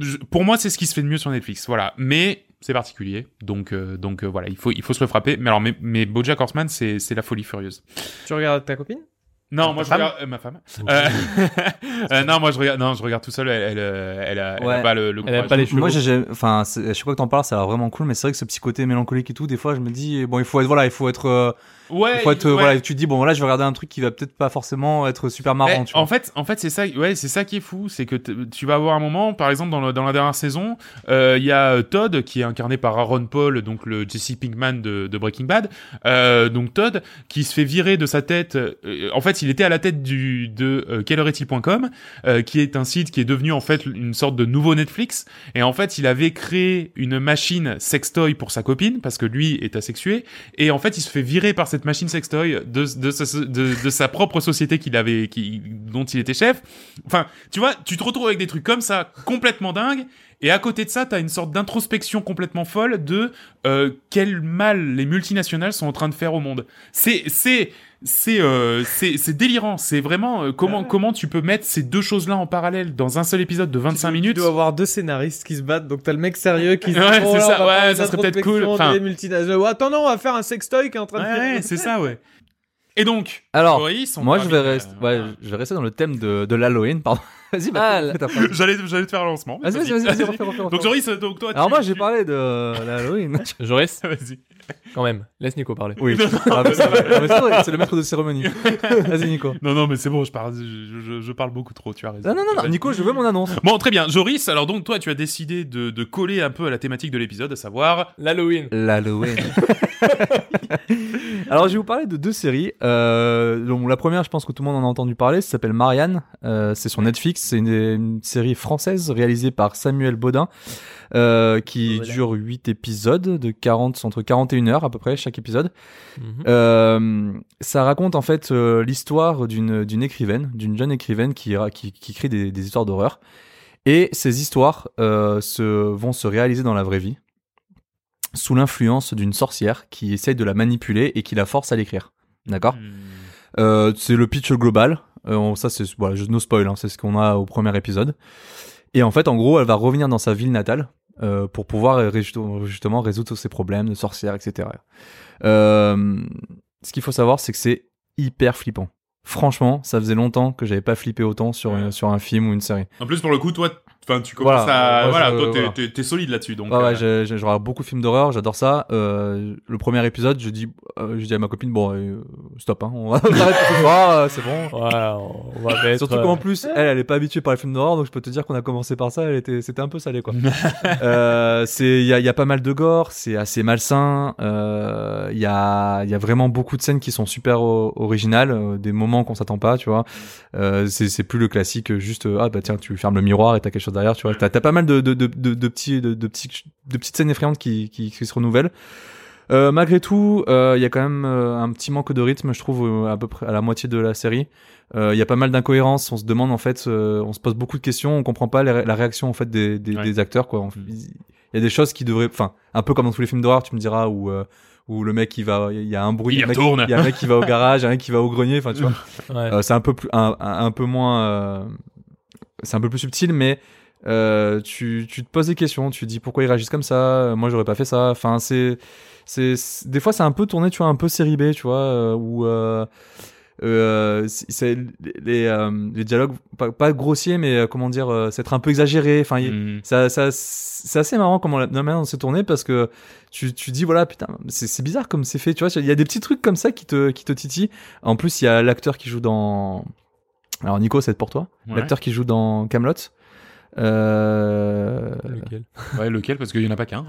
S1: je- pour moi, c'est ce qui se fait de mieux sur Netflix. Voilà. Mais c'est particulier. Donc, euh, donc euh, voilà, il faut, il faut se le frapper. Mais alors, mais, mais Bojack Horseman, c'est c'est la folie furieuse.
S2: Tu regardes ta copine
S1: Non,
S2: Ta
S1: moi je
S2: femme
S1: regarde euh, ma femme. Euh, *laughs* euh, non, moi je regarde, non, je regarde tout seul. Elle, elle, euh, elle, a, elle a
S3: Ouais.
S1: pas le, le
S4: Elle a
S1: courage.
S4: pas les cheveux.
S3: Moi, j'ai- j'ai, enfin, c'est- à chaque fois que t'en parles, ça a l'air vraiment cool, mais c'est vrai que ce petit côté mélancolique et tout, des fois, je me dis, bon, il faut être, voilà, il faut être, euh, il
S1: Ouais.
S3: faut être, euh,
S1: ouais.
S3: voilà, tu te dis, bon, voilà, je vais regarder un truc qui va peut-être pas forcément être super marrant,
S1: Eh,
S3: tu
S1: en
S3: vois.
S1: fait, en fait, c'est ça, ouais, c'est ça qui est fou, c'est que t- tu vas avoir un moment, par exemple dans, le- dans la dernière saison, euh, il y a euh, Todd qui est incarné par Aaron Paul, donc le Jesse Pinkman de, de Breaking Bad. Euh, donc Todd qui se fait virer de sa tête. euh, en fait, il était à la tête du de euh, quelleheureest-il.com, euh, qui est un site qui est devenu en fait une sorte de nouveau Netflix. Et en fait, il avait créé une machine sextoy pour sa copine parce que lui est asexué. Et en fait, il se fait virer par cette machine sextoy de, de, sa- de, de sa propre société qu'il avait, qui, dont il était chef. Enfin, tu vois, tu te retrouves avec des trucs comme ça, complètement dingues. Et à côté de ça, t'as une sorte d'introspection complètement folle de euh, quel mal les multinationales sont en train de faire au monde. C'est c'est c'est euh, c'est c'est délirant. C'est vraiment euh,
S2: Ah
S1: comment comment tu peux mettre ces deux choses-là en parallèle dans un seul épisode de 25 minutes.
S2: Tu dois avoir deux scénaristes qui se battent, donc t'as le mec
S1: *laughs*
S2: sérieux qui se
S1: Ouais,
S2: dit, oh
S1: c'est
S2: là,
S1: ça,
S2: on va
S1: ouais,
S2: parler
S1: ça serait peut-être
S2: d'introspection
S1: cool,
S2: des
S1: enfin-
S2: multinationales. Oh, attends, non, on va faire un sextoy qui est en train de.
S1: Ouais, ouais, c'est ça, ouais. Et donc,
S3: Alors,
S1: Boris, on
S3: Oh, moi je vais,
S1: termine,
S3: rester, ouais,
S1: euh,
S3: je vais rester dans le thème de, de l'Halloween, pardon. Vas-y, bah,
S2: Ah,
S4: *laughs*
S3: fais ta phrase.
S1: *laughs* J'allais, j'allais te faire un lancement. mais
S3: Vas-y, vas-y, vas-y, vas-y, refais, refais,
S1: *laughs*
S3: refais.
S1: Donc, Joris, donc toi.
S3: Alors
S1: tu-
S3: moi j'ai
S1: tu-
S3: parlé de l'Halloween.
S4: Joris,
S1: *laughs* Vas-y.
S4: quand même, laisse Nico parler.
S3: Oui. Ah, mais c'est ah, mais c'est vrai, c'est le maître de cérémonie. Vas-y Nico.
S1: Non, non, mais c'est bon, je parle, je, je- je parle beaucoup trop, tu as raison.
S3: Non, non, non, non,
S1: Vas-y.
S3: Nico, je veux mon annonce.
S1: Bon, très bien. Joris, alors donc, toi, tu as décidé de, de coller un peu à la thématique de l'épisode, à savoir.
S4: L'Halloween.
S3: L'Halloween. *laughs* Alors, je vais vous parler de deux séries. Euh, donc, la première, je pense que tout le monde en a entendu parler, ça s'appelle Marianne. Euh, c'est sur Netflix. C'est une, une série française réalisée par Samuel Baudin euh, qui
S2: Baudin.
S3: dure 8 épisodes, de 40, entre 41 heures à peu près chaque épisode. Euh, ça raconte en fait euh, l'histoire d'une d'une écrivaine, d'une jeune écrivaine qui, ra- qui, qui crée des, des histoires d'horreur. Et ces histoires euh, se, vont se réaliser dans la vraie vie sous l'influence d'une sorcière qui essaye de la manipuler et qui la force à l'écrire. D'accord
S1: hmm,
S3: euh, c'est le pitch global. Euh, on- ça, c'est voilà, je no spoil, hein, c'est ce qu'on a au premier épisode. Et en fait, en gros, elle va revenir dans sa ville natale euh, pour pouvoir euh, ré- justement résoudre tous ses problèmes de sorcière, etc. Euh, ce qu'il faut savoir, c'est que c'est hyper flippant. Franchement, ça faisait longtemps que j'avais pas flippé autant sur, une- sur un film ou une série.
S1: En plus, pour le coup, toi, enfin, tu commences à.
S3: Voilà, euh, moi,
S1: voilà,
S3: je-
S1: toi, t'es,
S3: voilà.
S1: t'es- t'es solide là-dessus. Donc,
S3: Ouais, ouais,
S1: euh,
S3: j'ai- j'ai- je regarde beaucoup de films d'horreur, j'adore ça. Euh, le premier épisode, je dis, euh, je dis à ma copine, bon, euh, stop, hein, on va *laughs* on arrête pour ce soir, euh, c'est bon.
S4: Voilà, on va mettre.
S3: *laughs* Surtout qu'en plus, elle, elle est pas habituée par les films d'horreur, donc je peux te dire qu'on a commencé par ça, elle était, c'était un peu salé, quoi. Euh, c'est, il y a, il y a pas mal de gore, c'est assez malsain, euh, il y a, il y a vraiment beaucoup de scènes qui sont super o- originales, euh, des moments qu'on s'attend pas, tu vois. Euh, c'est, c'est plus le classique, euh, juste, euh, ah bah tiens, tu fermes le miroir et t'as quelque chose derrière, tu vois. T'as, t'as pas mal de, de, de, de, de petits, de, de petits- de petites scènes effrayantes qui, qui, qui se renouvellent. Euh, malgré tout, euh, il y a quand même euh, un petit manque de rythme, je trouve, euh, à peu près à la moitié de la série. Euh, Il y a pas mal d'incohérences. On se demande en fait, euh, on se pose beaucoup de questions. On comprend pas les ré- la réaction en fait des, des,
S1: Ouais.
S3: des acteurs quoi. En fait, Il y a des choses qui devraient, enfin, un peu comme dans tous les films d'horreur, tu me diras où euh, où le mec il va, il y a un bruit,
S1: Il
S3: un mec-
S1: retourne.
S3: il y a un mec
S1: *laughs*
S3: qui va au garage, un mec qui va au grenier, enfin tu vois.
S4: Ouais.
S3: Euh, c'est un peu plus, un, un- un peu moins, euh, c'est un peu plus subtil, mais euh, tu, tu te poses des questions, tu te dis pourquoi ils réagissent comme ça, euh, moi j'aurais pas fait ça. Enfin, c'est, c'est, c'est- des fois c'est un peu tourné, tu vois, un peu série B, tu vois, euh, où euh, euh, c'est- c'est les, les, euh, les dialogues pas, pas grossiers, mais euh, comment dire, euh, c'est un peu exagéré. Enfin, il-
S1: hmm.
S3: ça, ça, c'est assez marrant comment la, la manière dont c'est tourné parce que tu, tu dis voilà putain c'est c'est bizarre comme c'est fait tu vois il y a des petits trucs comme ça qui te qui te titillent en plus il y a l'acteur qui joue dans alors Nico c'est pour toi
S1: Ouais.
S3: l'acteur qui joue dans Camelot euh...
S1: Ah,
S4: Lequel
S1: Ouais, lequel Parce qu'il y en a pas qu'un.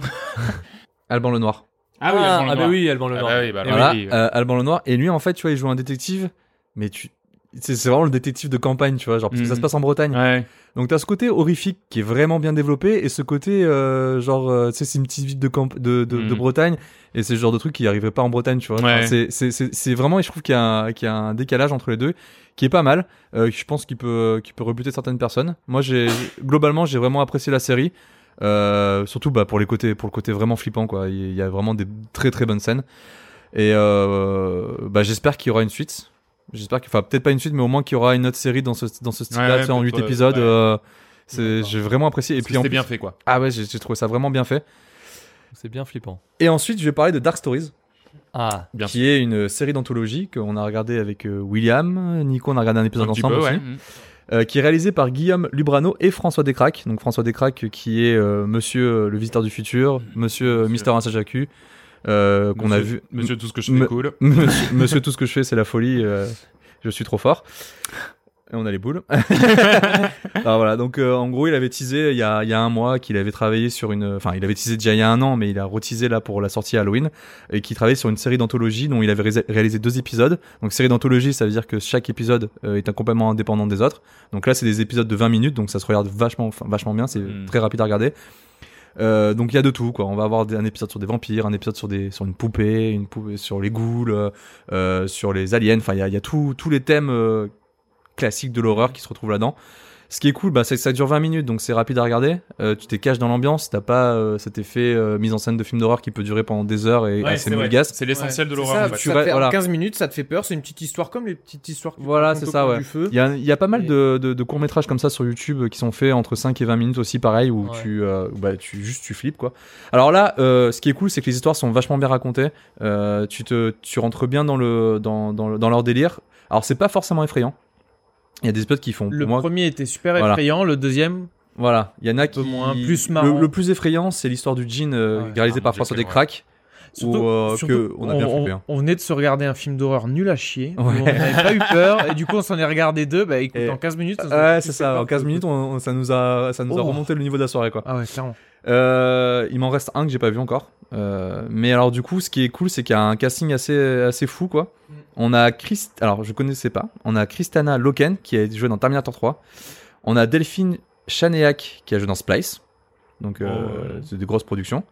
S3: Alban Lenoir
S1: Ah oui, Alban
S4: ah
S1: Lenoir.
S4: bah oui, Alban
S1: Ah
S4: Lenoir.
S1: bah oui, bah
S4: Eh
S1: alors
S3: voilà
S1: oui, ouais.
S3: euh, Alban Lenoir et lui en fait tu vois il joue un détective mais tu c'est c'est vraiment le détective de campagne tu vois genre parce que ça
S1: Mhm.
S3: se passe en Bretagne
S1: Ouais.
S3: Donc t'as ce côté horrifique qui est vraiment bien développé et ce côté euh, genre euh, tu sais c'est une petite ville de camp de, de, de
S1: Mm.
S3: Bretagne et c'est le genre de truc qui arriverait pas en Bretagne tu vois.
S1: Ouais.
S3: Enfin, c'est- c'est c'est c'est vraiment et je trouve qu'il y a un, qu'il y a un décalage entre les deux qui est pas mal. Euh, je pense qu'il peut qui peut rebuter certaines personnes. Moi j'ai globalement j'ai vraiment apprécié la série. Euh, surtout bah, pour les côtés pour le côté vraiment flippant quoi il y a vraiment des très très bonnes scènes et euh, bah, j'espère qu'il y aura une suite j'espère qu'il enfin peut-être pas une suite mais au moins qu'il y aura une autre série dans ce dans ce style
S1: Ouais,
S3: là
S1: ouais,
S3: en
S1: peut-être,
S3: 8
S1: ouais,
S3: épisodes
S1: ouais.
S3: euh, c'est
S4: D'accord.
S3: j'ai vraiment apprécié et
S1: Parce que
S3: puis en
S1: c'était
S3: plus-
S1: bien fait, quoi.
S3: ah ouais j'ai j'ai trouvé ça vraiment bien fait
S4: C'est bien flippant.
S3: et ensuite je vais parler de Dark Stories
S4: Ah,
S1: Bien
S3: qui est une série d'anthologie qu'on a regardé avec euh, William Nico on a regardé un épisode
S1: Un petit
S3: ensemble
S1: peu,
S3: aussi
S1: ouais. Hmm.
S3: euh, qui est réalisé par Guillaume Lubrano et François Descraques. Donc François Descraques euh, qui est euh, Monsieur euh, le Visiteur du Futur, Monsieur euh, Mister Insajacku, euh, qu'on a
S1: Mm. Monsieur-
S3: vu.
S1: Monsieur, tout ce que je
S3: me-
S1: fais cool.
S3: *laughs* Monsieur, Monsieur, tout ce que je fais c'est la folie, euh, je suis trop fort. Et on a les boules. *laughs* Alors voilà, donc euh, en gros il avait teasé il y a, il y a un mois qu'il avait travaillé sur une... Enfin il avait teasé déjà il y a un an mais il a reteasé là pour la sortie Halloween et qui travaillait sur une série d'anthologie dont il avait ré- réalisé deux épisodes. Donc série d'anthologie ça veut dire que chaque épisode euh, est complètement indépendant des autres. Donc là c'est des épisodes de 20 minutes donc ça se regarde vachement, enfin, vachement bien, c'est
S1: Mm.
S3: très rapide à regarder. Euh, donc il y a de tout quoi. On va avoir des- un épisode sur des vampires, un épisode sur des sur une poupée, une poupée sur les ghouls, euh, euh, sur les aliens. Enfin il y a, il y a tout- tous les thèmes euh, classiques de l'horreur qui se retrouvent là-dedans. Ce qui est cool, bah, c'est que ça dure 20 minutes, donc c'est rapide à regarder. Euh, tu t'es caché dans l'ambiance, t'as pas euh, cet effet euh, mise en scène de film d'horreur qui peut durer pendant des heures et
S1: Ouais,
S3: assez
S1: Ah, c'est vrai.
S3: monégasque.
S1: C'est l'essentiel de
S2: C'est
S1: l'horreur. en
S2: ça,
S1: fait.
S2: ça
S3: Ouais,
S2: te fait en
S3: voilà.
S2: 15 minutes, ça te fait peur, c'est une petite histoire comme les petites histoires que tu
S3: Voilà,
S2: racontes
S3: c'est
S2: au
S3: ça,
S2: coin
S3: ouais.
S2: du feu.
S3: Il y a, il y a pas mal
S2: Et-
S3: de, de- de courts-métrages comme ça sur YouTube qui sont faits entre 5 et 20 minutes aussi, pareil, où
S4: Ouais.
S3: tu, euh, bah, tu juste tu flippes quoi. Alors là, euh, ce qui est cool, c'est que les histoires sont vachement bien racontées. Euh, tu, te, tu rentres bien dans, le, dans, dans, le- dans leur délire. Alors c'est pas forcément effrayant. Il y a des spots qui font pour
S2: Le
S3: moi.
S2: premier était super
S3: Voilà.
S2: effrayant, le deuxième,
S3: Voilà, il y en a qui.
S2: peu moins, plus
S3: le-
S2: marrant.
S3: Le, plus effrayant, c'est l'histoire du jean euh,
S2: Ah ouais.
S1: Ah,
S3: réalisé
S1: mon
S3: par
S1: Dieu,
S3: François
S1: que-
S3: Descraques.
S2: surtout,
S3: Ou, euh,
S2: surtout,
S3: que on a bien
S2: on,
S3: flippé, hein.
S2: on venait de se regarder un film d'horreur nul à chier, où
S3: Ouais.
S2: on n'avait pas eu peur, et du coup on s'en est regardé deux, bah écoute,
S3: Et-
S2: en 15 minutes, ça se-
S3: Ouais, c'est ça. En 15 minutes, on- on- ça nous a, ça nous a
S2: Oh.
S3: remonté le niveau de la soirée, quoi.
S2: hein. Ah ouais, clairement.
S3: Euh, il m'en reste un que j'ai pas vu encore. Euh, mais alors du coup, ce qui est cool, c'est qu'il y a un casting assez assez fou quoi.
S1: Mm.
S3: On a Chris, alors je connaissais pas. On a Kristana Loken qui a joué dans Terminator 3. On a Delphine Chanéac qui a joué dans Splice. Donc euh,
S1: Oh, ouais.
S3: c'est des grosses productions.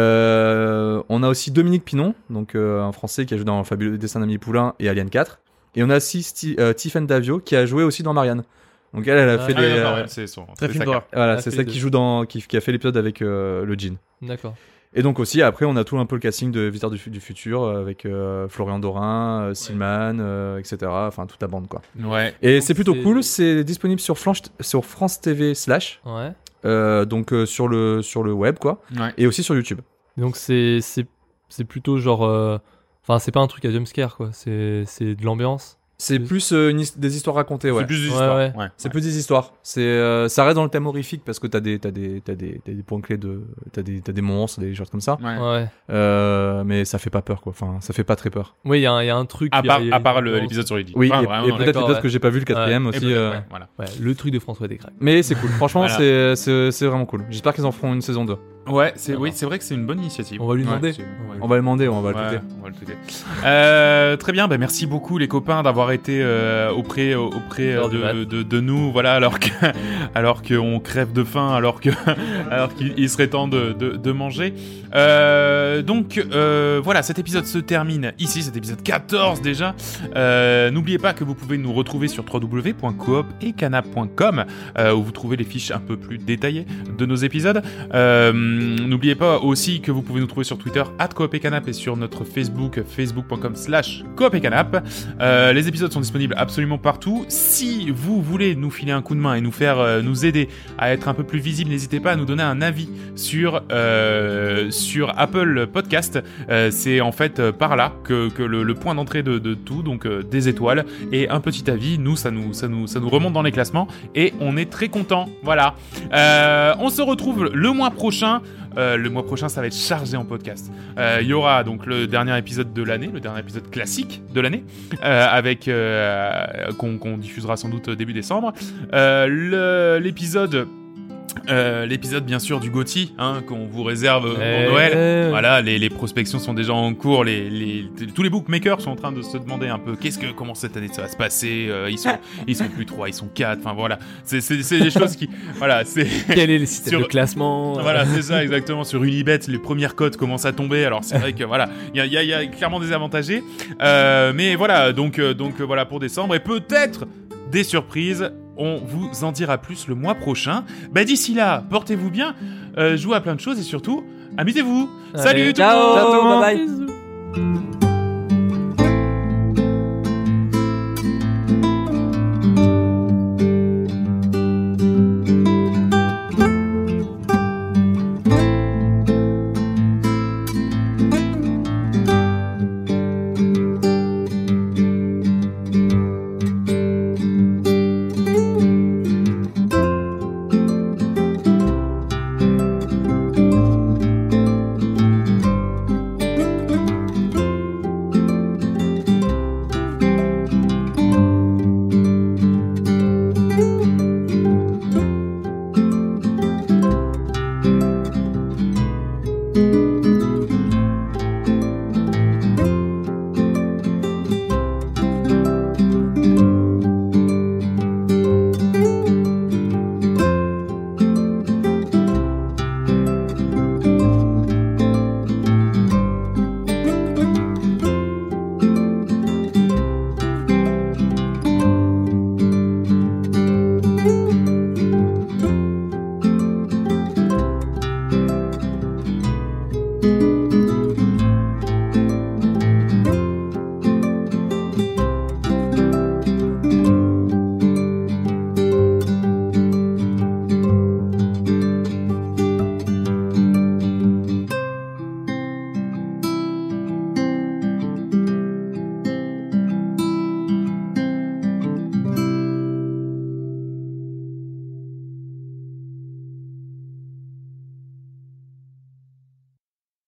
S3: Euh, on a aussi Dominique Pinon, donc euh, un Français qui a joué dans Fabuleux Dessin d'Amélie Poulain et Alien 4. Et on a aussi Sti- euh, Tiffen Davio qui a joué aussi dans Marianne. Donc elle, elle a
S4: Ah,
S3: fait
S1: Ah,
S3: des,
S1: d'accord,
S3: euh,
S1: ouais, c'est son-
S2: Très
S1: c'est
S2: film
S1: sa
S2: d'horreur.
S3: voilà,
S4: Elle a
S3: c'est
S4: fait
S3: celle qui
S4: deux.
S3: joue dans, qui, qui a fait l'épisode avec euh, le jean.
S4: D'accord.
S3: Et donc aussi, après, on a tout un peu le casting de Visiteurs du, Fu- du Futur euh, avec euh, Florian Dorin, euh, Silman, euh, etc. Enfin, toute la bande, quoi.
S1: carte. Ouais.
S3: Et
S4: Donc,
S3: c'est plutôt
S4: c'est-
S3: cool, c'est disponible sur, Flanche- sur France TV slash,
S4: Ouais.
S3: euh, donc euh, sur, le, sur le web, quoi,
S1: Ouais.
S3: et aussi sur YouTube.
S4: Donc c'est c'est c'est plutôt genre euh, enfin c'est pas un truc à jumpscare quoi, c'est c'est de l'ambiance.
S3: C'est
S4: Oui.
S3: plus euh, une his- des histoires racontées, ouais.
S1: C'est plus des
S4: Ouais,
S1: histoires.
S4: ouais.
S1: ouais.
S3: C'est plus des histoires. C'est, euh, ça reste dans le thème horrifique parce que t'as des, t'as des, t'as des, t'as des points clés de, t'as des, t'as des monstres, des choses comme ça.
S1: Ouais.
S4: Ouais.
S3: Euh, mais ça fait pas peur, quoi. Enfin, ça fait pas très peur.
S4: Oui, il y, a un- il y a un truc
S1: À
S4: il y a-
S1: part,
S4: il y a-
S1: à part le-
S4: vraiment-
S1: l'épisode sur Lily.
S3: Oui,
S1: Enfin,
S3: et-
S1: Ah, vraiment,
S3: et,
S1: ouais.
S3: peut-être
S4: d'accord,
S3: l'épisode
S4: ouais.
S3: que j'ai pas vu le quatrième
S1: Et
S3: aussi.
S1: peut-être,
S3: euh,
S1: ouais, voilà.
S4: Ouais, le truc de François Descraques.
S3: Mais c'est cool, franchement,
S1: Voilà.
S3: c'est- c'est c'est vraiment cool. J'espère qu'ils en feront une saison 2.
S1: Ouais, c'est oui,
S4: Voilà.
S1: c'est vrai que c'est une bonne initiative.
S4: On va lui
S1: Ouais,
S4: demander.
S1: c'est-
S4: On
S3: On va le demander, on va le
S1: Ouais,
S3: tweeter.
S1: on va le tweeter. Euh, très bien, bah, merci beaucoup les copains d'avoir été euh, auprès, auprès euh,
S4: Lors du
S1: de,
S4: mat.
S1: de, de nous, voilà, alors que *laughs* alors qu'on crève de faim, alors que *laughs* alors qu'il il serait temps de, de, de manger. Euh, donc euh, voilà, cet épisode se termine ici, cet épisode 14 déjà. Euh, N'oubliez pas que vous pouvez nous retrouver sur www.coop et canap.com euh, où vous trouvez les fiches un peu plus détaillées de nos épisodes. Euh, N'oubliez pas aussi que vous pouvez nous trouver sur Twitter at Coop et Canap et sur notre Facebook facebook.com slash Coop et Canap. Euh, les épisodes sont disponibles absolument partout. Si vous voulez nous filer un coup de main et nous faire euh, nous aider à être un peu plus visible, n'hésitez pas à nous donner un avis sur euh, sur Apple Podcast. Euh, C'est en fait euh, par là que, que le, le point d'entrée de, de tout, donc euh, des étoiles et un petit avis. Nous ça nous ça nous ça nous remonte dans les classements et on est très content. Voilà. Euh, on se retrouve le mois prochain. Euh, le mois prochain, ça va être chargé en podcast. Euh, Il y aura donc le dernier épisode de l'année, le dernier épisode classique de l'année, euh, avec euh, qu'on qu'on diffusera sans doute début décembre. Euh, le- L'épisode, euh, l'épisode bien sûr du Gotti, hein, qu'on vous réserve pour
S4: Eh,
S1: Euh, Noël.
S4: eh,
S1: Voilà, les, les prospections sont déjà en cours. Les, les- tous les bookmakers sont en train de se demander un peu qu'est-ce que, comment cette année ça va se passer. euh, ils
S4: *laughs*
S1: sont, ils sont plus trois, ils sont quatre. Enfin voilà, c'est, c'est, c'est des choses qui, voilà,
S4: *laughs*
S1: c'est,
S4: Quel
S1: *laughs*
S4: est le système
S1: Sur-
S4: de classement
S1: voilà, c'est ça exactement. Sur Unibet, les premières cotes commencent à tomber. Alors c'est vrai que voilà, il y a, il y a- il y a clairement des avantagés. Euh, mais voilà, donc, euh, donc euh, voilà pour décembre et peut-être des surprises. On vous en dira plus le mois prochain. Bah d'ici là, portez-vous bien, euh, jouez à plein de choses et surtout amusez-vous. Salut
S4: Allez,
S1: tout le monde
S4: ciao,
S3: Ciao, tout le monde.
S4: bye bye.
S3: Bisous.